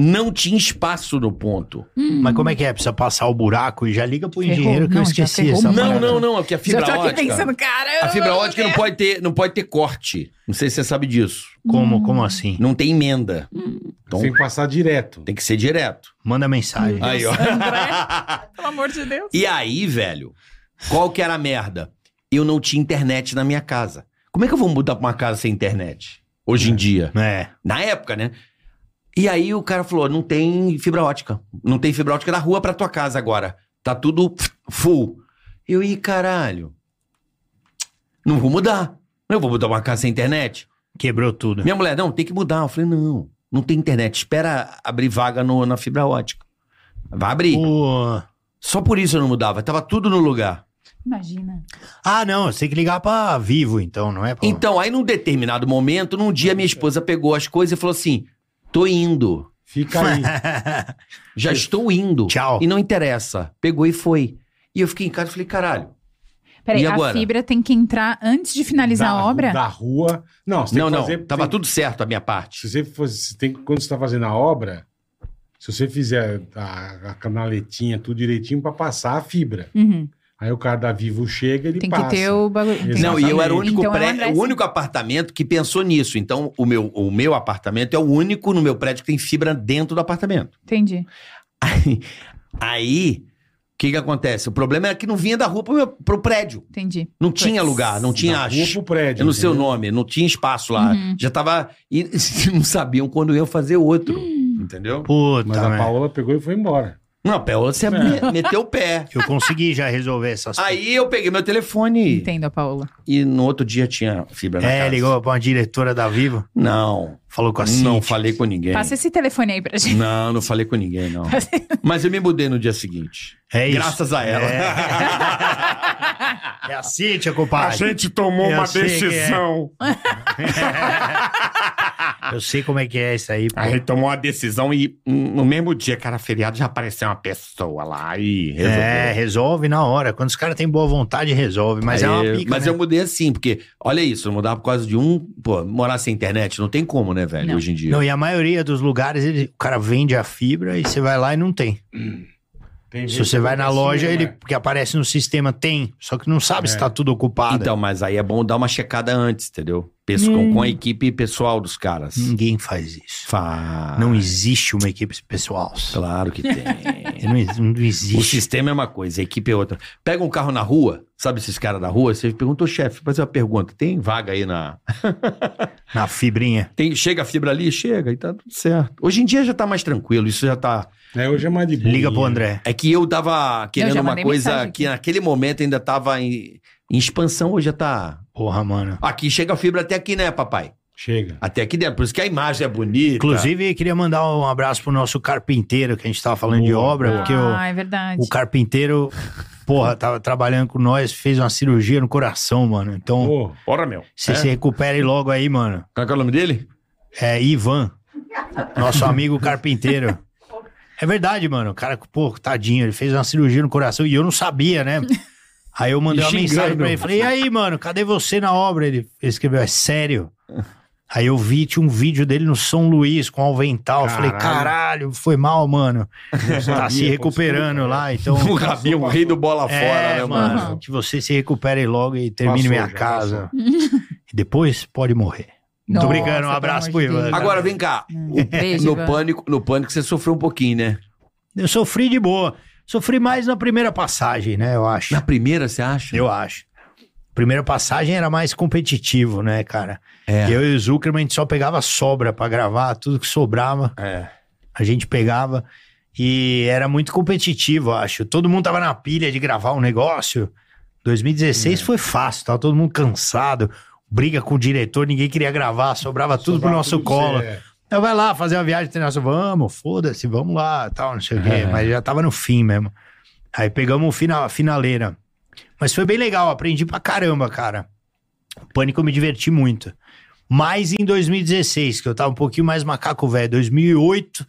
S3: não tinha espaço no ponto.
S1: Mas como é que é? Precisa passar o buraco e já liga pro
S6: Ferrou.
S1: engenheiro que eu
S6: Não, já
S1: esqueci
S6: ferrou
S1: essa
S6: muito.
S3: Não,
S1: parada.
S3: não, não, é porque a fibra
S6: Tá já tô aqui
S3: ótica.
S6: pensando, caramba.
S3: A fibra ótica não pode ter, não pode ter corte. Não sei se você sabe disso.
S1: Como, como assim?
S3: Não tem emenda.
S6: Hum.
S3: Então
S4: Sem passar direto.
S3: tem que ser direto.
S1: Manda mensagem.
S3: Aí, ó.
S6: Pelo amor de Deus.
S3: E aí, velho, qual que era a merda? Eu não tinha internet na minha casa. Como é que eu vou mudar pra uma casa sem internet? Hoje em dia.
S1: É.
S3: Na época, né? E aí o cara falou: não tem fibra ótica. Não tem fibra ótica da rua pra tua casa agora. Tá tudo full. Eu, ih, caralho. Não vou mudar. Eu vou mudar uma casa sem internet?
S1: Quebrou tudo.
S3: Minha mulher, não, tem que mudar. Eu falei, não, não tem internet. Espera abrir vaga no- na fibra ótica. Vai abrir.
S1: O-
S3: Só por isso eu não mudava. Tava tudo no lugar.
S6: Imagina.
S1: Ah, não, você tem que ligar pra vivo, então, não é? Pra...
S3: Então, aí num determinado momento, num dia minha esposa pegou as coisas e falou assim, tô indo.
S4: Fica aí.
S3: Já estou indo.
S1: Tchau.
S3: E não interessa. Pegou e foi. E eu fiquei em casa e falei, caralho.
S6: Peraí,
S3: E agora?
S6: a fibra tem que entrar antes de finalizar
S4: da,
S6: a obra?
S4: Da rua. Não, você
S3: não,
S4: tem que
S3: não.
S4: fazer.
S3: Tava
S4: tem-
S3: tudo certo a minha parte.
S4: Se você fosse, você tem, que- quando você está fazendo a obra, se você fizer a, a canaletinha tudo direitinho para passar a fibra.
S6: Uhum.
S4: Aí o cara da Vivo chega e ele
S6: Tem
S4: passa.
S6: que ter o bagulho.
S4: Exatamente.
S3: Não, e eu era o único,
S6: Então é um
S3: prédio,
S6: André,
S3: o único apartamento que pensou nisso. Então, o meu, o meu apartamento é o único no meu prédio que tem fibra dentro do apartamento.
S6: Entendi.
S3: Aí, o que que acontece? O problema era que não vinha da rua pro, meu, pro prédio.
S6: Entendi.
S3: Não tinha lugar, não tinha...
S4: Da rua pro prédio.
S3: Eu não sei o
S4: entendeu?
S3: nome, não tinha espaço lá.
S6: Uhum.
S3: Já tava... E não sabiam quando eu fazer outro,
S6: Hum.
S3: entendeu?
S1: Puta,
S4: Mas a
S1: merda.
S4: Paola pegou e foi embora.
S3: Não, a Paola, você me- meteu o pé.
S1: Eu consegui já resolver essas
S3: Aí eu peguei meu telefone
S6: Entendo a Paola.
S3: e no outro dia tinha fibra na
S1: É,
S3: casa.
S1: ligou pra uma diretora da Vivo,
S3: Não,
S1: falou com a Cintia.
S3: não falei com ninguém.
S6: Passa esse telefone aí pra gente.
S3: Não, não falei com ninguém, não. Mas eu me mudei no dia seguinte.
S1: É isso.
S3: Graças a ela.
S1: É a Cintia, compadre.
S5: gente tomou
S1: Eu sei que é. Eu sei como é que é isso aí. pô.
S5: Aí ele tomou uma decisão e hum, no mesmo dia que era feriado já apareceu uma pessoa lá e resolveu.
S1: É, resolve na hora. Quando os caras têm boa vontade, resolve. Mas
S3: Aí,
S1: é uma pica,
S3: mas
S1: né?
S3: eu mudei assim, porque, olha isso, eu mudava por causa de um. Pô, morar sem internet não tem como, né, velho,
S6: Não.
S3: hoje em dia.
S1: Não, e a maioria dos lugares, ele, o cara vende a fibra e você vai lá e não tem.
S4: Tem
S1: Se
S4: gente
S1: você
S4: que
S1: vai na
S4: assim,
S1: loja,
S4: né?
S1: ele que aparece no sistema tem, só que não sabe se
S4: É.
S1: tá tudo ocupado.
S3: Então, mas aí é bom dar uma checada antes, entendeu? Pesco- com- Com a equipe pessoal dos caras.
S1: Ninguém faz isso.
S3: Faz.
S1: Hum. Não existe uma equipe pessoal.
S3: Claro que tem.
S1: Não, ex- não
S3: o
S1: existe.
S3: sistema é uma coisa, a equipe é outra. Pega um carro na rua, sabe esses caras da rua? Você pergunta, ô chefe, fazer uma pergunta, tem vaga aí na...
S1: Na fibrinha.
S3: Tem, chega a fibra ali? Chega, e tá tudo certo. Hoje em dia já tá mais tranquilo, isso já tá...
S4: É, hoje é mais de boa.
S1: Liga pro André.
S3: É que eu tava querendo
S6: já
S3: uma
S6: mandei
S3: coisa
S6: mensagem aqui.
S3: que naquele momento ainda tava em, em expansão, hoje já tá.
S1: Porra, mano.
S3: Aqui chega a fibra até aqui, né, papai?
S4: Chega.
S3: Até aqui dentro. Por isso que a imagem é bonita.
S1: Inclusive, queria mandar um abraço pro nosso carpinteiro, que a gente tava falando de
S4: Boa,
S1: obra,
S4: boa.
S1: porque o,
S6: Ah, é verdade.
S1: o carpinteiro, porra, tava trabalhando com nós, fez uma cirurgia no coração, mano. Então,
S4: Pô,
S5: Bora, meu.
S1: você se recupere logo aí, mano.
S3: Qual que é o nome dele?
S1: É Ivan, nosso amigo carpinteiro. É verdade, mano. O cara, pô, tadinho, ele fez uma cirurgia no coração e eu não sabia, né? Aí eu mandei
S3: E
S1: uma
S3: xingando.
S1: mensagem pra ele. Falei, e aí, mano, cadê você na obra? Ele escreveu, é sério? Aí eu vi, tinha um vídeo dele no São Luís com Alvental. Eu Falei,
S4: Caralho.
S1: caralho, foi mal, mano. Tá
S4: sabia,
S1: se recuperando
S4: pô,
S1: lá, então...
S3: o Rabinho, o rei do bola fora,
S1: É,
S3: né, mano?
S1: mano,
S6: mano?
S1: que você se recupere logo e termine
S4: Passou,
S1: minha
S4: já
S1: casa. E depois pode morrer.
S6: Nossa,
S1: Muito obrigado, um
S6: pelo
S1: abraço pro
S6: amor de
S1: Ivan.
S6: Deus. Um
S3: Agora, vem cá. O-
S6: Beijo,
S3: no,
S6: Hum. Ivan.
S3: pânico, no pânico você sofreu um pouquinho, né?
S1: Eu sofri de boa. Sofri mais na primeira passagem, né? Eu acho.
S3: Na primeira, você acha?
S1: Eu acho. Primeira passagem era mais competitivo, né, cara?
S3: É.
S1: Eu e o Zuckerman a gente só pegava sobra pra gravar, tudo que sobrava
S3: É.
S1: a gente pegava e era muito competitivo, eu acho. Todo mundo tava na pilha de gravar um negócio. 2016 foi fácil, tava todo mundo cansado, briga com o diretor, ninguém queria gravar, sobrava tá tudo pro
S4: sobrava
S1: nosso
S4: tudo pra
S1: colo.
S4: você, é.
S1: Então vai lá fazer uma viagem internacional. Vamos, foda-se, vamos lá, tal, não sei o quê. Mas já tava no fim mesmo. Aí pegamos um final, finaleira. Mas foi bem legal, aprendi pra caramba, cara. O pânico eu me diverti muito. Mas em 2016, que eu tava um pouquinho mais macaco velho. 2008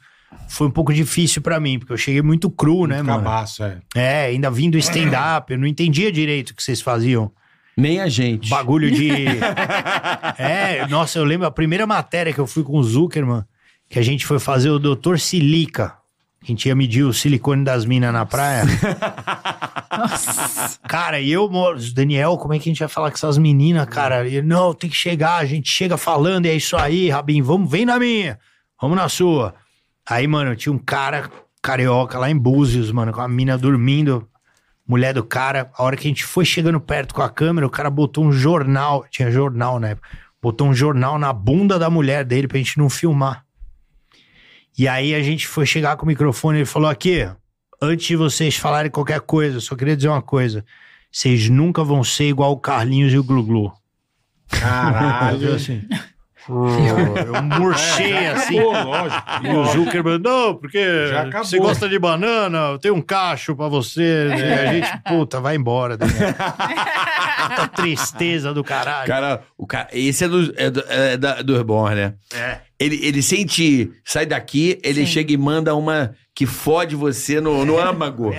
S1: foi um pouco difícil pra mim, porque eu cheguei muito cru, né, mano?
S4: Cabaço, é.
S1: É, ainda vim do stand-up, eu não entendia direito o que vocês faziam.
S3: Nem a gente.
S1: Bagulho de. é, nossa, eu lembro a primeira matéria que eu fui com o Zuckerman, que a gente foi fazer o Dr. Silica. que A gente ia medir o silicone das minas na praia.
S6: Nossa.
S1: Cara, e eu, mo- Daniel, como é que a gente vai falar com essas meninas, cara? E, não, tem que chegar, a gente chega falando, e é isso aí, Rabinho, vamos, vem na minha, vamos na sua. Aí, mano, tinha um cara carioca lá em Búzios, mano, com a mina dormindo, mulher do cara. A hora que a gente foi chegando perto com a câmera, o cara botou um jornal, tinha jornal na época, botou um jornal na bunda da mulher dele pra gente não filmar. E aí a gente foi chegar com o microfone, ele falou aqui, antes de vocês falarem qualquer coisa, eu só queria dizer uma coisa. Vocês nunca vão ser igual o Carlinhos e o Glu-Glu.
S4: Caralho.
S1: Eu assim.
S4: Ah.
S1: Eu murchei assim.
S4: Pô, lógico.
S1: E o
S4: lógico.
S1: Zuckerman, não, porque
S4: É, Já acabou.
S1: você gosta de banana, eu tenho um cacho pra você. E a gente, puta, vai embora. Daniel. Puta tristeza do caralho.
S3: Cara, o cara, esse é do, é do, é da- do Reborn, né?
S1: É.
S3: Ele, ele sente, sai daqui, ele
S6: Sim.
S3: chega e manda uma que fode você no, no âmago.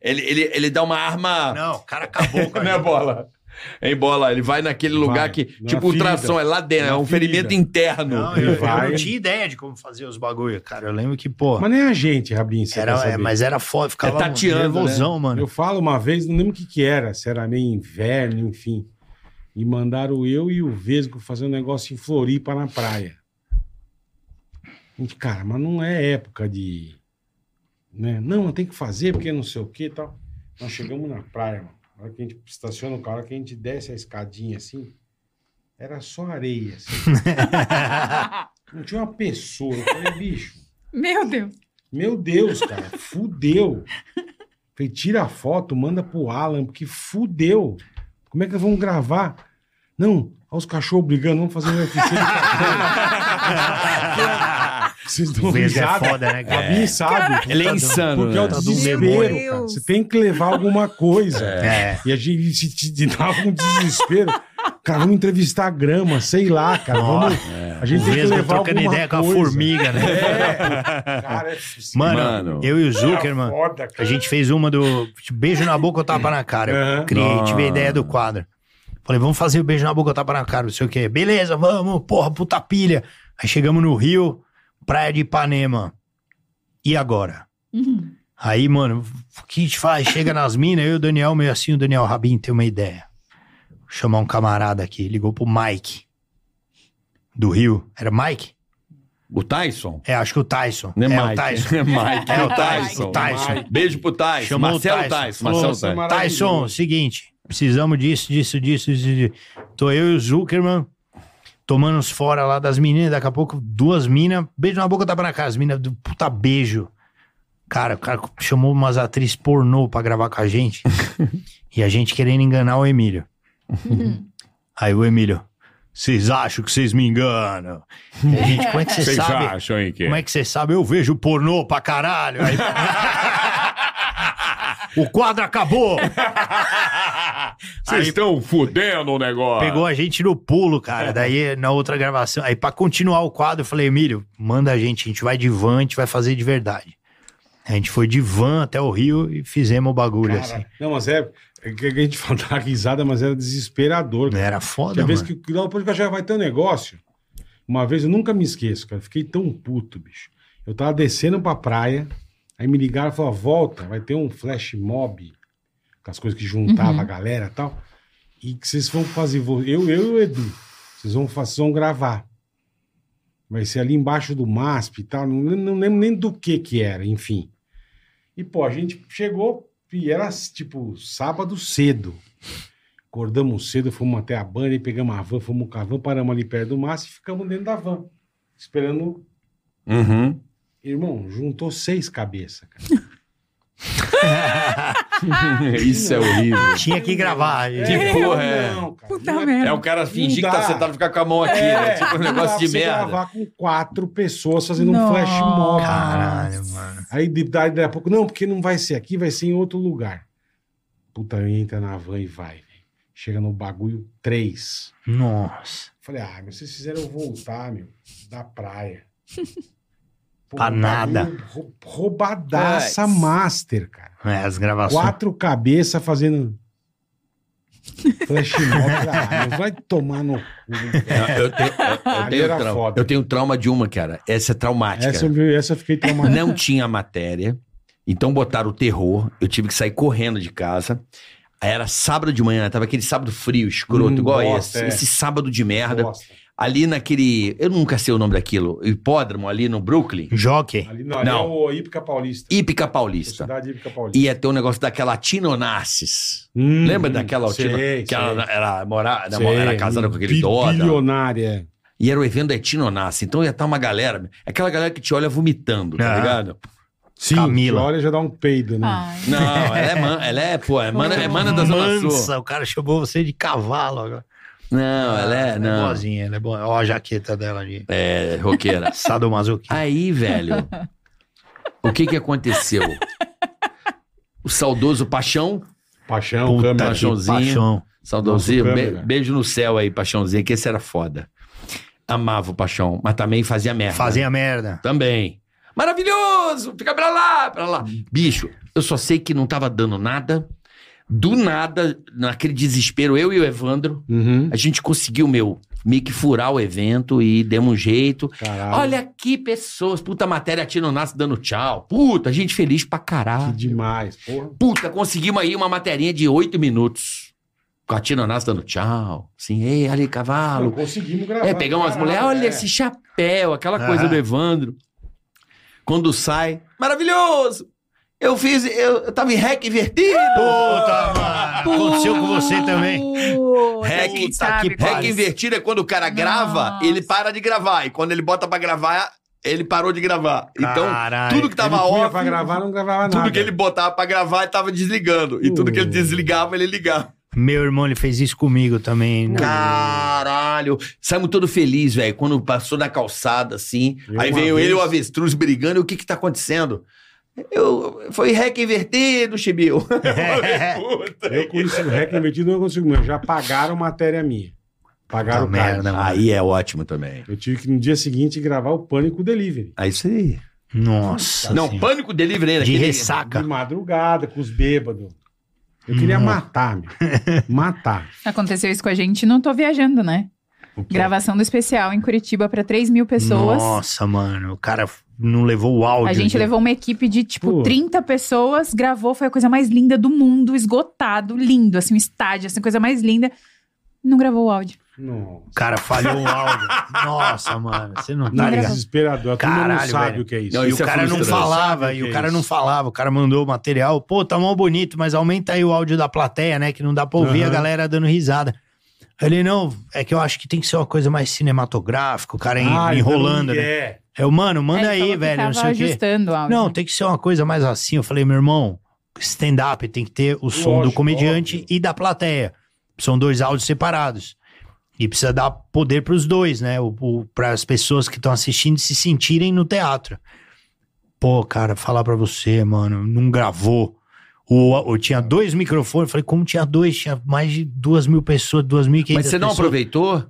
S3: Ele, ele, ele dá uma arma.
S1: Não, o cara acabou com a
S3: Não é
S1: gente.
S3: bola. Em bola, ele vai naquele lugar
S4: Vai.
S3: que. Tipo,
S4: Na ferida.
S3: ultrassom, é lá dentro, é
S4: Na
S3: um
S4: ferida.
S3: ferimento interno. é
S1: Não, eu, eu
S4: Vai.
S1: não tinha ideia de como fazer os bagulho, cara. Eu lembro que, pô,
S4: Mas nem a gente, Rabin, você
S1: era,
S4: quer
S1: é,
S4: saber. né?
S1: mas era foda, ficava um
S3: É tateando,
S1: nervosão, mano.
S4: Eu falo uma vez, não lembro o que que era, se era meio inverno, enfim. E mandaram eu e o Vesgo fazer um negócio em Floripa na praia. E, cara, mas não é época de... Né? Não, tem que fazer porque não sei o que e tal. Nós chegamos na praia, mano. Na hora que a gente estaciona o carro, na hora que a gente desce a escadinha assim, era só areia. assim. Não tinha uma pessoa. Eu falei, bicho...
S6: Meu Deus.
S4: Meu Deus, cara, fudeu. Falei, tira a foto, manda pro Alan, porque fudeu. Como é que nós vamos gravar? Não, olha os cachorros brigando, vamos fazer um UFC. de cachorro. Vocês dão
S1: Vesgo é
S4: risada.
S1: foda, né,
S4: A
S1: cara?
S4: Gabi sabe.
S3: Ele é
S1: Tá
S3: insano.
S4: Porque é o
S3: Né?
S1: Tá do
S4: desespero,
S6: demônio.
S4: cara. Você tem que levar alguma coisa.
S1: É.
S4: E a gente se te, te dava um desespero. Cara, vamos entrevistar a grama, sei lá, cara. Vamos, A gente
S1: é. O
S4: tem que
S1: Vesgo
S4: levar
S1: trocando
S4: alguma
S1: ideia com a
S4: coisa. É.
S1: formiga, né?
S4: Cara, é
S1: Mano, é
S3: Mano.
S1: eu e o Zuckerman,
S4: foda, cara.
S1: a gente fez uma do beijo na boca ou tapa na cara. Eu
S4: Aham.
S1: criei, tive a
S3: Ah.
S1: ideia do quadro. Falei, vamos fazer o beijo na boca ou tapa na cara, não sei o quê. Beleza, vamos, porra, puta pilha. Aí chegamos no Rio, praia de Ipanema. E agora?
S6: Uhum.
S1: Aí, mano, o que a gente faz? Chega nas minas, eu e o Daniel, meio assim, o Daniel Rabin tem uma ideia. Vou chamar um camarada aqui, ligou pro Mike. Do Rio. Era Mike?
S3: O Tyson?
S1: É, acho que o Tyson.
S3: Não é,
S1: é
S3: Mike.
S1: o Tyson.
S3: É Mike.
S6: É
S3: É
S6: o
S3: o
S1: Tyson.
S3: Tyson.
S1: O Tyson.
S3: Mike. Beijo pro Tyson.
S1: Chamou o
S3: Marcelo
S1: Tyson.
S3: Tyson.
S1: Falou,
S3: Marcelo
S4: "Seu
S3: Tyson.
S4: maravilhoso."
S1: Tyson, seguinte, precisamos disso, disso, disso, disso, disso. Tô eu e o Zuckerman tomando uns fora lá das meninas, daqui a pouco duas minas, beijo na boca, tá tapa na cara, as minas do puta beijo. Cara, o cara chamou umas atrizes pornô pra gravar com a gente e a gente querendo enganar o Emílio.
S6: Uhum.
S1: Aí o Emílio, vocês acham que vocês me enganam? Gente, como é que você
S5: Vocês
S1: sabe?
S5: acham, hein, que...
S1: Como é que você sabe? Eu vejo pornô pra caralho. Aí- o quadro acabou.
S5: Vocês
S1: Aí-
S5: estão fudendo o negócio.
S1: Pegou a gente no pulo, cara. Daí, na outra gravação. Aí, pra continuar o quadro, eu falei, Emílio, manda a gente, a gente vai de van, a gente vai fazer de verdade. A gente foi de van até o Rio e fizemos o bagulho, assim.
S4: Cara, não, mas é. é que a gente fala da risada, mas era desesperador. Cara.
S1: Era
S4: Tinha
S1: foda,
S4: vez
S1: mano.
S4: que que lá depois que eu já vai ter um negócio. Uma vez eu nunca me esqueço, cara. Fiquei tão puto, bicho. Eu tava descendo pra praia, aí me ligaram e falaram: volta, vai ter um flash mob, com as coisas que juntava
S6: Uhum.
S4: a galera e tal. E que vocês vão fazer. vo- Eu, eu e o Edu, vocês vão, fa- vocês vão gravar. Vai ser ali embaixo do MASP e tal. Não, lem- não lembro nem do que que era, enfim. E, pô, a gente chegou e era tipo sábado cedo. Acordamos cedo, fomos até a banda e pegamos a van, fomos com a van, paramos ali perto do MASP e ficamos dentro da van, esperando
S5: Uhum.
S4: Irmão, juntou seis cabeças, cara. Ah.
S5: Isso é horrível.
S1: Tinha que gravar. Tipo,
S3: Que porra é?
S4: Não, cara.
S6: Puta
S4: Não tipo, é-
S6: merda.
S3: É o cara fingir
S4: Não
S3: que tá
S4: dá.
S3: sentado e ficar com a mão aqui, né? Tipo um
S4: É. não dá
S3: negócio
S4: pra
S3: de
S4: você
S3: merda.
S4: gravar com quatro pessoas fazendo um
S6: Nossa.
S4: flash mob.
S1: Caralho, mano.
S4: Aí de- daí, daí a pouco, não, porque não vai ser aqui, vai ser em outro lugar. Puta, entra na van e vai. velho. Chega no bagulho, três.
S1: Nossa.
S4: Falei, ah, mas vocês fizeram eu voltar, meu, da praia. Pô,
S1: Pra
S4: bagulho
S1: nada.
S4: rou- Roubadaça
S6: Puts.
S4: master, cara.
S1: É, as gravações.
S4: Quatro cabeças fazendo. um Flash mob. Ah, meu, vai tomar no cu.
S3: Não, Eu tenho, eu- eu
S4: Ali
S3: tenho
S4: era
S3: trauma.
S4: foda.
S3: Eu tenho trauma de uma, cara. Essa é traumática.
S4: Essa, eu- essa eu fiquei tomando.
S3: Não tinha matéria. Então botaram o terror. Eu tive que sair correndo de casa. Aí era sábado de manhã, tava aquele sábado frio, escroto,
S4: Hum,
S3: igual
S4: bosta,
S3: esse.
S4: é.
S3: Esse sábado de merda.
S4: Bosta.
S3: Ali naquele. Eu nunca sei o nome daquilo. Hipódromo, ali no Brooklyn.
S4: Hum.
S1: Jockey.
S4: Ali, não, ali
S3: Não.
S4: é o Ípica Paulista.
S3: Hípica Paulista.
S4: Sociedade Ípica Paulista.
S3: Ia ter um negócio daquela Tina Onassis.
S4: Hum,
S3: Lembra
S4: hum,
S3: daquela
S4: sei,
S3: Tina?
S4: sei.
S3: Que ela era, mora,
S4: Sei,
S3: namora- era casada
S4: hum,
S3: com aquele
S4: bi-
S3: Dota.
S4: Bilionária.
S3: E era o evento da Tina Onassis. Então ia estar uma galera. Aquela galera que te olha vomitando, tá
S1: Ah.
S3: ligado?
S4: Sim,
S1: Camila.
S4: Olha, já dá um peido, né?
S6: Ai.
S3: Não, ela é, man, ela é, pô, é mana, é mana da Zona Sul.
S1: Mansa, o cara chamou você de cavalo agora.
S3: Não, ela é,
S1: Ela é
S3: não.
S1: boazinha, ela é boa. Ó a jaqueta dela ali.
S3: É, roqueira.
S1: Sadomasoquista.
S3: Aí, velho, o que que aconteceu? O saudoso Paixão,
S4: Paixão,
S1: Puta
S3: é
S4: câmera.
S1: que
S3: Paixãozinho.
S1: paixão.
S3: saudosinho,
S4: Nosso
S3: be-
S4: câmera.
S3: beijo no céu aí, Paixãozinho, que esse era foda. Amava o Paixão, mas também fazia merda.
S1: Fazia merda.
S3: Também. Maravilhoso! Fica pra lá, pra lá. Bicho, eu só sei que não tava dando nada. Do nada, naquele desespero, eu e o Evandro,
S4: Uhum.
S3: A gente conseguiu, meu, meio que furar o evento e demos um jeito.
S4: Caralho.
S3: Olha que pessoas. Puta matéria, Tino Nasce dando tchau. Puta, gente feliz pra
S4: Que
S3: caralho.
S4: demais, porra.
S3: Puta, conseguimos aí uma materinha de oito minutos. Com a Tina Nasce dando tchau. Assim, ei, ali,
S4: Não,
S3: cavalo.
S4: conseguimos gravar.
S3: É, pegar umas
S4: caralho,
S3: mulheres. Olha
S4: é.
S3: esse chapéu, aquela
S1: Ah.
S3: coisa do Evandro. Quando sai, maravilhoso! Eu fiz, eu, eu tava em rec invertido.
S1: Puta, mano. Aconteceu com você também.
S6: Puta
S3: Hack- tá
S6: que
S1: Hack-
S6: sabe,
S3: Regra
S1: Parece.
S3: invertida é quando o cara grava,
S6: Nossa.
S3: ele para de gravar. E quando ele bota pra gravar, ele parou de gravar.
S1: Caralho.
S3: Então, tudo que tava
S4: Ele punha
S3: off,
S4: pra gravar, não gravava
S3: tudo
S4: nada.
S3: que ele botava pra gravar, ele tava desligando. E tudo que ele
S4: Uh.
S3: desligava, ele ligava.
S1: Meu irmão, ele fez isso comigo também. né?
S3: Caralho. Saímos todo feliz, velho. Quando passou na calçada, assim.
S4: Eu
S3: aí
S4: uma
S3: veio
S4: vez-
S3: ele e o avestruz brigando. E o que que tá acontecendo? Eu, foi rec invertido, Chibiu.
S1: É.
S3: Puta.
S4: Eu com isso, o rec invertido, eu não consigo. mas Já pagaram matéria minha. Pagaram o
S1: Puta Ah, merda,
S4: card.
S1: mano.
S3: Aí é ótimo também.
S4: Eu tive que no dia seguinte gravar o Pânico Delivery.
S3: É isso aí.
S1: Nossa.
S3: não,
S1: senhora.
S3: pânico delivery ainda.
S1: De
S3: aquele-
S4: Assim. De
S1: ressaca.
S4: madrugada, com os bêbados. Eu queria
S1: Nossa.
S4: matar, meu. Matar.
S6: Aconteceu isso com a gente, não tô viajando, né?
S4: O quê?
S6: Gravação do especial em Curitiba pra 3 mil pessoas.
S1: Nossa, mano. O cara não levou o áudio.
S6: A gente levou uma equipe de, tipo,
S4: Pô.
S6: 30 pessoas, gravou, foi a coisa mais linda do mundo, esgotado, lindo, assim, um estádio, assim, coisa mais linda. Não gravou o áudio.
S4: Não.
S1: O cara falhou o áudio. Nossa, mano. Você não tá
S4: Não,
S1: ligado.
S4: desesperador. A turma não
S1: Caralho,
S4: sabe
S1: velho.
S4: o que é isso.
S3: Não,
S1: E o
S3: Isso é
S1: cara não
S3: frustrante.
S4: Sabe
S1: falava,
S4: o
S1: e
S4: que
S1: o
S4: é
S1: cara
S4: isso?
S1: não falava. O cara mandou o material. Pô, tá mal bonito, mas aumenta aí o áudio da plateia, né? Que não dá pra ouvir
S4: Aham.
S1: a galera dando risada. Ele, não, é que eu acho que tem que ser uma coisa mais cinematográfica, o cara en-
S4: Ah,
S1: enrolando,
S4: então
S1: né?
S4: É.
S1: Eu, mano, manda
S6: ele falou
S1: aí,
S6: que
S1: velho, não
S6: tava
S1: sei o quê.
S6: ajustando o áudio.
S1: Não, tem que ser uma coisa mais assim. Eu falei, meu irmão, stand-up tem que ter o som do
S4: Lógico,
S1: comediante
S4: óbvio.
S1: e da plateia. São dois áudios separados. E precisa dar poder pros dois, né? Para as pessoas que estão assistindo se sentirem no teatro. Pô, cara, falar pra você, mano, não gravou. Ou, ou tinha dois microfones. eu Falei, como tinha dois? Tinha mais de duas mil pessoas, duas mil e
S3: Mas
S1: quinhentas
S3: você não
S1: pessoas.
S3: aproveitou?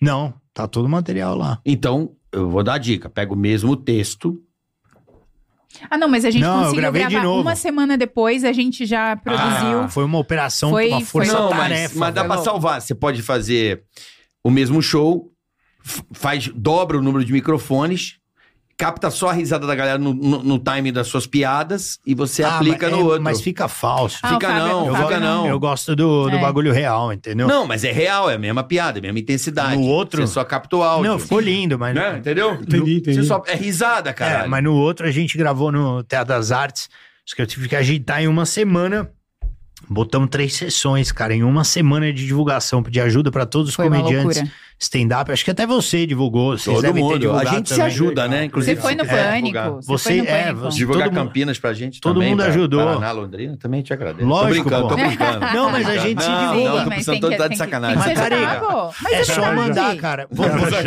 S1: Não, tá todo o material lá.
S3: Então, eu vou dar a dica. Pega o mesmo texto.
S6: Ah, não, mas a gente
S1: Não, eu
S6: conseguiu
S1: gravei de
S6: gravar
S1: novo. Ah,
S6: uma semana depois, a gente já produziu.
S1: Foi uma operação,
S6: Foi-
S1: uma
S6: foi-
S1: força-tarefa.
S3: mas, mas dá
S1: velho.
S3: pra salvar. Você pode fazer o mesmo show, f- faz, dobra o número de microfones, capta só a risada da galera no, no, no time das suas piadas e você
S1: Ah,
S3: aplica
S1: mas-
S3: no
S1: é,
S3: outro.
S1: Mas fica falso.
S6: Ah, o
S3: Fica
S6: Fábio-
S3: não,
S6: o Fábio
S3: fica
S6: não.
S3: não.
S1: Eu gosto do, do
S6: É.
S1: bagulho real, entendeu?
S3: Não, mas é real, é a mesma piada, é a mesma intensidade.
S1: No outro-
S3: Você só capta o áudio.
S1: Não, ficou lindo, mas.
S3: Né? Entendeu?
S4: Entendi,
S3: No-
S4: entendi.
S3: Você só... É risada, cara.
S1: É, mas no outro a gente gravou no Teatro das Artes. Acho que eu tive que ajeitar em uma semana. Botamos três sessões, cara, em uma semana de divulgação. Pedi ajuda pra todos os
S6: Foi uma
S1: comediantes.
S6: loucura.
S1: Stand-up, acho que até você divulgou. Vocês
S3: Todo
S1: devem ter
S3: mundo. A
S1: divulgado
S3: gente se
S1: também.
S3: ajuda,
S4: Legal.
S3: né? Inclusive,
S6: Você foi no
S3: se quiser
S6: pânico.
S3: divulgar.
S6: Você,
S1: Você-
S6: foi no
S1: é,
S6: pânico.
S1: você-
S3: Divulgar
S1: Todo mundo-
S3: Campinas pra gente
S1: todo
S3: também.
S1: mundo
S3: pra-
S1: ajudou.
S3: Paraná, Londrina, também te agradeço. Tô
S1: Lógico,
S3: brincando,
S1: pô.
S3: tô brincando.
S1: Não, mas a gente se
S3: Não,
S1: divulga.
S3: Não,
S1: Sim,
S3: tô pensando todo tá de sacanagem.
S6: Tem que
S1: Mas,
S6: ser
S1: Tarega,
S6: pago. Mas
S1: É só
S6: verdade.
S1: mandar, cara. Vou- vou-
S3: Tô é de
S1: mas,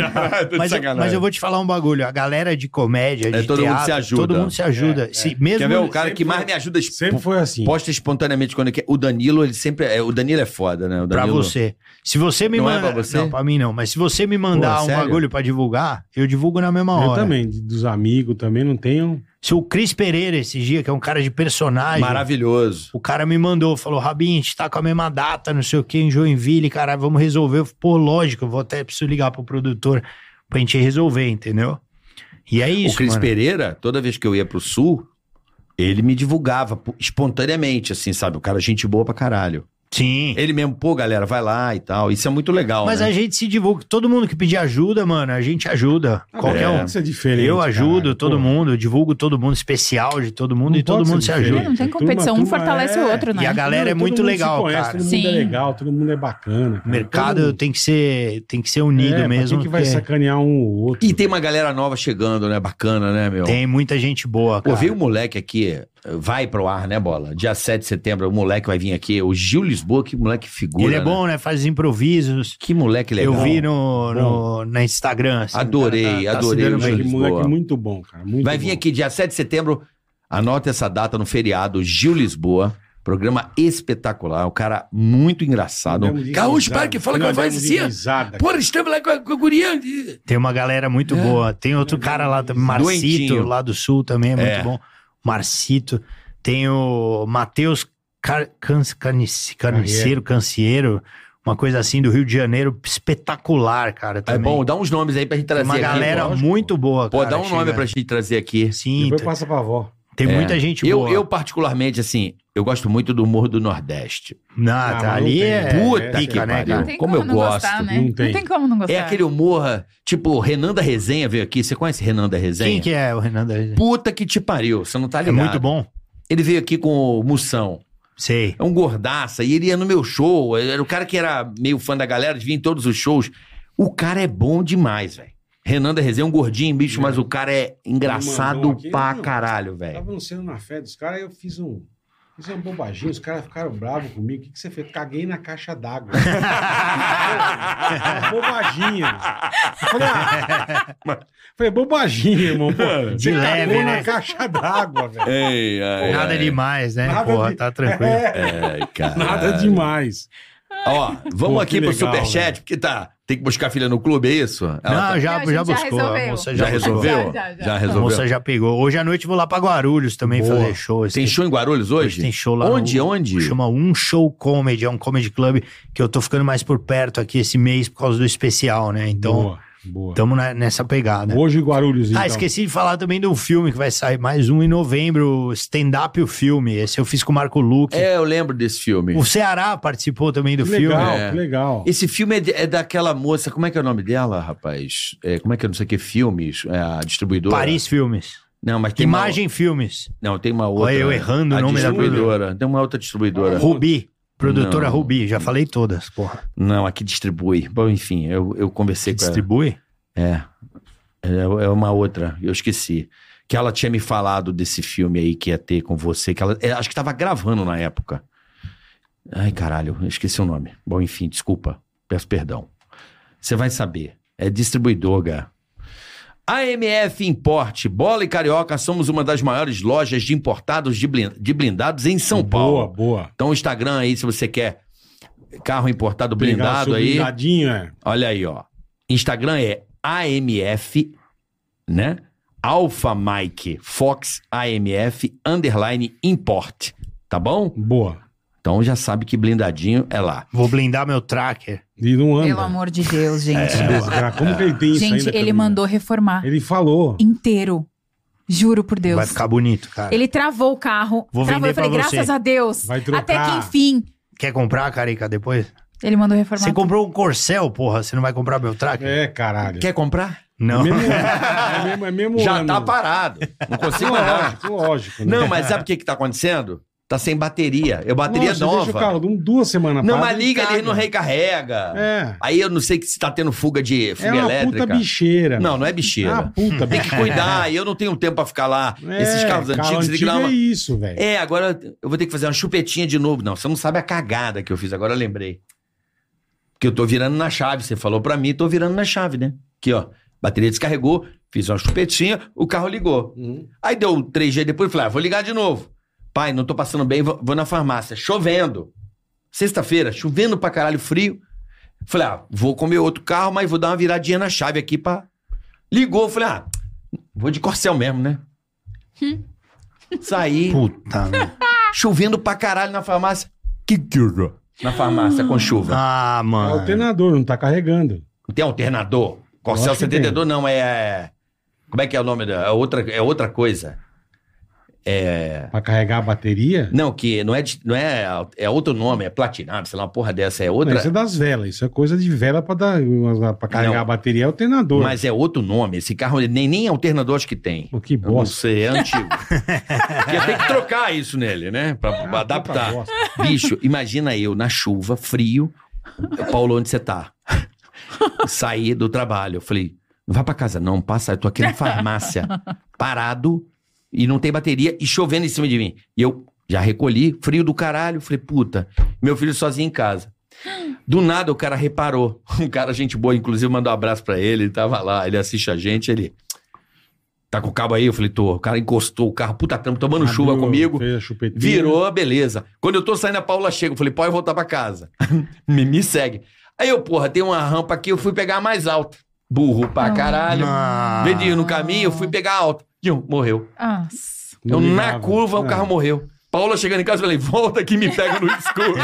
S1: eu,
S3: sacanagem.
S1: mas eu vou te falar um bagulho. A galera de comédia, de
S3: É, todo mundo
S1: teatro,
S3: se ajuda.
S1: todo mundo se ajuda.
S4: É,
S1: Se, mesmo
S3: Quer ver o cara que
S4: sempre-
S3: mais me ajuda? expo-
S4: Sempre foi assim.
S3: Posta espontaneamente quando quer. O Danilo, ele sempre. é, o Danilo é foda, né? O
S1: Pra
S3: Danilo,
S1: você. Se você me
S3: Não é
S1: mandar.
S3: pra você?
S1: Não, pra mim não. Mas se você me mandar
S3: Pô,
S1: um
S3: sério?
S1: bagulho pra divulgar, eu divulgo na mesma
S4: Eu
S1: hora.
S4: também, de- dos amigos também não tenho.
S1: Se o Cris Pereira, esse dia, que é um cara de personagem.
S3: Maravilhoso.
S1: O cara me mandou, falou, Rabin, a gente tá com a mesma data, não sei o que, em Joinville, cara, vamos resolver. Eu falei, Pô, lógico, eu vou até preciso ligar pro produtor pra gente resolver, entendeu? E é isso,
S3: o Cris
S1: mano.
S3: Pereira, toda vez que eu ia pro sul, ele me divulgava pô, espontaneamente, assim, sabe? O cara, gente boa pra caralho.
S1: Sim.
S3: Ele mesmo, pô, galera, vai lá e tal. Isso é muito legal.
S1: Mas
S3: né?
S1: a gente se divulga. Todo mundo que pedir ajuda, mano, a gente ajuda. Qualquer
S3: é.
S1: um.
S4: Tem que ser diferente.
S1: Eu ajudo
S4: Ah, caralho.
S1: todo
S4: Pô,
S1: mundo, divulgo todo mundo, especial de todo mundo
S4: não
S1: e todo
S4: pode
S1: mundo
S4: ser
S1: se
S4: diferente.
S1: ajuda.
S6: Não tem competição, um fortalece o outro, né?
S1: E a galera é
S4: todo
S1: muito
S4: mundo se
S1: legal,
S4: conhece,
S1: cara.
S4: Todo mundo
S6: Sim.
S4: é legal, todo mundo é bacana. cara.
S1: O mercado
S4: Todo
S1: tem que ser, tem que ser unido
S4: É, pra
S1: mesmo.
S4: quem que vai
S1: porque
S4: sacanear um ou outro?
S3: E tem uma galera nova chegando, né? Bacana, né, meu?
S1: Tem muita gente boa,
S3: Pô,
S1: cara.
S3: veio um moleque aqui, vai pro ar, né, Bola? Dia 7 de setembro, o moleque vai vir aqui, o Gil Lisboa, que moleque figura.
S1: Ele é
S3: né?
S1: bom, né? Faz improvisos.
S3: Que moleque legal.
S1: Eu vi no, no- na Instagram. assim,
S3: Adorei,
S1: tá- tá se
S3: adorei
S1: dando
S3: o
S1: bem.
S3: Júlio.
S4: Moleque, moleque
S3: Lisboa.
S4: muito bom, cara. muito
S3: Vai vir
S4: bom.
S3: aqui dia 7 de setembro, anota essa data no feriado, Gil Lisboa. Programa espetacular, um cara muito
S1: tá
S3: engraçado.
S4: Demos de
S3: Carlos
S4: risada.
S3: Parque fala com a
S4: Nós
S3: voz
S4: demos
S3: assim.
S4: de risada,
S3: Pô, estamos lá com a, com a guria. de-
S1: Tem uma galera muito
S3: É.
S1: boa. Tem outro cara lá também, Marcito,
S3: Doentinho.
S1: lá do Sul também é muito
S3: É.
S1: bom. Marcito. Tem o Matheus Car... Can... Canice- Caniceiro, Cancieiro, uma coisa assim do Rio de Janeiro, espetacular, cara.
S3: É
S1: Também.
S3: bom, dá uns nomes aí pra gente
S1: Tem
S3: trazer
S1: uma
S3: aqui.
S1: galera
S3: lógico.
S1: muito boa,
S3: Pô,
S1: cara.
S3: dá um nome
S1: chega.
S3: pra gente trazer aqui.
S1: Sim,
S4: Depois
S1: tem-
S4: passa pra avó.
S1: tem
S3: É.
S1: muita gente
S3: Eu,
S1: boa.
S3: eu, particularmente, assim, eu gosto muito do humor do Nordeste.
S1: Não,
S4: Ah,
S1: tá,
S4: mas
S1: ali
S4: não tem.
S1: é
S3: Puta
S1: pica,
S3: que
S1: né,
S3: pariu.
S1: cara?
S6: Não tem
S3: Como
S6: como,
S3: eu
S6: não gostar,
S3: gosto.
S6: né?
S4: Não
S6: Não tem.
S4: tem.
S6: como não gostar.
S3: É aquele humor, tipo, Renan da Resenha veio aqui. Você conhece Renan da Resenha?
S1: Quem que é o Renan da
S3: Puta que te pariu, você não tá
S1: É
S3: ligado.
S1: muito bom.
S3: Ele veio aqui com o Moção.
S1: Sei.
S3: É um gordaça e ele ia no meu show. Era o cara que era meio fã da galera, vinha em todos os shows. O cara é bom demais, velho. Renan da Resenha é um gordinho, bicho, mas o cara é engraçado
S4: mandou aqui,
S3: pra
S4: não.
S3: caralho,
S1: É.
S3: velho.
S4: Tava no sendo na fé dos caras, eu fiz um. Fiz uma bobaginha, os caras ficaram bravos comigo. O que, que você fez? Caguei na caixa d'água. Uma bobaginha. Eu Falei, ah, falei, bobaginha, irmão. Pô,
S1: De leve,
S4: cagou
S1: né?
S4: na caixa d'água, velho.
S3: Ei, ai, É.
S1: Nada demais, né?
S4: Nada
S1: Porra,
S4: de-
S1: tá tranquilo.
S4: É,
S3: Ai, caralho.
S4: nada demais.
S3: Ó, vamos
S4: Pô,
S3: aqui
S4: que
S3: pro
S4: legal,
S3: superchat,
S4: velho.
S3: porque tá. Tem que buscar a filha no clube, é isso? Ela tá-
S1: Não, já,
S6: Não, a gente
S1: já
S6: já
S1: buscou.
S6: resolveu.
S1: A moça já,
S3: já
S1: buscou.
S3: resolveu?
S6: Já, já, já.
S3: Já
S1: A moça
S3: resolveu.
S1: já pegou. Hoje à noite eu vou lá pra Guarulhos também
S4: Boa.
S1: fazer show.
S3: Tem show em Guarulhos hoje?
S1: Tem show lá.
S3: Onde,
S1: no-
S3: onde?
S1: Chama Um Show Comedy. É um comedy club que eu tô ficando mais por perto aqui esse mês por causa do especial, né? Então,
S4: boa, boa.
S1: estamos nessa
S3: tá, né?
S1: pegada.
S4: Hoje Guarulhos, então.
S1: Ah, esqueci de falar também de um filme que vai sair mais um em novembro, Stand Up o filme. Esse eu fiz com o Marco Luque.
S3: É, eu lembro desse filme.
S1: O Ceará participou também do
S4: Que
S1: filme.
S4: legal,
S3: É.
S4: que legal.
S3: Esse filme é, de- é daquela moça, como é que é o nome dela, rapaz? É, como é que é, não sei o que, filmes, é, a distribuidora.
S1: Paris Filmes.
S3: Não, mas tem
S1: Imagem Filmes.
S3: Uma, não, tem uma outra.
S1: Olha eu errando o
S3: a
S1: nome da
S3: distribuidora. Tem uma outra distribuidora.
S1: Rubi. Produtora
S3: Não.
S1: Rubi. Já falei todas, porra.
S3: Não, a que distribui. Bom, enfim, eu, eu conversei com ela.
S1: Distribui?
S3: É. É é uma outra, eu esqueci. Que ela tinha me falado desse filme aí que ia ter com você, que ela. é, acho que tava gravando na época. Ai, caralho, eu esqueci o nome. Bom, enfim, desculpa. Peço perdão. Você vai saber. É distribuidor, Gá. AMF Importe, Bola e Carioca, somos uma das maiores lojas de importados de blin- de blindados em São
S4: boa,
S3: Paulo.
S4: boa.
S3: Então, o Instagram aí, se você quer carro importado
S4: Pegar
S3: blindado
S4: seu
S3: aí.
S4: Blindadinho, é.
S3: Olha aí, ó. Instagram é AMF, né? Alpha Mike Fox AMF underline import, tá bom?
S4: Boa.
S3: Então já sabe que blindadinho é lá.
S1: Vou blindar meu tracker.
S4: E não anda.
S6: Pelo amor de Deus, gente.
S1: É.
S4: Desgra- Como que ele tem isso
S6: gente,
S4: ainda? é
S6: ele
S4: Camila?
S6: mandou reformar
S4: Ele falou.
S6: inteiro. Juro por Deus.
S1: Vai ficar bonito, cara.
S6: Ele travou o carro.
S1: Vou
S6: travou.
S1: vender
S6: Eu falei,
S1: pra
S6: graças
S1: você.
S6: a Deus.
S4: Vai trocar.
S6: Até que enfim.
S1: Quer comprar, Carica, depois?
S6: Ele mandou reformar.
S1: Você comprou um Corcel, porra. Você não vai comprar meu tracker?
S4: É, caralho.
S3: Quer comprar?
S1: Não.
S4: É mesmo, é mesmo, é mesmo
S3: já
S4: ano. é
S3: tá parado. Não consigo andar.
S4: Lógico, lógico. né?
S3: Não, mas sabe o que que tá acontecendo? Tá sem bateria. Eu bateria
S4: Nossa, Deixa o
S3: nova.
S4: carro um- duas semanas
S3: Não,
S4: parado,
S3: mas liga ali,
S4: caga.
S3: ele não recarrega.
S4: É.
S3: Aí eu não sei que se tá tendo fuga de
S4: É
S3: fuga
S4: uma
S3: elétrica.
S4: puta bicheira.
S3: Não, não é
S4: É
S3: bicheira.
S4: uma puta
S3: Tem que
S4: bicheira.
S3: cuidar, e eu não tenho tempo pra ficar lá. Esses
S4: É,
S3: carros
S4: carro
S3: antigos, tem que dar
S4: antigo
S3: uma...
S4: é isso, velho.
S3: É, agora eu vou ter que fazer uma chupetinha de novo. Não, você não sabe a cagada que eu fiz, agora eu lembrei. Que eu tô virando na chave, você falou pra mim, tô virando na chave, né? Aqui, ó, bateria descarregou, fiz uma chupetinha, o carro ligou. Aí deu três dias depois, eu falei, ah, vou ligar de novo. Pai, não tô passando bem, vou, vou na farmácia, chovendo. Sexta-feira, chovendo pra caralho, frio. Falei, ah, vou comer outro carro, mas vou dar uma viradinha na chave aqui pra... Ligou, falei, ah, vou de corcel mesmo, né? Saí
S1: Puta, merda.
S3: chovendo pra caralho na farmácia. Que duro. Na farmácia com chuva.
S1: Ah,
S4: É
S1: mano.
S4: alternador, não tá carregando.
S3: Não tem alternador. Corcel
S4: Lógico que
S3: 72 não, é. Como é que é o nome da. É outra, é outra coisa. É.
S4: Pra carregar a bateria?
S3: Não, que não é. de- Não é, é outro nome, é platinado, sei lá, uma porra dessa. É
S4: Não, Isso é
S3: outra.
S4: das velas. Isso é coisa de vela pra, dar, pra carregar
S3: Não.
S4: a bateria. É alternador.
S3: Mas é outro nome. Esse carro nem, nem alternador acho que tem.
S4: Pô, que
S3: Eu não
S4: bosta.
S3: sei, é antigo. Porque tem que trocar isso nele, né? Pra, pra
S4: Ah,
S3: adaptar.
S4: puta bosta.
S3: Bicho, imagina eu na chuva, frio. Paulo, onde você tá? Saí do trabalho. Eu falei, não vai pra casa não, passa. Eu tô aqui na farmácia, parado, e não tem bateria, e chovendo em cima de mim. E eu já recolhi, frio do caralho. Falei, puta, meu filho sozinho em casa. Do nada o cara reparou. Um cara, gente boa, inclusive, mandou um abraço pra ele. Ele tava lá, ele assiste a gente, ele... Tá com o cabo aí? Eu falei, tô. O cara encostou o carro, puta trampo, tomando
S4: Abriu,
S3: chuva comigo.
S4: fez a chupetinha.
S3: Virou, beleza. Quando eu tô saindo, a Paula chega. Eu falei, pode voltar pra casa. me, me segue. Aí eu, porra, tem uma rampa aqui, eu fui pegar a mais alta. Burro pra
S6: Ah.
S3: caralho.
S1: Ah,
S3: Vendido no caminho, eu fui pegar a alta. E um, morreu.
S6: Ah, Nossa.
S4: Não
S3: eu, na
S4: ligava.
S3: curva, o
S4: É.
S3: carro morreu. Paula chegando em casa, eu falei, volta que me pega no escuro.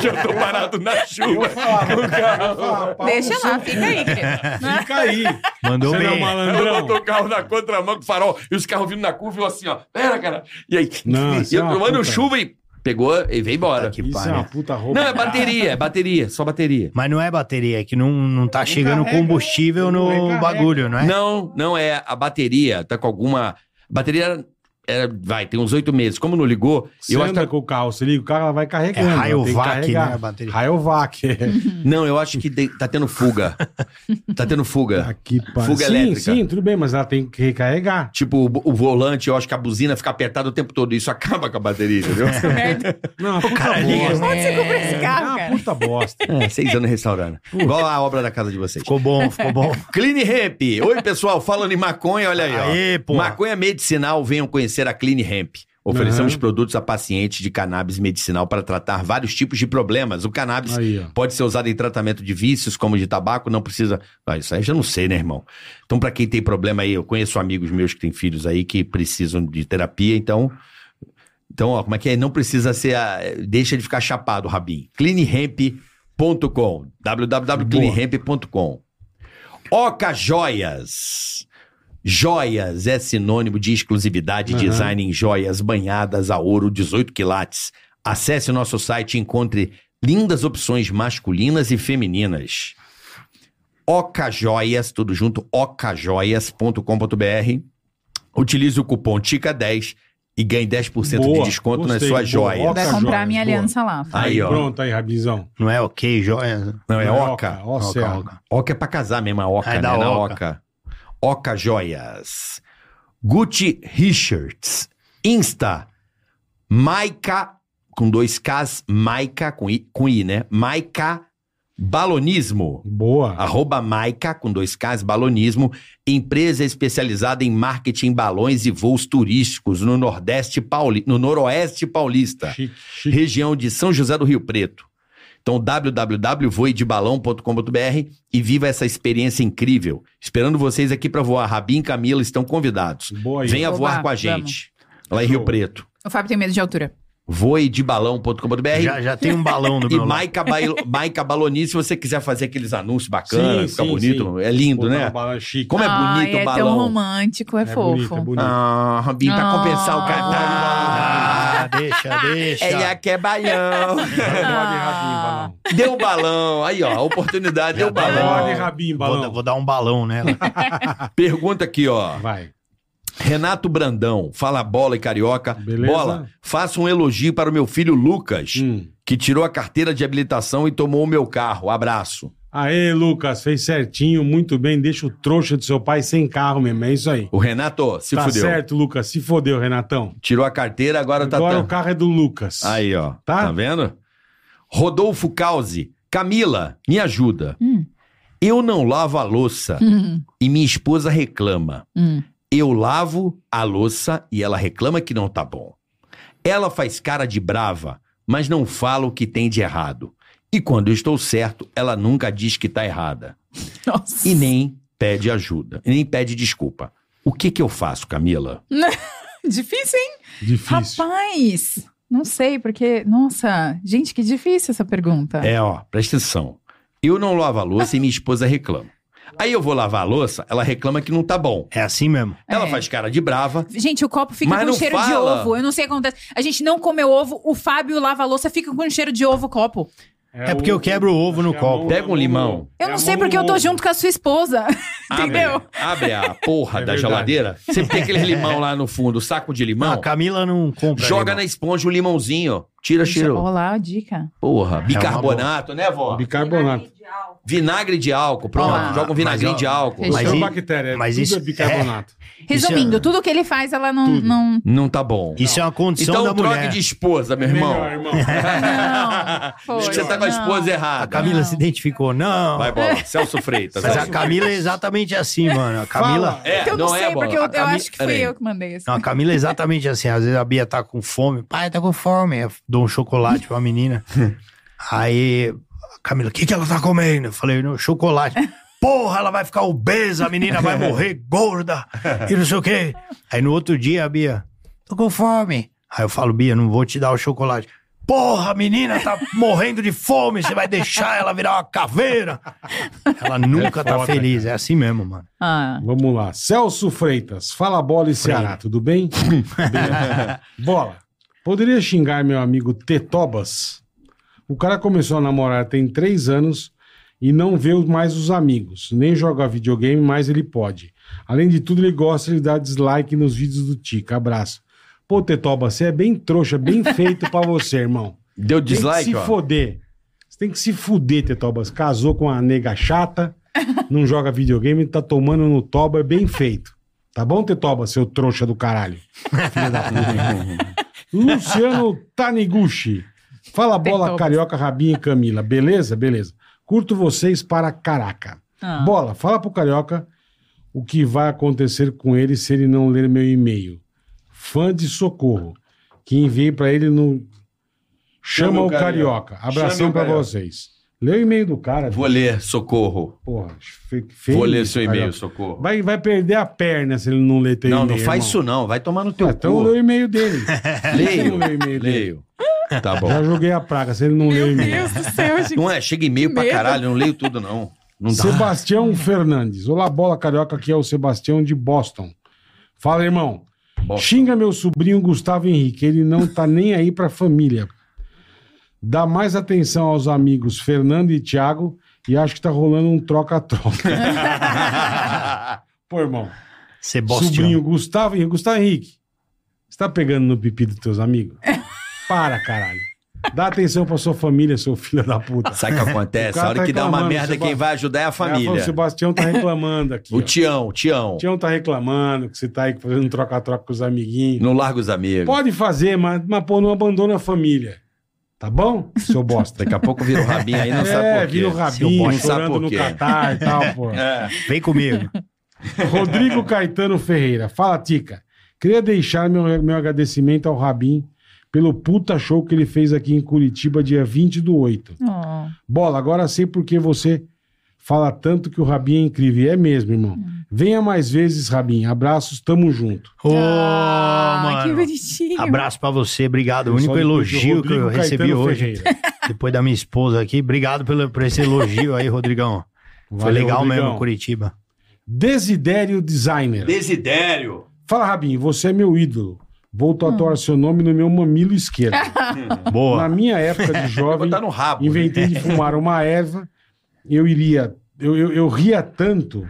S3: que eu tô parado na chuva. com o carro.
S6: Deixa lá, fica aí, querido. Não é?
S4: Fica aí.
S1: Mandou
S4: Você não é
S1: bem.
S3: Eu botou
S4: malandrão.
S3: o carro na contramão com o farol e os carros vindo na curva e eu assim, ó, pera, cara. E aí,
S4: Não,
S3: e
S4: isso é
S3: eu
S4: uma
S3: tomando
S4: puta-
S3: chuva e pegou e veio embora.
S1: Que
S4: Isso é
S1: pariu.
S4: uma puta roupa.
S3: Não, é bateria, é bateria, só bateria.
S1: Mas não é bateria, é que não, não tá chegando
S4: carrega,
S1: combustível
S4: não
S1: no
S4: né? recarrega.
S1: bagulho, não é?
S3: Não, não é a bateria, tá com alguma. a Bateria é, vai, tem uns oito meses. Como não ligou,
S4: Você
S3: eu acho. tá,
S4: anda com o carro, você liga o carro, ela vai
S1: tá- É
S4: carregando.
S1: Rayovac, né?
S4: carregar. é.
S1: A bateria.
S4: Rayovac.
S3: Não, eu acho que de- tá tendo fuga. tá tendo fuga.
S4: Aqui, pá.
S3: Fuga
S4: sim,
S3: elétrica.
S4: sim, tudo bem, mas ela tem que recarregar.
S3: Tipo, o bo- o volante, eu acho que a buzina fica apertada o tempo todo. Isso acaba com a bateria, entendeu?
S6: Merda.
S4: Não, é uma puta
S1: liga,
S4: bosta.
S6: Onde você comprou esse
S4: É
S6: carro,
S4: uma
S6: cara?
S4: puta bosta.
S3: É, seis anos restaurando. Igual a obra da casa de vocês.
S1: Ficou bom, ficou bom.
S3: Clean Hemp. Oi, pessoal. Falando em maconha, olha aí. ó.
S1: Aê, pô.
S3: Maconha medicinal, venham conhecer a Clean Hemp. Oferecemos
S4: Aham.
S3: produtos a pacientes de cannabis medicinal para tratar vários tipos de problemas. O cannabis
S4: Aí, ó.
S3: Pode ser usado em tratamento de vícios, como de tabaco, não precisa. Ah, isso aí eu já não sei, né, irmão? Então, pra quem tem problema aí, eu conheço amigos meus que têm filhos aí que precisam de terapia, então. Então, ó, como é que é? Não precisa ser. a- Deixa de ficar chapado, Rabin. Cleanhemp.com. www.cleanhemp.com. Oca Joias. Joias é sinônimo de exclusividade e
S4: Aham.
S3: design em joias banhadas a ouro 18 quilates. Acesse o nosso site e encontre lindas opções masculinas e femininas. Ocajoias, tudo junto, ocajoias.com.br. Utilize o cupom TICA10 e ganhe 10% de
S4: Boa,
S3: desconto nas
S4: gostei, boa.
S3: suas joias.
S4: Oca
S6: Vai comprar
S4: joias,
S6: minha
S4: boa.
S6: aliança lá.
S3: Aí, ó.
S4: Pronto aí, Rabizão.
S1: Não é ok, joia?
S3: Não, é
S4: Oca,
S3: oca.
S4: ó,
S1: Oca,
S4: Serra.
S1: oca.
S3: Oca é pra casar mesmo, a oca,
S1: Aí
S3: né?
S1: dá
S3: Na
S1: oca.
S3: oca. Oca Joias. Gucci Richards. Insta. Maica, com dois Ks, Maica, com I, com I né? Maica Balonismo.
S4: Boa.
S3: Arroba Maica, com dois Ks, Balonismo. Empresa especializada em marketing balões e voos turísticos no Nordeste Pauli, no Noroeste Paulista
S4: Chique, chique.
S3: região de São José do Rio Preto. Então, www.voedebalão.com.br e viva essa experiência incrível. Esperando vocês aqui para voar. Rabin e Camila estão convidados.
S4: Boa aí.
S3: Venha
S6: Oba,
S3: voar com a
S6: vamos.
S3: gente. Lá em
S4: Show.
S3: Rio Preto.
S6: O Fábio tem medo de altura.
S3: voedebalão.com.br
S1: Já, já tem um balão no
S3: e
S1: meu lado.
S3: Maica, Bail... Maica Baloni, se você quiser fazer aqueles anúncios bacanas, fica
S4: Sim, sim, tá
S3: bonito. É lindo,
S4: Botar
S3: né?
S4: uma bala chique.
S3: Como é
S6: Ai,
S3: bonito o
S6: É tão
S3: balão.
S6: romântico, é,
S4: É
S6: fofo.
S4: bonito, é bonito.
S3: Ah, Rabin, pra
S6: Ah.
S3: compensar o cara.
S1: Ah, deixa, deixa.
S3: Ele aqui é balão.
S4: Não pode,
S6: Ah.
S4: Rabim, balão.
S3: Deu balão. Aí, ó, a oportunidade. Deu
S1: Já deu.
S3: balão.
S4: Pode, Rabim,
S1: Vou, dar-
S4: balão.
S1: vou dar um balão nela.
S3: Pergunta aqui, ó.
S4: Vai.
S3: Renato Brandão, fala bola e carioca.
S4: Beleza.
S3: Bola, faça um elogio para o meu filho Lucas,
S4: Hum.
S3: que tirou a carteira de habilitação e tomou o meu carro. Abraço.
S4: Aê, Lucas, fez certinho, muito bem. Deixa o trouxa do seu pai sem carro mesmo, é isso aí.
S3: O Renato se
S4: tá
S3: fudeu.
S4: certo, Lucas, se fodeu, Renatão.
S3: Tirou a carteira, agora,
S4: Agora o
S3: tá.
S4: carro é do Lucas.
S3: Aí, ó. Tá?
S4: Tá?
S3: vendo? Rodolfo Causi, Camila, me ajuda.
S6: Hum.
S3: Eu não lavo a louça
S6: Hum,
S3: e minha esposa reclama.
S6: hum.
S3: Eu lavo a louça e ela reclama que não tá bom. Ela faz cara de brava, mas não fala o que tem de errado. E quando eu estou certo, ela nunca diz que tá errada.
S6: Nossa.
S3: E nem pede ajuda, e nem pede desculpa. O que que eu faço, Camila?
S6: Difícil, hein?
S4: Difícil.
S6: Rapaz! Não sei, porque. Nossa, gente, que difícil essa pergunta.
S3: É, ó, presta atenção. Eu não lavo a louça e minha esposa reclama. Aí eu vou lavar a louça, ela reclama que não tá bom.
S1: É assim mesmo.
S3: Ela
S6: É.
S3: faz cara de brava.
S6: Gente, o copo fica
S3: Mas
S6: com
S3: não
S6: cheiro de
S3: fala.
S6: ovo. Eu não sei o que acontece. A gente não comeu ovo, o Fábio lava a louça, fica com cheiro de ovo o copo.
S1: É porque eu quebro o ovo no
S4: Acho que é a
S1: copo.
S4: mão-
S3: Pega um
S4: mão-
S3: limão.
S6: Eu
S4: é a
S6: não sei
S4: mão
S6: porque
S3: um
S4: no
S6: eu tô
S4: ovo.
S6: junto com a sua esposa.
S3: Abre,
S6: Entendeu?
S3: abre a porra
S4: É
S3: da
S4: verdade.
S3: geladeira. Sempre tem aquele limão lá no fundo, o saco de
S1: Não,
S3: limão.
S1: a Camila não
S4: Tipo
S1: compra.
S3: Joga na
S1: limão.
S3: esponja o limãozinho. Tira
S6: é
S3: cheiro.
S6: Olá, dica.
S4: É
S3: Porra.
S1: uma
S3: Bicarbonato, né, vó?
S4: Bicarbonato.
S3: Vinagre de álcool. Pronto.
S6: Ah,
S3: Joga um vinagrinho
S1: mas,
S3: de
S1: ó,
S3: álcool.
S6: Mas
S4: Mas
S1: i-
S4: bactéria,
S1: mas
S4: tudo
S1: isso-
S4: é bicarbonato.
S6: Resumindo,
S1: Isso é-
S6: tudo que ele faz, ela não.
S4: Tudo.
S6: Não.
S3: Não tá bom.
S1: Isso é uma condição
S3: Então
S1: da
S3: troque
S1: mulher.
S3: de esposa, meu irmão.
S4: Melhor,
S6: não
S3: Acho É. que você
S6: poxa,
S3: tá com a esposa
S6: não.
S1: A
S3: errada.
S1: Camila
S6: Não.
S1: se identificou. Não.
S3: Vai, bola. Celso Freitas.
S1: Mas a
S3: Celso-
S1: Camila é exatamente assim, mano. A Camila.
S4: Fala.
S3: É,
S6: Eu não, sei,
S3: é, bola.
S6: porque eu,
S3: A
S6: eu
S3: Cami-
S6: acho que fui
S3: Peraí.
S6: eu que mandei isso.
S1: Não, a Camila é exatamente assim. Às vezes a Bia tá com fome. Pai, tá com fome. Eu dou um chocolate pra menina. Aí, a Camila, o que, que ela tá comendo? Eu falei, não, chocolate. Porra, ela vai ficar obesa, a menina vai morrer gorda e não sei o quê. Aí no outro dia, a Bia, tô com fome. Aí eu falo, Bia, não vou te dar o chocolate. Porra, a menina tá morrendo de fome, você vai deixar ela virar uma caveira. Ela nunca tá
S4: foda,
S1: feliz, é assim mesmo, mano.
S6: Ah.
S4: Vamos lá. Celso Freitas, fala bola e Ceará, tudo bem? Bem. bola. Poderia xingar meu amigo Tetobas? O cara começou a namorar tem três anos e não vê mais os amigos. Nem joga videogame, mas ele pode. Além de tudo, ele gosta de dar dislike nos vídeos do Tica. Abraço. Pô, Tetobas, você é bem trouxa, bem feito pra você, irmão.
S3: Deu
S4: Tem que
S3: dislike,
S4: se
S3: ó.
S4: foder. Você tem que se fuder, Tetobas. Casou com uma nega chata, não joga videogame, tá tomando no toba, é bem feito. Tá bom, Tetobas, seu trouxa do caralho? Filha da puta. Luciano Taniguchi. Fala bola,
S6: Tetobas.
S4: carioca, Rabinha e Camila. Beleza? Beleza. Curto vocês para caraca.
S6: Ah.
S4: Bola, fala pro carioca o que vai acontecer com ele se ele não ler meu e-mail. Fã de socorro. que enviei pra ele no Chama
S3: Chama o
S4: o Carioca. Abração
S3: Chame o
S4: pra
S3: Carioca.
S4: vocês. Lê o e-mail do cara.
S3: Vou ler, socorro.
S4: Porra, fe- feio
S3: Vou ler seu e-mail,
S4: Carioca.
S3: socorro.
S4: Vai, vai perder a perna se ele não ler teu
S7: Não, não
S4: e-mail,
S7: faz
S4: irmão.
S7: isso não. Vai tomar no teu
S4: Ah, Então
S7: cu.
S4: lê o e-mail dele.
S7: Leio,
S4: Não lê o e-mail dele.
S7: leio. Tá bom.
S4: Já joguei a praga, se ele não leu o
S6: Meu
S4: e-mail.
S6: Deus do céu, gente.
S7: Não é, chega e-mail pra
S6: Medo.
S7: caralho, não leio tudo não. Não dá.
S4: Sebastião Fernandes. Olá, bola carioca, aqui é o Sebastião de Boston. Fala, irmão.
S7: Boston.
S4: Xinga meu sobrinho Gustavo Henrique, ele não tá nem aí pra família. Dá mais atenção aos amigos Fernando e Thiago e acho que tá rolando um troca-troca. Pô, irmão,
S1: Sebastião.
S4: sobrinho Gustavo Henrique. Gustavo Henrique, você tá pegando no pipi dos teus amigos? Para, caralho. Dá atenção pra sua família, seu filho da puta.
S7: Sabe o que
S4: O
S7: acontece?
S4: cara
S7: A hora
S4: tá
S7: que dá uma
S4: reclamando,
S7: merda,
S4: Sebastião.
S7: quem vai ajudar é a
S4: Ah, O
S7: família.
S4: Sebastião tá reclamando aqui.
S7: O
S4: ó.
S7: Tião, Tião.
S4: O Tião tá reclamando que você tá aí fazendo troca-troca com os amiguinhos.
S7: Não larga os amigos.
S4: Pode fazer, mas, mas pô, não abandona a família. Tá bom? Seu bosta.
S7: Daqui a pouco vira o rabinho aí, não sabe
S4: é,
S7: por quê.
S4: vira o
S1: Seu
S4: rabinho,
S1: bosta.
S7: Sabe
S4: chorando
S7: por
S4: no
S7: quê.
S4: Catar e tal, pô.
S3: É.
S1: Vem comigo.
S4: Rodrigo Caetano Ferreira. Fala, Tica. Queria deixar meu, meu agradecimento ao Rabin pelo puta show que ele fez aqui em Curitiba, dia 20 do 8. é?
S6: Oh.
S4: Bola, agora sei por que você fala tanto que o Rabin é incrível. E É mesmo, irmão. Venha mais vezes, Rabin. Abraços, tamo junto.
S1: Ô,
S6: Ah, Oh, que
S1: mano.
S6: bonitinho.
S1: Abraço pra você, obrigado. O
S4: Só
S1: único
S4: de-
S1: elogio que eu
S4: Rodrigo
S1: recebi
S4: Caetano
S1: hoje,
S4: Ferreira.
S1: depois da minha esposa aqui. Obrigado pelo, por esse elogio aí, Rodrigão. Foi
S4: Valeu,
S1: legal
S4: Rodrigão.
S1: mesmo, Curitiba.
S4: Desidério Designer.
S3: Desidério.
S4: Fala, Rabin, você é meu ídolo. Vou tatuar seu nome no meu mamilo esquerdo. Na
S1: Boa.
S4: minha época de
S7: Vai
S4: jovem,
S7: botar no
S3: né?
S7: rabo.
S4: inventei de
S1: né?
S4: fumar uma erva. Eu iria. Eu, eu, eu ria tanto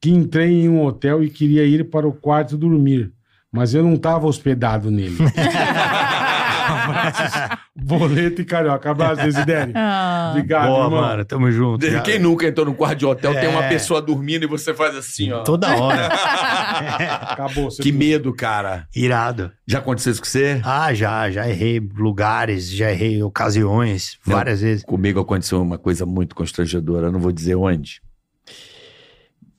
S4: que entrei em um hotel e queria ir para o quarto dormir. Mas eu não estava hospedado nele. Abraços, Boleto e carioca. Abraço, Desidério.
S6: Ah.
S4: Obrigado,
S1: Boa,
S4: irmão.
S1: mano. Tamo junto.
S3: De-
S1: cara.
S3: Quem nunca entrou num quarto de hotel, tem uma
S1: É.
S3: pessoa dormindo e você faz assim, ó.
S1: Toda hora.
S4: Acabou. você-
S3: Que medo, cara.
S1: Irado.
S3: Já aconteceu isso com você?
S1: Ah, já, já errei lugares, já errei ocasiões,
S3: Não.
S1: várias vezes.
S3: Comigo aconteceu uma coisa muito constrangedora, eu não vou dizer onde.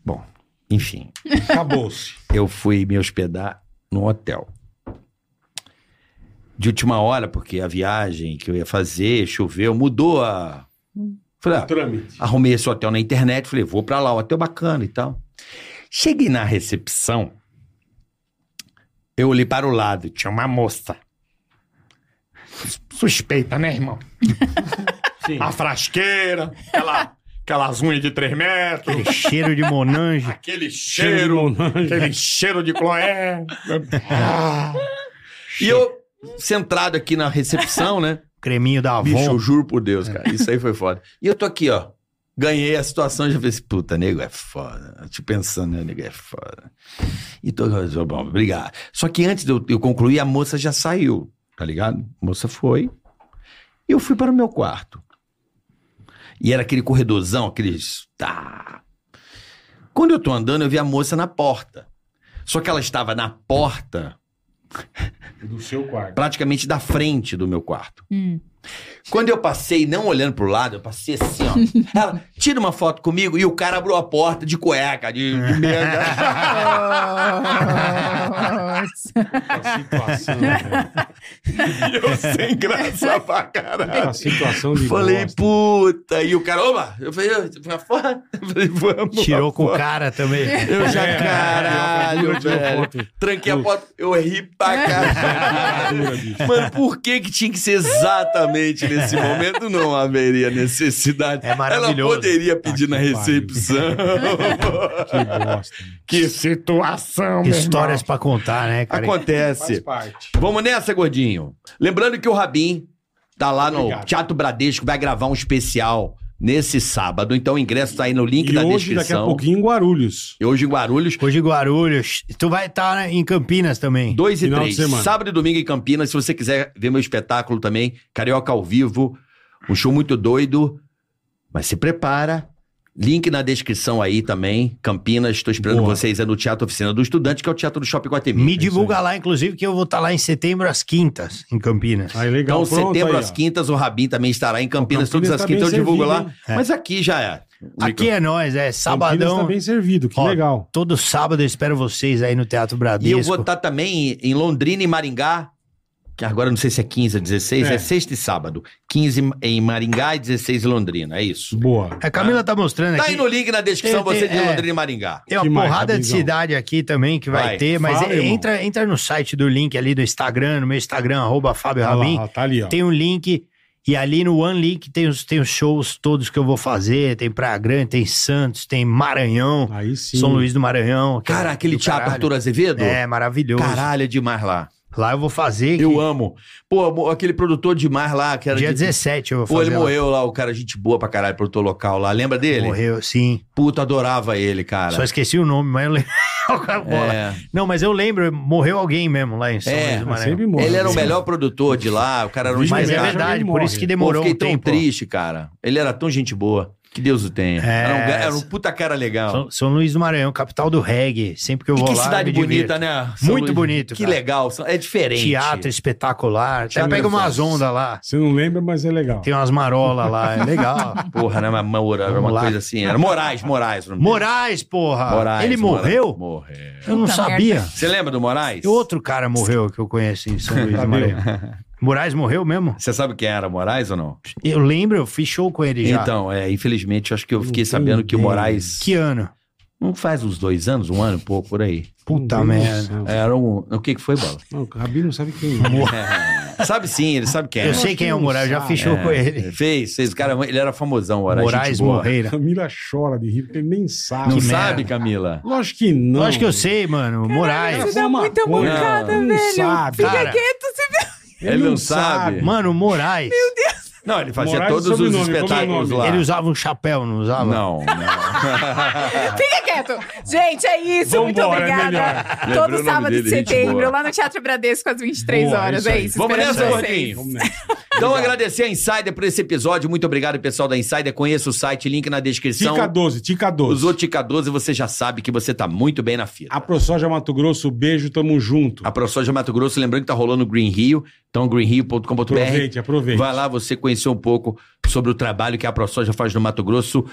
S3: Bom, enfim.
S4: Acabou-se.
S3: eu fui me hospedar num hotel. De última hora, porque a viagem que eu ia fazer, choveu, mudou a. Falei, ah,
S4: Trâmite.
S3: arrumei esse hotel na internet, falei, vou pra lá, o hotel é bacana e tal. Cheguei na recepção, eu olhei para o lado, tinha uma moça. Suspeita, né, irmão? A frasqueira, aquela, aquelas unhas de três metros,
S1: Aquele cheiro de Monange.
S3: aquele cheiro
S4: Cheiro. de
S3: aquele cheiro de cloé. e eu, centrado aqui na recepção, né?
S1: creminho da Avon.
S3: Bicho, eu juro por Deus, cara. Isso aí foi foda. E eu tô aqui, ó. Ganhei a situação, já falei assim, puta, nego é foda. Eu Te pensando, né, nego é foda. E tô, tô bom, obrigado. Só que antes de eu, eu concluir, a moça já saiu, tá ligado? A moça foi. E eu fui para o meu quarto. E era aquele corredorzão, aqueles. Tá. Quando eu tô andando, eu vi a moça na porta. Só que ela estava na porta,
S4: Do seu quarto.
S3: praticamente da frente do meu quarto.
S6: Hum.
S3: Quando eu passei, não olhando pro lado, eu passei assim, ó. Ela, tira uma foto comigo e o cara abriu a porta de cueca, de, de merda.
S6: Nossa.
S4: A situação, velho.
S3: E eu sem graça pra caralho.
S4: A situação de
S3: Falei,
S4: bosta.
S3: puta. E o cara, oba, eu falei, eu pra fora? Eu falei, vamos. pra
S1: Tirou com o
S3: fora.
S1: cara também.
S3: Eu já,
S4: É,
S3: caralho,
S4: eu tirei
S3: velho.
S4: foto.
S3: Tranquei a porta, eu ri pra caralho. Mano, por que que tinha que ser exatamente nesse
S4: É.
S3: momento? Não haveria necessidade.
S1: É maravilhoso.
S3: Ela poderia pedir
S4: que
S3: na
S4: pariu.
S3: recepção.
S4: Tá Que bosta. meu.
S3: que situação, meu
S1: Histórias pra contar, né, cara?
S4: Faz
S3: Acontece.
S4: parte.
S3: Vamos nessa, gordinho. Lembrando que o Rabin tá lá no
S4: Obrigado.
S3: Teatro Bradesco, vai gravar um especial nesse sábado. Então o ingresso tá aí no link
S4: E
S3: da
S4: hoje, daqui a
S3: descrição.
S4: pouquinho, em Guarulhos.
S3: E hoje em Guarulhos,
S1: Hoje em Guarulhos. Tu vai estar em Campinas também.
S3: 2 e
S4: Final de
S3: 3.
S4: semana.
S3: Sábado e domingo em Campinas. Se você quiser ver meu espetáculo também, Carioca ao Vivo. Um show muito doido. Mas se prepara. Link na descrição aí também. Campinas, estou esperando
S4: Boa.
S3: vocês. É no Teatro Oficina do Estudante, que é o Teatro do Shopping Guatemi.
S1: Me divulga lá, inclusive, que eu vou estar lá em setembro às quintas, em Campinas.
S4: Aí, legal.
S3: Então,
S4: Pronto,
S3: setembro
S4: aí,
S3: às
S4: ó.
S3: quintas, o Rabin também estará em Campinas,
S4: Campinas
S3: todas as
S4: tá
S3: quintas, eu
S4: bem
S3: divulgo
S4: servido,
S3: lá. Mas aqui já é.
S1: Aqui é nós, é
S4: Campinas tá
S1: sabadão.
S4: bem servido, que
S1: Ó,
S4: legal.
S1: Todo sábado eu espero vocês aí no Teatro
S3: E tá-
S1: Bradesco.
S3: eu vou estar também em Londrina e Maringá, que agora não sei se é 15 ou 16, é.
S4: É.
S3: sexta e sábado. 15 em Maringá e 16 em Londrina, é isso.
S4: Boa.
S1: A Camila tá mostrando
S3: Tá
S1: aqui.
S3: aí no link na descrição,
S1: Tem- tem-
S3: você de
S1: é.
S3: Londrina e Maringá.
S1: Tem uma
S4: Que mais,
S1: porrada de
S4: Rabinzão?
S1: cidade aqui também que vai,
S3: Vai,
S1: ter, mas
S4: fala,
S1: é-
S4: irmão.
S1: entra, entra no site do link ali do Instagram, no meu Instagram, arroba Fábio
S4: Tá,
S1: Rabin.
S4: lá, tá ali, ó.
S1: Tem um link. E ali no One Link tem os, tem os shows todos que eu vou fazer. Tem Praia Grande, tem Santos, tem Maranhão,
S4: Aí sim.
S1: um São Luís do Maranhão. que é
S3: Cara, aquele
S1: do
S3: teatro
S1: caralho.
S3: Arthur Azevedo?
S1: É, maravilhoso.
S3: Caralho, é demais lá.
S1: Lá eu vou fazer. que
S3: Eu amo. Pô, mo- aquele produtor demais lá, que era.
S1: Dia
S3: de-
S1: 17 eu vou fazer.
S3: Pô, ele
S1: lá.
S3: morreu lá, o cara, gente boa pra caralho, produtor local lá. Lembra dele?
S1: Morreu, sim.
S3: Puta, adorava ele, cara.
S1: Só esqueci o nome, mas eu lembro. Bola.
S3: É.
S1: Não, mas eu lembro, morreu alguém mesmo lá em São
S3: É,
S1: Luís do
S4: Ah,
S1: Maranhão.
S4: sempre morre.
S3: Ele era o melhor produtor de lá, o cara era um
S4: Mas
S1: Mas é
S4: Mas
S3: espetáculo.
S1: verdade,
S4: ele
S1: por
S4: morre.
S1: isso que
S3: Pô,
S1: demorou
S3: fiquei
S1: um
S3: tão
S1: tempo.
S3: triste, cara. Ele era tão gente boa. Que Deus o tenha. Era, um,
S1: É.
S3: ga- era um puta cara legal.
S1: São, São Luís do Maranhão, capital do reggae. Sempre que eu
S3: E
S1: vou
S3: que
S1: lá.
S3: cidade
S1: eu me
S3: bonita,
S1: divirto.
S3: né?
S1: Muito
S3: Luís.
S1: bonito,
S3: Que
S1: cara.
S3: legal. são- É diferente.
S1: Teatro espetacular. Até
S3: Teatro
S1: pega
S3: é
S1: umas
S3: foda.
S1: ondas lá.
S4: Você não lembra, mas é legal.
S1: Tem umas marolas lá. É legal.
S3: Porra, né? Mas Moura, era
S1: Vamos
S3: uma
S1: lá.
S3: coisa assim. Era Moraes, Moraes. o nome dele.
S1: Moraes, porra.
S3: Moraes.
S1: Ele
S3: Moraes.
S1: morreu?
S3: Morreu.
S1: Eu não
S6: Puta
S1: sabia.
S3: Você lembra do Moraes?
S1: E outro cara morreu que eu conheço em São Luís do
S4: Cadê?
S1: Maranhão. Moraes morreu mesmo?
S3: Você sabe quem era Moraes ou não?
S1: Eu lembro, eu fiz show com ele já.
S3: Então, é, infelizmente, eu acho que eu
S4: Não
S3: fiquei
S4: tem
S3: sabendo que o
S4: ideia.
S3: Moraes.
S1: Que ano?
S3: Não faz uns dois anos, um ano e pouco por aí.
S1: Puta
S4: Meu Deus
S1: merda.
S4: do céu.
S3: Era um. O que, que foi, Bola?
S4: Não, o Rabin não sabe quem é.
S3: É. sabe sim, ele sabe quem é.
S1: Eu
S4: acho
S1: sei quem
S4: que
S1: é o
S4: não
S1: Moraes, eu já
S4: sabe.
S1: fiz show com
S3: É,
S1: ele.
S3: Fez, fez. Cara, ele era famosão, o Moraes.
S1: Moraes
S3: gente boa.
S1: Morreira.
S4: Camila chora de rir, porque ele nem sabe.
S3: Não
S1: Que
S3: sabe,
S1: merda.
S3: Camila?
S4: Lógico que não.
S1: Lógico que eu sei, mano. Moraes.
S6: Você dá muita mancada,
S4: Não, não
S6: velho.
S4: sabe.
S6: Fica
S1: Cara.
S6: quieto, você vê.
S3: Ele não sabe.
S1: Mano, Moraes.
S3: Não, ele fazia
S4: Moraes é
S3: todos os
S4: sobrenome,
S3: espetáculos
S4: sobrenome.
S3: lá.
S1: Ele usava um chapéu, não usava?
S3: Não, não.
S6: Fica quieto. Gente, é isso. muito
S4: Vambora, é
S6: obrigada.
S4: melhor.
S3: né, Lembrou o
S6: Todo
S3: nome
S6: sábado
S3: dele,
S6: de
S3: gente boa.
S6: setembro, lá no Teatro Bradesco, às 23
S4: Boa,
S6: horas.
S4: é isso
S6: É
S4: aí.
S6: isso.
S3: Vamos
S6: Esperamos
S3: nessa, gordinho?
S6: vocês.
S4: Vamos nessa.
S3: Então, agradecer a Insider por esse episódio. Muito obrigado, pessoal da Insider. Conheça o site, link na descrição.
S4: Tica 12, Tica 12.
S3: Usou Tica 12, você já sabe que você tá muito bem na fila.
S4: A ProSoja Mato Grosso, beijo, tamo junto.
S3: A ProSoja Mato Grosso, lembrando que tá rolando o Green Rio, então greenrio.com.br.
S4: Aproveite, aproveite.
S3: Vai lá você conhecer um pouco sobre o trabalho que a ProSoja faz no Mato Grosso,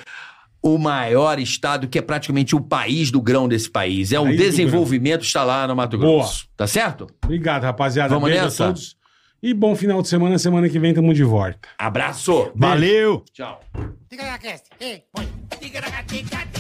S3: o maior estado que é praticamente o país do grão desse país. É um
S4: País do
S3: desenvolvimento está lá no Mato
S4: Boa.
S3: Grosso. Tá certo?
S4: Obrigado, rapaziada.
S3: Vamos
S4: beijo
S3: nessa?
S4: a todos. E bom final de semana. Semana que vem tamo de volta.
S3: Abraço.
S1: Valeu!
S3: Tchau.
S2: Tigaracast, ei, põe. Ticaracatica, tica.